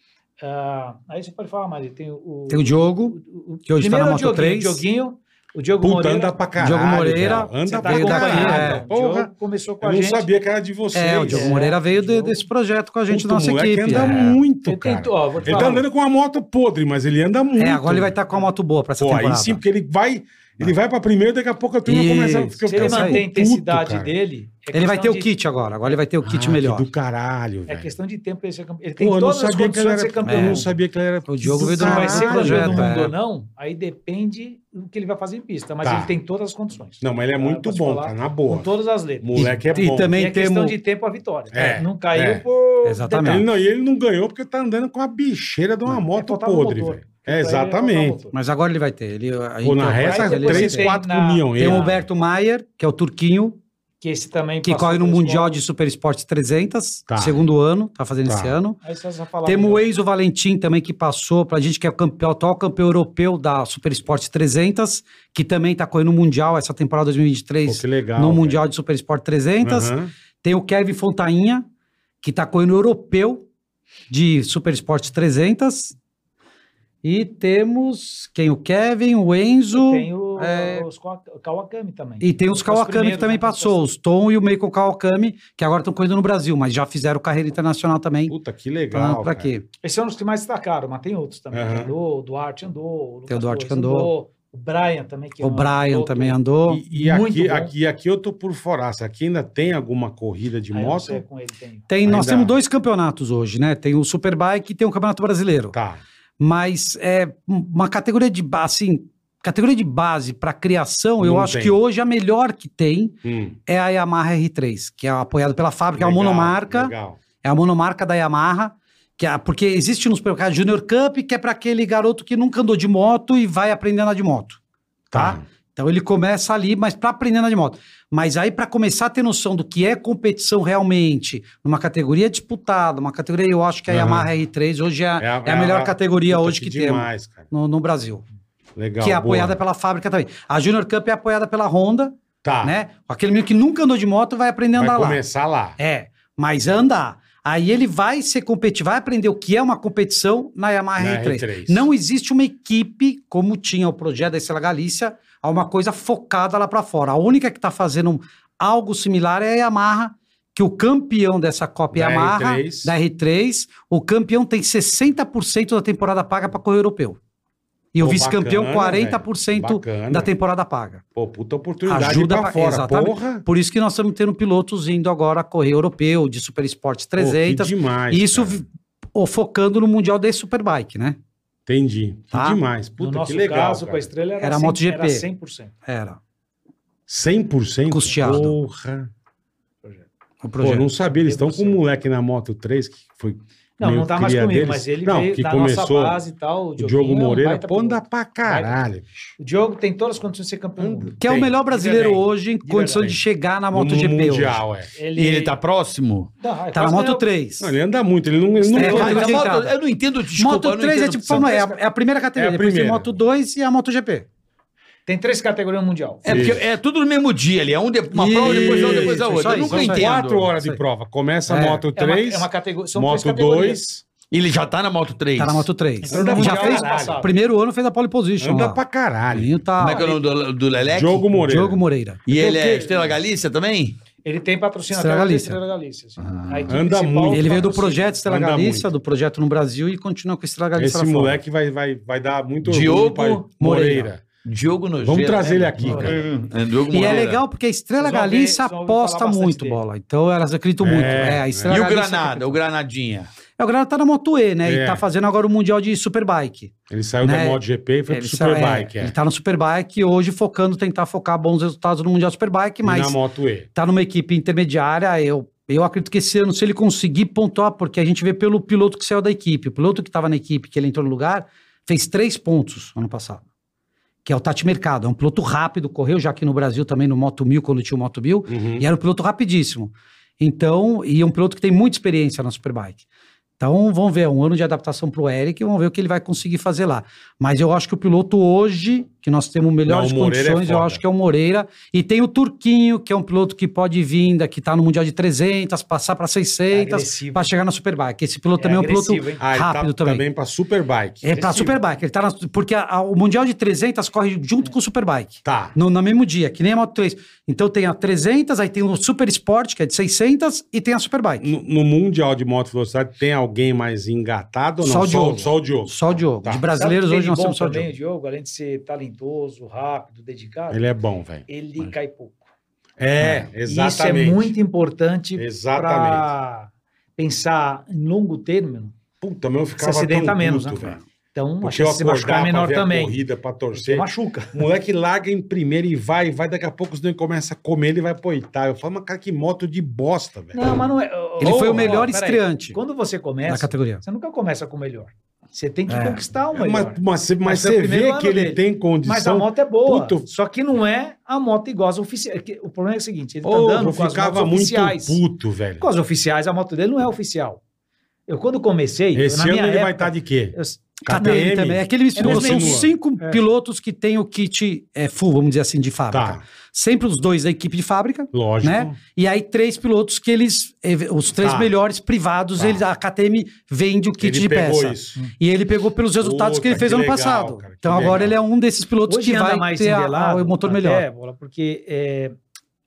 S6: ah, aí você pode falar, Maria, tem o.
S5: Tem o Diogo,
S6: o- o-
S5: que hoje tá na
S6: primeiro é o
S5: Moto
S6: Dioguinho,
S5: 3.
S6: O Dioguinho, o Diogo
S3: Puta,
S6: Moreira.
S3: anda pra caralho.
S5: Diogo Moreira,
S3: velho.
S6: você
S3: Anda
S6: tá
S3: pra
S5: veio daqui,
S3: caralho.
S5: é.
S6: acompanhado. O Diogo
S3: Porra,
S6: começou com
S3: eu
S6: a
S3: não
S6: gente.
S3: sabia que era de vocês.
S5: É, o Diogo
S6: É,
S5: Moreira veio de-
S6: Diogo.
S5: desse projeto com a gente,
S3: Puta,
S5: nossa
S3: o moleque
S5: equipe.
S3: anda
S5: É.
S3: muito,
S6: Ele tem-
S3: cara.
S6: ó, vou te
S3: Ele tá
S6: falar.
S3: andando com uma moto podre, mas ele anda muito.
S5: É, agora ele vai estar com a moto boa pra essa
S3: Pô, aí
S5: temporada.
S3: sim, porque ele vai. Ele vai pra primeiro, daqui a pouco a turma começa a
S5: Isso.
S3: ficar
S6: Se ele
S5: penso aí.
S6: manter a
S3: puto,
S6: intensidade
S3: cara.
S6: dele. é
S5: Ele vai ter
S6: questão
S5: o
S6: de-
S5: kit agora. Agora ele vai ter o kit
S3: Ah,
S5: melhor.
S3: que do caralho,
S6: É
S3: velho.
S6: questão de tempo pra ele ser campeão. Ele tem
S3: Pô, eu não
S6: todas as
S3: sabia que ele
S6: condições de
S3: era... É.
S6: ser
S5: É.
S3: Eu
S6: campeão.
S3: não sabia que ele era...
S5: O Diogo veio do
S6: Se vai
S3: Caralho,
S6: ser campeão do
S5: projeto,
S6: mundo
S5: é.
S6: ou não, aí depende do que ele vai fazer em pista. Mas
S3: Tá.
S6: ele tem todas as condições.
S3: Não, mas ele é
S6: Tá?
S3: muito
S6: Posso
S3: bom,
S6: falar
S3: tá na boa.
S6: Com todas as letras.
S3: Moleque é
S5: E- e
S3: bom.
S5: também-
S6: E é questão
S5: temos-
S6: de tempo a vitória.
S3: É,
S6: não caiu
S3: é.
S6: por.
S5: Exatamente.
S3: Ele não, e ele não ganhou porque tá andando com a bicheira de uma
S5: é
S3: moto
S6: faltava
S3: podre,
S6: motor.
S3: velho. É,
S6: Detalhe,
S3: exatamente.
S6: faltava motor.
S5: Mas agora ele vai ter. Ele, a
S3: Pô, na
S5: gente-
S3: reta, é
S6: Aí depois
S3: três,
S6: você tem
S3: quatro
S6: na-
S3: comiam
S5: Tem
S3: ele.
S5: o Humberto Maier, que é o turquinho,
S6: Que esse também.
S5: que
S6: passou
S5: corre no
S6: pela
S5: Mundial
S6: escola.
S5: de Super Esporte 300,
S3: Tá.
S5: segundo ano, tá fazendo
S3: Tá.
S5: esse ano.
S6: Aí você só fala
S5: Temos o
S6: melhor.
S5: Enzo Valentim também, que passou pra gente, que é o campeão, atual campeão europeu da Super Esporte 300, que também tá correndo o Mundial essa temporada
S3: Pô,
S5: 2023
S3: que legal.
S5: no
S3: velho.
S5: Mundial de Super Esporte 300.
S3: Aham.
S5: Tem o Kevin Fontainha, que tá correndo o europeu de Super Esporte 300. E temos quem? O Kevin, o Enzo.
S6: Tem o,
S5: é,
S6: os Kawa- Kawakami também.
S5: E tem os
S6: Os
S5: Kawakami que
S6: primeiros
S5: também
S3: né,
S6: na classificação.
S5: passou, os Tom e o Meiko Kawakami, que agora estão correndo no Brasil, mas já fizeram carreira internacional também.
S3: Puta, que
S5: Pra,
S3: legal,
S5: pra
S3: cara.
S5: quê?
S6: Esses são os é um que mais destacaram, mas tem outros também.
S3: Aham.
S6: Andou, o Duarte andou. Lucas
S5: Tem o Duarte
S6: Torres
S5: que andou.
S6: O Brian também. Que
S5: O
S6: andou,
S5: Brian
S6: outro.
S5: também é andou.
S3: E, e
S6: Muito
S3: aqui,
S6: bom.
S3: aqui, aqui eu tô por fora. Se Aqui ainda tem alguma corrida de
S6: Aí eu não
S3: moto?
S6: sei com ele, tem.
S5: Tem, nós
S3: ainda-
S5: temos dois campeonatos hoje, né? Tem o Superbike e tem o Campeonato Brasileiro.
S3: Tá.
S5: Mas é uma categoria de base, assim, categoria de base para criação, eu
S3: Não
S5: acho
S3: tem.
S5: que hoje a melhor que tem
S3: Hum,
S5: é a Yamaha R3, que é apoiada pela fábrica, é
S3: legal,
S5: uma monomarca.
S3: Legal.
S5: É a monomarca da Yamaha, que é, porque existe no supermercado Junior Cup, que é para aquele garoto que nunca andou de moto e vai aprender a andar de moto. Tá?
S3: Tá.
S5: Então ele começa ali, mas para aprender a andar de moto. Mas aí para começar a ter noção do que é competição realmente, numa categoria disputada, uma categoria, eu acho que a
S3: Aham.
S5: Yamaha R3 hoje é, a- é a melhor categoria
S3: Puta,
S5: hoje que, temos
S3: demais, cara.
S5: no, no Brasil,
S3: Legal.
S5: que é
S3: boa.
S5: apoiada pela fábrica também. A Junior Cup é apoiada pela Honda,
S3: Tá.
S5: né? Aquele menino que nunca andou de moto vai aprender a
S3: Vai
S5: andar lá.
S3: começar lá.
S5: É, mas andar. Aí ele vai ser competitivo, vai aprender o que é uma competição na Yamaha
S3: Na
S5: R3.
S3: R3.
S5: Não existe uma equipe, como tinha o projeto da Estela Galícia, a uma coisa focada lá pra fora. A única que tá fazendo um- algo similar é a Yamaha, que o campeão dessa Copa é
S3: Da
S5: Yamaha,
S3: R3.
S5: da R3, o campeão tem 60% da temporada paga pra correr europeu. E o
S3: Pô,
S5: vice-campeão
S3: bacana,
S5: 40%
S3: velho. Bacana.
S5: da temporada paga.
S3: Pô, puta oportunidade
S5: Ajuda
S3: pra
S5: pra-
S3: fora,
S5: exatamente.
S3: porra.
S5: Por isso que nós estamos tendo pilotos indo agora correr europeu, de Super Esporte
S3: Pô, que
S5: 300,
S3: demais.
S5: isso
S3: cara.
S5: vi- o- focando no Mundial de Superbike, né?
S3: Entendi. Que
S5: Tá?
S3: demais.
S6: No
S3: Puta,
S6: nosso
S3: que legal.
S6: caso, com a
S3: cara.
S6: estrela era,
S5: Era
S6: 100,
S5: MotoGP.
S6: Era 100%.
S5: Era
S3: 100%
S5: Custeado.
S3: Porra.
S5: o
S3: Pô,
S5: projeto.
S3: não sabia. Eles estão com
S6: 100%.
S3: um moleque na Moto 3 que foi.
S6: Não,
S3: meio
S6: não tá mais
S3: cria
S6: comigo,
S3: deles.
S6: mas ele
S3: Não,
S6: veio
S3: que
S6: da
S3: começou.
S6: nossa base e tal.
S3: O
S6: Dioguinho
S3: Diogo
S6: é um
S3: Moreira,
S6: baita
S3: pô, anda
S6: piloto.
S3: pra caralho. bicho.
S6: O Diogo tem todas as condições de ser campeão do mundo.
S5: que é o
S3: Tem,
S5: melhor
S3: diga
S5: brasileiro
S3: bem.
S5: hoje em
S3: Diga
S5: condição
S3: bem.
S5: de chegar na
S3: no
S5: MotoGP hoje.
S3: Mundial, é.
S6: Ele,
S4: E ele tá próximo?
S6: Tá,
S5: Tá na
S6: quase
S5: Moto
S6: ganhou.
S5: 3.
S3: Não, ele é anda muito, ele não. Ele não
S5: É,
S3: anda.
S5: vai-
S4: Mas a
S5: vai-
S4: moto-
S5: vai-
S4: eu não entendo, desculpa. eu
S5: moto
S4: não
S5: 3 é
S4: entendo-
S5: tipo
S4: são
S5: Fórmula E, é,
S4: três
S5: a- é a primeira categoria.
S3: É a
S5: depois tem
S3: primeira.
S5: Moto 2 e a MotoGP.
S6: Tem três categorias no mundial.
S4: É porque
S3: Isso.
S4: é tudo no mesmo dia ali. É um de- uma prova, depois uma, depois a
S5: Isso,
S4: outra.
S5: isso
S4: Eu
S5: aí,
S4: nunca
S5: isso aí.
S4: entendo.
S3: Quatro horas de
S5: Sei.
S3: prova. Começa a
S5: É.
S3: Moto
S6: É uma-
S3: 3,
S6: é uma categoria. São três
S3: Moto
S6: categorias.
S3: 2.
S4: Ele já tá na Moto 3.
S5: Tá na Moto 3.
S3: Então
S6: Entrou no
S5: já
S6: Mundial
S5: fez,
S6: ano passado.
S5: primeiro ano fez a pole position.
S3: Anda
S5: lá.
S3: pra
S5: O
S3: caralho.
S5: menino tá
S4: Como é que é o nome do, do Leleque?
S3: Diogo Moreira.
S5: Diogo Moreira.
S4: E ele
S3: Porque-
S4: é Estrela Galícia também?
S6: Ele tem patrocínio
S5: Estrela
S6: até hoje da
S5: Galícia.
S6: Estrela Galícia. assim. A equipe
S3: Ah, Anda
S6: principal
S3: muito.
S5: Ele veio do
S6: patrocina.
S5: projeto Estela
S3: assim, Anda
S5: Galícia,
S3: muito.
S5: do projeto no Brasil e continua com Estela Galícia
S3: Esse
S5: lá fora.
S3: moleque vai, vai, vai dar muito
S4: Diogo
S3: pra- Moreira.
S5: Moreira.
S4: Diogo Nogueira.
S3: Vamos trazer ele aqui,
S4: Moreira. É,
S5: E
S4: Diogo
S5: é
S4: Moreira.
S5: legal porque a Estrela
S6: Vocês vão ver-
S5: Galícia
S6: vocês vão ouvir
S5: aposta
S6: falar bastante
S5: muito
S6: dele.
S5: bola. Então elas acreditam
S3: É,
S5: muito. É, a Estrela
S3: é.
S4: E o
S5: Galícia-
S4: Granada, o Granadinha.
S5: É, o Granada tá na Moto E, né?
S3: É.
S5: E tá fazendo agora o Mundial de Superbike.
S3: Ele saiu da
S5: Né?
S3: MotoGP e foi pro
S5: Ele tá-
S3: Superbike. É.
S5: Ele tá no Superbike hoje focando, tentar focar bons resultados no Mundial Superbike,
S3: E
S5: mas
S3: na Moto E.
S5: tá numa equipe intermediária. Eu, eu acredito que esse ano, se ele conseguir pontuar, porque a gente vê pelo piloto que saiu da equipe. O piloto que estava na equipe, que ele entrou no lugar, fez três pontos ano passado. Que é o Tati Mercado. É um piloto rápido, correu já aqui no Brasil também no Moto 1000, quando tinha o Moto 1000.
S3: Uhum.
S5: E era um piloto rapidíssimo. Então, e é um piloto que tem muita experiência na Superbike. Então, vamos ver, é um ano de adaptação pro Eric, vamos ver o que ele vai conseguir fazer lá. Mas eu acho que o piloto hoje, que nós temos melhores
S3: Não, o Moreira é
S5: condições, eu
S3: foda.
S5: acho que é o Moreira. E tem o Turquinho, que é um piloto que pode vir, da- que tá no Mundial de 300, passar para 600,
S6: agressivo.
S5: para chegar na Superbike. Esse piloto
S6: É
S5: também é um piloto
S6: agressivo, hein?
S3: Ah, ele tá
S5: rápido
S3: também.
S5: também.
S3: pra Superbike.
S5: É para
S6: agressivo.
S5: Superbike, ele tá na, porque a- a- o Mundial de 300 corre junto
S6: É.
S5: com o Superbike.
S3: Tá.
S5: No, no mesmo dia, que nem a Moto 3. Então tem a 300, aí tem o Super Sport, que é de 600, e tem a Superbike.
S3: No, no Mundial de Moto Velocidade tem alguém mais engatado ou não?
S5: Só o Diogo.
S3: Só o Diogo.
S5: Só o Diogo.
S3: Tá.
S5: De brasileiros,
S6: Sabe o que
S5: hoje
S6: tem
S5: nós
S6: de bom
S5: temos só o
S6: também,
S5: Diogo.
S6: o Diogo, além de ser talentoso, rápido, dedicado, ele,
S3: Ele é bom, velho.
S6: cai pouco.
S3: É, exatamente.
S6: Isso é muito importante
S3: Exatamente.
S6: para pensar em longo termo.
S3: Puta, mas eu ficava
S6: Se acidenta
S3: tão
S6: menos,
S3: puto,
S6: né, cara?
S3: velho.
S6: Então, a
S3: Porque eu
S6: chance de se machucar é
S3: acordava pra
S6: menor
S3: ver a
S6: também.
S3: corrida pra
S6: Você
S3: torcer.
S6: machuca.
S3: O moleque larga em primeiro e vai, vai. Daqui a pouco os dois começam a comer, ele vai pro oitavo. Eu falo, mas cara, que moto de bosta, velho.
S6: Não, mas não é.
S5: Ele
S6: Ô,
S5: foi o
S6: ó,
S5: melhor
S6: peraí.
S5: estreante
S6: Quando você
S5: na
S6: começa,
S5: categoria.
S6: você nunca começa com o melhor. Você tem que
S5: É.
S6: conquistar o
S3: É, mas,
S6: melhor.
S3: mas, você- mas
S6: Mas é o
S3: você
S6: primeiro
S3: vê
S6: ano
S3: que ele
S6: dele.
S3: tem condição.
S6: Mas a moto é boa.
S3: Puto.
S6: Só que não é a moto igual às oficiais. Que O problema é o seguinte: ele tá
S3: Ô,
S6: andando
S3: eu
S6: com as
S3: ficava
S6: motos
S3: muito
S6: oficiais.
S3: puto, velho.
S6: Com as oficiais, a moto dele não é oficial. Eu, quando comecei, eu,
S3: Esse
S6: assim? na
S3: ano ele
S6: minha
S3: vai estar
S6: época,
S3: de quê?
S6: eu- Ah,
S3: KTM.
S5: KTM também. É que ele misturou.
S6: Continua.
S5: São cinco
S6: É.
S5: pilotos que têm o kit é, full, vamos dizer assim, de fábrica.
S3: Tá,
S5: Sempre os dois da equipe de fábrica.
S3: lógico.
S5: Né? E aí, três pilotos que eles. eh, Os três
S3: Tá.
S5: melhores privados,
S3: Tá.
S5: eles, a KTM vende o kit
S3: ele
S5: de
S3: pegou
S5: peça.
S3: isso.
S5: E ele pegou pelos resultados
S3: Puta,
S5: que ele fez
S3: que
S5: ano
S3: legal,
S5: passado.
S3: cara, que
S5: então agora
S3: legal.
S5: ele é um desses pilotos
S6: Hoje
S5: que
S6: anda
S5: vai
S6: mais
S5: ter a-
S6: nivelado,
S5: o motor
S6: até,
S5: melhor.
S6: Bola, porque é,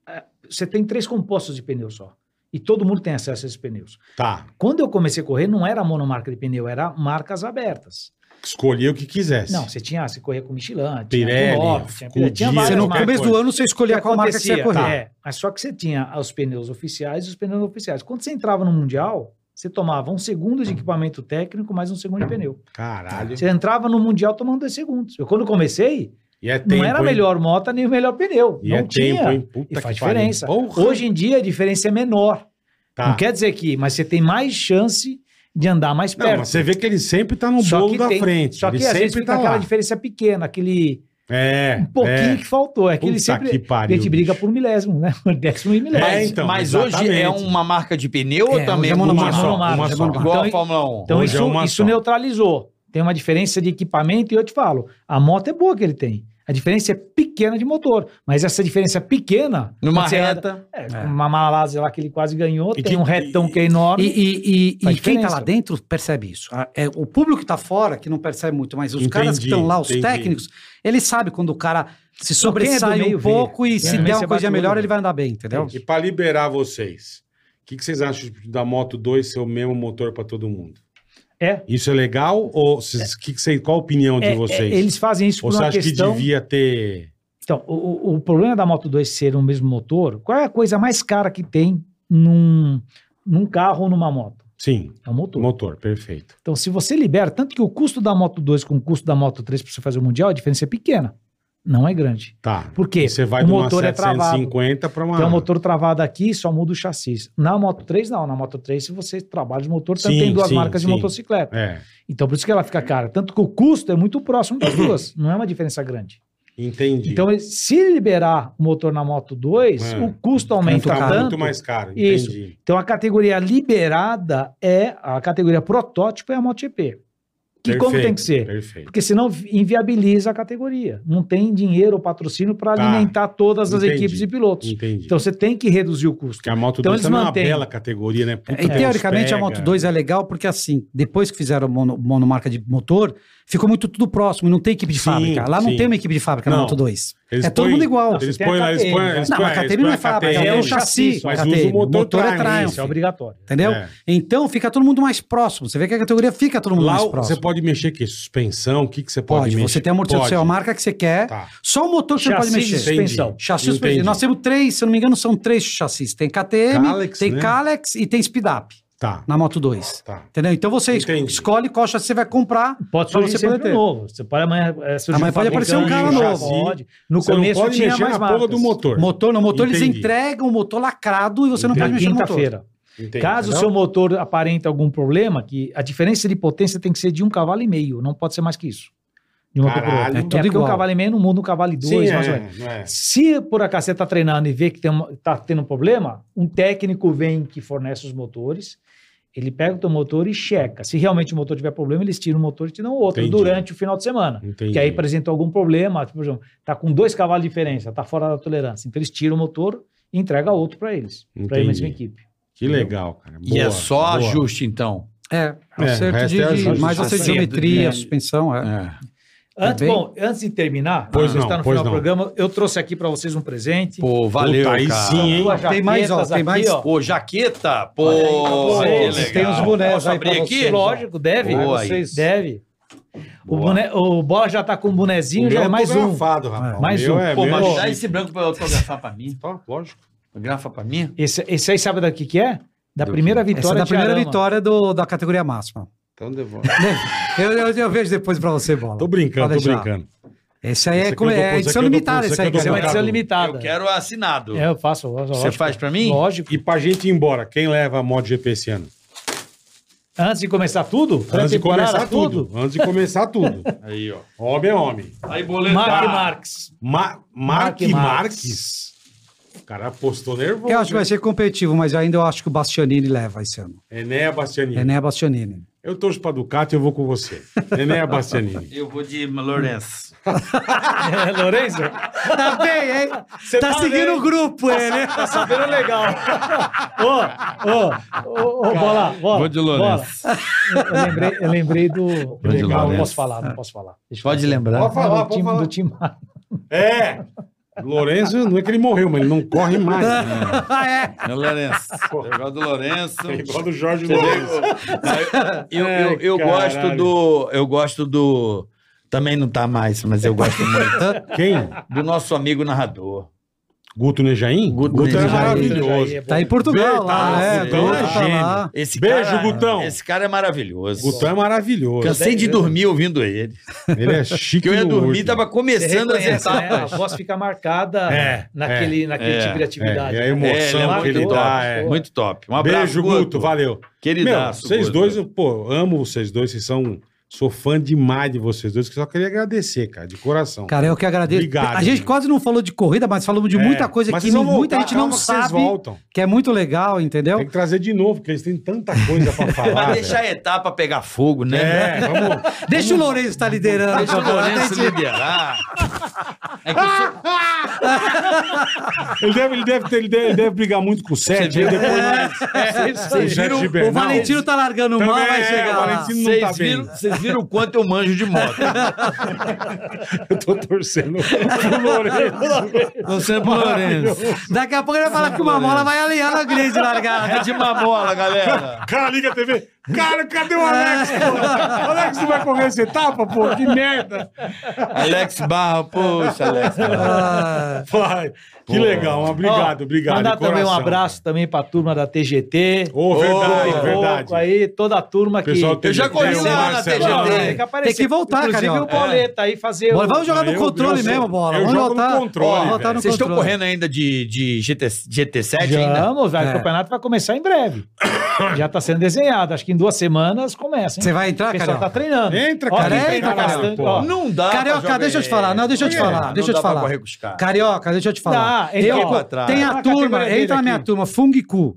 S6: a- você tem três compostos de pneu só. E todo mundo tem acesso a esses pneus.
S3: Tá,
S6: Quando eu comecei a correr, não era monomarca de pneu, era marcas abertas.
S3: escolhia o que quisesse.
S6: Não, você tinha, você corria com Michelin, tinha
S3: Pirelli,
S6: Dunlop, tinha, Pirelli, tinha
S3: Goodyear,
S5: Você no
S6: várias
S3: qualquer
S6: marcas.
S5: começo do
S3: coisa.
S5: ano você escolhia qual marca que você ia correr.
S6: Tá. É, mas só que você tinha os pneus oficiais e os pneus oficiais. Quando você entrava no Mundial, você tomava um segundo de equipamento técnico mais um segundo de pneu.
S3: Caralho.
S6: Você entrava no Mundial tomando dois segundos. Eu, quando comecei,
S3: E é
S6: não era a
S3: hein?
S6: melhor moto nem o melhor pneu.
S3: E
S6: não
S3: é
S6: tinha.
S3: tempo, hein? Puta
S6: E faz
S3: que pariu.
S6: diferença.
S3: Porra.
S6: Hoje em dia a diferença é menor.
S3: Tá.
S6: Não quer dizer que, mas você tem mais chance de andar mais
S3: Não,
S6: perto.
S3: mas você vê que ele sempre tá no
S6: Só
S3: bolo
S6: que
S3: da
S6: tem-
S3: frente.
S6: Só que
S3: ele
S6: às vezes
S3: sempre
S6: fica
S3: tá
S6: aquela
S3: lá.
S6: diferença pequena, aquele
S3: É,
S6: um pouquinho
S3: é.
S6: que faltou. É que ele
S3: Puta
S6: sempre
S3: que pariu,
S6: a gente briga
S3: bicho.
S6: por milésimo, né? Por décimo e milésimo.
S3: É,
S4: Mas,
S3: então,
S4: mas hoje é
S3: exatamente.
S4: uma marca de pneu ou
S5: É,
S4: também
S5: hoje é
S4: uma
S5: monomarca.
S3: Uma só, uma só.
S4: Igual
S6: Então,
S4: a Fórmula 1.
S6: Então
S3: Hoje é
S6: isso,
S3: uma
S6: isso
S3: só.
S6: neutralizou. Tem uma diferença de equipamento e eu te falo, a moto é boa que ele tem. A diferença é pequena de motor, mas essa diferença pequena...
S4: numa
S6: quando você anda-
S4: reta.
S6: É, com Uma Malásia lá que ele quase ganhou,
S3: E um
S6: tem
S3: que-
S6: um retão que é enorme.
S5: E, e- e-
S6: Faz
S5: e quem tá
S6: diferença.
S5: lá dentro percebe isso. A- é, o público que tá fora, que não percebe muito, mas os
S3: Entendi,
S5: caras que estão lá, os
S3: entendi.
S5: técnicos, ele sabe quando o cara se
S6: Não, quem é do
S5: sobressai
S6: meio
S5: um pouco
S6: vê.
S5: e
S6: Quem é
S5: se
S6: do
S5: der
S6: meio,
S5: uma
S6: você
S5: coisa
S6: bate
S5: melhor,
S6: olho.
S5: ele vai andar bem, entendeu?
S3: E pra liberar vocês, o que, que vocês acham da Moto 2 ser o mesmo motor pra todo mundo?
S6: É.
S3: Isso é legal? Ou vocês- que que vocês- qual a opinião de
S6: É, é,
S3: vocês?
S6: eles fazem isso
S3: ou
S6: por
S3: você
S6: uma
S3: acha
S6: questão...
S3: que devia ter.
S6: Então, o, o- o problema da Moto 2 ser o mesmo motor, qual é a coisa mais cara que tem num, num carro ou numa moto?
S3: Sim,
S6: É o motor.
S3: motor, perfeito.
S6: Então, se você libera, tanto que o custo da Moto 2 com o custo da Moto 3 para você fazer o Mundial, a diferença é pequena, não é grande.
S3: Tá.
S6: Por quê?
S3: E Você vai
S6: o
S3: de uma
S6: motor é travado.
S3: 750 pra uma.
S6: Tem um motor travado aqui, só muda o chassi. Na Moto 3, não. Na Moto 3, se você trabalha de motor, tanto
S3: Sim,
S6: tem duas
S3: sim,
S6: marcas
S3: sim.
S6: de motocicleta.
S3: É,
S6: Então, por isso que ela fica cara. Tanto que o custo é muito próximo das duas. Não é uma diferença grande.
S3: entendi.
S6: Então, ele- se liberar o motor na Moto 2,
S3: É.
S6: o custo
S5: muito
S6: aumenta
S3: tá
S6: tanto.
S3: muito mais caro.
S6: Isso.
S3: Entendi.
S6: Então, a categoria liberada é... A categoria protótipo é a MotoGP. Que como tem que ser?
S3: Perfeito.
S6: Porque senão vi- inviabiliza a categoria. Não tem dinheiro ou patrocínio para
S3: Tá.
S6: alimentar todas as
S3: Entendi.
S6: equipes e pilotos.
S3: Entendi.
S6: Então, você tem que reduzir o custo.
S3: Porque a Moto
S6: Então
S3: 2
S6: eles
S3: também é
S6: mantêm.
S3: uma bela categoria, né? Puta que
S5: e teoricamente
S3: pega.
S5: a Moto 2 é legal porque assim, depois que fizeram mono, monomarca de motor, ficou muito tudo próximo, não tem equipe de
S3: Sim,
S5: fábrica. Lá
S3: sim.
S5: não tem uma equipe de fábrica
S3: Não.
S5: na Moto 2.
S3: Eles
S5: é todo
S3: põem-
S5: mundo igual.
S3: Eles
S6: Você tem a
S3: põem lá, eles
S6: KTM,
S3: põem.
S6: né?
S3: eles
S5: Não,
S3: põem-
S5: a
S3: eles
S5: KTM não
S3: põem
S5: é fábrica, é
S3: KTM,
S5: um chassi.
S3: Mas
S5: KTM,
S3: usa o motor,
S5: é
S3: Triumph.
S5: Triumph.
S6: Isso é obrigatório.
S5: Entendeu?
S3: É.
S5: Então fica todo mundo mais próximo. Você vê que a categoria fica todo mundo
S3: Lá
S5: mais
S3: o- você
S5: próximo.
S3: pode mexer que Suspensão? O que, que você pode,
S5: um Pode,
S3: mexer?
S5: você tem amortecedor, a
S3: Pode.
S5: marca que você quer.
S3: Tá.
S5: Só o motor que você pode
S6: Chassi de
S5: mexer.
S6: suspensão.
S3: Entendi.
S5: Chassi
S3: Entendi.
S5: suspendido. Nós temos três, se eu não me engano, são três chassis. Tem KTM,
S3: Kalex,
S5: tem
S3: né?
S5: Kalex e tem Speed Up
S3: Tá.
S5: na Moto 2.
S3: Tá.
S5: Entendeu? Então você es-
S3: Entendi.
S5: escolhe qual chassi você vai comprar.
S6: Pode
S5: Pra
S6: surgir
S5: você poder
S6: sempre um
S5: ter.
S6: novo. Você pode amanhã é, surgir
S5: Amanhã pode
S6: fabricante,
S5: aparecer um cara
S3: novo.
S6: Pode. No
S3: Você
S6: começo
S3: não pode
S6: tinha
S3: mexer
S6: mais
S3: na porra
S6: marcas.
S3: do motor.
S5: Motor no motor, eles
S3: Entendi.
S5: entregam o motor lacrado e você não
S3: Entendi.
S5: pode
S6: Na
S5: mexer no motor.
S6: quinta-feira.
S3: Entendi.
S6: Caso o
S3: Não?
S6: seu motor aparente algum problema, que a diferença de potência tem que ser de um cavalo e meio, não pode ser mais que isso. De uma
S3: Caralho.
S6: motor pro outro.
S3: É
S6: É
S5: tudo
S6: porque
S5: igual.
S6: um cavalo e meio não muda um cavalo e
S3: Sim,
S6: dois, mais
S3: é,
S6: ou menos.
S3: não é.
S6: Se por acaso você está treinando e vê que tem uma- tá tendo um problema, um técnico vem que fornece os motores, ele pega o teu motor e checa. Se realmente o motor tiver problema, eles tiram o motor e te dão outro
S3: Entendi.
S6: durante o final de semana.
S3: Entendi.
S6: Que aí apresentou algum problema, tipo, por exemplo, tá com dois cavalos de diferença, tá fora da tolerância. Então eles tiram o motor e entregam outro para eles, para a
S3: Entendi.
S6: mesma equipe.
S3: Que legal, cara.
S4: E é
S3: Boa,
S4: só
S3: boa.
S4: ajuste, então.
S5: É,
S3: É, o
S5: acerto
S3: resto
S5: de,
S3: é
S5: de-
S3: ajuste.
S5: mais acerto de
S4: Acerto,
S5: geometria,
S4: né?
S5: suspensão. É. Tá
S6: Antes,
S5: bem?
S6: bom, antes de terminar,
S3: Pois
S6: você
S3: não,
S6: está no
S3: pois
S6: final do
S3: não.
S6: programa, eu trouxe aqui para vocês um presente.
S4: Pô, valeu,
S3: Puta, aí
S4: cara.
S3: sim, hein?
S6: Duas
S5: Tem mais, ó,
S6: jaquetas
S5: tem mais-
S4: Pô, jaqueta. Pô,
S6: Olha aí pra
S4: que
S6: vocês.
S4: legal.
S5: Tem uns bonecos
S4: Posso
S5: aí pra
S4: abrir
S5: vocês,
S4: aqui?
S5: ó.
S6: Lógico, deve.
S4: Boa
S6: Vocês- Deve. O, boné, o Bola já tá com um bonezinho, já é mais um.
S3: Fado, rapaz.
S6: É, mais
S3: tá O meu
S6: um.
S3: É,
S4: Pô,
S3: meu-
S4: mas dá esse branco pra eu autografar pra mim.
S3: Tá, lógico.
S4: Autografa pra mim.
S6: Esse, esse aí sabe daqui que é? Da primeira
S5: Essa é
S6: vitória
S5: da
S6: de
S5: primeira
S6: Arama.
S5: vitória do- da categoria máxima.
S3: Então devolve.
S5: Eu, eu- eu vejo depois pra você, Bola.
S3: Tô brincando, tô
S5: Pode deixar.
S3: brincando.
S5: Esse aí
S3: Esse
S5: é,
S3: aqui
S5: como
S3: eu dou
S5: é
S3: pro- esse
S5: edição
S3: aqui eu dou
S5: limitada.
S3: pro-
S5: Esse aí
S3: esse aqui
S6: Essa é uma
S5: cara.
S6: edição
S3: Obrigado.
S6: limitada.
S4: Eu quero assinado.
S6: É, eu faço. Você
S4: faz pra mim?
S6: Lógico.
S3: E pra gente ir embora, quem leva a MotoGP esse ano?
S6: Antes de começar tudo?
S3: Antes de
S6: Pré-temporada,
S3: começar tudo. Antes de começar tudo. Aí, ó. Homem é homem.
S4: Aí, boletar.
S6: Mark Marques.
S3: Ma Mark
S6: Mark
S3: Marques. O cara postou nervoso.
S5: Eu acho que vai
S3: né?
S5: ser competitivo, mas ainda eu acho que o Bastianini leva esse ano.
S3: Enéa Bastianini.
S5: Enéa Bastianini.
S3: Eu torço pra Ducati, eu vou com você. Enéa Bastianini.
S4: Eu vou de Lourenço.
S6: É, Lourenço?
S5: Tá bem, hein? tá,
S6: tá
S5: seguindo
S6: bem.
S5: o grupo, ele. né?
S6: Tá sabendo legal. Ô, ô, ô, ô, bola, bola.
S7: vou de Lourenço.
S6: bola. Eu, eu lembrei, eu lembrei do.
S7: de
S6: Legal, não
S7: Lourenço.
S6: posso falar, não posso falar. Deixa eu
S4: Pode
S6: falar.
S4: lembrar.
S3: Pode falar,
S6: do
S3: pode
S6: time,
S3: falar.
S6: do time.
S3: É! Lourenço, não é que ele morreu, mas ele não corre mais. né?
S5: Ah, é.
S7: É o Lourenço. Eu gosto do Lourenço.
S3: É igual do Jorge Lourenço.
S4: Eu, eu,
S3: Ai,
S4: eu gosto
S3: caralho.
S4: do. Eu gosto do. Também não tá mais, mas eu gosto muito.
S3: Quem?
S4: Do nosso amigo narrador.
S3: Guto Nejaim?
S4: Guto
S3: é
S4: Nejaim.
S3: maravilhoso.
S5: Tá em Portugal lá,
S3: Verdade,
S5: é.
S3: Gutão
S5: Guto
S3: é
S5: tá
S3: gênio.
S5: lá.
S4: Esse
S3: Beijo,
S4: cara,
S3: Gutão.
S4: Esse cara é maravilhoso.
S3: Gutão é maravilhoso.
S4: Cansei de dormir ouvindo ele.
S3: Ele é chique.
S4: Porque eu ia
S3: no
S4: dormir,
S3: último.
S4: tava
S6: Você
S4: começando as
S6: reconhece, né? A
S4: etapas.
S6: voz fica marcada
S3: É,
S6: naquele, naquele
S7: é,
S6: tipo de atividade.
S3: é, e a emoção
S4: É, ele
S3: que
S4: é muito
S3: ele
S4: top.
S3: dá. é.
S4: Muito top. Um abraço.
S3: Beijo, Guto. Valeu. Meu,
S4: Queridaço.
S3: vocês
S4: Guto.
S3: dois, eu, pô, amo vocês dois. Vocês são. Sou fã demais de vocês dois, que só queria agradecer, cara, de coração.
S5: Cara, eu que agradeço.
S3: Obrigado,
S5: a gente
S3: meu.
S5: quase não falou de corrida, mas falamos de muita
S3: É,
S5: coisa
S3: mas
S5: que
S3: vocês vão
S5: muita
S3: voltar,
S5: gente não
S3: calma que vocês
S5: sabe,
S3: voltam.
S5: que é muito legal, entendeu?
S3: Tem que trazer de novo, porque eles têm tanta coisa pra falar.
S4: Pra deixar a etapa pegar fogo,
S3: velho.
S4: né?
S3: É, vamos.
S5: Deixa o Lourenço estar liderando.
S4: Deixa o
S5: por favor.
S4: Lourenço
S5: Deixa-
S4: liderar. É que eu sou-
S3: Ele deve, ele deve, ter- ele deve, ele deve brigar muito com o Sete, aí depois
S6: Vocês
S3: Sete
S6: viram-
S3: de
S5: O
S3: Bernal.
S5: Valentino tá largando
S3: Também
S5: mal, vai
S3: é,
S5: chegar
S3: o
S5: lá.
S3: Valentino não tá
S4: Vocês
S3: bem.
S4: viram, vocês viram o quanto eu manjo de moto.
S3: Eu tô torcendo pro Lourenço.
S4: Torcendo pro Lourenço.
S5: é Daqui a pouco ele vai falar que uma mola vai alinhar na grade de largada.
S4: É de mamola, galera.
S3: cara liga a TV. Cara, cadê o Alex, pô? O Alex não vai correr essa etapa, pô? Que merda.
S4: Alex Barra, poxa, Alex Barra.
S5: Ah,
S3: Vai. Que legal. Obrigado,
S6: Ó,
S3: obrigado.
S6: Mandar
S3: de coração,
S6: também um abraço também pra turma da TGT.
S3: Ô, verdade,
S4: Ô,
S3: verdade.
S6: Pouco Aí, toda a turma que.
S3: Pessoal,
S4: Eu já corri
S3: Tem o
S4: lá na
S3: Marcelo.
S4: TGT.
S6: Não, não,
S4: Tem
S6: tem
S4: que
S6: que aparecer.
S5: voltar,
S6: Inclusive
S5: Carioca.
S6: o Boleta aí fazer.
S5: Bora,
S6: o-
S5: vamos jogar no
S3: Eu-
S5: controle
S3: eu sei.
S5: mesmo, bola.
S3: Eu
S5: Vamos
S3: jogo
S5: voltar.
S3: no controle,
S5: Ó, voltar
S3: velho.
S5: no
S4: Vocês estão
S5: controle.
S4: correndo ainda de, de GT, GT7 ainda?
S6: Vamos, vai,
S5: É.
S6: o campeonato vai começar em breve. Já está sendo desenhado. Acho que em duas semanas começa. hein?
S5: Você vai entrar,
S6: O pessoal
S5: Carioca?
S6: tá treinando.
S3: Entra,
S6: Ó,
S5: cara,
S6: quem
S5: entra,
S6: tá
S5: cara.
S6: gastando,
S3: Pô.
S6: ó.
S4: Não dá. um pra
S5: Carioca,
S4: jogar-
S5: deixa eu te falar. Não, deixa eu te
S4: É,
S5: falar, deixa eu
S4: não dá
S5: te
S4: pra
S5: falar.
S4: correr com os caras.
S5: Carioca, deixa eu te falar.
S6: Dá, entra
S5: Eu-
S6: pra
S4: trás.
S5: tem a turma,
S6: Na categoria dele
S5: entra na minha
S6: aqui.
S5: turma, Fungicu.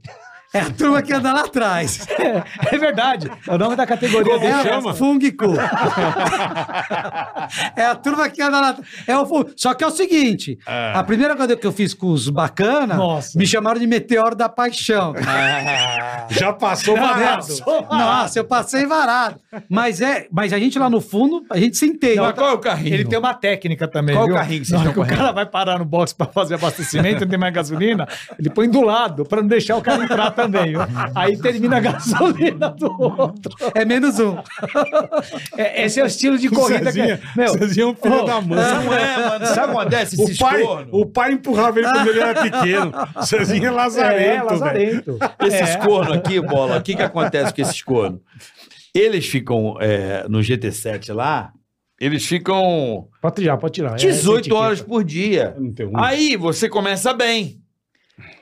S5: É a turma que anda lá atrás.
S6: É, é verdade. É o nome da categoria
S5: é
S6: dele.
S5: a Fungicu. é a turma que anda lá atrás. É o Fung- Só que é o seguinte:
S3: Ah.
S5: a primeira coisa que eu fiz com os bacana,
S6: Nossa.
S5: me chamaram de Meteoro da Paixão.
S3: Já passou barato.
S5: Nossa, eu passei varado. Mas é, mas a gente lá no fundo, a gente se entende.
S6: Não, tá-
S4: Mas qual é o carrinho?
S6: Ele tem uma técnica também.
S4: Qual é o
S6: viu?
S4: carrinho que vocês
S6: Na hora
S4: estão
S6: que O cara vai parar no box para fazer abastecimento, não tem mais gasolina, ele põe do lado para não deixar o cara entrar também. viu? Aí termina a gasolina do outro.
S5: É menos um.
S6: É, esse é o estilo de corrida que
S3: Cezinha,
S6: é. Meu,
S3: Cezinha é um filho
S6: ô,
S3: da mãe.
S4: Não é, mano. Sabe o que acontece?
S3: O
S4: Esses
S3: pai,
S4: cornos.
S3: o pai empurrava ele quando ele era pequeno. Cezinha é
S6: é,
S3: lazarento, velho.
S6: lazarento.
S4: Esses
S6: É.
S4: cornos aqui, bola, o que, que acontece com esses cornos? Eles ficam é, no GT7 lá, eles ficam
S6: Pode tirar, pode tirar. É,
S4: 18
S6: é
S4: horas
S6: etiqueta.
S4: por dia.
S5: Hum.
S3: Não tem um.
S4: Aí você começa bem.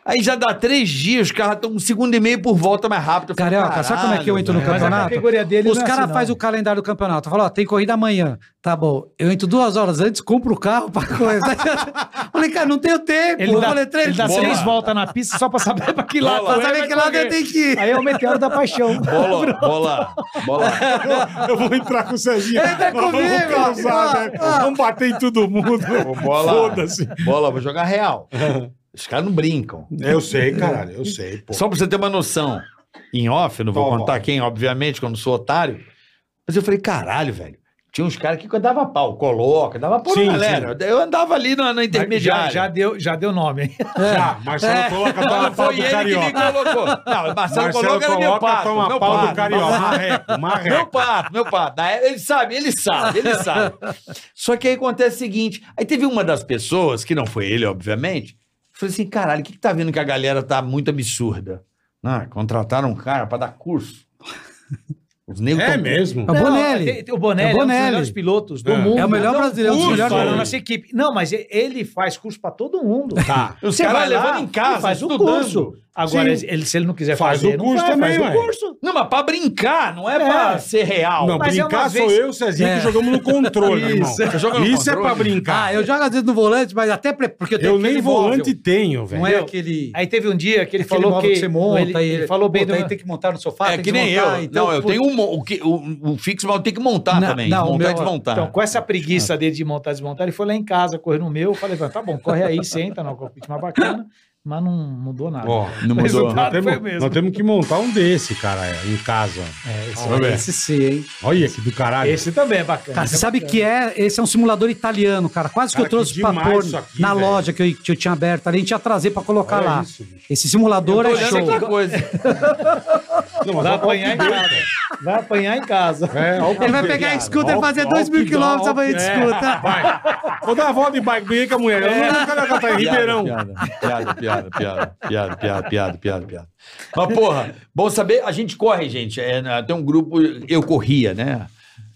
S4: Aí já dá três dias, os caras estão um segundo e meio por volta mais rápido. Eu falo,
S5: Carioca, sabe como é que eu entro no
S4: velho.
S6: Mas a
S5: campeonato?
S6: categoria dele
S5: Os
S6: não é
S5: caras
S6: assim,
S5: fazem o
S6: não.
S5: calendário do campeonato. Fala, ó, tem corrida amanhã. Tá bom. Eu entro duas horas antes, compro o carro pra correr. Falei, cara, não tenho tempo.
S6: Ele
S5: eu
S6: dá,
S5: falei, três
S6: ele dá
S5: bola.
S6: seis voltas na pista só pra saber pra que lado.
S5: Pra saber
S6: vai
S5: que lado eu
S6: correr.
S5: tenho que ir.
S6: Aí é o meteoro da paixão.
S4: Bola, bola, bola.
S3: Eu vou entrar com o Cezinha.
S5: Entra
S3: Nós
S5: comigo.
S3: Vamos causar,
S5: Ah,
S3: né?
S5: ah.
S3: Vamos bater em todo mundo.
S4: Ô, Bola,
S3: Foda-se.
S4: bola, vou jogar real. Os caras não brincam.
S3: Eu sei, caralho. Eu sei, pô.
S4: Só pra você ter uma noção, em off, eu não vou
S3: Toma.
S4: contar quem, obviamente, que eu não sou otário, mas eu falei, caralho, velho, Tinha uns caras que dava pau, coloca, dava pau
S3: Sim,
S4: na galera. Eu andava ali na, na
S6: Já,
S4: intermediária.
S6: já, deu, já deu nome, hein?
S3: Já, Marcelo coloca toma pau
S4: foi
S3: do
S4: ele que me
S3: Carioca.
S4: colocou. Não, Marcelo, coloca, era meu pato.
S3: toma
S4: meu
S3: pau
S4: pato,
S3: do Carioca. Marreco,
S4: Meu
S3: marreco.
S4: pato, meu pato. Na época, Ele sabe, ele sabe, ele sabe. Só que aí acontece o seguinte: aí teve uma das pessoas, que não foi ele, obviamente, falou assim: caralho, o que, que tá vendo que a galera tá muito absurda? Ah, contrataram um cara pra dar curso. Os negros
S3: É
S4: tão-
S3: mesmo?
S5: É o Bonelli.
S6: tem- tem o Bonelli,
S5: É
S6: é
S5: o
S6: um dos
S5: Bonelli.
S6: melhores pilotos do
S3: É.
S6: mundo.
S5: É o melhor
S6: Dá um
S5: brasileiro, é um dos
S6: curso
S5: melhores
S3: do
S6: para a
S3: mundo.
S6: nossa equipe. Não, mas e- ele faz curso pra todo mundo.
S3: Tá.
S4: Os
S6: Você
S4: caras
S6: vai lá,
S4: levando em casa,
S6: ele faz o
S4: estudando.
S6: curso. Agora,
S3: Sim.
S6: ele, se ele não quiser
S3: Faz
S6: fazer,
S3: o
S6: não
S3: curso
S6: faz,
S3: também,
S6: faz
S3: ué.
S6: o curso.
S4: Não, mas pra brincar, não é, pra ser real.
S3: Não,
S6: mas é
S3: brincar
S6: uma
S3: sou
S6: vez-
S3: eu, Cezinho,
S5: É.
S3: que jogamos no controle, irmão.
S6: Isso. Você
S7: joga no
S3: Isso é
S7: controle?
S3: pra brincar.
S5: Ah, eu jogo às vezes no volante, mas até pre- porque eu tenho
S3: Eu nem
S5: aquele móvel.
S3: volante tenho,
S5: Não
S3: velho.
S5: é
S6: Entendeu?
S5: aquele.
S6: Aí teve um dia que
S5: aquele
S6: ele falou
S5: móvel
S6: que...
S5: você monta
S6: ele,
S5: e
S6: ele falou bem
S5: Puta,
S6: do...
S5: aí tem que montar no sofá,
S4: É
S5: tem
S4: que nem eu.
S5: desmontar, então,
S4: não, eu
S5: puta,
S4: tenho um, mo- o, que- o- o fixo, mas eu tenho que montar
S5: Não,
S4: também.
S5: não, o
S4: montar
S5: meu-
S4: e desmontar.
S6: Então, com essa preguiça dele de montar e desmontar, ele foi lá em casa, correu no meu, eu falei, tá bom, corre aí, senta no cockpit mais bacana, mas não mudou nada.
S3: Ó,
S4: não
S6: O
S4: mudou.
S6: resultado
S3: nós,
S6: foi o
S3: temos,
S6: mesmo.
S3: nós temos que montar um desse, cara, em casa.
S6: É, esse,
S3: Vamos ver.
S5: Esse sim, hein?
S3: Olha que do caralho.
S6: esse também é bacana.
S5: Cara, você sabe que é? Esse é um simulador italiano, cara. Quase que
S3: Cara,
S5: eu trouxe
S3: que
S5: pra
S3: demais
S5: pôr
S3: isso aqui,
S5: na
S3: velho.
S5: loja que eu, que eu tinha aberto ali. A gente ia trazer pra colocar
S3: Olha
S5: lá.
S3: isso, bicho.
S5: Esse simulador é show.
S4: coisa.
S3: Não, mas olha
S6: Vai
S3: o
S6: apanhar em
S3: que deu,
S6: casa.
S3: cara.
S6: Vai apanhar em casa.
S3: É, olha o
S5: Ele vai
S3: que deu.
S5: pegar a scooter
S3: Olha
S5: e
S3: o-
S5: fazer
S3: olha
S5: 2
S3: o
S5: mil
S3: que
S5: quilômetros
S3: dá,
S5: amanhã de
S3: é.
S5: scooter.
S3: Vai. Vou dar uma volta de bike, briguei com a mulher. Eu não quero catar em Ribeirão.
S4: Piada, piada, piada, piada, piada, piada, piada, piada, piada. Mas, porra, bom saber, a gente corre, gente. É, na- tem um grupo, eu corria, né?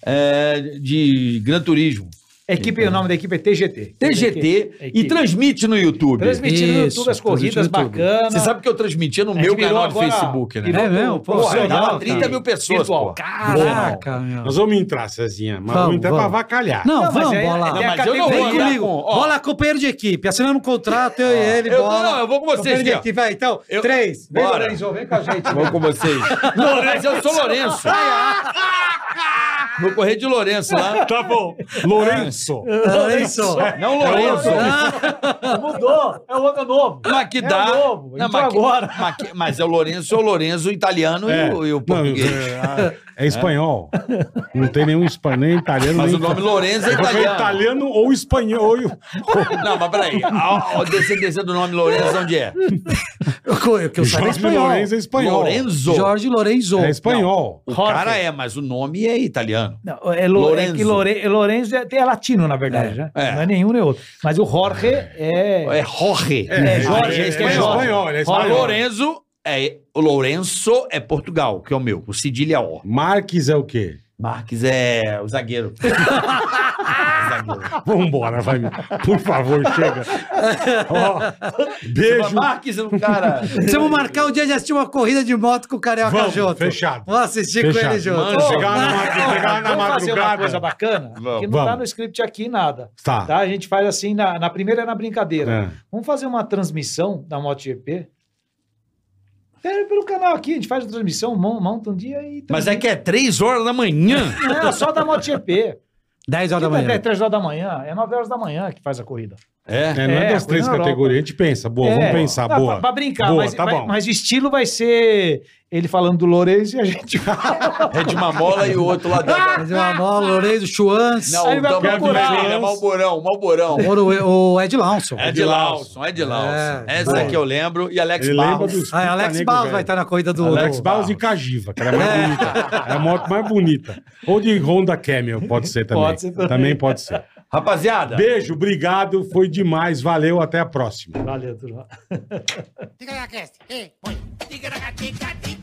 S4: É, de Gran Turismo.
S6: Equipe, o nome da equipe é TGT.
S4: TGT e
S6: trans...
S4: transmite no YouTube.
S6: Transmitindo no
S5: Isso,
S6: YouTube as corridas
S5: transmitindo no YouTube.
S6: bacanas.
S4: Você sabe que eu transmitia no
S6: A gente
S4: meu
S6: virou
S4: canal de
S6: agora-
S4: Facebook, né?
S6: virou
S5: É mesmo? Pô,
S6: profissional,
S4: dava 30
S6: cara.
S4: mil pessoas,
S6: Virtual.
S4: pô.
S6: Caraca.
S5: Caraca, meu.
S3: Nós vamos entrar, Cezinha. Mas
S5: Vamos,
S3: vamos entrar pra
S5: vamos.
S3: avacalhar.
S5: Não,
S6: Não, mas
S5: vamos,
S6: é-
S5: bola.
S6: é
S4: Não, mas eu não
S5: Vem
S4: vou andar
S5: comigo.
S4: com- ó.
S5: bola companheiro de equipe. Assinando um contrato, eu e ele,
S4: Eu tô-
S5: bola.
S4: não, eu vou com vocês
S5: Companheiro de
S4: aqui, ó.
S5: equipe, vai. Então,
S4: Eu-
S5: três. Vem,
S4: Bora.
S5: Lorenzo, vem com a gente.
S4: Vamos com vocês. Lourenço, eu sou Lourenço. Vou correr de Lourenço lá.
S3: Tá bom. Lourenço.
S5: Lorenzo.
S4: Não Lourenço.
S5: Ah,
S6: Mudou. É o outro novo.
S4: Mas que
S6: É
S4: dá.
S6: novo,
S4: Não,
S6: entrou
S4: mas que-
S6: agora.
S4: mas que- mas é o Lourenço, o Lourenço italiano e, o, e o
S3: É. Não,
S4: português.
S3: é, é espanhol. Não tem nenhum espanhol, nem italiano.
S4: mas
S3: nem
S4: o nome Lourenço é
S3: Eu falei
S4: italiano.
S3: italiano ou espanhol.
S4: Não, mas peraí. A, a descendência do nome Lourenço, onde é?
S5: Eu co- eu que eu saiba é
S3: Jorge
S5: espanhol.
S3: Lourenço é espanhol.
S4: Lourenzo.
S5: Jorge Lorenzo.
S3: É espanhol.
S4: O
S6: Jorge.
S4: cara é, mas o nome é italiano.
S6: Não, é Lo,
S4: Lorenzo.
S6: É que Lore, é Lorenzo é, é latino, na verdade, né?
S4: é.
S6: Não é nenhum nem outro. Mas o Jorge é.
S4: É Jorge.
S6: É, Jorge,
S3: é,
S6: é
S3: espanhol.
S6: espanhol.
S3: ele é
S4: O
S3: espanhol.
S4: Lourenço é... O Lourenço é Portugal, que é o meu. O cedilha é O.
S3: Marques é o quê?
S4: Marques é o zagueiro. zagueiro.
S3: Vambora, vai. Por favor, chega. Ó, beijo.
S4: Marques é um cara...
S5: Precisamos marcar o dia de assistir uma corrida de moto com o Carioca
S3: Vamos,
S5: junto.
S3: fechado.
S5: Vamos assistir com
S3: Fechado.
S5: ele junto.
S4: Manja,
S5: Ô,
S3: Chegar na, madru- chegar na
S6: Vamos fazer uma
S3: madrugada.
S6: coisa bacana? que não
S3: Vamos.
S6: tá no script aqui nada.
S3: Tá.
S6: Tá? A gente faz assim, na, na primeira é na brincadeira.
S3: É.
S6: Vamos fazer uma transmissão da MotoGP? Pera, pelo canal aqui, a gente faz a transmissão, mon- monta um dia e...
S4: Mas é que é três horas da manhã.
S6: Não, só da MotoGP.
S5: 10 horas da
S6: Não é
S5: manhã.
S6: 3 horas da manhã, é 9 horas da manhã que faz a corrida.
S4: É.
S3: É, não é,
S6: É,
S3: das
S6: foi
S3: três
S6: na Europa.
S3: categorias. A gente pensa. Boa,
S6: É.
S3: vamos pensar.
S6: Não,
S3: boa.
S6: Pra, pra brincar,
S3: Boa,
S6: mas,
S3: tá
S6: vai-
S3: bom.
S6: mas o estilo vai ser ele falando do Lourenço e a gente...
S4: É de uma mola e o outro lá dentro.
S5: Fazer uma bola, Lorenzo, Chuans,
S4: Não,
S6: Aí vai
S4: não,
S6: procurar.
S4: não, não, né? Malborão, Malborão.
S5: o, o Ed Lawson.
S4: É de Lawson, é de Lawson.
S5: É,
S4: Essa
S5: boa.
S4: que eu lembro. E Alex
S3: Ele lembra
S4: Barros.
S3: dos
S5: Ah, Alex
S3: pica-nego,
S5: Barros
S3: velho.
S5: vai estar na corrida do...
S3: Alex
S5: do-
S3: Barros e Cagiva, que era mais bonita. Era a moto mais bonita. Ou de Honda Camel, pode ser também.
S6: Pode ser
S3: também.
S6: também.
S3: pode ser.
S4: Rapaziada,
S3: Beijo, obrigado, foi demais. Valeu, até a próxima.
S6: Valeu, turma.
S1: Ticaracast, eh, põe. Ticaracatica, tica.